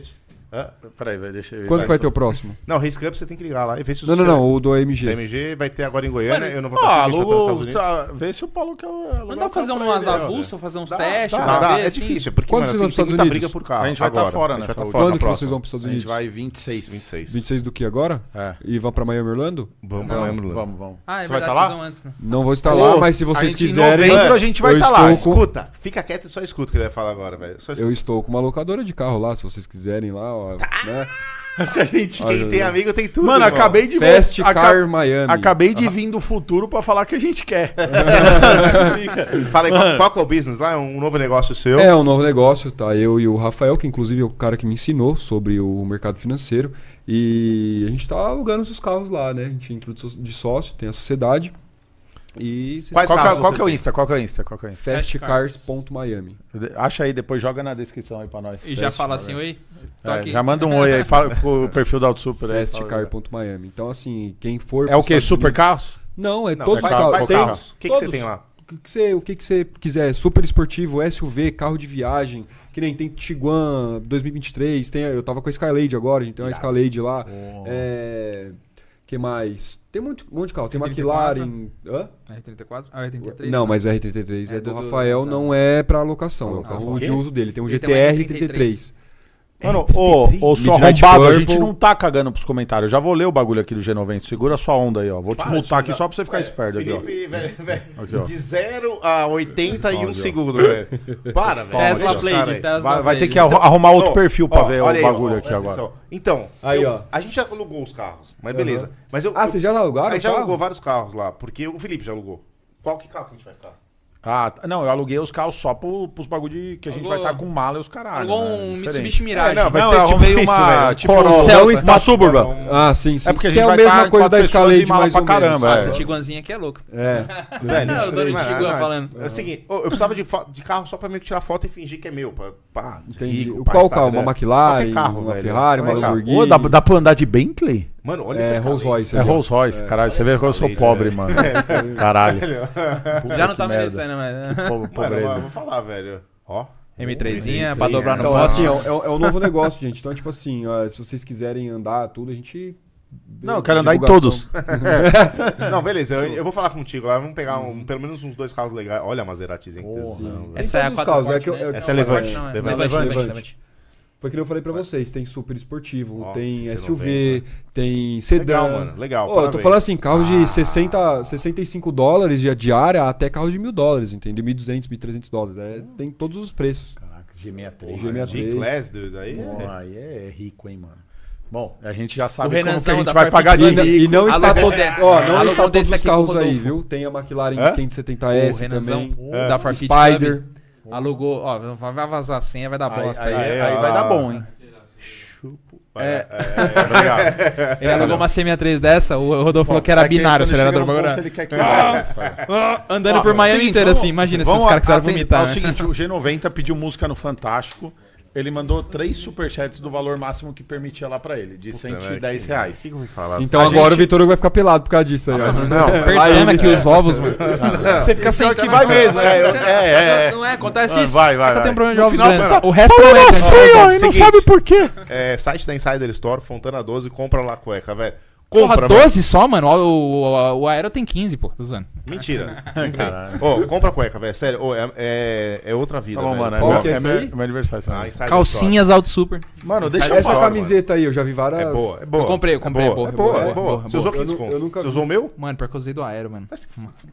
Speaker 2: Hã?
Speaker 1: Peraí, velho, deixa eu
Speaker 3: Quando que vai ter o próximo?
Speaker 2: Não, Race Cup você tem que ligar lá e ver se o
Speaker 3: Não, não,
Speaker 2: seu-
Speaker 3: não, o do
Speaker 2: da
Speaker 3: AMG.
Speaker 2: MG vai ter agora em Goiânia, eu não vou
Speaker 1: Ah,
Speaker 2: aqui, a gente vai estar nos
Speaker 1: logo,
Speaker 2: Estados Unidos.
Speaker 1: tá, vê se o Paulo quer alugar
Speaker 4: Não dá
Speaker 1: um
Speaker 4: pra fazer
Speaker 1: carro pra
Speaker 4: umas
Speaker 1: ele, né?
Speaker 4: avulsas, fazer uns
Speaker 2: Dá,
Speaker 4: testes,
Speaker 2: dá,
Speaker 4: pra
Speaker 2: dá,
Speaker 4: ver,
Speaker 2: é
Speaker 4: assim?
Speaker 2: difícil, porque
Speaker 3: Quando
Speaker 2: mano,
Speaker 3: vocês vão
Speaker 2: tem, tem
Speaker 3: pros
Speaker 2: muita
Speaker 3: Estados
Speaker 2: briga
Speaker 3: Unidos?
Speaker 2: por carro.
Speaker 1: A gente vai
Speaker 2: agora.
Speaker 1: tá fora
Speaker 2: A gente vai
Speaker 1: nessa
Speaker 2: tá
Speaker 1: última.
Speaker 2: fora na
Speaker 3: Quando que vocês
Speaker 2: próxima.
Speaker 3: vão pros Estados
Speaker 1: A gente
Speaker 3: Unidos?
Speaker 1: vai 26.
Speaker 2: 26.
Speaker 3: 26 do que agora?
Speaker 1: É.
Speaker 3: E vão pra Miami Orlando?
Speaker 2: Vamos pra Miami,
Speaker 1: Vamos,
Speaker 2: Lula.
Speaker 1: vamos, vamos.
Speaker 4: Ah, é
Speaker 1: Você vai
Speaker 4: verdade,
Speaker 1: estar
Speaker 4: vocês
Speaker 1: lá?
Speaker 4: vão antes, né?
Speaker 3: Não vou estar lá,
Speaker 1: Ô,
Speaker 3: mas se
Speaker 1: a
Speaker 3: vocês
Speaker 1: gente em
Speaker 3: quiserem.
Speaker 1: novembro a gente vai
Speaker 3: eu
Speaker 1: tá lá,
Speaker 3: estou com-
Speaker 2: Escuta, fica quieto e só escuta o que ele vai falar agora, velho. Só
Speaker 3: Eu
Speaker 2: escuta.
Speaker 3: estou com uma locadora de carro lá, se vocês quiserem lá, ó, né?
Speaker 2: Se a gente,
Speaker 3: Olha,
Speaker 2: quem tem
Speaker 3: olha.
Speaker 2: amigo, tem tudo.
Speaker 1: Mano,
Speaker 2: irmão.
Speaker 1: acabei de
Speaker 3: Fast
Speaker 1: aca-
Speaker 3: Car Miami.
Speaker 1: Acabei de vir do futuro pra falar que a gente quer. né?
Speaker 2: Fala aí, qual, qual que é o business lá? É um novo negócio seu.
Speaker 3: É um novo negócio, tá? Eu e o Rafael, que inclusive é o cara que me ensinou sobre o mercado financeiro. E a gente tá alugando os carros lá, né? A gente entrou de só- de sócio, tem a sociedade. E se
Speaker 2: Quais
Speaker 1: Qual, que é-
Speaker 2: carros
Speaker 1: qual
Speaker 2: você
Speaker 1: que é o
Speaker 2: tem?
Speaker 1: Insta? Qual que é o Insta? Qual que é o Insta?
Speaker 3: fastcars.miami.
Speaker 1: Acha aí, depois joga na descrição aí pra nós.
Speaker 4: E já
Speaker 1: Teste,
Speaker 4: fala
Speaker 1: tá
Speaker 4: assim,
Speaker 1: vendo?
Speaker 4: oi? Tô
Speaker 1: É,
Speaker 4: aqui.
Speaker 1: já manda um oi aí, fala com o perfil da Auto Super aí. fala-
Speaker 3: Fastcar.miami. Então, assim, quem for.
Speaker 1: É o que?
Speaker 3: pros Estados
Speaker 1: Super
Speaker 3: Unidos-
Speaker 1: carros?
Speaker 3: Não, é
Speaker 2: Não,
Speaker 3: todos
Speaker 2: quais-
Speaker 3: os carros.
Speaker 2: quais
Speaker 3: Tem-
Speaker 2: carros? O que, que você
Speaker 3: todos.
Speaker 2: tem lá?
Speaker 3: O que que você, o que que você quiser? é Super esportivo, SUV, carro de viagem. Que nem tem Tiguan 2023. Tem, eu tava com a Skylade agora, então a gente tem uma Skylade lá. É. que mais? Tem um monte, um monte de carro. Tem
Speaker 4: R34?
Speaker 3: McLaren. Hã?
Speaker 4: R34? Ah, R33?
Speaker 3: Não, mas o R33 é,
Speaker 4: É
Speaker 3: do,
Speaker 4: do- do-
Speaker 3: Rafael,
Speaker 4: tá.
Speaker 3: não é pra locação. é o
Speaker 1: tá.
Speaker 4: Ah,
Speaker 3: carro
Speaker 4: ok.
Speaker 3: de uso dele. Tem um
Speaker 4: Ele tem um
Speaker 3: GTR
Speaker 4: R33.
Speaker 3: 33.
Speaker 1: Mano, ô, ô, seu
Speaker 3: Midnight
Speaker 1: arrombado, a gente
Speaker 3: Purple.
Speaker 1: não tá cagando pros comentários. Eu já vou ler o bagulho aqui do G90. Segura sua onda aí, ó. Vou te
Speaker 2: Para de
Speaker 1: multar aqui
Speaker 2: xingar.
Speaker 1: só pra você ficar esperto aqui, ó.
Speaker 2: Felipe, velho, velho,
Speaker 1: Aqui, ó.
Speaker 2: de 0 a 81
Speaker 1: Olha, ó.
Speaker 2: segundo, velho. Para, velho.
Speaker 1: Tesla
Speaker 2: Deixa os
Speaker 4: Blade,
Speaker 2: caras aí.
Speaker 4: Tesla.
Speaker 1: Vai, vai ter que
Speaker 4: Então,
Speaker 1: arru- arrumar outro
Speaker 2: Ó,
Speaker 1: perfil pra
Speaker 2: ó,
Speaker 1: ver
Speaker 2: olha
Speaker 1: o
Speaker 2: aí,
Speaker 1: bagulho
Speaker 2: ó,
Speaker 1: aqui
Speaker 2: presta
Speaker 1: agora.
Speaker 2: atenção. Então,
Speaker 3: Aí,
Speaker 2: eu-
Speaker 3: ó.
Speaker 2: a gente já alugou os carros, mas beleza. Mas eu,
Speaker 3: Ah,
Speaker 2: eu-
Speaker 3: vocês já alugaram?
Speaker 2: Aí já
Speaker 3: o carro?
Speaker 2: alugou vários carros lá, porque o Felipe já alugou. Qual que carro que a gente vai ficar?
Speaker 1: Ah, tá- não, eu aluguei os carros só pro, pros bagulho de, que a gente
Speaker 4: Alugou-
Speaker 1: vai estar com mala e os caralho.
Speaker 4: Alugou
Speaker 1: né?
Speaker 4: um
Speaker 1: Diferente.
Speaker 4: Mitsubishi Mirage.
Speaker 2: É, não, vai
Speaker 1: Não,
Speaker 2: ser
Speaker 1: eu
Speaker 2: tipo
Speaker 1: arrumei
Speaker 2: isso,
Speaker 1: uma,
Speaker 2: velho.
Speaker 1: tipo,
Speaker 2: Corolla.
Speaker 1: Cel-
Speaker 3: Cel-
Speaker 1: uma Suburban.
Speaker 3: Ah, sim, sim.
Speaker 1: É porque a
Speaker 3: Que
Speaker 1: gente
Speaker 3: é
Speaker 1: vai
Speaker 3: o mesmo
Speaker 1: tá em
Speaker 3: coisa
Speaker 1: quatro
Speaker 3: da
Speaker 1: pessoas
Speaker 3: Escalade,
Speaker 1: e mala
Speaker 3: mais
Speaker 1: pra
Speaker 3: ou menos.
Speaker 1: caramba,
Speaker 4: Nossa,
Speaker 1: é.
Speaker 4: Tiguanzinha aqui é louco.
Speaker 3: É.
Speaker 2: Velho,
Speaker 4: É, o dono de
Speaker 2: mano,
Speaker 4: Tiguan
Speaker 2: não, não.
Speaker 4: falando.
Speaker 2: É o seguinte, ô, eu precisava de, fo- de carro só pra meio que tirar foto e fingir que é meu. Pra, pá, de
Speaker 3: Entendi.
Speaker 2: rico,
Speaker 3: O
Speaker 2: pá,
Speaker 3: qual
Speaker 2: Instagram.
Speaker 3: carro? Uma McLaren,
Speaker 2: Qualquer carro,
Speaker 3: uma
Speaker 2: velho.
Speaker 3: Ferrari, uma
Speaker 2: Qualquer carro.
Speaker 3: Lamborghini.
Speaker 1: Ô, dá, dá pra andar de Bentley?
Speaker 2: Mano, olha
Speaker 3: É,
Speaker 2: esses carros
Speaker 3: Rolls
Speaker 2: aí.
Speaker 3: Royce.
Speaker 1: É
Speaker 3: ali, ó.
Speaker 1: Rolls Royce, caralho. Você vê como eu sou
Speaker 2: Escalade,
Speaker 1: pobre, mano. Caralho. Puta
Speaker 4: Já não
Speaker 1: que
Speaker 4: tá
Speaker 1: merda.
Speaker 4: merecendo, mas...
Speaker 1: Po-
Speaker 3: é
Speaker 2: Mano,
Speaker 1: Pobreza.
Speaker 2: eu vou falar, velho. Ó.
Speaker 4: M3zinha,
Speaker 2: Sim,
Speaker 4: pra
Speaker 2: sim,
Speaker 4: dobrar no
Speaker 3: Então,
Speaker 4: poste.
Speaker 3: assim, é, o- é o novo negócio, gente. Então, tipo assim, ó, se vocês quiserem andar tudo, a gente.
Speaker 1: Não, eu quero andar em
Speaker 3: Divulgação.
Speaker 1: todos.
Speaker 3: é.
Speaker 2: Não, beleza, eu, eu vou falar contigo lá. Vamos pegar
Speaker 3: Hum.
Speaker 2: um- pelo menos uns dois carros legais. Olha a Maseratizinha que
Speaker 1: Porra.
Speaker 2: tesão, velho.
Speaker 4: Essa é a
Speaker 3: todos os
Speaker 4: 4
Speaker 3: carros, é
Speaker 4: porte,
Speaker 3: que eu-
Speaker 4: né?
Speaker 3: eu-
Speaker 4: Não,
Speaker 2: Essa é levante,
Speaker 4: porte não, é
Speaker 2: levante,
Speaker 4: Levante,
Speaker 3: levante.
Speaker 4: levante, levante.
Speaker 3: Foi aquilo que eu falei pra vocês: tem super esportivo,
Speaker 2: Ó,
Speaker 3: tem
Speaker 2: você não
Speaker 3: SUV,
Speaker 2: vem,
Speaker 3: tem sedã.
Speaker 2: Legal, mano, legal,
Speaker 3: Ó, eu tô
Speaker 2: parabéns.
Speaker 3: falando assim: carros
Speaker 4: Ah.
Speaker 3: de 60, 65 dólares de diária até carros de mil dólares, entendeu? 1.200, 1.300 dólares. É, tem todos os preços.
Speaker 1: Caraca, G63.
Speaker 3: G63.
Speaker 2: G-Class, dude, aí. é-
Speaker 1: Bom, aí é rico, hein, mano. Bom, a gente já sabe
Speaker 4: O
Speaker 1: como que a
Speaker 4: Renanzão
Speaker 1: gente
Speaker 4: da é
Speaker 1: vai
Speaker 4: Five
Speaker 1: pagar
Speaker 2: É
Speaker 1: de
Speaker 3: E, n-
Speaker 1: rico.
Speaker 3: e não está,
Speaker 4: Alô,
Speaker 3: todo,
Speaker 4: Dé-
Speaker 3: ó,
Speaker 4: alô,
Speaker 3: não está
Speaker 4: Dé-
Speaker 3: todos
Speaker 4: esse
Speaker 3: os
Speaker 4: aqui
Speaker 3: carros
Speaker 4: pro
Speaker 3: aí,
Speaker 4: Rodolfo.
Speaker 3: viu? Tem a McLaren
Speaker 2: Hã?
Speaker 3: 570S também.
Speaker 4: da Farfit
Speaker 3: Spider.
Speaker 4: Club. Alugou, ó, vai vai vazar a senha, vai dar bosta aí.
Speaker 1: aí, ah.
Speaker 2: aí,
Speaker 1: aí
Speaker 2: ó.
Speaker 1: vai dar bom, hein?
Speaker 2: É,
Speaker 4: Ele alugou uma CM3 dessa, o Rodolfo falou
Speaker 1: Tá
Speaker 4: que era binário o acelerador. Agora,
Speaker 1: Ele quer que ah,
Speaker 4: andando por Miami
Speaker 1: seguinte,
Speaker 4: inteiro
Speaker 1: vamos-
Speaker 4: assim, imagina se
Speaker 1: vamos
Speaker 4: os caras quiserem
Speaker 1: atender-
Speaker 4: vomitar.
Speaker 1: É o
Speaker 4: né?
Speaker 1: seguinte, o G90 pediu música no Fantástico. Ele mandou três superchats do valor máximo que permitia lá pra ele, de 110 reais.
Speaker 2: que eu vou falar?
Speaker 3: Então
Speaker 1: A
Speaker 3: agora
Speaker 1: gente-
Speaker 3: o Vitor Hugo vai ficar pelado por causa disso aí. ó.
Speaker 4: Apertando aqui os ovos, mano. Você fica sem
Speaker 1: que vai mesmo, é, é, é.
Speaker 4: Não é, acontece
Speaker 1: Ah,
Speaker 4: isso.
Speaker 1: vai, vai,
Speaker 4: É que eu
Speaker 1: vai.
Speaker 4: tenho problema de ovos
Speaker 1: final,
Speaker 4: grandes.
Speaker 1: você tá-
Speaker 4: O resto não é.
Speaker 2: ó, e não sabe
Speaker 1: por quê.
Speaker 2: É, site da Insider Store, Fontana 12, compra lá a cueca, velho. Compra,
Speaker 4: Porra,
Speaker 2: velho.
Speaker 4: 12 só, mano? O, o, o Aero tem 15, pô. Tô zoando.
Speaker 2: Mentira. Não tem. Ô, compra a cueca, velho. Sério, ô, é, é, é outra vida,
Speaker 1: Tá bom,
Speaker 2: velho.
Speaker 1: mano. É,
Speaker 3: Qual
Speaker 1: meu,
Speaker 3: que é
Speaker 1: é
Speaker 3: essa
Speaker 1: meu-
Speaker 3: aí?
Speaker 1: meu aniversário. essa
Speaker 2: Ah,
Speaker 1: vez.
Speaker 2: Insider Store.
Speaker 4: Calcinhas Alto
Speaker 1: É
Speaker 4: Super.
Speaker 1: Mano, deixa eu
Speaker 3: Essa
Speaker 1: falar.
Speaker 3: camiseta aí, eu já vi várias.
Speaker 2: É boa, é boa.
Speaker 4: Eu comprei, eu comprei,
Speaker 2: É
Speaker 4: é
Speaker 2: boa,
Speaker 4: boa,
Speaker 2: é boa.
Speaker 4: é
Speaker 2: é
Speaker 4: boa,
Speaker 2: boa. Você usou que
Speaker 3: Eu nu-
Speaker 2: desconto?
Speaker 3: eu nunca
Speaker 2: Você
Speaker 3: vi.
Speaker 2: usou o meu?
Speaker 4: Mano, pior que eu usei do Aero, mano.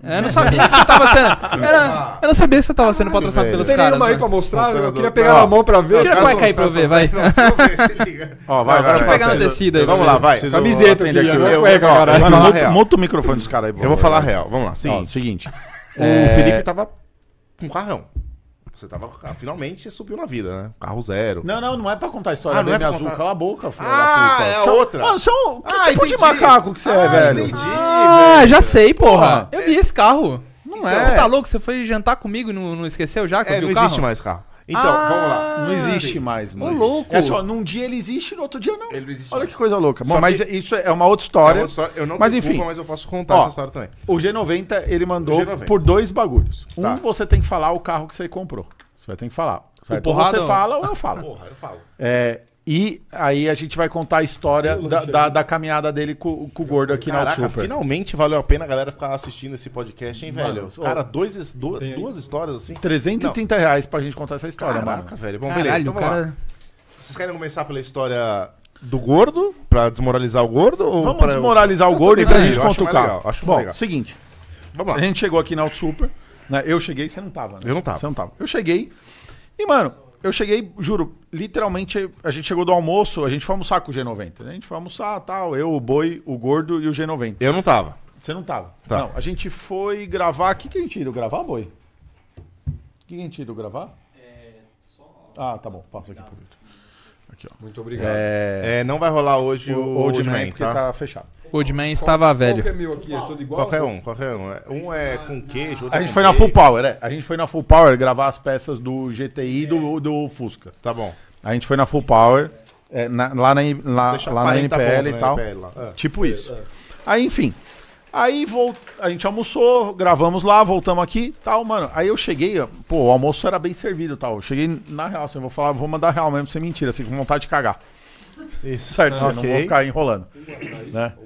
Speaker 4: É, Eu não sabia que você tava sendo.
Speaker 1: Ah.
Speaker 4: Era, eu não sabia que você tava sendo patrocinado
Speaker 2: velho.
Speaker 4: pelos
Speaker 3: Tem
Speaker 4: caras.
Speaker 3: nenhuma aí pra
Speaker 4: mano.
Speaker 3: mostrar? né? Eu queria
Speaker 2: Não.
Speaker 3: pegar na mão pra ver.
Speaker 4: Tira a
Speaker 2: Os caras
Speaker 4: cueca aí
Speaker 2: são-
Speaker 4: pra eu
Speaker 2: os
Speaker 4: ver,
Speaker 2: caras
Speaker 4: vai.
Speaker 2: são- se liga.
Speaker 1: Ó, vai,
Speaker 2: Vai,
Speaker 1: vai.
Speaker 4: Deixa eu pegar
Speaker 1: vai.
Speaker 4: na tecida aí. pra
Speaker 2: Vamos
Speaker 4: você
Speaker 2: lá,
Speaker 4: ver.
Speaker 2: vai.
Speaker 1: Preciso
Speaker 3: Camiseta,
Speaker 1: atender
Speaker 3: filho,
Speaker 1: aqui
Speaker 3: não
Speaker 1: o-
Speaker 3: é cueca,
Speaker 1: Ó,
Speaker 3: caralho.
Speaker 1: vai
Speaker 2: Vou falar
Speaker 1: lá,
Speaker 2: real.
Speaker 1: Monta o microfone dos caras aí. por
Speaker 2: Eu vou
Speaker 1: favor.
Speaker 2: falar real, vamos lá.
Speaker 1: Ó,
Speaker 2: Seguinte,
Speaker 1: seguinte.
Speaker 3: é.
Speaker 2: o Felipe tava com carrão. Você tava com carro. Finalmente você subiu na vida, né? Carro zero.
Speaker 1: Não, não, não é pra contar a história
Speaker 2: Ah,
Speaker 1: do
Speaker 2: não é
Speaker 1: M
Speaker 2: pra
Speaker 1: azul.
Speaker 2: contar.
Speaker 1: Cala a boca, filho.
Speaker 2: Ah, é a outra.
Speaker 1: Mano, você é um. Que
Speaker 2: Ah,
Speaker 1: tipo de
Speaker 2: entendi.
Speaker 1: macaco que você é,
Speaker 2: Ah,
Speaker 1: velho?
Speaker 2: Entendi,
Speaker 4: Ah,
Speaker 2: velho.
Speaker 4: já sei, porra. Eu vi esse carro.
Speaker 1: Não
Speaker 4: Você
Speaker 1: é.
Speaker 4: tá louco? Você foi jantar comigo e não, não esqueceu já que
Speaker 2: É,
Speaker 4: eu vi
Speaker 2: não
Speaker 4: o carro?
Speaker 2: existe mais carro. Então,
Speaker 4: Ah,
Speaker 2: vamos lá.
Speaker 1: Não existe mais, mano.
Speaker 4: Ô, louco.
Speaker 1: É só, num dia ele existe, no outro dia não.
Speaker 2: Ele não existe
Speaker 1: Olha
Speaker 2: mais.
Speaker 1: que coisa louca. Bom,
Speaker 2: Só
Speaker 1: mas
Speaker 2: que-
Speaker 1: isso é uma outra
Speaker 2: É
Speaker 1: história.
Speaker 2: outra história. Eu não
Speaker 1: Mas
Speaker 2: tenho
Speaker 1: enfim.
Speaker 2: culpa, mas eu posso contar
Speaker 1: Ó.
Speaker 2: essa história também.
Speaker 1: O G90, ele mandou
Speaker 2: O G90.
Speaker 1: por dois bagulhos. Um,
Speaker 2: Tá.
Speaker 1: você tem que falar o carro que você comprou. Você vai ter que falar. certo? Ou
Speaker 4: porradão.
Speaker 1: você fala ou eu falo.
Speaker 2: Porra, eu falo.
Speaker 1: É, e aí a gente vai contar a história da, da- da caminhada dele com, com o gordo aqui
Speaker 2: Caraca,
Speaker 1: na Auto Super.
Speaker 2: finalmente valeu a pena a galera ficar assistindo esse podcast, hein,
Speaker 1: Mano,
Speaker 2: velho?
Speaker 1: ô.
Speaker 2: Cara, dois, es- du- duas histórias assim.
Speaker 1: 330 reais pra gente contar essa história,
Speaker 2: Caraca,
Speaker 1: mano.
Speaker 2: velho. Bom, beleza,
Speaker 4: Caralho,
Speaker 2: então
Speaker 4: o
Speaker 2: vamos lá.
Speaker 4: cara.
Speaker 2: Vocês querem começar pela história do gordo? Pra desmoralizar o gordo? Ou
Speaker 1: Vamos
Speaker 2: pra...
Speaker 1: desmoralizar o
Speaker 2: Eu
Speaker 1: gordo e pra
Speaker 2: também acho,
Speaker 1: gente
Speaker 2: eu
Speaker 1: contar
Speaker 2: acho
Speaker 1: o
Speaker 2: mais
Speaker 1: carro.
Speaker 2: legal, acho mais
Speaker 1: Bom,
Speaker 2: legal.
Speaker 1: seguinte.
Speaker 2: Vamos
Speaker 1: A
Speaker 2: lá.
Speaker 1: gente chegou aqui na Auto Super. né? Eu cheguei, você não tava, né?
Speaker 2: Eu não tava.
Speaker 1: Você não tava. Eu cheguei. E, mano, eu cheguei, juro, literalmente, a gente chegou do almoço, a gente foi almoçar com o G90. né? A gente foi almoçar, tal, eu, o Boi, o Gordo e o G90.
Speaker 2: Eu não tava.
Speaker 1: Você não tava.
Speaker 2: Tá.
Speaker 1: Não, a gente foi gravar. O que, que a gente iria gravar, Boi? O que, que a gente iria gravar? Ah, tá bom. Passa aqui pro Vitor. Aqui, ó.
Speaker 3: Muito obrigado.
Speaker 2: É... não vai rolar hoje o, Old Man,
Speaker 1: porque
Speaker 2: tá?
Speaker 1: tá fechado.
Speaker 4: Old Man estava
Speaker 3: Qual que é
Speaker 4: velho.
Speaker 3: meu aqui? É todo igual?
Speaker 2: Qualquer um, qualquer um. É, Um é com queijo, outro
Speaker 1: A
Speaker 2: é
Speaker 1: gente
Speaker 2: com
Speaker 1: foi na
Speaker 2: bacon.
Speaker 1: Full Power, é. A gente foi na Full Power gravar as peças do GTI e do, do Fusca.
Speaker 2: Tá bom.
Speaker 1: A gente foi na Full Power, é, na- lá na, lá,
Speaker 2: Deixa
Speaker 1: lá na
Speaker 2: 40
Speaker 1: NPL
Speaker 2: pontos
Speaker 1: e
Speaker 2: tá na
Speaker 1: tal.
Speaker 2: NPL lá. É.
Speaker 1: Tipo isso. Aí, enfim. Aí vol- a gente almoçou, gravamos lá, voltamos aqui tal, mano. Aí eu cheguei, ó, pô, o almoço era bem servido tal. Eu cheguei na real, assim, eu vou falar, vou mandar real mesmo sem mentira, assim, com vontade de cagar.
Speaker 2: Isso.
Speaker 1: Certo, assim, não
Speaker 2: Ah, Ok.
Speaker 1: vou ficar enrolando. Né?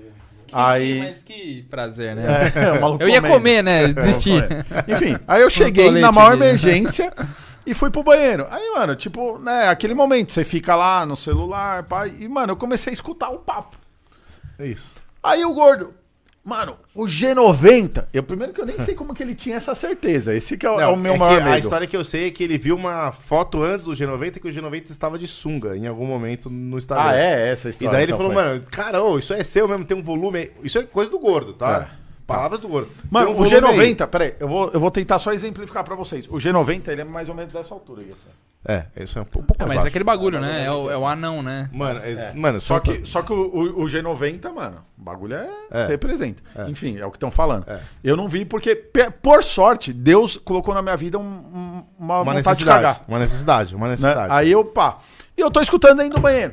Speaker 1: Aí.
Speaker 4: Mas é que prazer, né?
Speaker 1: É, o maluco
Speaker 4: Eu ia
Speaker 1: comendo.
Speaker 4: comer, né?
Speaker 2: É,
Speaker 4: Desisti.
Speaker 1: É, Enfim, aí eu cheguei na
Speaker 4: leite
Speaker 1: maior
Speaker 4: dele.
Speaker 1: emergência e fui pro banheiro. Aí, mano, tipo, né, aquele momento, você fica lá no celular, pai, e, mano, eu comecei a escutar o papo.
Speaker 2: Isso.
Speaker 1: Aí o gordo, mano, o G90, eu primeiro que eu nem sei como que ele tinha essa certeza, esse que é, o- é o meu
Speaker 2: é que
Speaker 1: maior
Speaker 2: A
Speaker 1: medo.
Speaker 2: história que eu sei é que ele viu uma foto antes do G90 que o G90 estava de sunga em algum momento no Instagram.
Speaker 1: Ah, é, essa a
Speaker 2: tá E
Speaker 1: história.
Speaker 2: daí ele
Speaker 1: então,
Speaker 2: falou,
Speaker 1: foi.
Speaker 2: mano, cara, ô, isso é seu mesmo, tem um volume aí. Isso é coisa do gordo, tá? Palavras do gordo.
Speaker 1: É. Mano,
Speaker 2: Tem um
Speaker 1: o
Speaker 2: volume aí.
Speaker 1: G90, peraí, eu vou, eu vou tentar só exemplificar pra vocês. O G90, ele é mais ou menos dessa altura aí, assim.
Speaker 2: É, isso é um pouco mais
Speaker 4: Ah, mas
Speaker 2: baixo.
Speaker 4: é aquele bagulho, né? É o, é o anão, né?
Speaker 2: Mano, é- mano
Speaker 1: Só que, só que o, o- o G90, mano, o bagulho é,
Speaker 2: É.
Speaker 1: representa.
Speaker 2: É.
Speaker 1: Enfim, é o que estão falando.
Speaker 2: É.
Speaker 1: Eu não vi porque, pe- por sorte, Deus colocou na minha vida um- um- uma,
Speaker 2: Uma
Speaker 1: vontade de
Speaker 2: necessidade,
Speaker 1: cagar.
Speaker 2: uma necessidade, uma
Speaker 1: né?
Speaker 2: necessidade.
Speaker 1: Aí eu, pá. E eu tô escutando aí no banheiro.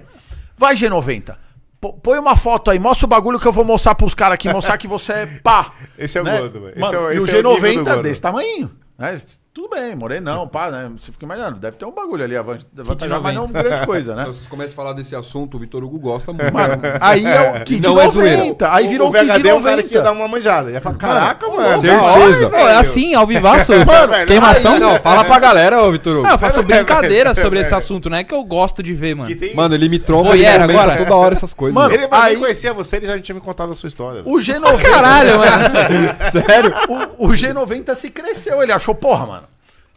Speaker 1: Vai, G90. pô- Põe uma foto aí, mostra o bagulho que eu vou mostrar pros caras aqui, mostrar que você é pá.
Speaker 2: Esse é o
Speaker 1: né?
Speaker 2: gordo, velho. Esse
Speaker 1: Mano,
Speaker 2: é o-
Speaker 1: e o
Speaker 2: esse é o nível do
Speaker 1: G90
Speaker 2: gordo.
Speaker 1: desse tamanho. Né? Tudo bem, morenão, pá, né? Você fica imaginando, deve ter um bagulho ali, avan- avantajado, mas não grande coisa, né?
Speaker 3: Então, vocês começam a falar desse assunto, o Vitor Hugo gosta muito.
Speaker 1: Mano, aí é o Kid
Speaker 3: Não é zoeira.
Speaker 1: 90. tá, Aí virou
Speaker 2: o
Speaker 1: o Kid 90.
Speaker 2: VHD é um cara que ia dar uma manjada. Ia falar, caraca, mano. da hora,
Speaker 3: certeza.
Speaker 2: velho.
Speaker 4: Pô, é assim, ao vivaço.
Speaker 2: velho,
Speaker 4: Queimação.
Speaker 3: Não, fala pra galera, ô Vitor Hugo.
Speaker 4: Não, eu faço brincadeira
Speaker 2: velho,
Speaker 4: sobre esse
Speaker 2: velho.
Speaker 4: assunto, não é que eu gosto de ver, mano.
Speaker 2: Que tem...
Speaker 3: Mano, ele me tromba, ele
Speaker 4: Voyeur
Speaker 3: comenta
Speaker 4: agora?
Speaker 3: toda hora essas coisas.
Speaker 1: Mano,
Speaker 3: velho.
Speaker 2: ele mas
Speaker 1: aí-
Speaker 2: nem conhecia você, ele já tinha me contado a sua história. velho.
Speaker 1: O G90.
Speaker 4: Caralho,
Speaker 2: né?
Speaker 4: mano.
Speaker 1: sério? O, o G90 se cresceu. Ele achou, porra, mano.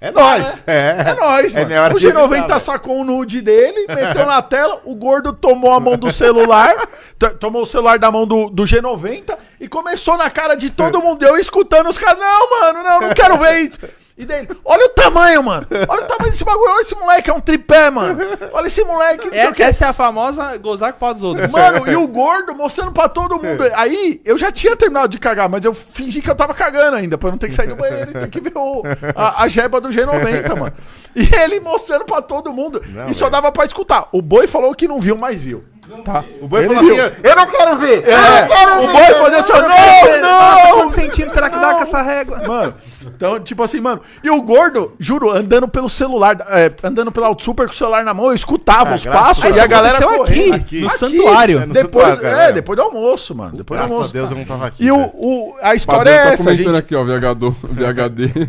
Speaker 2: É nóis.
Speaker 1: É
Speaker 2: É.
Speaker 1: nóis,
Speaker 2: É
Speaker 1: mano.
Speaker 2: minha hora
Speaker 1: o
Speaker 2: de
Speaker 1: G90
Speaker 2: brincar,
Speaker 1: sacou o nude dele, meteu na tela, o gordo tomou a mão do celular, t- tomou o celular da mão do, do G90 e começou na cara de todo mundo. Eu escutando os caras, não, mano, não, não quero ver isso. E dele, olha o tamanho, mano. Olha o tamanho desse bagulho. Olha esse moleque, é um tripé, mano. Olha esse moleque. não sei o quê.
Speaker 4: É, essa é a famosa gozar com o pau dos outros.
Speaker 1: Mano, e o gordo mostrando pra todo mundo. Aí, eu já tinha terminado de cagar, mas eu fingi que eu tava cagando ainda, pra eu não ter que sair do banheiro e ter que ver o- a, a jeba do G90, mano. E ele mostrando pra todo mundo.
Speaker 2: Não,
Speaker 1: e só
Speaker 2: velho.
Speaker 1: dava pra escutar. O boi falou que não viu, mas viu. Tá.
Speaker 2: O boi
Speaker 1: Ele
Speaker 2: falou assim,
Speaker 1: viu.
Speaker 2: eu não quero ver.
Speaker 1: É,
Speaker 2: Eu não quero
Speaker 1: o
Speaker 2: ver.
Speaker 1: boi fazia assim,
Speaker 4: Nossa,
Speaker 1: não, não,
Speaker 4: quantos centímetros será que dá com essa régua?
Speaker 1: Mano, então, tipo assim, mano. E o gordo, juro, andando pelo celular, é, andando pela Auto Super com o celular na mão, eu escutava
Speaker 2: Ah,
Speaker 1: os
Speaker 2: graças
Speaker 1: passos
Speaker 2: a
Speaker 1: e a
Speaker 2: Deus.
Speaker 1: galera
Speaker 4: Isso aconteceu
Speaker 1: correndo.
Speaker 4: aqui, no
Speaker 1: Aqui,
Speaker 4: santuário.
Speaker 1: é, no
Speaker 2: Depois-
Speaker 1: Depois, é,
Speaker 2: é,
Speaker 1: depois do almoço, mano. Depois do
Speaker 2: Graças a
Speaker 1: almoço.
Speaker 2: Deus eu não tava aqui.
Speaker 1: E o,
Speaker 2: velho.
Speaker 1: o- a história
Speaker 3: Padre
Speaker 1: é
Speaker 3: tá
Speaker 1: essa, a
Speaker 3: comentando
Speaker 1: gente,
Speaker 3: aqui, ó, VHD. VHD.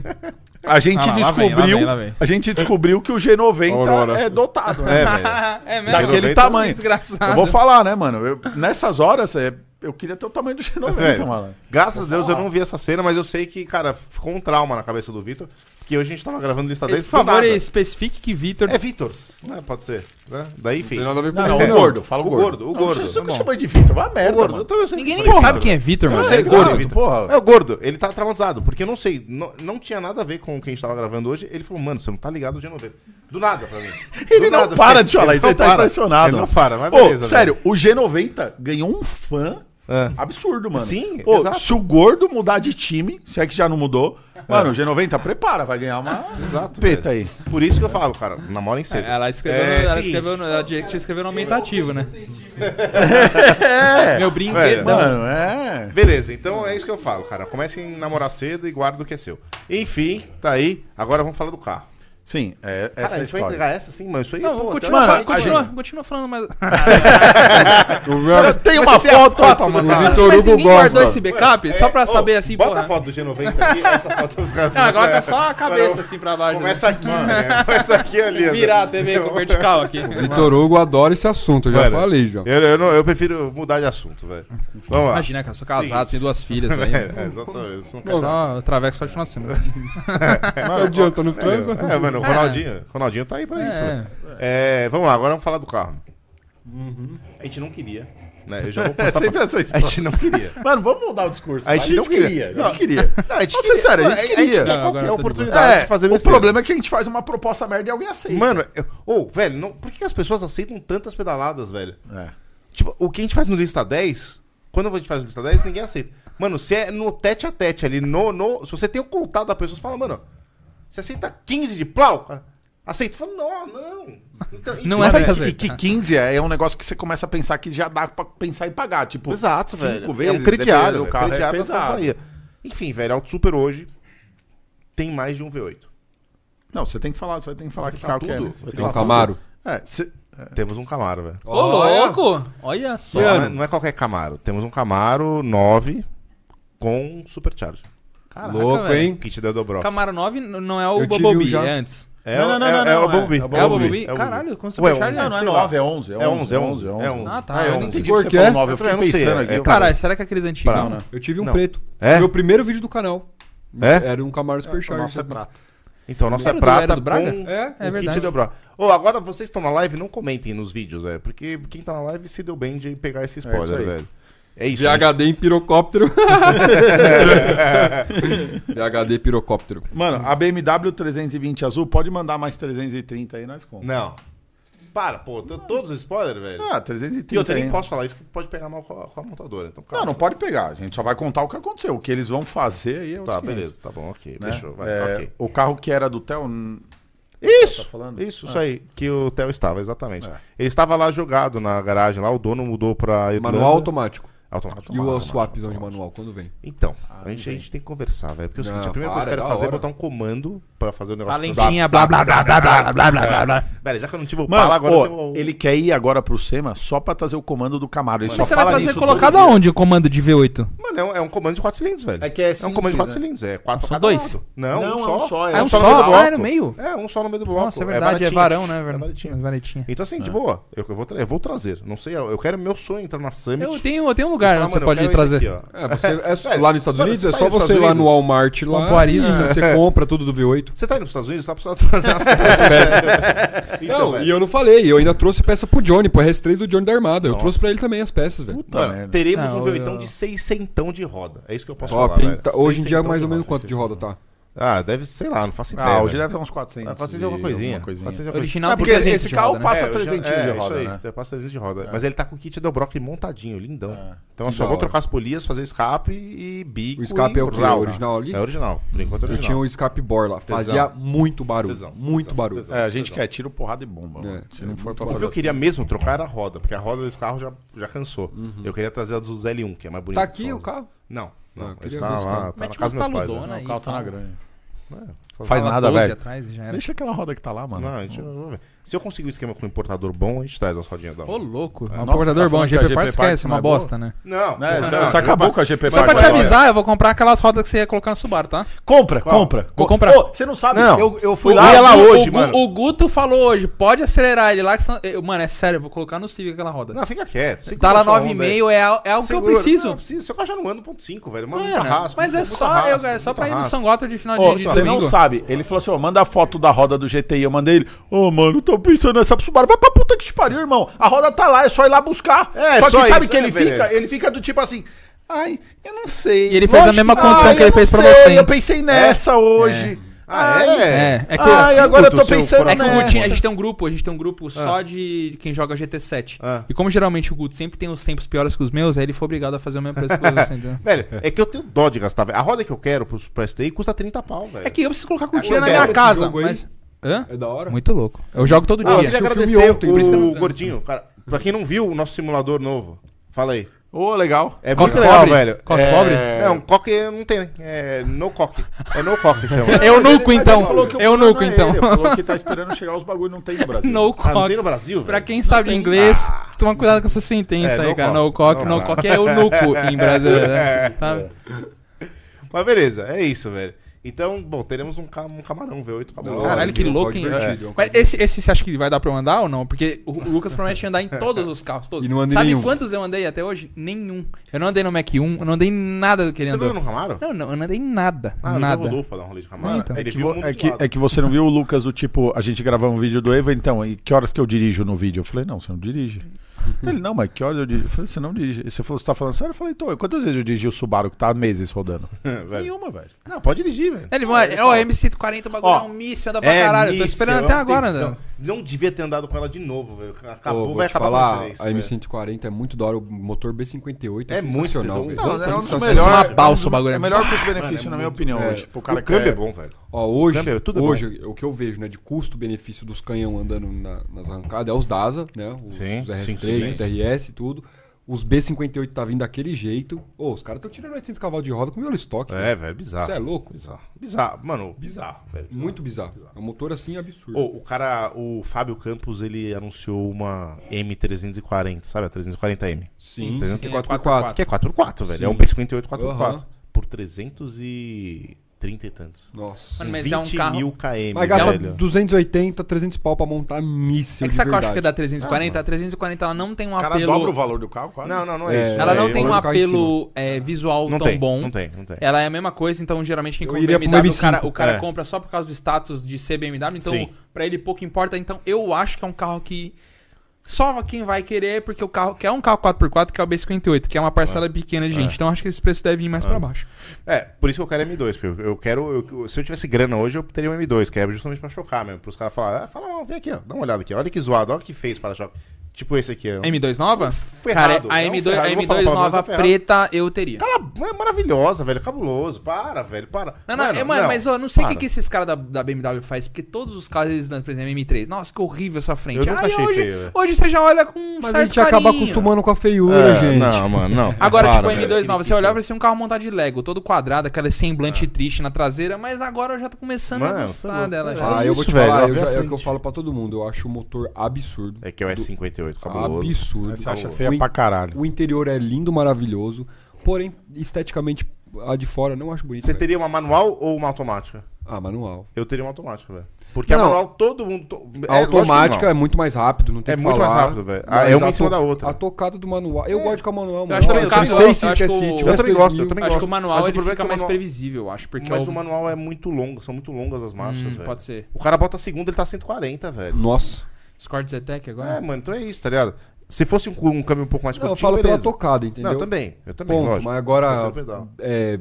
Speaker 1: a gente
Speaker 4: Ah, lá, lá vem, lá
Speaker 1: descobriu,
Speaker 4: vem, lá vem.
Speaker 1: a gente descobriu que o G90
Speaker 3: Aurora.
Speaker 1: é dotado, né?
Speaker 2: É, velho.
Speaker 4: é mesmo.
Speaker 1: Daquele
Speaker 2: 90
Speaker 1: tamanho.
Speaker 4: Desgraçado.
Speaker 1: Eu vou falar, né, mano? Eu- nessas horas, é, eu queria ter o tamanho do G90,
Speaker 2: Velho,
Speaker 1: mano.
Speaker 2: É. graças a Deus eu não vi essa cena, mas eu sei que, cara, ficou um trauma na cabeça do Vitor. Porque hoje a gente tava gravando lista
Speaker 4: Por
Speaker 2: 10
Speaker 4: favor,
Speaker 2: nada.
Speaker 4: especifique que Vitor.
Speaker 2: É Vitors, né? Pode ser. Né? Daí, enfim.
Speaker 3: Não tem nada a ver com
Speaker 1: Não, não,
Speaker 3: ele,
Speaker 1: o gordo, fala o
Speaker 2: O
Speaker 1: gordo.
Speaker 2: gordo, o gordo.
Speaker 1: Você
Speaker 2: tá
Speaker 1: nunca
Speaker 2: bom.
Speaker 1: chamou ele de Vitor, vai a merda,
Speaker 2: O gordo.
Speaker 1: mano.
Speaker 2: Eu também sei
Speaker 4: Ninguém
Speaker 2: que
Speaker 4: nem
Speaker 2: falei
Speaker 4: sabe
Speaker 2: Vitor.
Speaker 4: quem é Vitor,
Speaker 2: Eu
Speaker 4: mano.
Speaker 2: sei,
Speaker 1: É
Speaker 2: exato,
Speaker 1: gordo,
Speaker 2: Vitor.
Speaker 1: porra.
Speaker 2: É o gordo, ele tá traumatizado, porque eu não sei, não, não tinha nada a ver com o que a gente tava gravando hoje. Ele falou, mano, você não tá ligado no G90. Do nada pra mim. Do
Speaker 1: Ele não
Speaker 2: nada,
Speaker 1: para
Speaker 2: velho.
Speaker 1: de falar isso,
Speaker 2: não
Speaker 1: ele tá
Speaker 2: para.
Speaker 1: impressionado.
Speaker 2: Ele não
Speaker 1: mano.
Speaker 2: para, mas
Speaker 1: Ô,
Speaker 2: beleza. né?
Speaker 1: sério, o G90 ganhou um fã
Speaker 2: velho. É.
Speaker 1: absurdo, mano.
Speaker 2: Sim,
Speaker 1: Ô,
Speaker 2: exato.
Speaker 1: Se o gordo mudar de time, se é que já não mudou, mano, o G90 prepara, vai ganhar uma
Speaker 2: Exato,
Speaker 1: peta aí.
Speaker 2: Por isso que eu falo, cara, namorem cedo.
Speaker 4: Ela escreveu,
Speaker 2: É,
Speaker 4: no, ela
Speaker 2: sim.
Speaker 4: escreveu, no, ela tinha que escrever no aumentativo, né?
Speaker 1: É,
Speaker 4: Meu brinquedão.
Speaker 1: mano, é.
Speaker 2: Beleza, então é isso que eu falo, cara. Comecem a namorar cedo e guarda o que é seu. Enfim, tá aí. Agora vamos falar do carro.
Speaker 1: Sim, é
Speaker 2: Cara,
Speaker 1: essa é a história.
Speaker 2: essa sim, mano. Isso aí,
Speaker 4: Não,
Speaker 2: pô, tá
Speaker 4: continua,
Speaker 1: mano,
Speaker 4: falando,
Speaker 1: a gente-
Speaker 4: continua, continua falando, mas.
Speaker 3: O
Speaker 1: Cara,
Speaker 3: VHD.
Speaker 1: tem
Speaker 2: Mas
Speaker 1: uma
Speaker 2: você tem a
Speaker 1: foto,
Speaker 2: foto, mano.
Speaker 1: mano.
Speaker 4: Mas,
Speaker 3: Vitor
Speaker 4: mas
Speaker 3: Hugo
Speaker 4: ninguém
Speaker 3: gosta.
Speaker 4: guardou esse backup
Speaker 2: É,
Speaker 4: só pra
Speaker 2: ô,
Speaker 4: saber assim,
Speaker 2: Bota
Speaker 4: porra.
Speaker 2: a foto do G90 aqui, essa foto dos caras. é.
Speaker 4: Não, coloca só a cabeça assim pra baixo. né?
Speaker 2: Começa aqui, né? Começa aqui ali. ó.
Speaker 4: Virar a TV com vertical aqui.
Speaker 3: Vitor Hugo adora esse assunto, eu já
Speaker 2: Mano,
Speaker 3: falei, já.
Speaker 2: Eu, eu, não- eu prefiro mudar de assunto, velho. Vamos lá.
Speaker 4: Imagina, cara, sou casado,
Speaker 2: Sim.
Speaker 4: tenho duas filhas aí.
Speaker 2: É, é, exatamente. isso não precisa.
Speaker 4: Só eu traveco só de final de semana.
Speaker 3: Não adianta, não transa.
Speaker 2: É, mano, o Ronaldinho. Ronaldinho tá aí pra isso,
Speaker 4: É.
Speaker 2: velho. É, vamos lá, agora vamos falar do carro. A gente não queria. né? Eu já vou
Speaker 1: É
Speaker 2: passar
Speaker 1: sempre
Speaker 2: pra...
Speaker 1: essa
Speaker 2: A
Speaker 1: história.
Speaker 2: gente não queria.
Speaker 1: Mano, vamos mudar o discurso.
Speaker 2: A
Speaker 1: vai.
Speaker 2: gente
Speaker 1: Não
Speaker 2: queria.
Speaker 1: A gente queria.
Speaker 2: Não, a gente
Speaker 1: Vou ser sério, a gente queria.
Speaker 2: quer
Speaker 4: Não, agora
Speaker 2: qualquer
Speaker 4: tá de
Speaker 2: oportunidade de fazer
Speaker 1: o
Speaker 2: besteira.
Speaker 1: problema é que a gente faz uma proposta merda e alguém aceita.
Speaker 2: Mano, eu- ô, velho, não- por que as pessoas aceitam tantas pedaladas, velho?
Speaker 1: É.
Speaker 2: Tipo, o que a gente faz no lista 10, quando a gente faz no lista 10, ninguém aceita. Mano, se é no tete a tete ali, no, no, se você tem o contato da pessoa, você fala, mano, você aceita 15 de plau? cara? Aceita? Fala, não, não. Então, enfim,
Speaker 4: Não é pra
Speaker 2: velho.
Speaker 4: fazer.
Speaker 1: E que 15 é é um negócio que você começa a pensar que já dá pra pensar em pagar. Tipo,
Speaker 2: Exato,
Speaker 1: cinco
Speaker 2: velho.
Speaker 1: vezes.
Speaker 2: é um crediário,
Speaker 1: dependendo do
Speaker 2: velho,
Speaker 1: carro,
Speaker 2: crediário
Speaker 1: é
Speaker 2: da Trans
Speaker 1: pesado.
Speaker 2: Bahia. Enfim, velho, Auto Super hoje tem mais de um V8.
Speaker 1: Não, você tem que falar, você tem que falar que carro que é.
Speaker 2: tudo.
Speaker 1: né? Você
Speaker 2: Vai
Speaker 1: tem
Speaker 3: Tem um
Speaker 1: que falar
Speaker 3: Camaro.
Speaker 1: tudo. É, você-
Speaker 2: Temos um Camaro, velho.
Speaker 4: Ô, louco! Olha só.
Speaker 2: Não é, não é qualquer Camaro. Temos um Camaro 9 com Supercharger.
Speaker 4: Caraca,
Speaker 3: louco,
Speaker 4: velho.
Speaker 3: hein?
Speaker 2: Que te deu dobro.
Speaker 4: Camaro 9 n- não é o
Speaker 3: Eu tive um
Speaker 4: Bobobi,
Speaker 3: já.
Speaker 4: é antes.
Speaker 2: É,
Speaker 1: Não,
Speaker 2: o-
Speaker 1: não, não,
Speaker 2: é-
Speaker 1: não,
Speaker 2: é
Speaker 1: não,
Speaker 2: o Bumblebee.
Speaker 1: é o
Speaker 4: É o
Speaker 1: Bumblebee.
Speaker 4: Bobobi? Caralho, com o
Speaker 2: Ué,
Speaker 4: Supercharger.
Speaker 2: um-
Speaker 1: Não, não é
Speaker 2: sei
Speaker 1: 9, é 11.
Speaker 2: É 11, é 11.
Speaker 1: é
Speaker 2: É
Speaker 1: 11.
Speaker 2: 11.
Speaker 4: Ah, tá.
Speaker 1: Ah, eu
Speaker 4: onze.
Speaker 1: não entendi
Speaker 3: Por
Speaker 1: porque
Speaker 3: quê?
Speaker 1: você falou 9, eu fiquei
Speaker 2: Eu não sei,
Speaker 1: pensando
Speaker 2: é-
Speaker 1: aqui.
Speaker 2: é
Speaker 1: eu-
Speaker 4: Caralho, será que é aqueles antigos?
Speaker 2: Pra-
Speaker 4: né?
Speaker 2: Não.
Speaker 3: Eu tive um
Speaker 2: Não.
Speaker 3: preto.
Speaker 2: É?
Speaker 3: Meu primeiro vídeo do canal.
Speaker 2: É?
Speaker 3: Era um Camaro
Speaker 1: O
Speaker 3: Supercharger.
Speaker 1: nosso é prata.
Speaker 2: Então, o nosso é
Speaker 4: Lembra do Hélio
Speaker 2: prata
Speaker 4: do
Speaker 2: com
Speaker 4: Braga?
Speaker 3: É, é
Speaker 2: o kit
Speaker 4: verdade.
Speaker 2: de dobro. Ô, agora vocês estão na live, não comentem nos vídeos, velho. Porque quem tá na live se deu bem de pegar esse
Speaker 1: isso
Speaker 2: spoiler,
Speaker 1: aí.
Speaker 2: velho. É isso. né?
Speaker 3: VHD em pirocóptero. VHD pirocóptero.
Speaker 1: Mano, a BMW 320 azul, pode mandar mais 330 aí, nós compra.
Speaker 2: Não. Para, pô. t- Todos os spoilers, velho.
Speaker 1: Ah,
Speaker 2: e eu
Speaker 1: 330
Speaker 2: nem
Speaker 1: aí.
Speaker 2: posso falar isso, que pode pegar mal com a, com a montadora. Então,
Speaker 1: Não, não pode pegar. A gente só vai contar o que aconteceu. O que eles vão fazer aí é outros
Speaker 2: Tá,
Speaker 1: 500,
Speaker 2: beleza. Tá bom, ok.
Speaker 1: né?
Speaker 2: Fechou. Vai,
Speaker 1: É,
Speaker 2: ok.
Speaker 1: O carro que era do Theo... hum,
Speaker 2: Isso!
Speaker 1: Tá falando?
Speaker 2: Isso, isso aí, que o Theo estava, exatamente.
Speaker 1: É.
Speaker 2: Ele estava lá jogado na garagem, lá o dono mudou pra... Irlanda.
Speaker 3: Manual automático.
Speaker 2: automático.
Speaker 3: E o
Speaker 2: automático,
Speaker 3: swapzão de
Speaker 2: automático.
Speaker 3: manual, quando vem?
Speaker 2: Então,
Speaker 1: Ah,
Speaker 2: a, gente, a gente tem que conversar, velho. Porque é o seguinte,
Speaker 3: Não,
Speaker 2: a primeira coisa que eu quero
Speaker 3: para, da
Speaker 2: fazer é
Speaker 3: hora.
Speaker 2: botar um comando pra fazer o negócio.
Speaker 4: Valentinha, blá blá blá blá blá blá blá blá blá.
Speaker 2: Pera, já que eu não tive o
Speaker 1: Mano,
Speaker 2: pala, agora
Speaker 1: ó,
Speaker 2: eu tenho o...
Speaker 1: ele quer ir agora pro SEMA só pra trazer o comando do Camaro. Ele só
Speaker 4: Mas você vai
Speaker 1: fala
Speaker 4: trazer
Speaker 1: nisso
Speaker 4: colocado
Speaker 1: todo dia.
Speaker 4: aonde o comando de V8?
Speaker 2: Mano, é um, é um comando de quatro cilindros, velho.
Speaker 1: É que é
Speaker 2: um
Speaker 1: simples,
Speaker 2: comando de quatro
Speaker 1: né?
Speaker 2: cilindros, é quatro
Speaker 4: São
Speaker 2: a cada
Speaker 4: dois?
Speaker 2: lado.
Speaker 1: Não,
Speaker 2: Não, um
Speaker 1: é um
Speaker 2: só.
Speaker 1: só, é
Speaker 4: Ah, é um
Speaker 1: só
Speaker 4: só?
Speaker 1: no meio do
Speaker 4: Ah, é
Speaker 1: bloco.
Speaker 4: no meio?
Speaker 2: É, um só no meio do bloco.
Speaker 4: Nossa, é verdade, é,
Speaker 2: baratinho,
Speaker 4: varão, né?
Speaker 2: É
Speaker 4: velho?
Speaker 2: baratinho.
Speaker 4: É varetinha.
Speaker 2: Então, assim, de boa, eu, eu vou tra- eu vou trazer. Não sei, eu eu quero meu sonho é entrar na Summit.
Speaker 4: Eu tenho, eu tenho um lugar
Speaker 2: Fala,
Speaker 4: onde você
Speaker 2: mano, eu
Speaker 4: pode
Speaker 2: quero
Speaker 4: ir
Speaker 2: esse
Speaker 4: trazer.
Speaker 2: aqui, ó.
Speaker 3: É, você, é s-
Speaker 2: Velho,
Speaker 3: lá nos Estados
Speaker 2: mano,
Speaker 3: Unidos
Speaker 2: você
Speaker 3: é
Speaker 2: tá
Speaker 3: só
Speaker 2: nos
Speaker 3: você ir
Speaker 2: Estados
Speaker 3: lá no
Speaker 2: Unidos?
Speaker 3: Walmart lá.
Speaker 4: Pompoarismo.
Speaker 3: é, Você compra tudo do V8.
Speaker 2: Você tá indo pros Estados Unidos, tá precisando trazer as peças.
Speaker 3: não,
Speaker 2: Então, velho.
Speaker 3: e eu não falei, eu ainda trouxe peça pro Johnny, pro RS3 do Johnny da Armada. Eu
Speaker 2: Nossa.
Speaker 3: trouxe pra ele também as peças, velho.
Speaker 1: Puta
Speaker 2: Mano,
Speaker 1: merda.
Speaker 2: teremos
Speaker 4: Não,
Speaker 2: um V8
Speaker 4: eu-
Speaker 2: de 600 de roda. É isso que eu posso
Speaker 3: Top,
Speaker 2: falar,
Speaker 3: hein?
Speaker 2: velho.
Speaker 3: Tá- Hoje em dia é
Speaker 2: 600
Speaker 3: mais ou menos
Speaker 2: roda,
Speaker 3: quanto de
Speaker 2: 600
Speaker 3: roda, tá?
Speaker 2: Ah, deve, sei lá, não faço ideia.
Speaker 1: Ah, hoje
Speaker 2: velho.
Speaker 1: deve ter uns 400.
Speaker 2: Ah, 400 de alguma coisinha. 400 de alguma coisinha. Ah,
Speaker 4: Original
Speaker 1: É
Speaker 4: por
Speaker 1: porque esse
Speaker 4: 300 de
Speaker 1: carro
Speaker 4: roda, né?
Speaker 1: passa
Speaker 2: É, eu já-
Speaker 1: 300 de
Speaker 2: é,
Speaker 1: roda,
Speaker 2: isso aí,
Speaker 1: né?
Speaker 2: eu passo 300 de roda.
Speaker 3: É.
Speaker 2: Mas ele tá com o kit Delbrock montadinho, lindão.
Speaker 1: É.
Speaker 2: Então eu
Speaker 3: Que
Speaker 2: só
Speaker 3: da
Speaker 2: vou
Speaker 3: hora.
Speaker 2: trocar as polias, fazer escape e bico.
Speaker 3: O escape
Speaker 2: e
Speaker 3: é o que?
Speaker 2: rau.
Speaker 3: original ali?
Speaker 2: É original, por enquanto é
Speaker 3: Eu
Speaker 2: original.
Speaker 3: tinha um escape borla. Fazia muito barulho.
Speaker 2: Tesão,
Speaker 3: Muito
Speaker 2: tesão,
Speaker 3: barulho.
Speaker 2: tesão.
Speaker 1: É, a gente quer tiro, porrada e bomba. mano.
Speaker 3: É.
Speaker 1: Se não for pra
Speaker 2: O que
Speaker 1: fazer.
Speaker 2: eu queria mesmo trocar era a roda, porque a roda desse carro já, já cansou. Eu queria trazer a dos L1, que é mais bonita.
Speaker 3: Uhum. Tá
Speaker 2: que
Speaker 3: aqui
Speaker 2: são
Speaker 3: o
Speaker 2: as-
Speaker 3: carro?
Speaker 2: Não,
Speaker 3: Ah,
Speaker 2: não.
Speaker 3: eu
Speaker 2: Esse
Speaker 3: queria
Speaker 2: tá
Speaker 3: ver esse
Speaker 2: lá,
Speaker 3: carro.
Speaker 2: tá na
Speaker 4: Mete
Speaker 2: casa dos
Speaker 4: umas
Speaker 2: meus pais.
Speaker 4: taludonas
Speaker 2: né?
Speaker 4: aí.
Speaker 1: O carro tá na grande.
Speaker 2: É,
Speaker 1: Faz
Speaker 4: Fala
Speaker 1: nada,
Speaker 4: 12
Speaker 1: velho.
Speaker 4: atrás e já era.
Speaker 1: Deixa aquela roda que tá lá,
Speaker 4: Ah,
Speaker 1: mano.
Speaker 2: Não, a gente- eu vou ver. Se eu conseguir um esquema com um importador bom, a gente traz as rodinhas da
Speaker 4: Ô, louco. É um
Speaker 1: Nossa, tá
Speaker 4: portador bom.
Speaker 1: falando que a
Speaker 4: GP
Speaker 1: GP
Speaker 4: Parts
Speaker 1: Parts
Speaker 4: esquece, é
Speaker 1: não
Speaker 4: uma
Speaker 1: é boa?
Speaker 4: boa? né?
Speaker 2: Não,
Speaker 1: Né,
Speaker 2: não,
Speaker 1: você-
Speaker 2: não,
Speaker 1: você acabou com a GP
Speaker 4: Só pra
Speaker 1: Parts
Speaker 4: te
Speaker 1: agora.
Speaker 4: avisar, eu vou comprar aquelas rodas que você ia colocar no Subaru, tá?
Speaker 1: Compra, compra. Co-
Speaker 4: Vou comprar.
Speaker 1: Ô, Você não sabe.
Speaker 2: Não.
Speaker 1: Eu, eu fui
Speaker 2: Eu
Speaker 1: lá.
Speaker 2: ia lá
Speaker 4: Gu-
Speaker 2: hoje,
Speaker 4: Gu-
Speaker 2: mano.
Speaker 4: O Guto falou hoje, pode acelerar ele lá. Que são... eu- Mano, é sério, eu vou colocar no Civic aquela roda.
Speaker 2: Não, fica quieto. segura
Speaker 4: tá lá
Speaker 2: sua onda aí.
Speaker 4: 9,5, é, al- é algo que eu
Speaker 2: Segura.
Speaker 4: preciso.
Speaker 2: Não, precisa. Seu carro já não anda 1.5, velho. um Mano,
Speaker 4: Mano,
Speaker 2: muito arrasto,
Speaker 4: mas é
Speaker 2: muito
Speaker 4: só,
Speaker 2: arrasto,
Speaker 4: eu- é só
Speaker 2: muito
Speaker 4: pra ir no
Speaker 2: arrasto.
Speaker 4: São Gothard de final
Speaker 1: Ô,
Speaker 3: tá
Speaker 4: de, de
Speaker 1: você não
Speaker 4: domingo.
Speaker 1: sabe. Ele falou assim: ó, manda a foto da roda do GTI. Eu mandei ele. Ô, mano, eu tô pensando nessa pro Subaru. Vai pra puta que te pariu, irmão. A roda tá lá, é só ir lá buscar.
Speaker 2: É,
Speaker 1: só,
Speaker 2: só
Speaker 1: que sabe
Speaker 2: isso,
Speaker 1: que
Speaker 2: né,
Speaker 1: ele
Speaker 2: velho?
Speaker 1: fica? Ele fica do tipo assim. Ai, eu não sei.
Speaker 4: E ele fez a mesma
Speaker 1: que-
Speaker 4: condição
Speaker 1: ai,
Speaker 4: que ele
Speaker 1: eu
Speaker 4: fez
Speaker 1: não
Speaker 4: pra
Speaker 1: sei,
Speaker 4: você,
Speaker 1: Eu
Speaker 4: hein?
Speaker 1: pensei nessa hoje.
Speaker 2: Ah,
Speaker 1: Ai,
Speaker 2: é?
Speaker 4: É, é que
Speaker 1: Ai,
Speaker 4: assim,
Speaker 1: agora eu
Speaker 2: Guto,
Speaker 1: tô
Speaker 2: seu
Speaker 1: pensando
Speaker 4: É que o
Speaker 2: É.
Speaker 4: Gutinho, a
Speaker 1: nessa.
Speaker 4: gente tem um grupo, a gente tem um grupo só de quem joga GT7.
Speaker 2: Ah.
Speaker 4: E como geralmente o Guto sempre tem os tempos piores que os meus, aí ele foi obrigado a fazer o mesmo preço que você, entendeu?
Speaker 2: Velho, é que eu tenho dó de gastar, velho. A roda que eu quero pro, pra STI custa 30 pau, velho.
Speaker 4: É que eu preciso colocar cortina
Speaker 2: Agora,
Speaker 4: na minha
Speaker 2: esse
Speaker 4: casa,
Speaker 3: jogo aí-
Speaker 4: mas... Hã?
Speaker 3: É da hora.
Speaker 4: Muito louco. Eu jogo todo
Speaker 2: Ah, eu
Speaker 4: dia.
Speaker 2: queria
Speaker 3: Assistiu o filme
Speaker 2: agradecer
Speaker 3: ontem, por isso que eu
Speaker 2: o
Speaker 3: não-
Speaker 2: Gordinho, cara. Pra quem não viu o nosso simulador novo, fala aí.
Speaker 1: Ô, legal.
Speaker 2: É
Speaker 4: Coque
Speaker 2: muito legal,
Speaker 4: pobre?
Speaker 2: velho.
Speaker 4: Coque
Speaker 2: é...
Speaker 4: pobre?
Speaker 2: É, um coque não tem, né? É no coque. É no coque, chama.
Speaker 4: Eu
Speaker 1: Mas ele-
Speaker 4: nuco,
Speaker 1: mas ele
Speaker 4: então.
Speaker 1: falou que o
Speaker 4: Eu
Speaker 1: plano
Speaker 4: nuco,
Speaker 1: é
Speaker 4: então.
Speaker 1: ele, Falou que tá esperando chegar os bagulho não tem no Brasil.
Speaker 4: No
Speaker 2: Ah, não tem no
Speaker 4: cock.
Speaker 2: Brasil,
Speaker 4: Pra
Speaker 2: velho?
Speaker 4: quem sabe
Speaker 1: tem.
Speaker 4: inglês, toma cuidado com essa
Speaker 2: É,
Speaker 4: sentença aí,
Speaker 2: no
Speaker 4: cara.
Speaker 2: cock.
Speaker 4: No cock,
Speaker 2: Não, É.
Speaker 4: no
Speaker 2: não.
Speaker 4: cock é eunuco em brasileiro. né? Sabe?
Speaker 2: Mas beleza, é isso, velho. Então, bom, teremos um, ca- um camarão V8 camarão.
Speaker 4: Caralho, que
Speaker 3: Meu,
Speaker 4: louco,
Speaker 3: tá
Speaker 4: hein?
Speaker 3: divertido, é um
Speaker 4: Mas esse, esse você acha que vai dar pra eu andar ou não? Porque o o Lucas promete andar em todos os carros, todos.
Speaker 3: E não anda em
Speaker 4: Sabe
Speaker 3: nenhum.
Speaker 4: quantos eu andei até hoje? Nenhum. Eu não andei no Mac 1, eu não andei em nada do que ele
Speaker 2: Você
Speaker 4: andou.
Speaker 2: viu no Camaro?
Speaker 4: Não, não, eu não andei em nada.
Speaker 2: Ah,
Speaker 4: nada.
Speaker 2: ele rodou pra dar um rolê de Camaro.
Speaker 4: Ah, então.
Speaker 1: É
Speaker 2: Ele
Speaker 1: que,
Speaker 2: viu
Speaker 1: vo-
Speaker 2: muito
Speaker 1: é, que,
Speaker 2: lado.
Speaker 1: é que você não viu o Lucas do tipo, a gente gravava um vídeo do Evo, então, e que horas que eu dirijo no vídeo? Eu falei, não, você não dirige. Ele, não, mas que hora eu dirijo? Eu falei, você não dirige. Você falou, você tá falando sério? Eu falei, tô, quantas vezes eu dirigi o Subaru que tá há meses rodando?
Speaker 2: velho.
Speaker 1: Nenhuma, velho.
Speaker 2: Não, pode dirigir, velho.
Speaker 4: Ele, mano, é o MC40, o bagulho é um míssil, anda pra caralho. eu
Speaker 2: míssil,
Speaker 4: tô
Speaker 2: é
Speaker 4: esperando
Speaker 2: uma
Speaker 4: até agora, né?
Speaker 2: tensão.
Speaker 4: André.
Speaker 2: Não devia ter andado com ela de novo, velho. Acabou,
Speaker 3: Pô,
Speaker 2: vai
Speaker 3: vou te
Speaker 2: acabar
Speaker 3: falar,
Speaker 2: com a diferença.
Speaker 3: a
Speaker 2: velho.
Speaker 3: M140 é muito da hora, o motor B58 é,
Speaker 2: É muito tesão.
Speaker 3: sensacional. velho.
Speaker 2: Não,
Speaker 3: Sensacional.
Speaker 4: melhores- uma balsa o bagulho.
Speaker 1: É melhor custo-benefício,
Speaker 2: um Mano, é
Speaker 1: na minha
Speaker 2: muito-
Speaker 1: opinião,
Speaker 3: é.
Speaker 1: hoje. Pro cara
Speaker 2: o
Speaker 1: que
Speaker 2: câmbio
Speaker 1: é
Speaker 2: é bom, velho.
Speaker 3: Ó, hoje,
Speaker 2: Câmbio, tudo é
Speaker 3: hoje o que eu vejo, né, de custo-benefício dos canhão andando na- nas arrancadas é os DASA, né? Os,
Speaker 2: Sim,
Speaker 3: os
Speaker 2: sim,
Speaker 3: RS3,
Speaker 2: sim, sim.
Speaker 3: TRS e tudo. Os B58 tá vindo daquele jeito. Ô, os caras estão tirando 800 cavalos de roda com miolo estoque.
Speaker 2: É, velho, bizarro.
Speaker 3: Você é louco?
Speaker 2: Bizarro. Bizarro, mano, bizarro, velho. bizarro.
Speaker 3: Muito bizarro. É um motor assim absurdo.
Speaker 2: Ô, o cara, o Fábio Campos, ele anunciou uma M340, sabe? A 340M.
Speaker 3: Sim,
Speaker 2: Entendeu?
Speaker 3: 64x4.
Speaker 2: Que é 4x4, velho.
Speaker 3: Sim.
Speaker 2: É um P58 4x4.
Speaker 3: Aham.
Speaker 2: Por 330 e tantos.
Speaker 3: Nossa.
Speaker 4: Mano, mas é um
Speaker 2: 20
Speaker 4: carro-
Speaker 2: mil km,
Speaker 3: Mas gasta
Speaker 2: velho.
Speaker 3: 280, 300 pau pra montar míssil
Speaker 4: É que
Speaker 3: de
Speaker 4: sabe o que eu acho
Speaker 3: verdade.
Speaker 4: que dá
Speaker 2: Ah,
Speaker 4: 340? a 340 ela não tem um
Speaker 1: O cara
Speaker 4: apelo.
Speaker 1: dobra o valor do carro, quase.
Speaker 2: Não, não, não é,
Speaker 3: É,
Speaker 2: isso.
Speaker 4: Ela não
Speaker 2: é,
Speaker 4: tem
Speaker 2: eu-
Speaker 4: um
Speaker 3: vou colocar em
Speaker 4: apelo é, visual
Speaker 2: Não
Speaker 4: tão
Speaker 2: tem,
Speaker 4: bom.
Speaker 2: não tem, não tem.
Speaker 4: Ela é a mesma coisa, então geralmente quem
Speaker 3: Eu
Speaker 4: compra
Speaker 3: iria pra
Speaker 4: BMW,
Speaker 3: um
Speaker 4: o cara,
Speaker 3: M5,
Speaker 4: o cara
Speaker 2: é.
Speaker 4: compra só por causa do status de ser BMW, então
Speaker 2: Sim.
Speaker 4: pra ele pouco importa. Então eu acho que é um carro que só quem vai querer, porque o carro que é um carro 4x4, que é o B58, que é uma parcela
Speaker 2: Ah.
Speaker 4: pequena de gente. Então acho que esse preço deve ir mais pra baixo.
Speaker 2: É, por isso que eu quero M2, porque eu- eu quero. eu- se eu tivesse grana hoje, eu teria um M2, que é justamente pra chocar mesmo. Pros caras falarem, ah, fala mal, vem aqui, ó, dá uma olhada aqui, ó, olha que zoado, olha que fez para choque. Tipo esse aqui, ó.
Speaker 4: M2 nova?
Speaker 2: ferrado,
Speaker 4: cara, a
Speaker 2: é um
Speaker 4: M2,
Speaker 2: ferrado,
Speaker 4: a
Speaker 2: eu vou falar pra vocês,
Speaker 4: M2
Speaker 2: é
Speaker 4: nova
Speaker 2: um ferrado.
Speaker 4: preta eu teria.
Speaker 2: Cala, a b- é maravilhosa, velho, cabuloso. Para, velho, para.
Speaker 4: Não, não,
Speaker 2: Mano,
Speaker 4: é, mano, mas eu não sei o que,
Speaker 2: para.
Speaker 4: que esses caras da, da BMW faz, porque todos os carros eles dão, por exemplo, M3. Nossa, que horrível essa frente.
Speaker 2: Eu nunca
Speaker 4: Aí
Speaker 2: achei
Speaker 4: hoje,
Speaker 2: feio, velho.
Speaker 4: hoje você já olha com um
Speaker 3: Mas
Speaker 4: certo
Speaker 3: a gente acaba
Speaker 4: carinho.
Speaker 3: acostumando com a feiura,
Speaker 2: É,
Speaker 3: gente.
Speaker 2: Não, mano, não.
Speaker 4: Agora,
Speaker 2: Para,
Speaker 4: tipo, o
Speaker 2: velho. é
Speaker 4: M2 nova, você olhava assim um carro montado de Lego, todo quadrado, aquela semblante triste na traseira, mas agora eu já tô começando a
Speaker 2: Ah. Mano, você é
Speaker 4: gostar
Speaker 2: louco,
Speaker 4: dela. Já.
Speaker 2: cara.
Speaker 3: Ah,
Speaker 2: É
Speaker 3: eu vou
Speaker 2: isso,
Speaker 3: te
Speaker 2: velho,
Speaker 3: falar,
Speaker 2: ela
Speaker 3: eu
Speaker 2: vem à
Speaker 3: já- é o que eu
Speaker 2: frente.
Speaker 3: falo pra todo mundo. Eu acho o motor absurdo.
Speaker 2: É que é o S58, cabuloso.
Speaker 3: Ah, Absurdo.
Speaker 1: Você acha
Speaker 3: O
Speaker 1: feia
Speaker 3: in-
Speaker 1: pra caralho.
Speaker 3: O interior é lindo, maravilhoso. Porém, esteticamente, a de fora não acho bonita.
Speaker 2: Você
Speaker 3: velho.
Speaker 2: teria uma manual ou uma automática?
Speaker 3: Ah, manual.
Speaker 2: Eu teria uma automática, velho. Porque a
Speaker 3: Não.
Speaker 2: manual todo mundo. to- é, lógico que
Speaker 3: A automática é
Speaker 2: não.
Speaker 3: muito mais rápido, não tem
Speaker 2: É
Speaker 3: o que
Speaker 2: muito
Speaker 3: falar.
Speaker 2: mais rápido, velho. Ah,
Speaker 3: Mas
Speaker 2: é uma em
Speaker 3: a
Speaker 2: cima
Speaker 3: to-
Speaker 2: da outra. É.
Speaker 3: A tocada do manual. Eu gosto com a manual.
Speaker 4: Eu
Speaker 3: mano. não
Speaker 4: acho que também- eu
Speaker 3: sei
Speaker 4: também
Speaker 3: se
Speaker 4: gosto,
Speaker 3: é
Speaker 4: eu acho que
Speaker 3: City.
Speaker 4: o-
Speaker 2: eu também gosto, eu também
Speaker 4: Acho
Speaker 2: gosto.
Speaker 4: que o manual
Speaker 2: Mas o
Speaker 4: ele
Speaker 2: problema é
Speaker 4: fica
Speaker 2: que o
Speaker 4: mais
Speaker 2: manual-
Speaker 4: previsível, eu acho, porque
Speaker 2: Mas
Speaker 4: o-
Speaker 2: o manual é muito longo, são muito longas as marchas,
Speaker 4: Hum,
Speaker 2: velho.
Speaker 4: pode ser.
Speaker 2: O cara bota a segunda, ele tá 140, velho.
Speaker 3: Nossa.
Speaker 4: Score Zetec
Speaker 2: É,
Speaker 4: agora.
Speaker 2: mano, então é isso, tá ligado? Se fosse um, cu- um câmbio um pouco mais
Speaker 3: Não,
Speaker 2: curtinho,
Speaker 3: eu falo
Speaker 2: beleza.
Speaker 3: pela tocada, entendeu?
Speaker 2: Não, eu também, eu também,
Speaker 3: Ponto,
Speaker 2: lógico.
Speaker 3: mas
Speaker 2: Mas é
Speaker 3: agora,
Speaker 2: o pedal.
Speaker 3: é,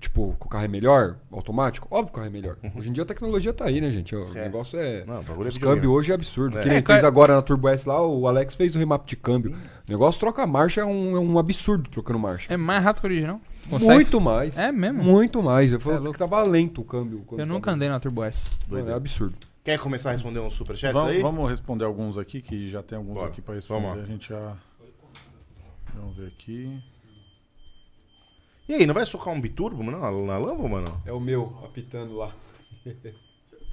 Speaker 3: tipo, que o carro é melhor, automático, óbvio que o carro é melhor. Hoje em dia a tecnologia tá aí, né, gente? O
Speaker 2: Uhum. Esquece.
Speaker 3: negócio é...
Speaker 2: Não, o bagulho é
Speaker 3: Os
Speaker 2: videogame.
Speaker 3: câmbio hoje é absurdo.
Speaker 2: É.
Speaker 3: Que nem
Speaker 4: É,
Speaker 3: fez
Speaker 4: cara-
Speaker 3: agora na Turbo S lá, o Alex fez o remap de câmbio. O negócio troca a marcha é um, é um absurdo trocando marcha.
Speaker 4: É mais rápido que o original. Consegue?
Speaker 3: muito mais.
Speaker 4: É mesmo?
Speaker 3: Muito mais. Eu
Speaker 4: Cê é
Speaker 3: falei que tava lento o câmbio. quando
Speaker 4: Eu nunca
Speaker 3: tava-
Speaker 4: andei na Turbo S.
Speaker 3: Mano, É absurdo.
Speaker 2: Quer começar a responder uns superchats
Speaker 1: Vamos,
Speaker 2: É aí?
Speaker 1: vamos responder alguns aqui, que já tem alguns
Speaker 2: Bora.
Speaker 1: aqui pra
Speaker 2: Vamos
Speaker 1: responder.
Speaker 2: lá.
Speaker 1: A gente já. Vamos ver aqui.
Speaker 2: E aí, não vai socar um biturbo não, na- na lâmpada, mano?
Speaker 3: É o meu, apitando lá.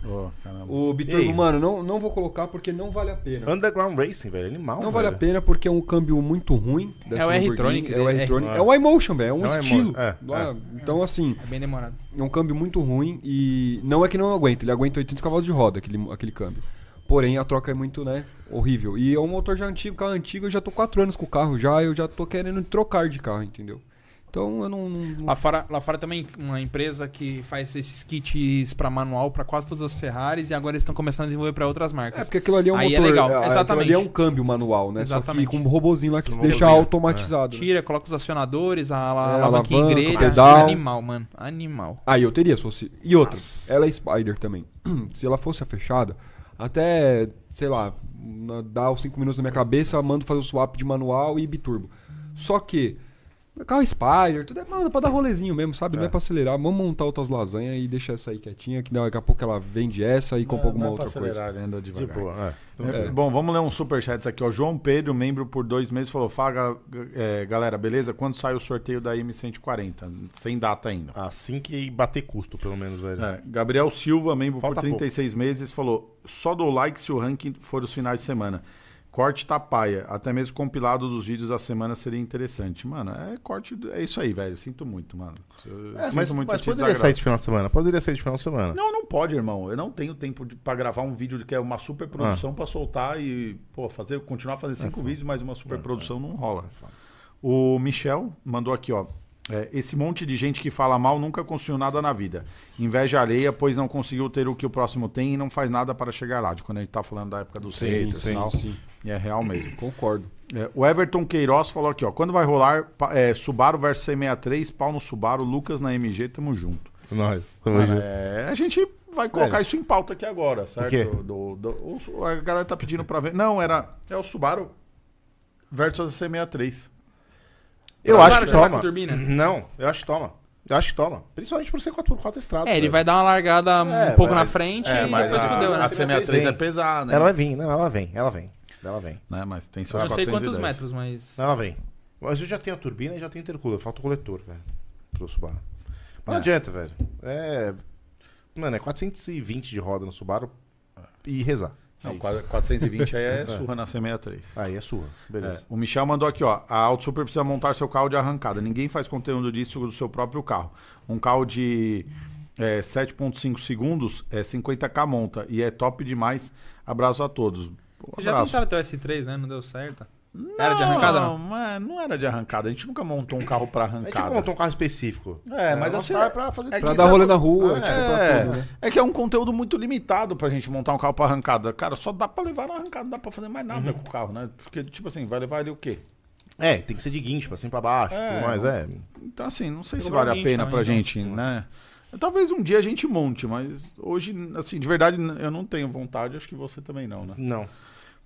Speaker 1: Ó, caramba.
Speaker 3: O
Speaker 2: E aí?
Speaker 3: Biturbo, mano, não, não vou colocar porque não vale a pena.
Speaker 2: Underground Racing, velho, animal.
Speaker 3: Não vale
Speaker 2: velho.
Speaker 3: a pena porque é um câmbio muito ruim.
Speaker 4: É o
Speaker 3: Lamborghini.
Speaker 4: R-Tronic,
Speaker 3: É o
Speaker 4: né?
Speaker 3: R-Tronic.
Speaker 2: É.
Speaker 3: É o iMotion, velho. É um
Speaker 2: É o
Speaker 3: estilo.
Speaker 2: iMotion, é,
Speaker 3: Não é- Então, assim,
Speaker 4: É bem demorado.
Speaker 3: é um câmbio muito ruim e não é que não aguenta. Ele aguenta 800 cavalos de roda, aquele, aquele câmbio. Porém, a troca é muito, né, horrível. E é um motor já antigo, carro antigo. Eu já tô 4 anos com o carro já. Eu já tô querendo trocar de carro, entendeu? Então, eu não... não- não-
Speaker 4: Lá fora, lá fora também uma empresa que faz esses kits pra manual pra quase todas as Ferraris e agora eles estão começando a desenvolver pra outras
Speaker 3: É,
Speaker 4: marcas.
Speaker 3: porque aquilo ali é um
Speaker 4: Aí é
Speaker 3: motor...
Speaker 4: legal,
Speaker 3: aquilo
Speaker 4: exatamente.
Speaker 3: ali é um câmbio manual, né?
Speaker 4: Exatamente.
Speaker 3: Só que com um robozinho lá que
Speaker 2: Esse
Speaker 3: se deixa
Speaker 2: robozinho,
Speaker 3: automatizado. né?
Speaker 4: Tira, coloca os acionadores, a, la-
Speaker 3: É,
Speaker 4: alavanquinha
Speaker 3: alavanca,
Speaker 4: grelha.
Speaker 3: pedal.
Speaker 4: Animal, mano. Animal.
Speaker 3: Aí eu teria, se fosse. Ah, E outra, ela é Spider também. se ela fosse a fechada, até, sei lá, na- dá os 5 minutos na minha cabeça, mando fazer o swap de manual e biturbo. Só que, carro Spider, tudo é mano, pra dar rolezinho mesmo, sabe? Não é pra acelerar. Vamos montar outras lasanhas e deixar essa aí quietinha, que daqui a pouco ela vende essa e compra alguma outra coisa.
Speaker 1: é Ele anda
Speaker 2: De
Speaker 1: devagar.
Speaker 2: boa, é.
Speaker 1: É, Bom, vamos ler uns superchats aqui. Ó. João Pedro, membro por dois meses, falou: Fala, ga- é, galera, beleza? Quando sai o sorteio da M140? Sem data ainda.
Speaker 2: Assim que bater custo, pelo menos, velho.
Speaker 1: É, Gabriel Silva, membro
Speaker 2: Falta
Speaker 1: por 36 meses, falou: Só dou like se o ranking for os finais de semana. Corte tá paia. Até mesmo compilado dos vídeos da semana seria interessante. Mano, é corte. É isso aí, velho. Sinto muito, mano. Eu
Speaker 2: É,
Speaker 1: sinto
Speaker 2: mas,
Speaker 1: muito
Speaker 2: mas
Speaker 1: te
Speaker 2: poderia
Speaker 1: desagrado.
Speaker 2: sair de final de semana, poderia sair de final de semana.
Speaker 1: Não, não pode, irmão. Eu não tenho tempo de, pra gravar um vídeo que é uma super produção pra soltar e, pô, fazer, É continuar fazendo cinco vídeos, mas uma super produção não rola. O Michel mandou aqui, ó. É, esse monte de gente que fala mal nunca construiu nada na vida. Inveja alheia, pois não conseguiu ter o que o próximo tem e não faz nada para chegar lá. De quando a gente tá falando da época dos haters e tal. E é real mesmo.
Speaker 3: Concordo.
Speaker 1: É, o Everton Queiroz falou aqui, ó. Quando vai rolar pa- é, Subaru versus 663, pau no Subaru, Lucas na MG, tamo junto.
Speaker 2: Nós. Tamo junto.
Speaker 1: É, a gente vai colocar isso em pauta aqui agora, certo?
Speaker 2: quê?
Speaker 1: Do- do- o- a galera tá pedindo pra ver. Não, era. É o Subaru versus a 663.
Speaker 2: Eu
Speaker 4: Agora
Speaker 2: acho que
Speaker 4: já tá com
Speaker 2: toma.
Speaker 4: turbina?
Speaker 1: né?
Speaker 2: Não, eu acho que toma. Eu acho que toma. Principalmente por ser 4x4 estrada.
Speaker 4: É, ele
Speaker 2: velho.
Speaker 4: vai dar uma largada um
Speaker 2: Tá É,
Speaker 4: pouco
Speaker 2: vai-
Speaker 4: na frente
Speaker 1: É,
Speaker 4: e
Speaker 1: mas
Speaker 4: depois
Speaker 1: a,
Speaker 4: fudeu, né?
Speaker 1: a 663 é
Speaker 2: Vem.
Speaker 1: pesada, né?
Speaker 2: Ela vai vir, não, ela vem, ela vem. Ela vem.
Speaker 1: Né, Mas tem seus
Speaker 4: Eu não sei quantos
Speaker 1: 410.
Speaker 4: metros, mas.
Speaker 2: Não, Ela vem. Mas eu já tenho a turbina e já tenho intercooler. Falta o coletor, velho. Pro Subaru. Mas não
Speaker 1: É.
Speaker 2: adianta, velho. É. Mano, é 420 de roda no Subaru e rezar. É
Speaker 1: Não, quase- 420 aí é surra na 663.
Speaker 2: Aí é sua.
Speaker 1: É,
Speaker 2: Beleza.
Speaker 1: o Michel mandou aqui, ó. A Auto Super precisa montar seu carro de arrancada. Ninguém faz conteúdo disso do seu próprio carro. Um carro de é, 7,5 segundos é 50k monta. E é top demais. Abraço a todos. Pô,
Speaker 4: Vocês já
Speaker 1: um abraço.
Speaker 4: tentaram até o S3, né? Não deu certo. Era de arrancada, não?
Speaker 1: mas não era de arrancada. A gente nunca montou um carro pra
Speaker 2: A gente
Speaker 1: arrancada.
Speaker 2: montou um carro específico.
Speaker 1: É, mas
Speaker 2: nosso
Speaker 1: assim,
Speaker 2: carro é pra fazer
Speaker 1: é
Speaker 2: tudo.
Speaker 3: Pra
Speaker 1: que
Speaker 3: dar
Speaker 1: isso
Speaker 3: rolê na rua, tipo, pra
Speaker 1: É,
Speaker 3: tudo, né?
Speaker 1: é que é um conteúdo muito limitado pra gente montar um carro pra arrancada. Cara, só dá pra levar na arrancada, não dá pra fazer mais
Speaker 3: Uhum.
Speaker 1: nada com o carro, né? Porque, tipo assim, vai levar ele o quê?
Speaker 2: É, tem que ser de guincho, pra cima e pra baixo,
Speaker 1: É.
Speaker 2: tudo mais, é.
Speaker 1: Então, assim, não sei
Speaker 4: Tem
Speaker 1: se
Speaker 4: um
Speaker 1: vale a
Speaker 4: Brabante
Speaker 1: pena
Speaker 4: também,
Speaker 1: pra
Speaker 4: então.
Speaker 1: gente, né? Talvez um dia a gente monte, mas hoje, assim, de verdade, n- eu não tenho vontade, acho que você também não, né?
Speaker 2: Não.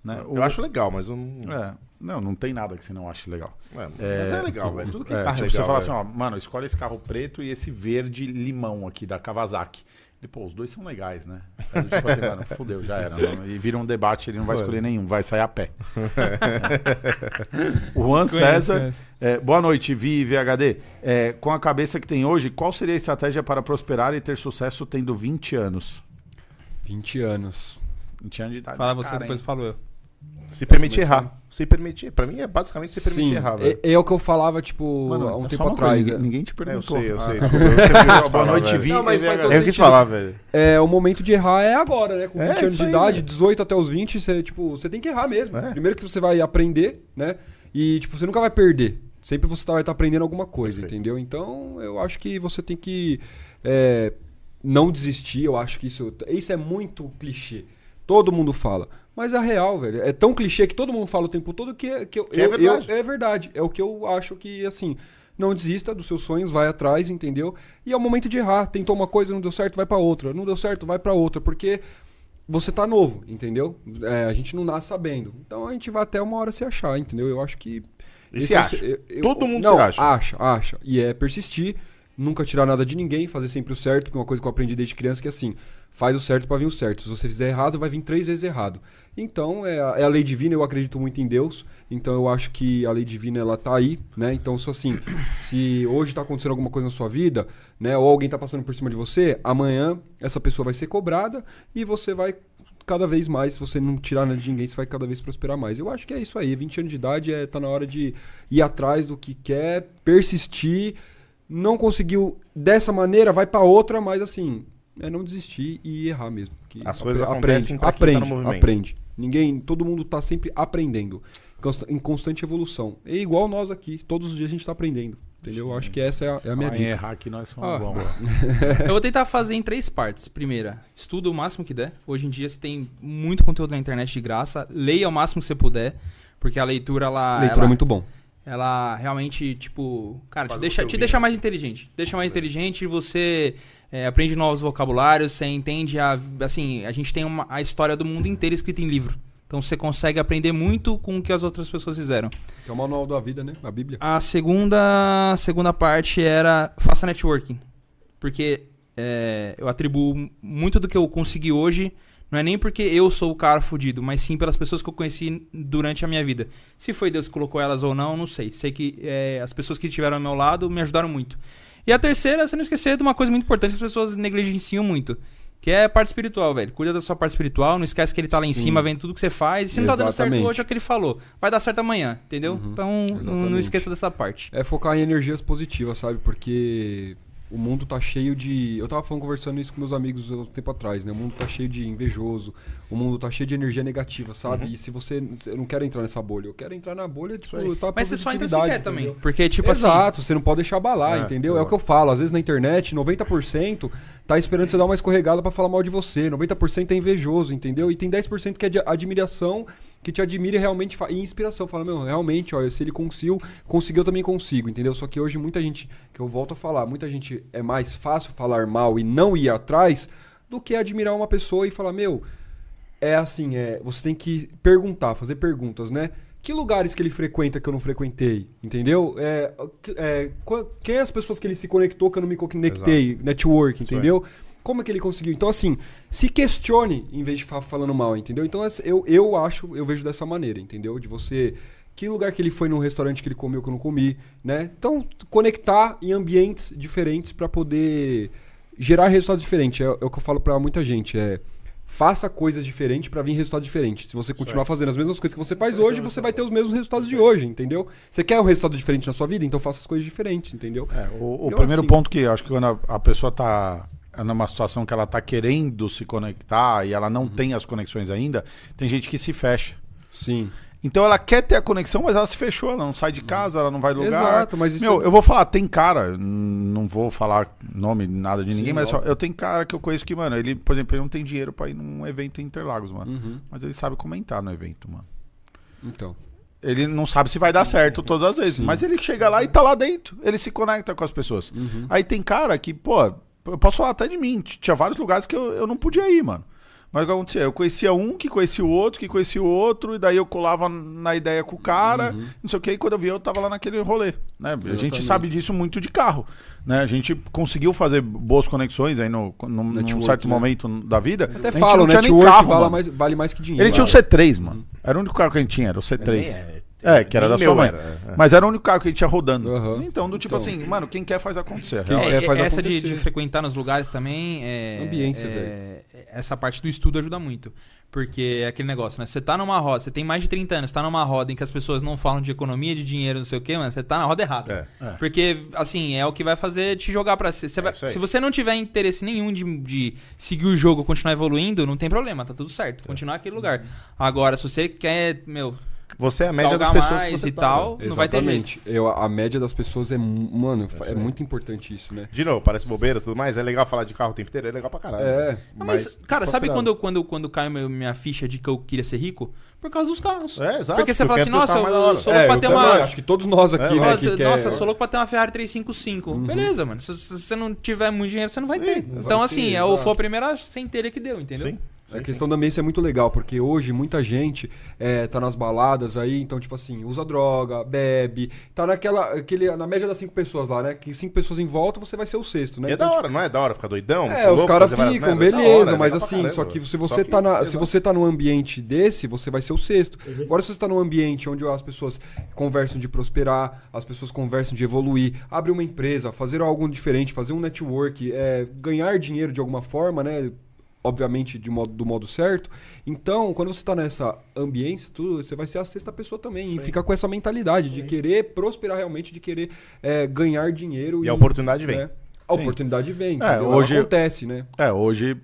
Speaker 1: Né?
Speaker 2: Eu
Speaker 1: O-
Speaker 2: acho legal, mas eu não. É,
Speaker 1: É, não, não tem nada que você não ache legal.
Speaker 2: Mas é legal, velho. Tudo que é,
Speaker 1: É,
Speaker 2: carro
Speaker 1: tipo,
Speaker 2: é legal.
Speaker 1: você fala assim,
Speaker 2: velho.
Speaker 1: ó, mano, escolhe esse carro preto e esse verde limão aqui da Kawasaki. Ele, pô, os dois são legais, né? Aí, tipo assim, mano, fudeu, já era. né? E vira um debate, ele não vai escolher nenhum, vai sair a pé. o Juan César É, boa noite, Vi VHD. É, com a cabeça que tem hoje, qual seria a estratégia para prosperar e ter sucesso tendo 20 anos?
Speaker 3: 20 anos.
Speaker 1: 20 anos de idade.
Speaker 4: Fala você,
Speaker 1: cara,
Speaker 4: depois
Speaker 1: hein?
Speaker 4: falo eu.
Speaker 3: assim,
Speaker 2: Se permitir errar. Se permitir. Pra mim é basicamente se permitir
Speaker 3: é Sim,
Speaker 2: errar, velho.
Speaker 3: é, é o que eu falava, tipo,
Speaker 1: Mano,
Speaker 3: há um
Speaker 1: é
Speaker 3: tempo
Speaker 1: só uma coisa,
Speaker 3: atrás.
Speaker 1: ninguém, ninguém te
Speaker 2: É, eu
Speaker 1: perguntou.
Speaker 2: sei, eu
Speaker 1: Ah,
Speaker 2: sei. desculpa, eu quis falar,
Speaker 1: Boa noite,
Speaker 2: velho.
Speaker 1: Vi.
Speaker 3: Não,
Speaker 4: É
Speaker 3: mas faz todo
Speaker 2: Eu quis falar, velho.
Speaker 3: É, o momento de errar é agora, né? Com
Speaker 2: É,
Speaker 3: 20 anos
Speaker 2: isso
Speaker 3: de
Speaker 2: aí,
Speaker 3: idade,
Speaker 2: velho.
Speaker 3: 18 até os 20, você, tipo, você tem que errar mesmo.
Speaker 2: É.
Speaker 3: Primeiro que você vai aprender, né? E, tipo, você nunca vai perder. Sempre você tá- vai estar aprendendo alguma coisa,
Speaker 2: Perfeito.
Speaker 3: entendeu? Então, eu acho que você tem que é, não desistir. Eu acho que isso, isso é muito clichê. Todo mundo fala. Mas é real, velho. É tão clichê que todo mundo fala o tempo todo que, que, eu,
Speaker 2: Que é
Speaker 3: eu-
Speaker 2: verdade.
Speaker 3: eu- é verdade. É o que eu acho que, assim, não desista dos seus sonhos, vai atrás, entendeu? E é o momento de errar. Tentou uma coisa, não deu certo, vai pra outra. Não deu certo, vai pra outra. Porque você tá novo, entendeu? É, a gente não nasce sabendo. Então a gente vai até uma hora se achar, entendeu? Eu acho que.
Speaker 2: E
Speaker 3: esse
Speaker 2: se
Speaker 3: é o-
Speaker 2: acha.
Speaker 3: eu- eu-
Speaker 2: Todo mundo
Speaker 3: não,
Speaker 2: se acha.
Speaker 3: Acha, acha. E é persistir, nunca tirar nada de ninguém, fazer sempre o certo, que é uma coisa que eu aprendi desde criança, que é assim, faz o certo pra vir o certo. Se você fizer errado, vai vir três vezes errado. Então, é a, é a lei divina, eu acredito muito em Deus, então eu acho que a lei divina, ela tá aí, né? Então, se assim, se hoje tá acontecendo alguma coisa na sua vida, né, ou alguém tá passando por cima de você, amanhã essa pessoa vai ser cobrada e você vai cada vez mais, se você não tirar nada de ninguém, você vai cada vez prosperar mais. Eu acho que é isso aí. 20 anos de idade é tá na hora de ir atrás do que quer, persistir. Não conseguiu dessa maneira, vai pra outra, mas assim, é não desistir e errar mesmo. que
Speaker 2: As coisas
Speaker 3: apre-
Speaker 2: acontecem pra quem tá
Speaker 3: aprende,
Speaker 2: no movimento.
Speaker 3: aprende. Ninguém, todo mundo tá sempre aprendendo, const- em constante evolução. É igual nós aqui, todos os dias a gente tá aprendendo. Entendeu? Eu acho que essa é a, é a minha
Speaker 1: Falar em
Speaker 3: dica.
Speaker 1: errar aqui, nós somos
Speaker 4: Ah.
Speaker 1: bons.
Speaker 4: Eu vou tentar fazer em três partes. Primeira, estuda o máximo que der. Hoje em dia você tem muito conteúdo na internet de graça. Leia o máximo que você puder, porque a leitura ela
Speaker 3: Leitura
Speaker 4: ela,
Speaker 3: é muito bom.
Speaker 4: ela realmente tipo, cara,
Speaker 2: Faz o
Speaker 4: te deixa,
Speaker 2: teu
Speaker 4: te
Speaker 2: vídeo.
Speaker 4: deixa mais inteligente. Te Deixa mais inteligente, você é, aprende novos vocabulários, você entende a assim, a gente tem uma- a história do mundo inteiro escrita em livro. Então você consegue aprender muito com o que as outras pessoas fizeram.
Speaker 3: Que é o manual da vida, né? A Bíblia.
Speaker 4: A segunda, segunda parte era faça networking. Porque é, eu atribuo muito do que eu consegui hoje, não é nem porque eu sou o cara fudido, mas sim pelas pessoas que eu conheci durante a minha vida. Se foi Deus que colocou elas ou não, não sei. Sei que é, as pessoas que estiveram ao meu lado me ajudaram muito. E a terceira, você não esquecer de uma coisa muito importante que as pessoas negligenciam muito. Que é a parte espiritual, velho. Cuida da sua parte espiritual, não esquece que ele tá lá em
Speaker 3: Sim.
Speaker 4: cima vendo tudo que você faz. E se não tá dando certo
Speaker 3: Exatamente. Uhum.
Speaker 4: hoje, é o que ele falou. Vai dar certo amanhã, entendeu? então, não- não
Speaker 3: exatamente.
Speaker 4: esqueça dessa parte.
Speaker 3: É focar em energias positivas, sabe? Porque O mundo tá cheio de. Eu tava falando, conversando isso com meus amigos há um tempo atrás, né? O mundo tá cheio de invejoso, o mundo tá cheio de energia negativa, sabe?
Speaker 4: Uhum.
Speaker 3: E se você. Eu não quero entrar nessa bolha, eu quero entrar na bolha, tipo, tá
Speaker 4: Mas você só entra se quer também. Porque, tipo
Speaker 3: Tipo
Speaker 4: assim.
Speaker 3: Exato, você não pode deixar abalar,
Speaker 2: É,
Speaker 3: entendeu? É o
Speaker 2: exato.
Speaker 3: que eu falo. Às vezes na internet, 90% tá esperando você dar uma escorregada pra falar mal de você. 90% é invejoso, entendeu? E tem 10% que é de admiração, que te admira e realmente fa- e inspiração. Fala, meu, realmente, olha, se ele conseguiu, conseguiu, eu também consigo, entendeu? Só que hoje muita gente, que eu volto a falar, muita gente é mais fácil falar mal e não ir atrás do que admirar uma pessoa e falar, meu, é assim, é, você tem que perguntar, fazer perguntas, né? Que lugares que ele frequenta que eu não frequentei, entendeu? É, que- é, qua- quem é as pessoas que ele se conectou que eu não me conectei, network, entendeu? Como é que ele conseguiu? Então, assim, se questione em vez de ficar falando mal, entendeu? Então, essa- eu, eu acho, eu vejo dessa maneira, entendeu? De você... Que lugar que ele foi num restaurante que ele comeu que eu não comi, né? Então, conectar em ambientes diferentes pra poder gerar resultados diferentes. É, é o que eu falo pra muita gente, é... Faça coisas diferentes pra vir resultado diferente. Se você continuar fazendo as mesmas coisas que você faz hoje, você vai ter os mesmos resultados de hoje, entendeu? Você quer um resultado diferente na sua vida, então faça as coisas diferentes, entendeu?
Speaker 1: É, o o
Speaker 3: Eu,
Speaker 1: primeiro
Speaker 3: assim-
Speaker 1: ponto que eu acho que quando a, a pessoa tá numa situação que ela tá querendo se conectar e ela
Speaker 3: Uhum.
Speaker 1: não tem as conexões ainda, tem gente que se fecha.
Speaker 3: Sim.
Speaker 1: Então ela quer ter a conexão, mas ela se fechou, ela não sai de casa, ela não vai lugar.
Speaker 3: Uhum. Exato, mas isso- é
Speaker 1: Meu, eu vou falar, tem cara, n- não vou falar nome, nada de
Speaker 3: Sim,
Speaker 1: ninguém, mas só,
Speaker 3: óbvio.
Speaker 1: eu tenho cara que eu conheço que, mano, ele, por exemplo, ele não tem dinheiro pra ir num evento em Interlagos,
Speaker 3: Uhum.
Speaker 1: mano. Mas ele sabe comentar no evento, mano.
Speaker 3: Então.
Speaker 1: Ele não sabe se vai dar certo todas as vezes,
Speaker 3: Uhum. Sim.
Speaker 1: mas ele chega lá e tá lá dentro. Ele se conecta com as pessoas.
Speaker 3: Uhum.
Speaker 1: Aí tem cara que, pô, eu posso falar até de mim. t- Tinha vários lugares que eu, eu não podia ir, mano. Mas o que acontecia? Eu conhecia um, que conhecia o outro, que conhecia o outro, e daí eu colava na ideia com o cara, não sei o que, e quando eu vi, eu tava lá naquele rolê. Né? A gente
Speaker 3: Uhum. Exatamente.
Speaker 1: sabe disso muito de carro. Né? A gente conseguiu fazer boas conexões aí no, no- num
Speaker 3: Network,
Speaker 1: certo
Speaker 3: né?
Speaker 1: momento da vida.
Speaker 3: Até
Speaker 1: a gente
Speaker 3: falo,
Speaker 1: não tinha nem
Speaker 3: network
Speaker 1: carro,
Speaker 3: vale,
Speaker 1: mano.
Speaker 3: mais, vale mais que né? Uhum. dinheiro.
Speaker 1: Ele tinha o
Speaker 3: Claro.
Speaker 1: C3, mano. Era o único carro que a gente tinha, era o C3.
Speaker 2: Nem
Speaker 1: É, que era da
Speaker 2: nem
Speaker 1: sua
Speaker 2: meu
Speaker 1: mãe.
Speaker 2: era, é.
Speaker 1: Mas era o único carro que a gente tinha rodando.
Speaker 3: Aham.
Speaker 1: Então, do tipo
Speaker 3: Então.
Speaker 1: assim, mano, quem quer faz acontecer.
Speaker 3: Quem-
Speaker 1: real.
Speaker 3: É,
Speaker 4: É,
Speaker 3: faz
Speaker 4: essa de,
Speaker 3: acontecer.
Speaker 4: de frequentar nos lugares também é.
Speaker 3: Ambiência,
Speaker 4: é-
Speaker 3: velho.
Speaker 4: Essa parte do estudo ajuda muito. Porque é aquele negócio, né? Você tá numa roda, você tem mais de 30 anos, você tá numa roda em que as pessoas não falam de economia, de dinheiro, não sei o quê, mano, você tá na roda errada.
Speaker 1: É, é.
Speaker 4: Porque, assim, é o que vai fazer te jogar pra cima. Você
Speaker 3: É
Speaker 4: vai-
Speaker 2: isso aí.
Speaker 4: se você não tiver interesse nenhum de, de seguir o jogo, continuar evoluindo, não tem problema, tá tudo
Speaker 3: É.
Speaker 4: certo. Continuar aquele lugar. Agora, se você quer, meu,
Speaker 2: Você é a média das
Speaker 4: galgar
Speaker 2: pessoas que
Speaker 4: mais
Speaker 2: você
Speaker 4: e
Speaker 2: tá,
Speaker 4: tal,
Speaker 2: né?
Speaker 4: não vai ter jeito.
Speaker 3: Exatamente. Eu, a média das pessoas é. mu- Mano, fa- é, muito importante isso, né?
Speaker 2: De novo, parece bobeira e tudo mais. É legal falar de carro o tempo inteiro, é legal pra caralho.
Speaker 3: É.
Speaker 4: Não, Ah, mas,
Speaker 2: Mas,
Speaker 4: cara,
Speaker 2: só
Speaker 4: sabe
Speaker 2: cuidado.
Speaker 4: quando, eu- quando, quando cai meu- minha ficha de que eu queria ser rico? Por causa dos carros.
Speaker 2: É, exato,
Speaker 4: Porque você
Speaker 2: porque
Speaker 4: fala
Speaker 2: eu
Speaker 4: assim,
Speaker 2: quero ter os
Speaker 4: nossa,
Speaker 2: carros
Speaker 4: eu,
Speaker 2: mais da hora.
Speaker 4: sou
Speaker 3: é,
Speaker 4: louco pra
Speaker 3: eu
Speaker 4: ter
Speaker 3: também
Speaker 4: uma.
Speaker 3: Acho que todos nós aqui,
Speaker 2: É,
Speaker 3: né?
Speaker 2: lógico.
Speaker 3: que Uhum.
Speaker 4: Nossa,
Speaker 3: quer-
Speaker 4: nossa, eu sou louco pra ter uma Ferrari 355. Beleza, mano. Se, se você não tiver muito dinheiro, você não vai ter. Então,
Speaker 3: exato.
Speaker 4: assim, é,
Speaker 3: Exato.
Speaker 4: o- foi a primeira centelha que deu, entendeu?
Speaker 2: Sim.
Speaker 3: A questão da ambiência é muito legal, porque hoje muita gente é, tá nas baladas aí, então, tipo assim, usa droga, bebe, tá naquela, aquele, na média das cinco pessoas lá, né? Que cinco pessoas em volta, você vai ser o sexto, né?
Speaker 2: E é
Speaker 3: Então,
Speaker 2: da hora, não é da hora ficar doidão?
Speaker 3: é, os caras ficam,
Speaker 2: É
Speaker 3: beleza, mas assim, só que se você tá na, se
Speaker 2: exato.
Speaker 3: você tá num ambiente desse, você vai ser o sexto. Agora se você tá num ambiente onde as pessoas conversam de prosperar, as pessoas conversam de evoluir, abrir uma empresa, fazer algo diferente, fazer um network, é, ganhar dinheiro de alguma forma, né? Obviamente de modo, do modo certo. Então, quando você tá nessa ambiência, tudo, você vai ser a sexta pessoa também. E fica com essa mentalidade de querer prosperar realmente, de querer é, ganhar dinheiro.
Speaker 2: E a oportunidade vem. É
Speaker 3: né? A oportunidade vem.
Speaker 1: É,
Speaker 3: entendeu? Ela
Speaker 1: hoje-
Speaker 3: acontece, né?
Speaker 1: É, hoje,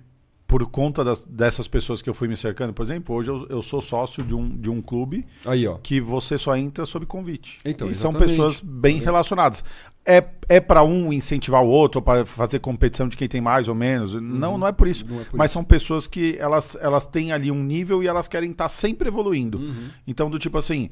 Speaker 1: por conta das- dessas pessoas que eu fui me cercando, por exemplo, hoje eu, eu sou sócio de um, de um clube
Speaker 3: Aí, ó.
Speaker 1: que você só entra sob convite.
Speaker 3: Então,
Speaker 1: e são
Speaker 3: exatamente.
Speaker 1: pessoas bem relacionadas. É, é para um incentivar o outro, para fazer competição de quem tem mais ou menos. Não, não é por isso.
Speaker 3: Não é por
Speaker 1: Mas são pessoas que elas, elas têm ali um nível e elas querem estar sempre evoluindo.
Speaker 3: Uhum.
Speaker 1: Então, do tipo assim,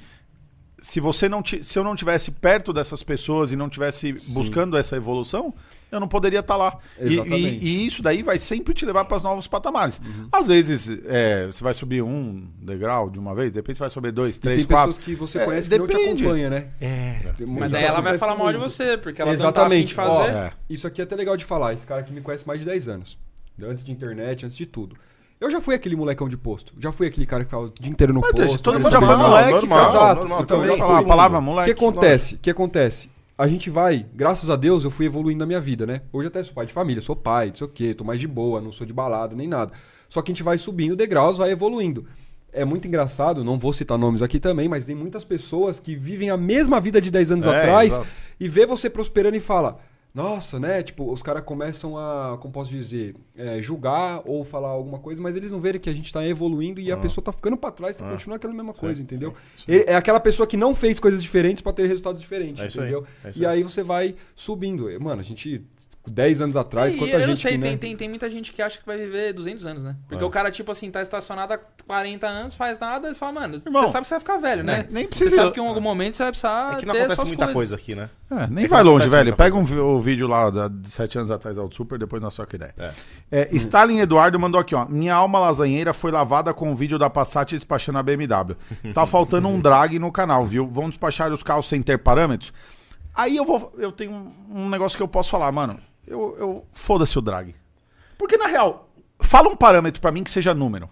Speaker 1: se você não ti- se eu não tivesse perto dessas pessoas e não tivesse buscando essa evolução, eu não poderia estar lá. E,
Speaker 3: Exatamente. Uhum.
Speaker 1: e- e isso daí vai sempre te levar para os novos patamares. Às vezes é, você vai subir um degrau de uma vez, depois você vai subir dois,
Speaker 3: E
Speaker 1: três,
Speaker 3: tem
Speaker 1: quatro.
Speaker 3: pessoas que você
Speaker 1: É,
Speaker 3: conhece que não te
Speaker 1: depende.
Speaker 3: acompanha, né?
Speaker 1: É.
Speaker 3: Tem
Speaker 4: Mas
Speaker 3: muita-
Speaker 4: daí ela vai
Speaker 3: acontece
Speaker 4: falar mal de
Speaker 3: muito.
Speaker 4: você, porque ela
Speaker 3: Exatamente.
Speaker 4: não tá afim de fazer.
Speaker 1: Ó, é.
Speaker 3: Isso aqui é até legal de falar. Esse cara que me conhece mais de 10 anos. Antes de internet, antes de tudo. Eu já fui aquele molecão de posto. Já fui aquele cara que ficava o dia inteiro no
Speaker 1: Mas,
Speaker 3: posto.
Speaker 1: gente, todo
Speaker 3: ele
Speaker 1: mundo já
Speaker 3: sabia
Speaker 1: foi
Speaker 3: mal.
Speaker 1: moleque,
Speaker 2: normal,
Speaker 1: cara.
Speaker 3: Exato.
Speaker 2: normal,
Speaker 3: então,
Speaker 2: também.
Speaker 3: já
Speaker 1: Falar a
Speaker 3: fui.
Speaker 1: palavra,
Speaker 3: O
Speaker 1: moleque.
Speaker 3: que acontece? O que acontece? A gente vai, graças a Deus, eu fui evoluindo na minha vida, né? Hoje até sou pai de família, sou pai, não sei o quê, tô mais de boa, não sou de balada, nem nada. Só que a gente vai subindo degraus, vai evoluindo. É muito engraçado, não vou citar nomes aqui também, mas tem muitas pessoas que vivem a mesma vida de 10 anos
Speaker 2: É,
Speaker 3: atrás
Speaker 2: exato.
Speaker 3: e vê você prosperando e fala: Nossa, né? Tipo, os caras começam a, como posso dizer, é, julgar ou falar alguma coisa, mas eles não verem que a gente tá evoluindo
Speaker 2: Ah.
Speaker 3: e a pessoa tá ficando pra trás, tá continuando aquela mesma coisa, entendeu? E- É aquela pessoa que não fez coisas diferentes pra ter resultados diferentes,
Speaker 2: É isso aí,
Speaker 3: entendeu?
Speaker 2: é isso
Speaker 3: e aí você vai subindo. Mano, a gente, 10 anos atrás,
Speaker 4: E
Speaker 3: quanta
Speaker 4: eu
Speaker 3: gente
Speaker 4: não sei,
Speaker 3: que,
Speaker 4: tem,
Speaker 3: né?
Speaker 4: tem, tem muita gente que acha que vai viver 200 anos, né? Porque
Speaker 2: É.
Speaker 4: o cara, tipo assim, tá estacionado há 40 anos, faz nada, e fala, mano,
Speaker 1: Irmão,
Speaker 4: você sabe que você vai ficar velho, né?
Speaker 1: nem- nem
Speaker 4: Você
Speaker 1: precisa-
Speaker 4: sabe que em algum momento você vai precisar
Speaker 2: É que não
Speaker 4: ter
Speaker 2: acontece
Speaker 4: suas
Speaker 2: muita
Speaker 4: coisas.
Speaker 2: coisa aqui, né?
Speaker 1: É, nem vai longe,
Speaker 2: acontece
Speaker 1: velho.
Speaker 2: muita
Speaker 1: Pega um, vi- o vídeo lá da- de sete anos atrás do Super, depois nós troca ideia.
Speaker 2: É.
Speaker 1: É, Stalin Eduardo mandou aqui, ó. Minha alma lasanheira foi lavada com o vídeo da Passat despachando a BMW. Tá faltando um drag no canal, viu? Vão despachar os carros sem ter parâmetros? Aí eu vou. Eu tenho um- um negócio que eu posso falar, mano. Eu, eu foda-se o drag. Porque, na real, fala um parâmetro pra mim que seja número.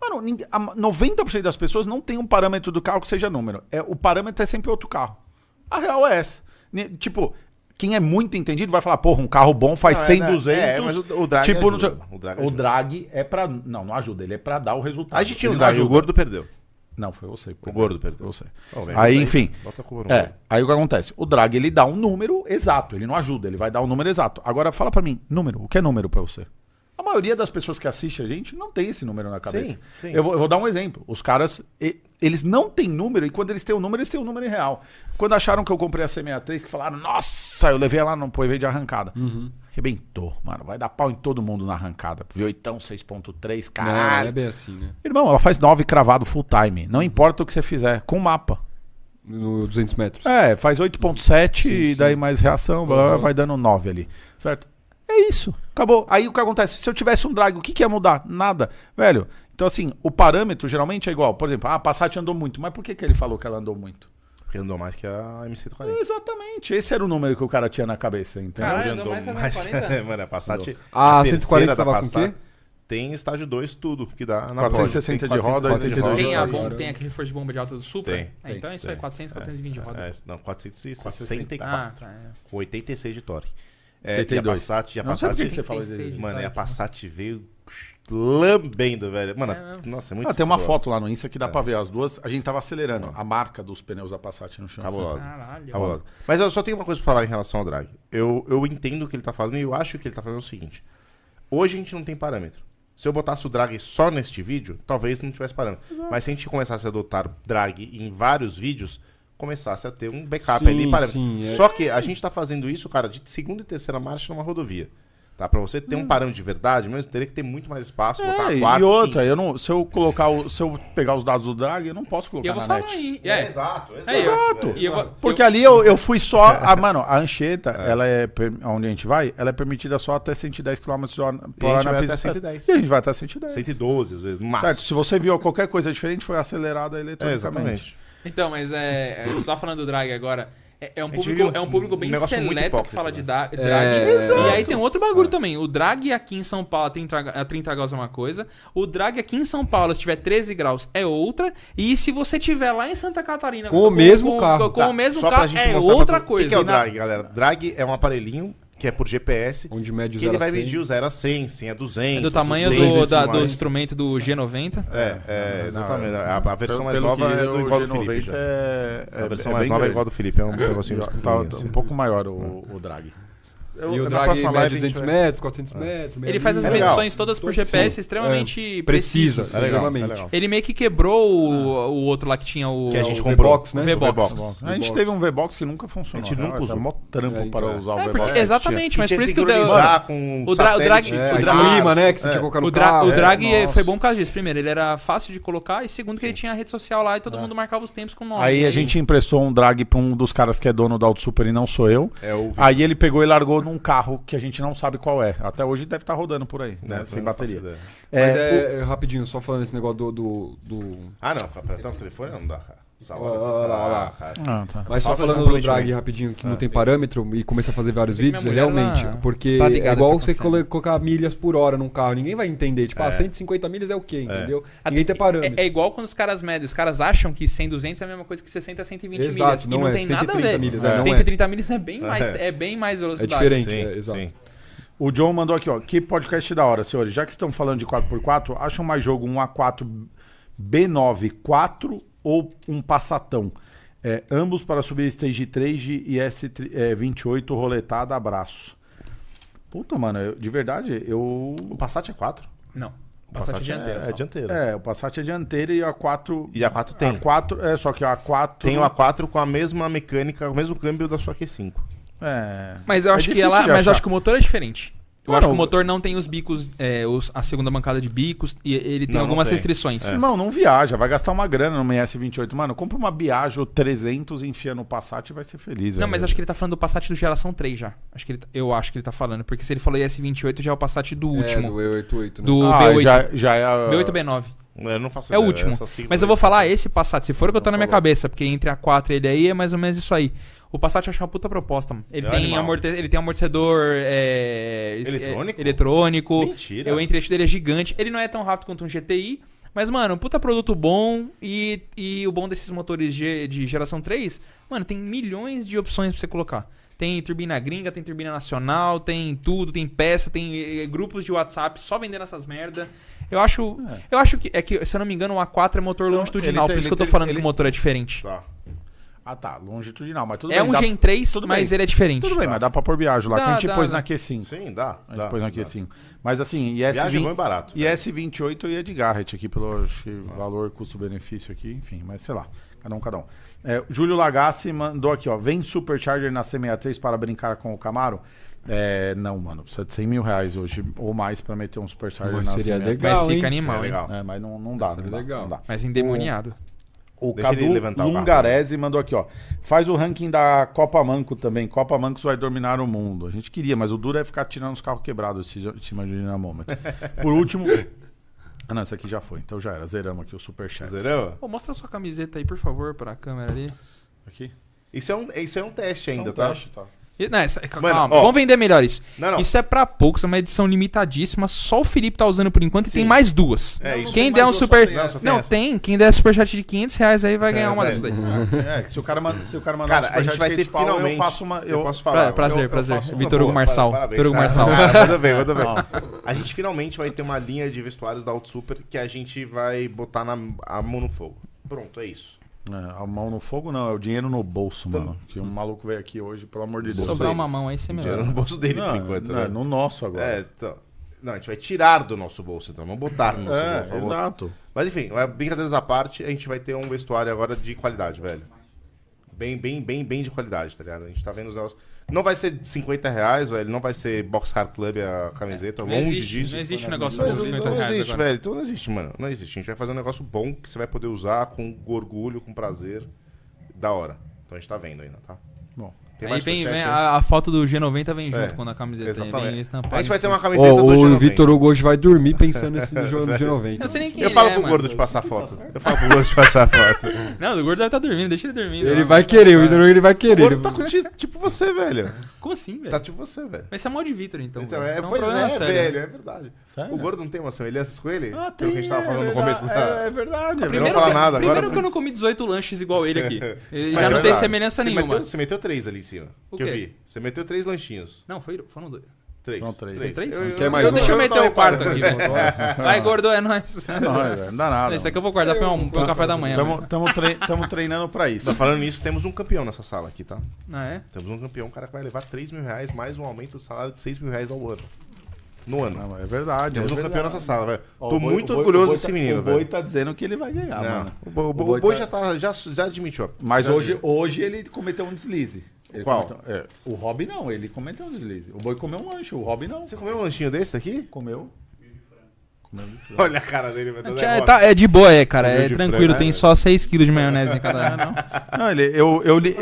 Speaker 1: Mano, ninguém- a ma- 90% das pessoas não tem um parâmetro do carro que seja número. É, o parâmetro é sempre outro carro. A real é essa. Ni- Tipo, quem é muito entendido vai falar, porra, um carro bom faz
Speaker 2: Não, é,
Speaker 1: 100,
Speaker 2: né?
Speaker 1: 200.
Speaker 2: É, mas o- o drag
Speaker 1: tipo,
Speaker 2: ajuda.
Speaker 1: não sei-
Speaker 2: O
Speaker 1: o
Speaker 2: drag
Speaker 1: drag,
Speaker 2: ajuda.
Speaker 1: é pra... Não, não ajuda. Ele é pra dar o resultado.
Speaker 2: A gente tinha
Speaker 1: Ele
Speaker 2: um
Speaker 1: não
Speaker 2: drag, o
Speaker 1: ajuda.
Speaker 2: gordo perdeu.
Speaker 1: Não, foi você. O
Speaker 2: gordo perdeu.
Speaker 1: Você.
Speaker 2: Não, velho,
Speaker 1: aí,
Speaker 2: bota
Speaker 1: enfim.
Speaker 2: bota a culpa no
Speaker 1: É,
Speaker 2: gordo.
Speaker 1: aí o que acontece? O drag, ele dá um número exato. Ele não ajuda, ele vai dar um número exato. Agora, fala pra mim, número. O que é número pra você? A maioria das pessoas que assiste a gente não tem esse número na cabeça.
Speaker 2: Sim, sim.
Speaker 1: Eu, vou, eu vou dar um exemplo. Os caras, e- eles não têm número e quando eles têm o número, eles têm o número real. Quando acharam que eu comprei a C63, que falaram, nossa, eu levei ela no pro evento de arrancada.
Speaker 2: Uhum.
Speaker 1: Arrebentou, mano. Vai dar pau em todo mundo na arrancada. V8, 6.3,
Speaker 3: Não, não
Speaker 1: caralho.
Speaker 3: é bem assim, né?
Speaker 1: Irmão, ela faz 9 cravado full time. Não importa o que você fizer, com mapa.
Speaker 3: No 200 metros.
Speaker 1: É, faz 8.7
Speaker 3: Sim,
Speaker 1: e
Speaker 3: sim.
Speaker 1: daí mais reação, blá, blá, blá,
Speaker 3: Uhum.
Speaker 1: vai dando 9 ali, certo? É isso, acabou. Aí o que acontece? Se eu tivesse um drag, o que, que ia mudar? Nada, velho. Então assim, o parâmetro geralmente é igual. Por exemplo, ah, a Passat andou muito, mas por que, que ele falou que ela andou muito?
Speaker 2: Porque andou mais que a MC40.
Speaker 1: Exatamente, esse era o número que o cara tinha na cabeça, entendeu?
Speaker 4: Caralho, andou mais que a 40?
Speaker 2: Mano, é a Passat.
Speaker 3: Ah,
Speaker 2: terceira
Speaker 3: 140
Speaker 2: da
Speaker 3: tava com
Speaker 2: Passat
Speaker 3: o quê?
Speaker 2: Tem estágio 2 tudo, que dá na
Speaker 1: 460
Speaker 2: Poli.
Speaker 1: de roda,
Speaker 2: Tem 460 de
Speaker 1: 82
Speaker 4: Tem,
Speaker 1: de
Speaker 4: a
Speaker 1: roda.
Speaker 4: bomba, tem aquele reforço de bomba de alta do Super?
Speaker 2: Tem,
Speaker 4: É, então isso
Speaker 2: tem.
Speaker 4: é 400, 420 rodas.
Speaker 2: É, não, 464.
Speaker 4: Ah, tá. é.
Speaker 2: Com 86 de torque. É,
Speaker 1: 82.
Speaker 2: E a Passat, e a
Speaker 1: Não sei por que que
Speaker 2: Passat,
Speaker 1: você falou
Speaker 4: 86.
Speaker 1: dele.
Speaker 2: mano, e a Passat veio lambendo, velho. Mano,
Speaker 4: É,
Speaker 2: nossa, é muito
Speaker 1: Ah, tem uma
Speaker 2: cabulosa.
Speaker 1: foto lá no Insta que dá pra ver as duas. A gente tava acelerando a marca dos pneus da Passat no chão. assim.
Speaker 2: Cabulosa.
Speaker 4: Caralho.
Speaker 2: Tá rolando. Mas eu só tenho uma coisa pra falar em relação ao drag. Eu, eu entendo o que ele tá falando e eu acho que ele tá falando o seguinte. Hoje a gente não tem parâmetro. Se eu botasse o drag só neste vídeo, talvez não tivesse parâmetro. Mas se a gente começasse a adotar drag em vários vídeos, começasse a ter um backup
Speaker 3: Sim,
Speaker 2: ali. Parâmetro.
Speaker 3: sim, é.
Speaker 2: Só que a gente tá fazendo isso, cara, de segunda e terceira marcha numa rodovia. Tá? Pra você ter um parâmetro de verdade, mesmo teria que ter muito mais espaço, botar
Speaker 1: É,
Speaker 2: a
Speaker 1: e
Speaker 2: quarta,
Speaker 1: outra,
Speaker 2: quinta.
Speaker 1: eu não, se eu colocar o, se eu pegar os dados do drag, eu não posso colocar
Speaker 4: E eu vou
Speaker 1: na
Speaker 4: falar
Speaker 1: net.
Speaker 4: aí.
Speaker 2: É,
Speaker 4: É,
Speaker 2: exato, exato.
Speaker 4: É,
Speaker 1: exato.
Speaker 2: velho,
Speaker 4: E eu vou-
Speaker 2: exato.
Speaker 1: Porque ali eu, eu fui só. A, mano, a Anchieta, ela é. per- Onde a gente vai, ela é permitida só até 110 km por hora
Speaker 2: E a gente
Speaker 1: na
Speaker 2: vai
Speaker 1: pista.
Speaker 2: até 110.
Speaker 1: E a gente vai até 110.
Speaker 2: 112, às vezes, no máximo.
Speaker 1: Certo? Se você viu qualquer coisa diferente, foi acelerada
Speaker 2: É,
Speaker 1: eletronicamente.
Speaker 2: exatamente.
Speaker 4: Então, mas é. é, Só falando do drag agora. É, é um
Speaker 2: gente
Speaker 4: público,
Speaker 2: viu
Speaker 4: é um público bem
Speaker 2: um negócio muito
Speaker 4: seleto que
Speaker 2: hipócrita,
Speaker 4: fala de da- drag.
Speaker 3: É,
Speaker 4: E aí tem um outro bagulho também. O drag aqui em São Paulo a 30, gra- a 30 graus é uma coisa. O drag aqui em São Paulo, se tiver 13 graus, é outra. E se você tiver lá em Santa Catarina
Speaker 3: Com o mesmo carro.
Speaker 4: Com
Speaker 2: Tá,
Speaker 4: o mesmo
Speaker 2: só pra
Speaker 4: carro
Speaker 2: gente
Speaker 4: é
Speaker 2: mostrar pra
Speaker 4: outra
Speaker 2: tu-
Speaker 4: coisa.
Speaker 2: O que que é o
Speaker 4: né?
Speaker 2: drag, galera? Drag é um aparelhinho que é por GPS,
Speaker 3: Onde mede os
Speaker 2: que ele vai medir o 0 a 100, 100 a 200.
Speaker 4: É do tamanho do,
Speaker 2: 200
Speaker 4: da-
Speaker 2: e
Speaker 4: do
Speaker 2: mais.
Speaker 4: instrumento do G90.
Speaker 2: É, é, exatamente. a, a versão
Speaker 1: Pelo-
Speaker 2: mais
Speaker 1: pelo
Speaker 2: nova
Speaker 1: que
Speaker 2: é
Speaker 1: eu-
Speaker 2: do igual
Speaker 1: o
Speaker 2: do Felipe.
Speaker 1: G90
Speaker 2: já.
Speaker 1: É, é,
Speaker 2: a versão
Speaker 1: é
Speaker 2: mais
Speaker 1: bem
Speaker 2: nova é
Speaker 1: grande.
Speaker 2: igual a do Felipe, é um negocinho
Speaker 1: Tá-
Speaker 2: pequenininho,
Speaker 1: tá
Speaker 2: assim.
Speaker 1: um pouco maior o, o drag.
Speaker 3: E
Speaker 2: Eu-
Speaker 3: o
Speaker 2: na
Speaker 3: drag
Speaker 2: próxima
Speaker 3: mede
Speaker 2: live a gente
Speaker 3: 200
Speaker 2: vai-
Speaker 3: metros,
Speaker 2: É.
Speaker 3: 400 metros. meia né?
Speaker 4: Ele faz as
Speaker 3: milha.
Speaker 2: legal.
Speaker 4: medições todas
Speaker 3: Todo
Speaker 4: por GPS
Speaker 3: sim.
Speaker 4: extremamente
Speaker 3: Precisa,
Speaker 2: É legal, é
Speaker 3: extremamente.
Speaker 2: legal.
Speaker 4: Ele meio que quebrou o, o outro lá que tinha o.
Speaker 2: Que a gente
Speaker 3: o
Speaker 2: comprou.
Speaker 3: V-Box, né?
Speaker 2: O
Speaker 4: V-Box.
Speaker 2: V-Box.
Speaker 1: A gente
Speaker 3: V-Box.
Speaker 1: teve um V-Box que nunca funcionou.
Speaker 2: A gente
Speaker 1: né?
Speaker 2: nunca
Speaker 1: Nossa,
Speaker 2: usou.
Speaker 1: É mó trampo
Speaker 3: É, então,
Speaker 1: para
Speaker 3: é.
Speaker 1: usar o
Speaker 4: É,
Speaker 1: V-Box.
Speaker 4: porque,
Speaker 1: que tinha.
Speaker 4: exatamente, mas por isso que o deu-
Speaker 2: sincronizar com
Speaker 4: o dra- o drag-
Speaker 2: satélite
Speaker 3: É,
Speaker 2: de
Speaker 3: o
Speaker 4: drag-
Speaker 3: clima, né? Que você
Speaker 2: É.
Speaker 3: tinha que colocar
Speaker 4: O,
Speaker 3: no
Speaker 4: dra-
Speaker 3: carro.
Speaker 4: o drag
Speaker 3: É,
Speaker 4: foi
Speaker 3: nossa.
Speaker 4: bom por causa disso. Primeiro, ele era fácil de colocar. E segundo, que ele tinha a rede social lá e
Speaker 3: É.
Speaker 4: todo mundo marcava os tempos com o nome.
Speaker 1: Aí a gente emprestou um drag pra um dos caras que é dono do Auto Super e não sou eu.
Speaker 2: É o Vitor.
Speaker 1: Aí ele pegou e largou num carro que a gente não sabe qual é. Até hoje deve estar rodando por aí, né?
Speaker 2: Né,
Speaker 1: Sem
Speaker 2: não faço
Speaker 1: bateria.
Speaker 2: ideia.
Speaker 3: Mas
Speaker 1: É,
Speaker 3: é, é, rapidinho, só falando esse negócio do. do, do-
Speaker 2: Ah, não, apertar o telefone não dá, cara. Essa
Speaker 3: Olha lá, olha lá, olha lá.
Speaker 2: Ah, cara.
Speaker 1: Ah, tá.
Speaker 3: Mas só
Speaker 2: Falta de
Speaker 3: falando do
Speaker 2: comprometimento.
Speaker 3: drag rapidinho, que não tem parâmetro, e começa a fazer vários
Speaker 4: Tem que
Speaker 3: vídeos,
Speaker 4: minha mulher,
Speaker 3: realmente.
Speaker 4: ela
Speaker 3: Porque
Speaker 4: tá ligada
Speaker 3: é igual
Speaker 4: no que tá
Speaker 3: você colo-
Speaker 4: acontecendo.
Speaker 3: colocar milhas por hora num carro, ninguém vai entender. Tipo, ah, 150 milhas é o quê, entendeu?
Speaker 4: A-
Speaker 3: Ninguém tá tem parâmetro.
Speaker 4: É, é igual quando os caras medem. Os caras acham que 100, 200 é a mesma coisa que 60, a 120
Speaker 3: Exato,
Speaker 4: milhas.
Speaker 3: não
Speaker 4: e não
Speaker 3: é.
Speaker 4: tem nada a
Speaker 3: 130
Speaker 4: ver.
Speaker 3: milhas, é, não é.
Speaker 4: 130 milhas é bem mais, é. bem mais velocidade.
Speaker 3: É diferente.
Speaker 2: Sim,
Speaker 3: É, exato.
Speaker 2: sim.
Speaker 1: O John mandou aqui, ó. Que podcast da hora, senhores. Já que estão falando de 4x4, acham mais jogo um A4 B9 4 ou um Passatão? É, ambos para subir Stage 3 de é, IS-28 roletada, abraço. Puta, mano, eu- de verdade, eu.
Speaker 2: O Passat é 4.
Speaker 4: Não. Passat
Speaker 2: é
Speaker 4: dianteiro.
Speaker 2: É,
Speaker 4: só.
Speaker 2: dianteiro.
Speaker 1: É, o Passat é dianteiro e a 4.
Speaker 2: E a 4 tem.
Speaker 1: A 4, é, só que a 4.
Speaker 2: Tem o A4 com a mesma mecânica, o mesmo câmbio da sua Q5.
Speaker 1: É.
Speaker 4: Mas eu
Speaker 1: É
Speaker 4: acho que
Speaker 1: difícil
Speaker 4: ela.
Speaker 1: de
Speaker 4: Mas
Speaker 1: achar.
Speaker 4: eu acho que o motor é diferente. Eu
Speaker 1: Ah,
Speaker 4: acho
Speaker 1: não.
Speaker 4: que o motor não tem os bicos, é, os- a segunda bancada de bicos, e ele tem
Speaker 2: Não, não
Speaker 4: algumas
Speaker 2: tem. É.
Speaker 4: restrições.
Speaker 1: Esse Irmão, É. não viaja, vai gastar uma grana numa IS-28. Mano, compra uma Biagio 300, enfia no Passat e vai ser feliz.
Speaker 4: Não, mas acho que ele tá falando do Passat do geração 3 já. Acho que ele tá- eu acho que ele tá falando, porque se ele falou IS28 já é o Passat do
Speaker 3: É, do
Speaker 4: último.
Speaker 3: E88, né?
Speaker 4: do
Speaker 1: o
Speaker 4: B8.
Speaker 1: Ah, Já, já é a...
Speaker 4: B8 B9.
Speaker 2: Eu não faço
Speaker 4: É o
Speaker 2: ideia,
Speaker 4: último.
Speaker 2: essa sigla
Speaker 4: Mas eu
Speaker 2: aí.
Speaker 4: vou falar esse Passat, se for o que eu tô
Speaker 2: Não
Speaker 4: na minha
Speaker 2: falou.
Speaker 4: cabeça, porque entre a 4 e ele aí é mais ou menos isso aí. O Passat eu acho uma puta proposta, mano. Ele,
Speaker 2: É um
Speaker 4: tem,
Speaker 2: animal.
Speaker 4: amorte... ele tem amortecedor é, es-
Speaker 2: Eletrônico?
Speaker 4: é, eletrônico.
Speaker 2: Mentira.
Speaker 4: Eu entrei dele é gigante. Ele não é tão rápido quanto um GTI, mas, mano, puta produto bom. E, e o bom desses motores ge- de geração 3, mano, tem milhões de opções pra você colocar. Tem turbina gringa, tem turbina nacional, tem tudo, tem peça, tem eh, grupos de WhatsApp só vendendo essas merda. Eu acho. Eu acho que. É que, se eu não me engano, o A4 é motor
Speaker 1: Não,
Speaker 4: longitudinal,
Speaker 1: ele tem-
Speaker 4: por isso que eu
Speaker 1: ele
Speaker 4: tô
Speaker 1: tem-
Speaker 4: falando
Speaker 1: ele-
Speaker 4: que o motor é diferente.
Speaker 2: Tá.
Speaker 1: Ah, tá, longitudinal, mas tudo
Speaker 4: é
Speaker 1: bem.
Speaker 4: um
Speaker 1: dá-
Speaker 4: Gen 3,
Speaker 1: tudo
Speaker 4: mas
Speaker 1: bem.
Speaker 4: ele é diferente.
Speaker 1: Tudo bem, mas dá pra pôr Biagio lá,
Speaker 4: Dá,
Speaker 1: que a gente
Speaker 4: dá,
Speaker 1: pôs
Speaker 4: dá.
Speaker 1: na Q5.
Speaker 2: Sim, dá.
Speaker 1: A gente
Speaker 2: dá,
Speaker 1: pôs na
Speaker 2: dá.
Speaker 1: Q5. Mas assim,
Speaker 2: Viagem é bom e
Speaker 1: IS-20...
Speaker 2: barato.
Speaker 1: E S28 e Ed Garrett aqui, pelo acho que, valor, custo-benefício aqui, enfim, mas sei lá, cada um, cada um. É, Júlio Lagassi mandou aqui, ó, vem Supercharger na C63 para brincar com o Camaro? É, não, mano, precisa de 100 mil reais hoje ou mais para meter um Supercharger
Speaker 3: Mas
Speaker 1: na
Speaker 3: seria
Speaker 1: C63.
Speaker 3: legal.
Speaker 4: Mas
Speaker 3: hein?
Speaker 4: fica
Speaker 2: Isso é
Speaker 4: animal, hein?
Speaker 2: legal.
Speaker 1: É, mas não, não dá,
Speaker 3: Seria
Speaker 1: não dá,
Speaker 3: legal.
Speaker 1: não dá.
Speaker 4: Mas endemoniado.
Speaker 1: O
Speaker 2: Deixa ele
Speaker 1: Cadu
Speaker 2: levantar o
Speaker 1: Lungarese mandou aqui, ó. Faz o ranking da Copa Manco também. Copa Mancos vai dominar o mundo. A gente queria, mas o duro é ficar tirando os carros quebrados esse- em cima de dinamômetro. Por último. Ah, não, isso aqui já foi. Então já era. Zeramos aqui o Superchat.
Speaker 2: Zerou?
Speaker 4: Pô, mostra sua camiseta aí, por favor, pra câmera ali.
Speaker 1: Aqui?
Speaker 2: Isso é um, isso é um teste ainda,
Speaker 1: Só um
Speaker 2: tá?
Speaker 1: teste, tá?
Speaker 4: E- Não, essa- calma,
Speaker 2: ó.
Speaker 4: vamos vender melhor isso.
Speaker 2: Não, não.
Speaker 4: Isso é pra poucos, é uma edição limitadíssima. Só o Felipe tá usando por enquanto e tem mais duas.
Speaker 2: É, isso.
Speaker 4: Quem
Speaker 1: tem
Speaker 4: der um
Speaker 1: mais duas,
Speaker 4: super.
Speaker 1: só tem
Speaker 4: Não,
Speaker 2: essa.
Speaker 4: tem,
Speaker 2: Não, só
Speaker 4: Quem der um superchat de 500 reais aí vai ganhar uma
Speaker 2: é.
Speaker 4: dessas daí.
Speaker 1: É, que se o cara, manda, se o cara mandar
Speaker 2: Cara,
Speaker 1: um
Speaker 2: a gente vai
Speaker 1: de
Speaker 2: ter
Speaker 1: 500 pau,
Speaker 2: finalmente.
Speaker 1: Eu faço uma. Eu...
Speaker 2: posso falar.
Speaker 4: Pra- prazer,
Speaker 2: Eu- eu
Speaker 4: prazer.
Speaker 2: faço uma
Speaker 4: Vitor
Speaker 2: boa.
Speaker 4: Hugo Marçal.
Speaker 2: Par- parabéns.
Speaker 4: Vitor Hugo
Speaker 2: Ah,
Speaker 4: Marçal.
Speaker 2: Manda bem, manda bem. A gente finalmente vai ter uma linha de vestuários da Auto Super que a gente vai botar na, a mão no fogo. Pronto, é isso.
Speaker 1: É, a mão no fogo não, é o dinheiro no bolso,
Speaker 2: Então-
Speaker 1: mano. Que um maluco veio aqui hoje, pelo amor de
Speaker 4: Se
Speaker 1: Deus.
Speaker 4: sobrar
Speaker 1: Não,
Speaker 4: uma mão aí, você é
Speaker 2: Dinheiro
Speaker 4: melhor.
Speaker 2: no bolso dele, por enquanto.
Speaker 1: não,
Speaker 2: né?
Speaker 1: é no nosso agora.
Speaker 2: É, então. Não, a gente vai tirar do nosso bolso, então. Não botar no nosso
Speaker 1: É,
Speaker 2: bolso. por favor.
Speaker 1: exato.
Speaker 2: Mas enfim, é, brincadeiras à parte, a gente vai ter um vestuário agora de qualidade, velho. Bem, bem, bem, bem de qualidade, tá ligado? A gente tá vendo os negócios. Não vai ser 50 reais, velho. Não vai ser Boxcar Club a camiseta, longe disso.
Speaker 4: É, Não existe um negócio
Speaker 2: Mas
Speaker 4: com
Speaker 2: não,
Speaker 4: 50
Speaker 2: não
Speaker 4: reais
Speaker 2: existe,
Speaker 4: agora.
Speaker 2: velho. Então não existe, mano. Não existe. A gente vai fazer um negócio bom que você vai poder usar com orgulho, com prazer. Da hora. Então a gente tá vendo ainda, tá?
Speaker 1: Bom.
Speaker 4: Aí
Speaker 2: mais
Speaker 4: vem,
Speaker 2: superchat
Speaker 4: vem
Speaker 2: aí?
Speaker 4: né? a, a foto do G90 vem junto
Speaker 2: É,
Speaker 4: com a camiseta.
Speaker 2: Exatamente.
Speaker 4: Vem estampada
Speaker 2: a gente vai
Speaker 4: em
Speaker 2: ter
Speaker 4: cima.
Speaker 2: uma camiseta
Speaker 3: Ó,
Speaker 2: do
Speaker 3: o
Speaker 2: G90.
Speaker 3: Vitor Hugo hoje vai dormir pensando nesse jogo de 90.
Speaker 4: Eu não sei nem quem
Speaker 2: Eu
Speaker 4: ele
Speaker 2: falo
Speaker 4: é,
Speaker 2: pro
Speaker 4: mano.
Speaker 2: gordo de passar foto. Eu falo pro gordo de passar foto.
Speaker 4: Não, o gordo deve estar dormindo, né? deixa ele dormir.
Speaker 3: Ele
Speaker 4: Não,
Speaker 3: vai
Speaker 4: não,
Speaker 3: querer, o
Speaker 4: não.
Speaker 3: Vitor Hugo ele vai
Speaker 2: O
Speaker 3: querer.
Speaker 2: gordo tá com ti- tipo você, velho.
Speaker 4: Como assim, velho?
Speaker 2: Tá tipo você, velho.
Speaker 4: Mas isso é mal de Vitor, então.
Speaker 2: Então,
Speaker 4: velho.
Speaker 2: é,
Speaker 4: Isso um
Speaker 2: pois
Speaker 4: problema
Speaker 2: é,
Speaker 4: sério.
Speaker 2: velho, é verdade.
Speaker 1: Sério?
Speaker 2: O gordo não tem uma semelhança com ele?
Speaker 1: Ah,
Speaker 2: Pelo que a gente tava
Speaker 1: é
Speaker 2: falando no
Speaker 1: verdade,
Speaker 2: começo da...
Speaker 1: É, é verdade. é
Speaker 2: não
Speaker 4: Primeiro,
Speaker 2: vou falar
Speaker 4: que,
Speaker 2: nada
Speaker 4: primeiro
Speaker 2: agora.
Speaker 4: que eu não comi 18 lanches igual ele aqui.
Speaker 2: Mas
Speaker 4: Ele já
Speaker 2: é
Speaker 4: não tem
Speaker 2: verdade.
Speaker 4: semelhança
Speaker 2: Você
Speaker 4: nenhuma.
Speaker 2: Meteu, você meteu três ali em cima,
Speaker 4: O
Speaker 2: que eu
Speaker 4: quê?
Speaker 2: vi. Você meteu três lanchinhos.
Speaker 4: Não, foi, foram dois.
Speaker 2: Três.
Speaker 1: Não, três.
Speaker 4: Três?
Speaker 2: Eu- eu-
Speaker 3: Quer mais
Speaker 4: eu,
Speaker 3: um?
Speaker 4: deixa eu
Speaker 2: eu
Speaker 4: meter
Speaker 2: tava
Speaker 4: o quarto aqui.
Speaker 2: reparando.
Speaker 4: Vai, gordo, é nóis.
Speaker 1: Não, é, não dá nada.
Speaker 4: Esse daqui eu vou guardar pra um, pra um café da manhã. velho.
Speaker 1: Estamos treinando pra isso.
Speaker 2: Não, falando nisso, temos um campeão nessa sala aqui, tá?
Speaker 4: Ah, é?
Speaker 2: Temos um campeão, um cara que vai levar 3 mil reais mais um aumento do salário de 6 mil reais ao ano. No ano.
Speaker 1: Não, é verdade.
Speaker 2: Temos
Speaker 1: é
Speaker 2: um campeão
Speaker 1: verdade.
Speaker 2: nessa sala, velho.
Speaker 1: Ó,
Speaker 2: Tô
Speaker 1: o Boi-
Speaker 2: muito
Speaker 1: o Boi-
Speaker 2: orgulhoso
Speaker 1: o Boi
Speaker 2: desse
Speaker 1: tá-
Speaker 2: menino,
Speaker 1: O Boi
Speaker 2: velho.
Speaker 1: tá dizendo que ele vai ganhar,
Speaker 2: Não,
Speaker 1: mano.
Speaker 2: É.
Speaker 1: Tá
Speaker 2: o Bo- o Bo-
Speaker 1: O Boi
Speaker 2: o Boi
Speaker 1: tá-
Speaker 2: já, tá, já, já admitiu. ó.
Speaker 1: Mas
Speaker 2: Já
Speaker 1: hoje, hoje ele cometeu um deslize. Ele
Speaker 2: Qual?
Speaker 1: cometeu- é, o Rob não, ele cometeu um deslize. O Boi comeu um lanche, o Rob não.
Speaker 2: Você comeu um lanchinho desse daqui?
Speaker 1: Comeu. Comeu de frango.
Speaker 2: Olha a cara dele, vai dar
Speaker 4: É,
Speaker 2: derrota.
Speaker 4: tá- é de boa, é, cara.
Speaker 2: Comeu
Speaker 4: É
Speaker 2: de
Speaker 4: tranquilo,
Speaker 2: frango,
Speaker 4: tem
Speaker 2: né?
Speaker 4: só 6kg de maionese em cada. Não.
Speaker 1: Não, ele, eu, eu, li,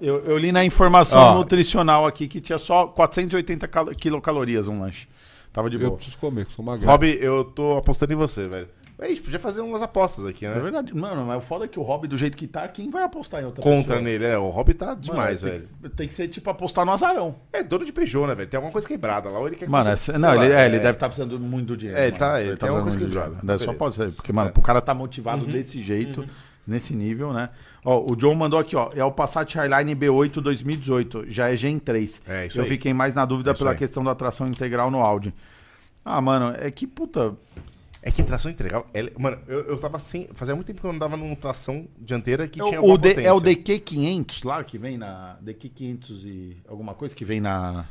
Speaker 1: eu, eu li na informação
Speaker 2: Ó.
Speaker 1: nutricional aqui que tinha só 480 calo- quilocalorias um lanche. Tava de
Speaker 3: Eu
Speaker 1: boa.
Speaker 3: preciso comer, que sou magrelo.
Speaker 2: Rob, eu tô apostando em você, velho. A gente podia fazer umas apostas aqui,
Speaker 1: É
Speaker 2: né?
Speaker 1: verdade. Mano, mas o foda é que o Rob, do jeito que tá, quem vai apostar em outra
Speaker 2: Contra
Speaker 1: pessoa?
Speaker 2: nele, é. O Rob tá
Speaker 1: Mano,
Speaker 2: demais,
Speaker 1: tem
Speaker 2: velho.
Speaker 1: que- tem que ser tipo apostar no azarão.
Speaker 2: É dono de Peugeot, né, velho? Tem alguma coisa quebrada lá. Ou ele quer
Speaker 1: Mano,
Speaker 2: sei-
Speaker 1: essa-
Speaker 2: sei
Speaker 1: não,
Speaker 2: lá,
Speaker 1: ele, é, ele
Speaker 2: é.
Speaker 1: deve estar precisando muito do dinheiro.
Speaker 2: É, ele
Speaker 1: mano.
Speaker 2: tá- ele tem
Speaker 1: precisando
Speaker 2: alguma coisa
Speaker 1: muito do
Speaker 2: quebrada.
Speaker 1: dinheiro. Daí Só
Speaker 2: Beleza.
Speaker 1: pode ser, porque, mano, pro cara tá motivado desse jeito, nesse nível, né? Ó, o John mandou aqui, ó, é o Passat Highline B8 2018, já é Gen 3.
Speaker 2: É, isso
Speaker 1: Eu
Speaker 2: aí. É
Speaker 1: fiquei mais na dúvida
Speaker 2: Isso
Speaker 1: pela
Speaker 2: aí.
Speaker 1: questão da tração integral no Audi. Ah, mano, é que puta.
Speaker 2: É que tração entregável. ela- mano, eu, eu tava sem. Fazia muito tempo que eu andava numa tração dianteira que tinha
Speaker 1: o
Speaker 2: alguma
Speaker 1: D- é
Speaker 2: potência.
Speaker 1: o DQ500 lá que vem na. DQ500 e alguma coisa que vem na.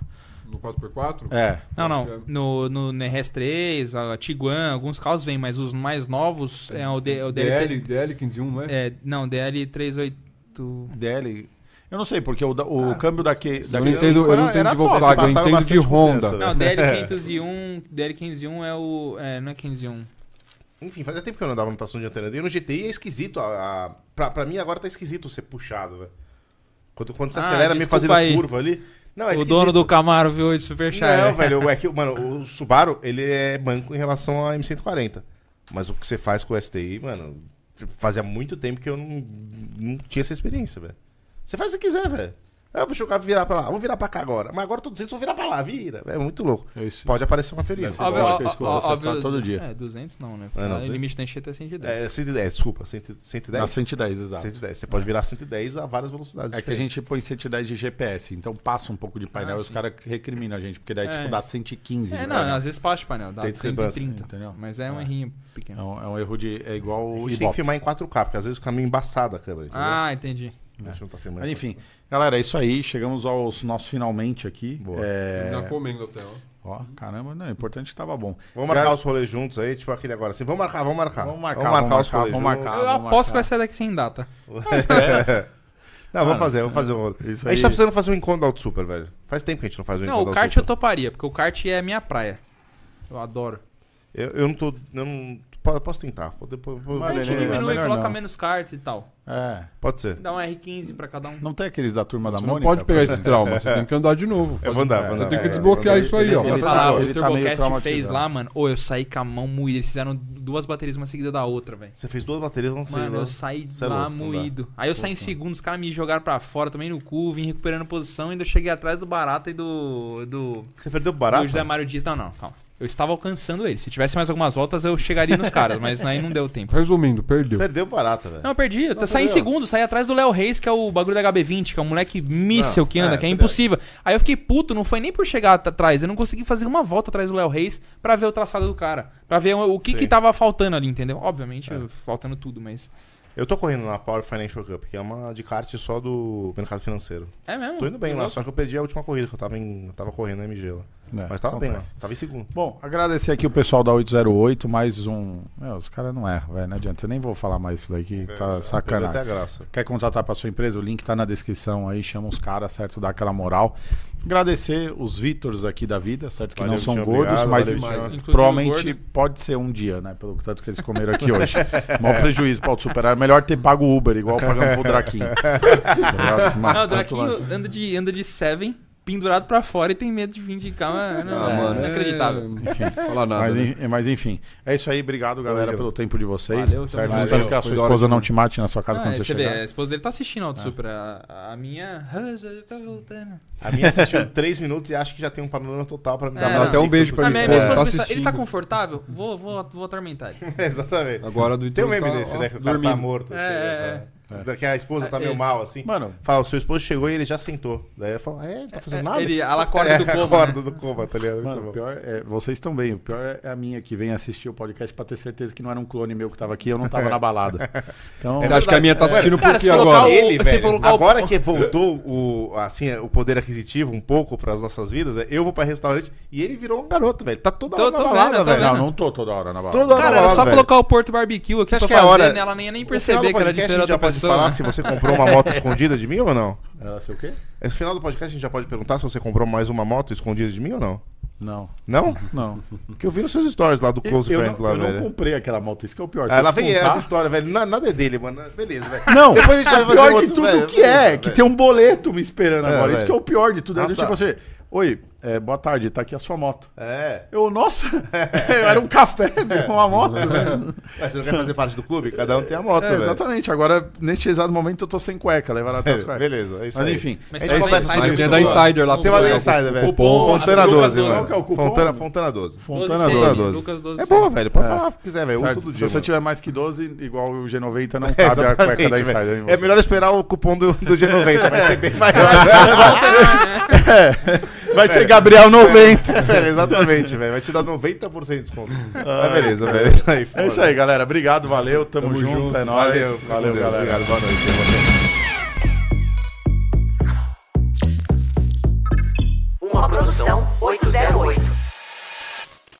Speaker 3: No 4x4?
Speaker 1: É.
Speaker 4: Não, não. No, no, no RS3, a Tiguan, alguns carros vêm, mas os mais novos é o, D, é o
Speaker 3: DL,
Speaker 4: DL.
Speaker 3: DL 151, não é?
Speaker 4: É, não, DL38.
Speaker 1: DL. Eu não sei, porque o, da- o câmbio da Q. Da
Speaker 3: Eu não
Speaker 1: Q5
Speaker 3: entendo, eu não entendo de
Speaker 2: fácil,
Speaker 3: Volkswagen, eu
Speaker 2: passaram
Speaker 3: entendo de
Speaker 2: bastante confiança,
Speaker 3: Honda.
Speaker 2: velho.
Speaker 4: Não, DL501. DL501 é o. É, não é 501.
Speaker 2: Enfim, fazia tempo que eu não andava numa tração dianteira. E no GTI é esquisito. A, a, pra, pra mim agora tá esquisito ser puxado, velho. Quando, quando você
Speaker 4: Ah,
Speaker 2: acelera meio
Speaker 4: desculpa
Speaker 2: fazendo
Speaker 4: aí.
Speaker 2: curva ali. Não, é
Speaker 4: o
Speaker 2: esquisito.
Speaker 4: dono do Camaro viu hoje Superchat. né?
Speaker 2: Não, velho, é que, mano, o Subaru, ele é manco em relação a M140. Mas o que você faz com o STI, mano, fazia muito tempo que eu não, não tinha essa experiência, velho. Você faz o que quiser, velho. Ah, eu vou jogar, virar pra lá, vou virar pra cá agora. Mas agora eu tô dizendo, vou virar pra lá, vira. É muito louco.
Speaker 1: É isso.
Speaker 2: Pode aparecer uma feliz.
Speaker 1: Deve Lógico que eu escuto essa história todo dia.
Speaker 4: É, 200 não, né?
Speaker 2: É, não,
Speaker 4: o
Speaker 2: 200.
Speaker 4: limite da enchente é 110.
Speaker 2: É, 110, desculpa, 100,
Speaker 1: Na
Speaker 2: 110.
Speaker 1: 110, exato.
Speaker 2: 110, você pode virar 110 a várias velocidades.
Speaker 1: É que a
Speaker 2: diferentes.
Speaker 1: gente põe 110 de GPS, então passa um pouco de painel
Speaker 4: Ah,
Speaker 1: e os
Speaker 4: sim.
Speaker 1: caras recriminam a gente, porque daí
Speaker 4: É.
Speaker 1: tipo dá 115.
Speaker 4: É,
Speaker 1: de
Speaker 4: não,
Speaker 1: painel.
Speaker 4: às vezes passa o painel, dá
Speaker 2: Tem discrepância,
Speaker 4: 130.
Speaker 1: entendeu?
Speaker 4: Mas é um
Speaker 1: É.
Speaker 4: errinho
Speaker 1: é,
Speaker 4: pequeno.
Speaker 1: um, é um erro de. É igual o
Speaker 2: A gente tem que
Speaker 1: Ibope.
Speaker 2: filmar em 4K, porque às vezes fica meio embaçada a câmera. entendeu?
Speaker 4: Ah, entendi.
Speaker 2: A gente não tá filmando.
Speaker 1: Mas
Speaker 2: em
Speaker 1: enfim, galera, é isso aí. Chegamos aos nossos finalmente aqui.
Speaker 2: Boa.
Speaker 1: É,
Speaker 3: Na comendo até, ó.
Speaker 1: Ó, caramba, não, é importante que tava bom.
Speaker 2: Vamos marcar
Speaker 1: Gra-
Speaker 2: os rolês juntos aí, tipo aquele agora. Assim, vamos marcar, vamos marcar.
Speaker 1: Vamos marcar,
Speaker 2: os
Speaker 1: vamos
Speaker 2: rolês
Speaker 1: marcar,
Speaker 2: juntos.
Speaker 1: Ah,
Speaker 4: Eu
Speaker 1: vamos
Speaker 4: aposto
Speaker 1: marcar.
Speaker 4: que vai sair daqui sem data.
Speaker 2: Não, vamos fazer, vamos fazer o rolê.
Speaker 1: Isso
Speaker 2: a gente
Speaker 1: aí.
Speaker 2: tá precisando fazer um encontro da Auto Super, velho. Faz tempo que a gente não faz um
Speaker 4: Não, o
Speaker 2: encontro da
Speaker 4: kart
Speaker 2: Auto
Speaker 4: eu
Speaker 2: Super.
Speaker 4: toparia, porque o kart é a minha praia. Eu adoro.
Speaker 2: Eu, eu não tô. Eu não, po- posso tentar. Pode, depois- depois-
Speaker 1: Mas
Speaker 4: A gente
Speaker 1: beleza,
Speaker 4: diminui,
Speaker 1: é melhor
Speaker 4: coloca
Speaker 1: não.
Speaker 4: menos karts e tal.
Speaker 1: É.
Speaker 2: pode ser.
Speaker 4: Dá um R15 pra cada um.
Speaker 1: Não tem aqueles da turma da
Speaker 3: Você não
Speaker 1: Mônica?
Speaker 3: pode pegar
Speaker 1: por
Speaker 3: esse
Speaker 1: exemplo?
Speaker 3: trauma, você tem que É. andar de novo.
Speaker 2: Eu vou andar, vou
Speaker 3: Você
Speaker 2: andar.
Speaker 3: tem que
Speaker 2: é,
Speaker 3: desbloquear
Speaker 2: eu vou
Speaker 3: isso aí, ó.
Speaker 1: Ele
Speaker 4: Vou
Speaker 1: tá-
Speaker 4: falar,
Speaker 1: ele
Speaker 4: o
Speaker 1: tá meio
Speaker 4: Turbocast fez
Speaker 1: traumatizado.
Speaker 4: lá, mano. Ou eu saí com a mão moída. Eles fizeram duas baterias uma seguida da outra, velho.
Speaker 2: andar. Você fez duas baterias, vamos
Speaker 4: Mano, eu
Speaker 2: sair.
Speaker 4: saí
Speaker 2: Cê é
Speaker 4: lá
Speaker 2: louco, não dá.
Speaker 4: moído. Aí eu saí em segundo, os caras me jogaram pra fora, também no cu, vim recuperando posição, ainda cheguei atrás do Barata e do. do,
Speaker 2: Você perdeu
Speaker 4: do
Speaker 2: barato?
Speaker 4: José Mário Dias. Não, não, calma. Eu estava alcançando ele. Se tivesse mais algumas voltas, eu chegaria nos caras, mas aí não deu tempo.
Speaker 3: Resumindo, perdeu.
Speaker 2: Perdeu barata, velho.
Speaker 4: Não, eu perdi. Eu saí em
Speaker 2: perdeu.
Speaker 4: segundo, saí atrás do Léo Reis, que é o bagulho da HB20, que é um moleque míssel
Speaker 2: Não,
Speaker 4: que anda,
Speaker 2: é,
Speaker 4: que é
Speaker 2: perdeu.
Speaker 4: impossível. Aí eu fiquei puto, não foi nem por chegar at- atrás. Eu não consegui fazer uma volta atrás do Léo Reis pra ver o traçado do cara. Pra ver o o que
Speaker 2: Sim.
Speaker 4: que tava faltando ali, entendeu? Obviamente,
Speaker 2: É.
Speaker 4: faltando tudo, mas.
Speaker 2: Eu tô correndo na Power Financial Cup, que é uma de kart só do mercado financeiro.
Speaker 4: É mesmo.
Speaker 2: Tô indo bem
Speaker 4: Tá
Speaker 2: lá,
Speaker 4: louco?
Speaker 2: só que eu perdi a última corrida, que eu tava, em, eu tava correndo na MG lá.
Speaker 1: É,
Speaker 2: Mas tava bem lá,
Speaker 1: acontece.
Speaker 2: tava em segundo.
Speaker 1: Bom, agradecer aqui o pessoal da 808, mais um. Meu, os caras não erram, velho. Não adianta. Eu nem vou falar mais isso daí
Speaker 2: É,
Speaker 4: É,
Speaker 1: que tá
Speaker 2: Perdeu até a
Speaker 1: sacanagem.
Speaker 2: graça.
Speaker 1: Quer contratar pra sua empresa? O link tá na descrição aí. Chama os caras, certo? Dá aquela moral. Agradecer os Vítors aqui da vida, certo? Que
Speaker 2: Valeu,
Speaker 1: não são
Speaker 2: Vitinho,
Speaker 1: gordos,
Speaker 2: obrigado,
Speaker 1: mas
Speaker 2: valeu, Vitinho.
Speaker 4: Inclusive,
Speaker 1: provavelmente
Speaker 4: gordo.
Speaker 1: pode ser um dia, né? Pelo tanto que eles comeram aqui hoje. Maior prejuízo pra superar. Melhor ter pago o Uber, igual pagamos pro Draquinho.
Speaker 4: Não, o Draquinho anda de, anda de Seven, pendurado pra fora e tem medo de vir de cá. mas Não,
Speaker 3: Ah,
Speaker 4: é,
Speaker 3: mano,
Speaker 4: inacreditável.
Speaker 3: É... Falar nada.
Speaker 1: Mas,
Speaker 3: né?
Speaker 1: en- mas enfim, é isso aí. Obrigado, galera,
Speaker 2: Valeu.
Speaker 1: pelo tempo de vocês.
Speaker 4: Valeu,
Speaker 1: certo?
Speaker 4: tamo junto.
Speaker 1: Espero que a sua
Speaker 3: Valeu, foi da hora
Speaker 1: esposa não
Speaker 3: demais.
Speaker 1: te mate na sua casa
Speaker 4: Ah,
Speaker 1: quando
Speaker 4: é,
Speaker 1: você
Speaker 4: você vê, a
Speaker 1: chegar.
Speaker 4: esposa dele tá assistindo
Speaker 2: Ah.
Speaker 4: Auto Super. A, a minha. Ah, já tá voltando.
Speaker 2: A minha assistiu 3 minutos e acho que já tem um panorama total pra me dar
Speaker 4: É,
Speaker 2: várias
Speaker 4: até
Speaker 3: um
Speaker 2: dicas
Speaker 3: beijo
Speaker 2: do
Speaker 3: pra
Speaker 4: Ah,
Speaker 2: que
Speaker 3: minha
Speaker 4: minha,
Speaker 2: eu
Speaker 4: minha
Speaker 2: fiz.
Speaker 4: esposa
Speaker 3: tá
Speaker 4: pensa, ele tá
Speaker 3: assistindo.
Speaker 4: confortável? Vou, vou, vou atormentar ele.
Speaker 2: É, Exatamente.
Speaker 3: Agora do
Speaker 2: Tem um
Speaker 3: Ítalo
Speaker 2: meme
Speaker 3: tá,
Speaker 2: desse,
Speaker 3: ó,
Speaker 2: né? Que o cara tá
Speaker 3: dormindo.
Speaker 2: morto. assim,
Speaker 4: É,
Speaker 2: né? Daqui a esposa tá
Speaker 4: É,
Speaker 2: meio
Speaker 4: é.
Speaker 2: mal, assim.
Speaker 1: Mano,
Speaker 2: Fala, o seu esposo chegou e ele já sentou. Daí eu falo, é, não tá fazendo nada?
Speaker 4: Ele, ela acorda do
Speaker 2: É,
Speaker 4: coma.
Speaker 2: acorda
Speaker 4: né?
Speaker 2: do coma, tá ligado?
Speaker 1: mano, o
Speaker 2: Muito bom.
Speaker 1: pior é, vocês estão bem. O pior é a minha que vem assistir o podcast pra ter certeza que não era um clone meu que tava aqui, eu não tava na balada. Então,
Speaker 3: Você acha que a minha tá assistindo
Speaker 4: Cara,
Speaker 3: por
Speaker 4: se
Speaker 3: quê
Speaker 4: colocar
Speaker 3: agora?
Speaker 4: o-
Speaker 2: Ele,
Speaker 4: você
Speaker 2: velho,
Speaker 4: colocou o-
Speaker 2: agora que voltou o, assim, o poder aquisitivo um pouco pras nossas vidas, né, eu vou pra restaurante e ele virou um garoto, velho. Tá toda
Speaker 4: Tô-
Speaker 2: hora na
Speaker 4: tô vendo,
Speaker 2: balada,
Speaker 4: tô
Speaker 2: velho.
Speaker 1: não, não tô toda hora na balada.
Speaker 2: Toda hora.
Speaker 4: Cara, era só
Speaker 2: velho.
Speaker 4: colocar o Porto Barbecue aqui
Speaker 2: Você acha
Speaker 4: pra
Speaker 2: que é a
Speaker 4: fazer,
Speaker 2: hora-
Speaker 4: né? Ela nem ia nem
Speaker 2: No final
Speaker 4: perceber
Speaker 2: do
Speaker 4: que era
Speaker 2: podcast,
Speaker 4: diferente
Speaker 2: a
Speaker 4: outra
Speaker 2: gente já pode
Speaker 4: pessoa.
Speaker 2: falar
Speaker 4: né?
Speaker 2: se você comprou uma moto escondida de mim ou não? É,
Speaker 1: Ela sei o quê?
Speaker 2: No final do podcast a gente já pode perguntar se você comprou mais uma moto escondida de mim ou não.
Speaker 1: Não,
Speaker 2: Não?
Speaker 1: não.
Speaker 2: Que eu vi nos seus stories lá do Close
Speaker 1: eu
Speaker 2: Friends
Speaker 1: não,
Speaker 2: lá,
Speaker 1: eu
Speaker 2: velho.
Speaker 1: não comprei aquela moto, isso que é o pior. Se
Speaker 2: Ah, lá
Speaker 1: eu
Speaker 2: vem
Speaker 1: contar-
Speaker 2: essa história, velho. Na- Nada é dele, mano. Beleza, velho.
Speaker 1: Não,
Speaker 2: Depois a gente vai fazer
Speaker 1: pior
Speaker 2: outro,
Speaker 1: de tudo
Speaker 2: velho.
Speaker 1: que é,
Speaker 2: Beleza,
Speaker 1: que
Speaker 2: velho.
Speaker 1: tem um boleto me esperando
Speaker 2: É,
Speaker 1: agora. Isso
Speaker 2: velho.
Speaker 1: que é o pior de tudo. é
Speaker 2: Ah,
Speaker 1: do
Speaker 2: tá.
Speaker 1: tipo assim, oi, é, boa tarde, tá aqui a sua moto.
Speaker 2: É.
Speaker 1: Eu, nossa, era um café, virou uma moto. né?
Speaker 2: Mas você não quer fazer parte do clube? Cada um tem a moto,
Speaker 1: É,
Speaker 2: velho.
Speaker 1: exatamente, agora, nesse exato momento, eu tô sem cueca, levaram até as
Speaker 2: É,
Speaker 1: cuecas.
Speaker 2: beleza, é isso
Speaker 1: Mas
Speaker 2: aí.
Speaker 1: enfim,
Speaker 4: Mas
Speaker 2: A
Speaker 4: tem
Speaker 2: gente
Speaker 4: uma
Speaker 2: conversa
Speaker 4: Insider
Speaker 2: sobre
Speaker 3: Mas tem
Speaker 4: Mas
Speaker 3: a
Speaker 2: isso
Speaker 3: da
Speaker 2: agora.
Speaker 3: Insider lá.
Speaker 4: Tem
Speaker 2: Tem
Speaker 3: pô.
Speaker 2: uma da
Speaker 4: Cupom,
Speaker 2: Insider, velho.
Speaker 4: cupom,
Speaker 2: Fontana
Speaker 4: açúcar
Speaker 2: 12,
Speaker 4: 12.
Speaker 2: mano.
Speaker 1: Qual que é o cupom?
Speaker 2: Fontana, Fontana 12.
Speaker 1: Fontana
Speaker 4: 12.
Speaker 1: 12.
Speaker 2: Fontana 12.
Speaker 4: Lucas 12
Speaker 2: É boa, velho. Pode
Speaker 1: É.
Speaker 2: falar o que quiser, velho. Usa
Speaker 1: Certo?
Speaker 2: todo
Speaker 1: Se
Speaker 2: dia,
Speaker 1: você
Speaker 2: mano.
Speaker 1: tiver mais que 12, igual o G90, não
Speaker 2: É,
Speaker 1: cabe a cueca da
Speaker 2: exatamente,
Speaker 1: Insider.
Speaker 2: velho.
Speaker 1: em
Speaker 2: É
Speaker 1: você. É.
Speaker 2: melhor esperar o cupom do, do G90, É. vai ser bem maior.
Speaker 1: Vai ser Gabriel 90.
Speaker 2: Velho, exatamente, velho. Vai te dar 90% de desconto. Mas beleza, velho. É isso aí.
Speaker 1: Ah. É isso
Speaker 2: foda.
Speaker 1: aí, galera. Obrigado, valeu. Tamo, junto, É nóis.
Speaker 2: Valeu,
Speaker 1: valeu
Speaker 2: valeu,
Speaker 1: galera.
Speaker 2: Obrigado, boa noite. Boa noite.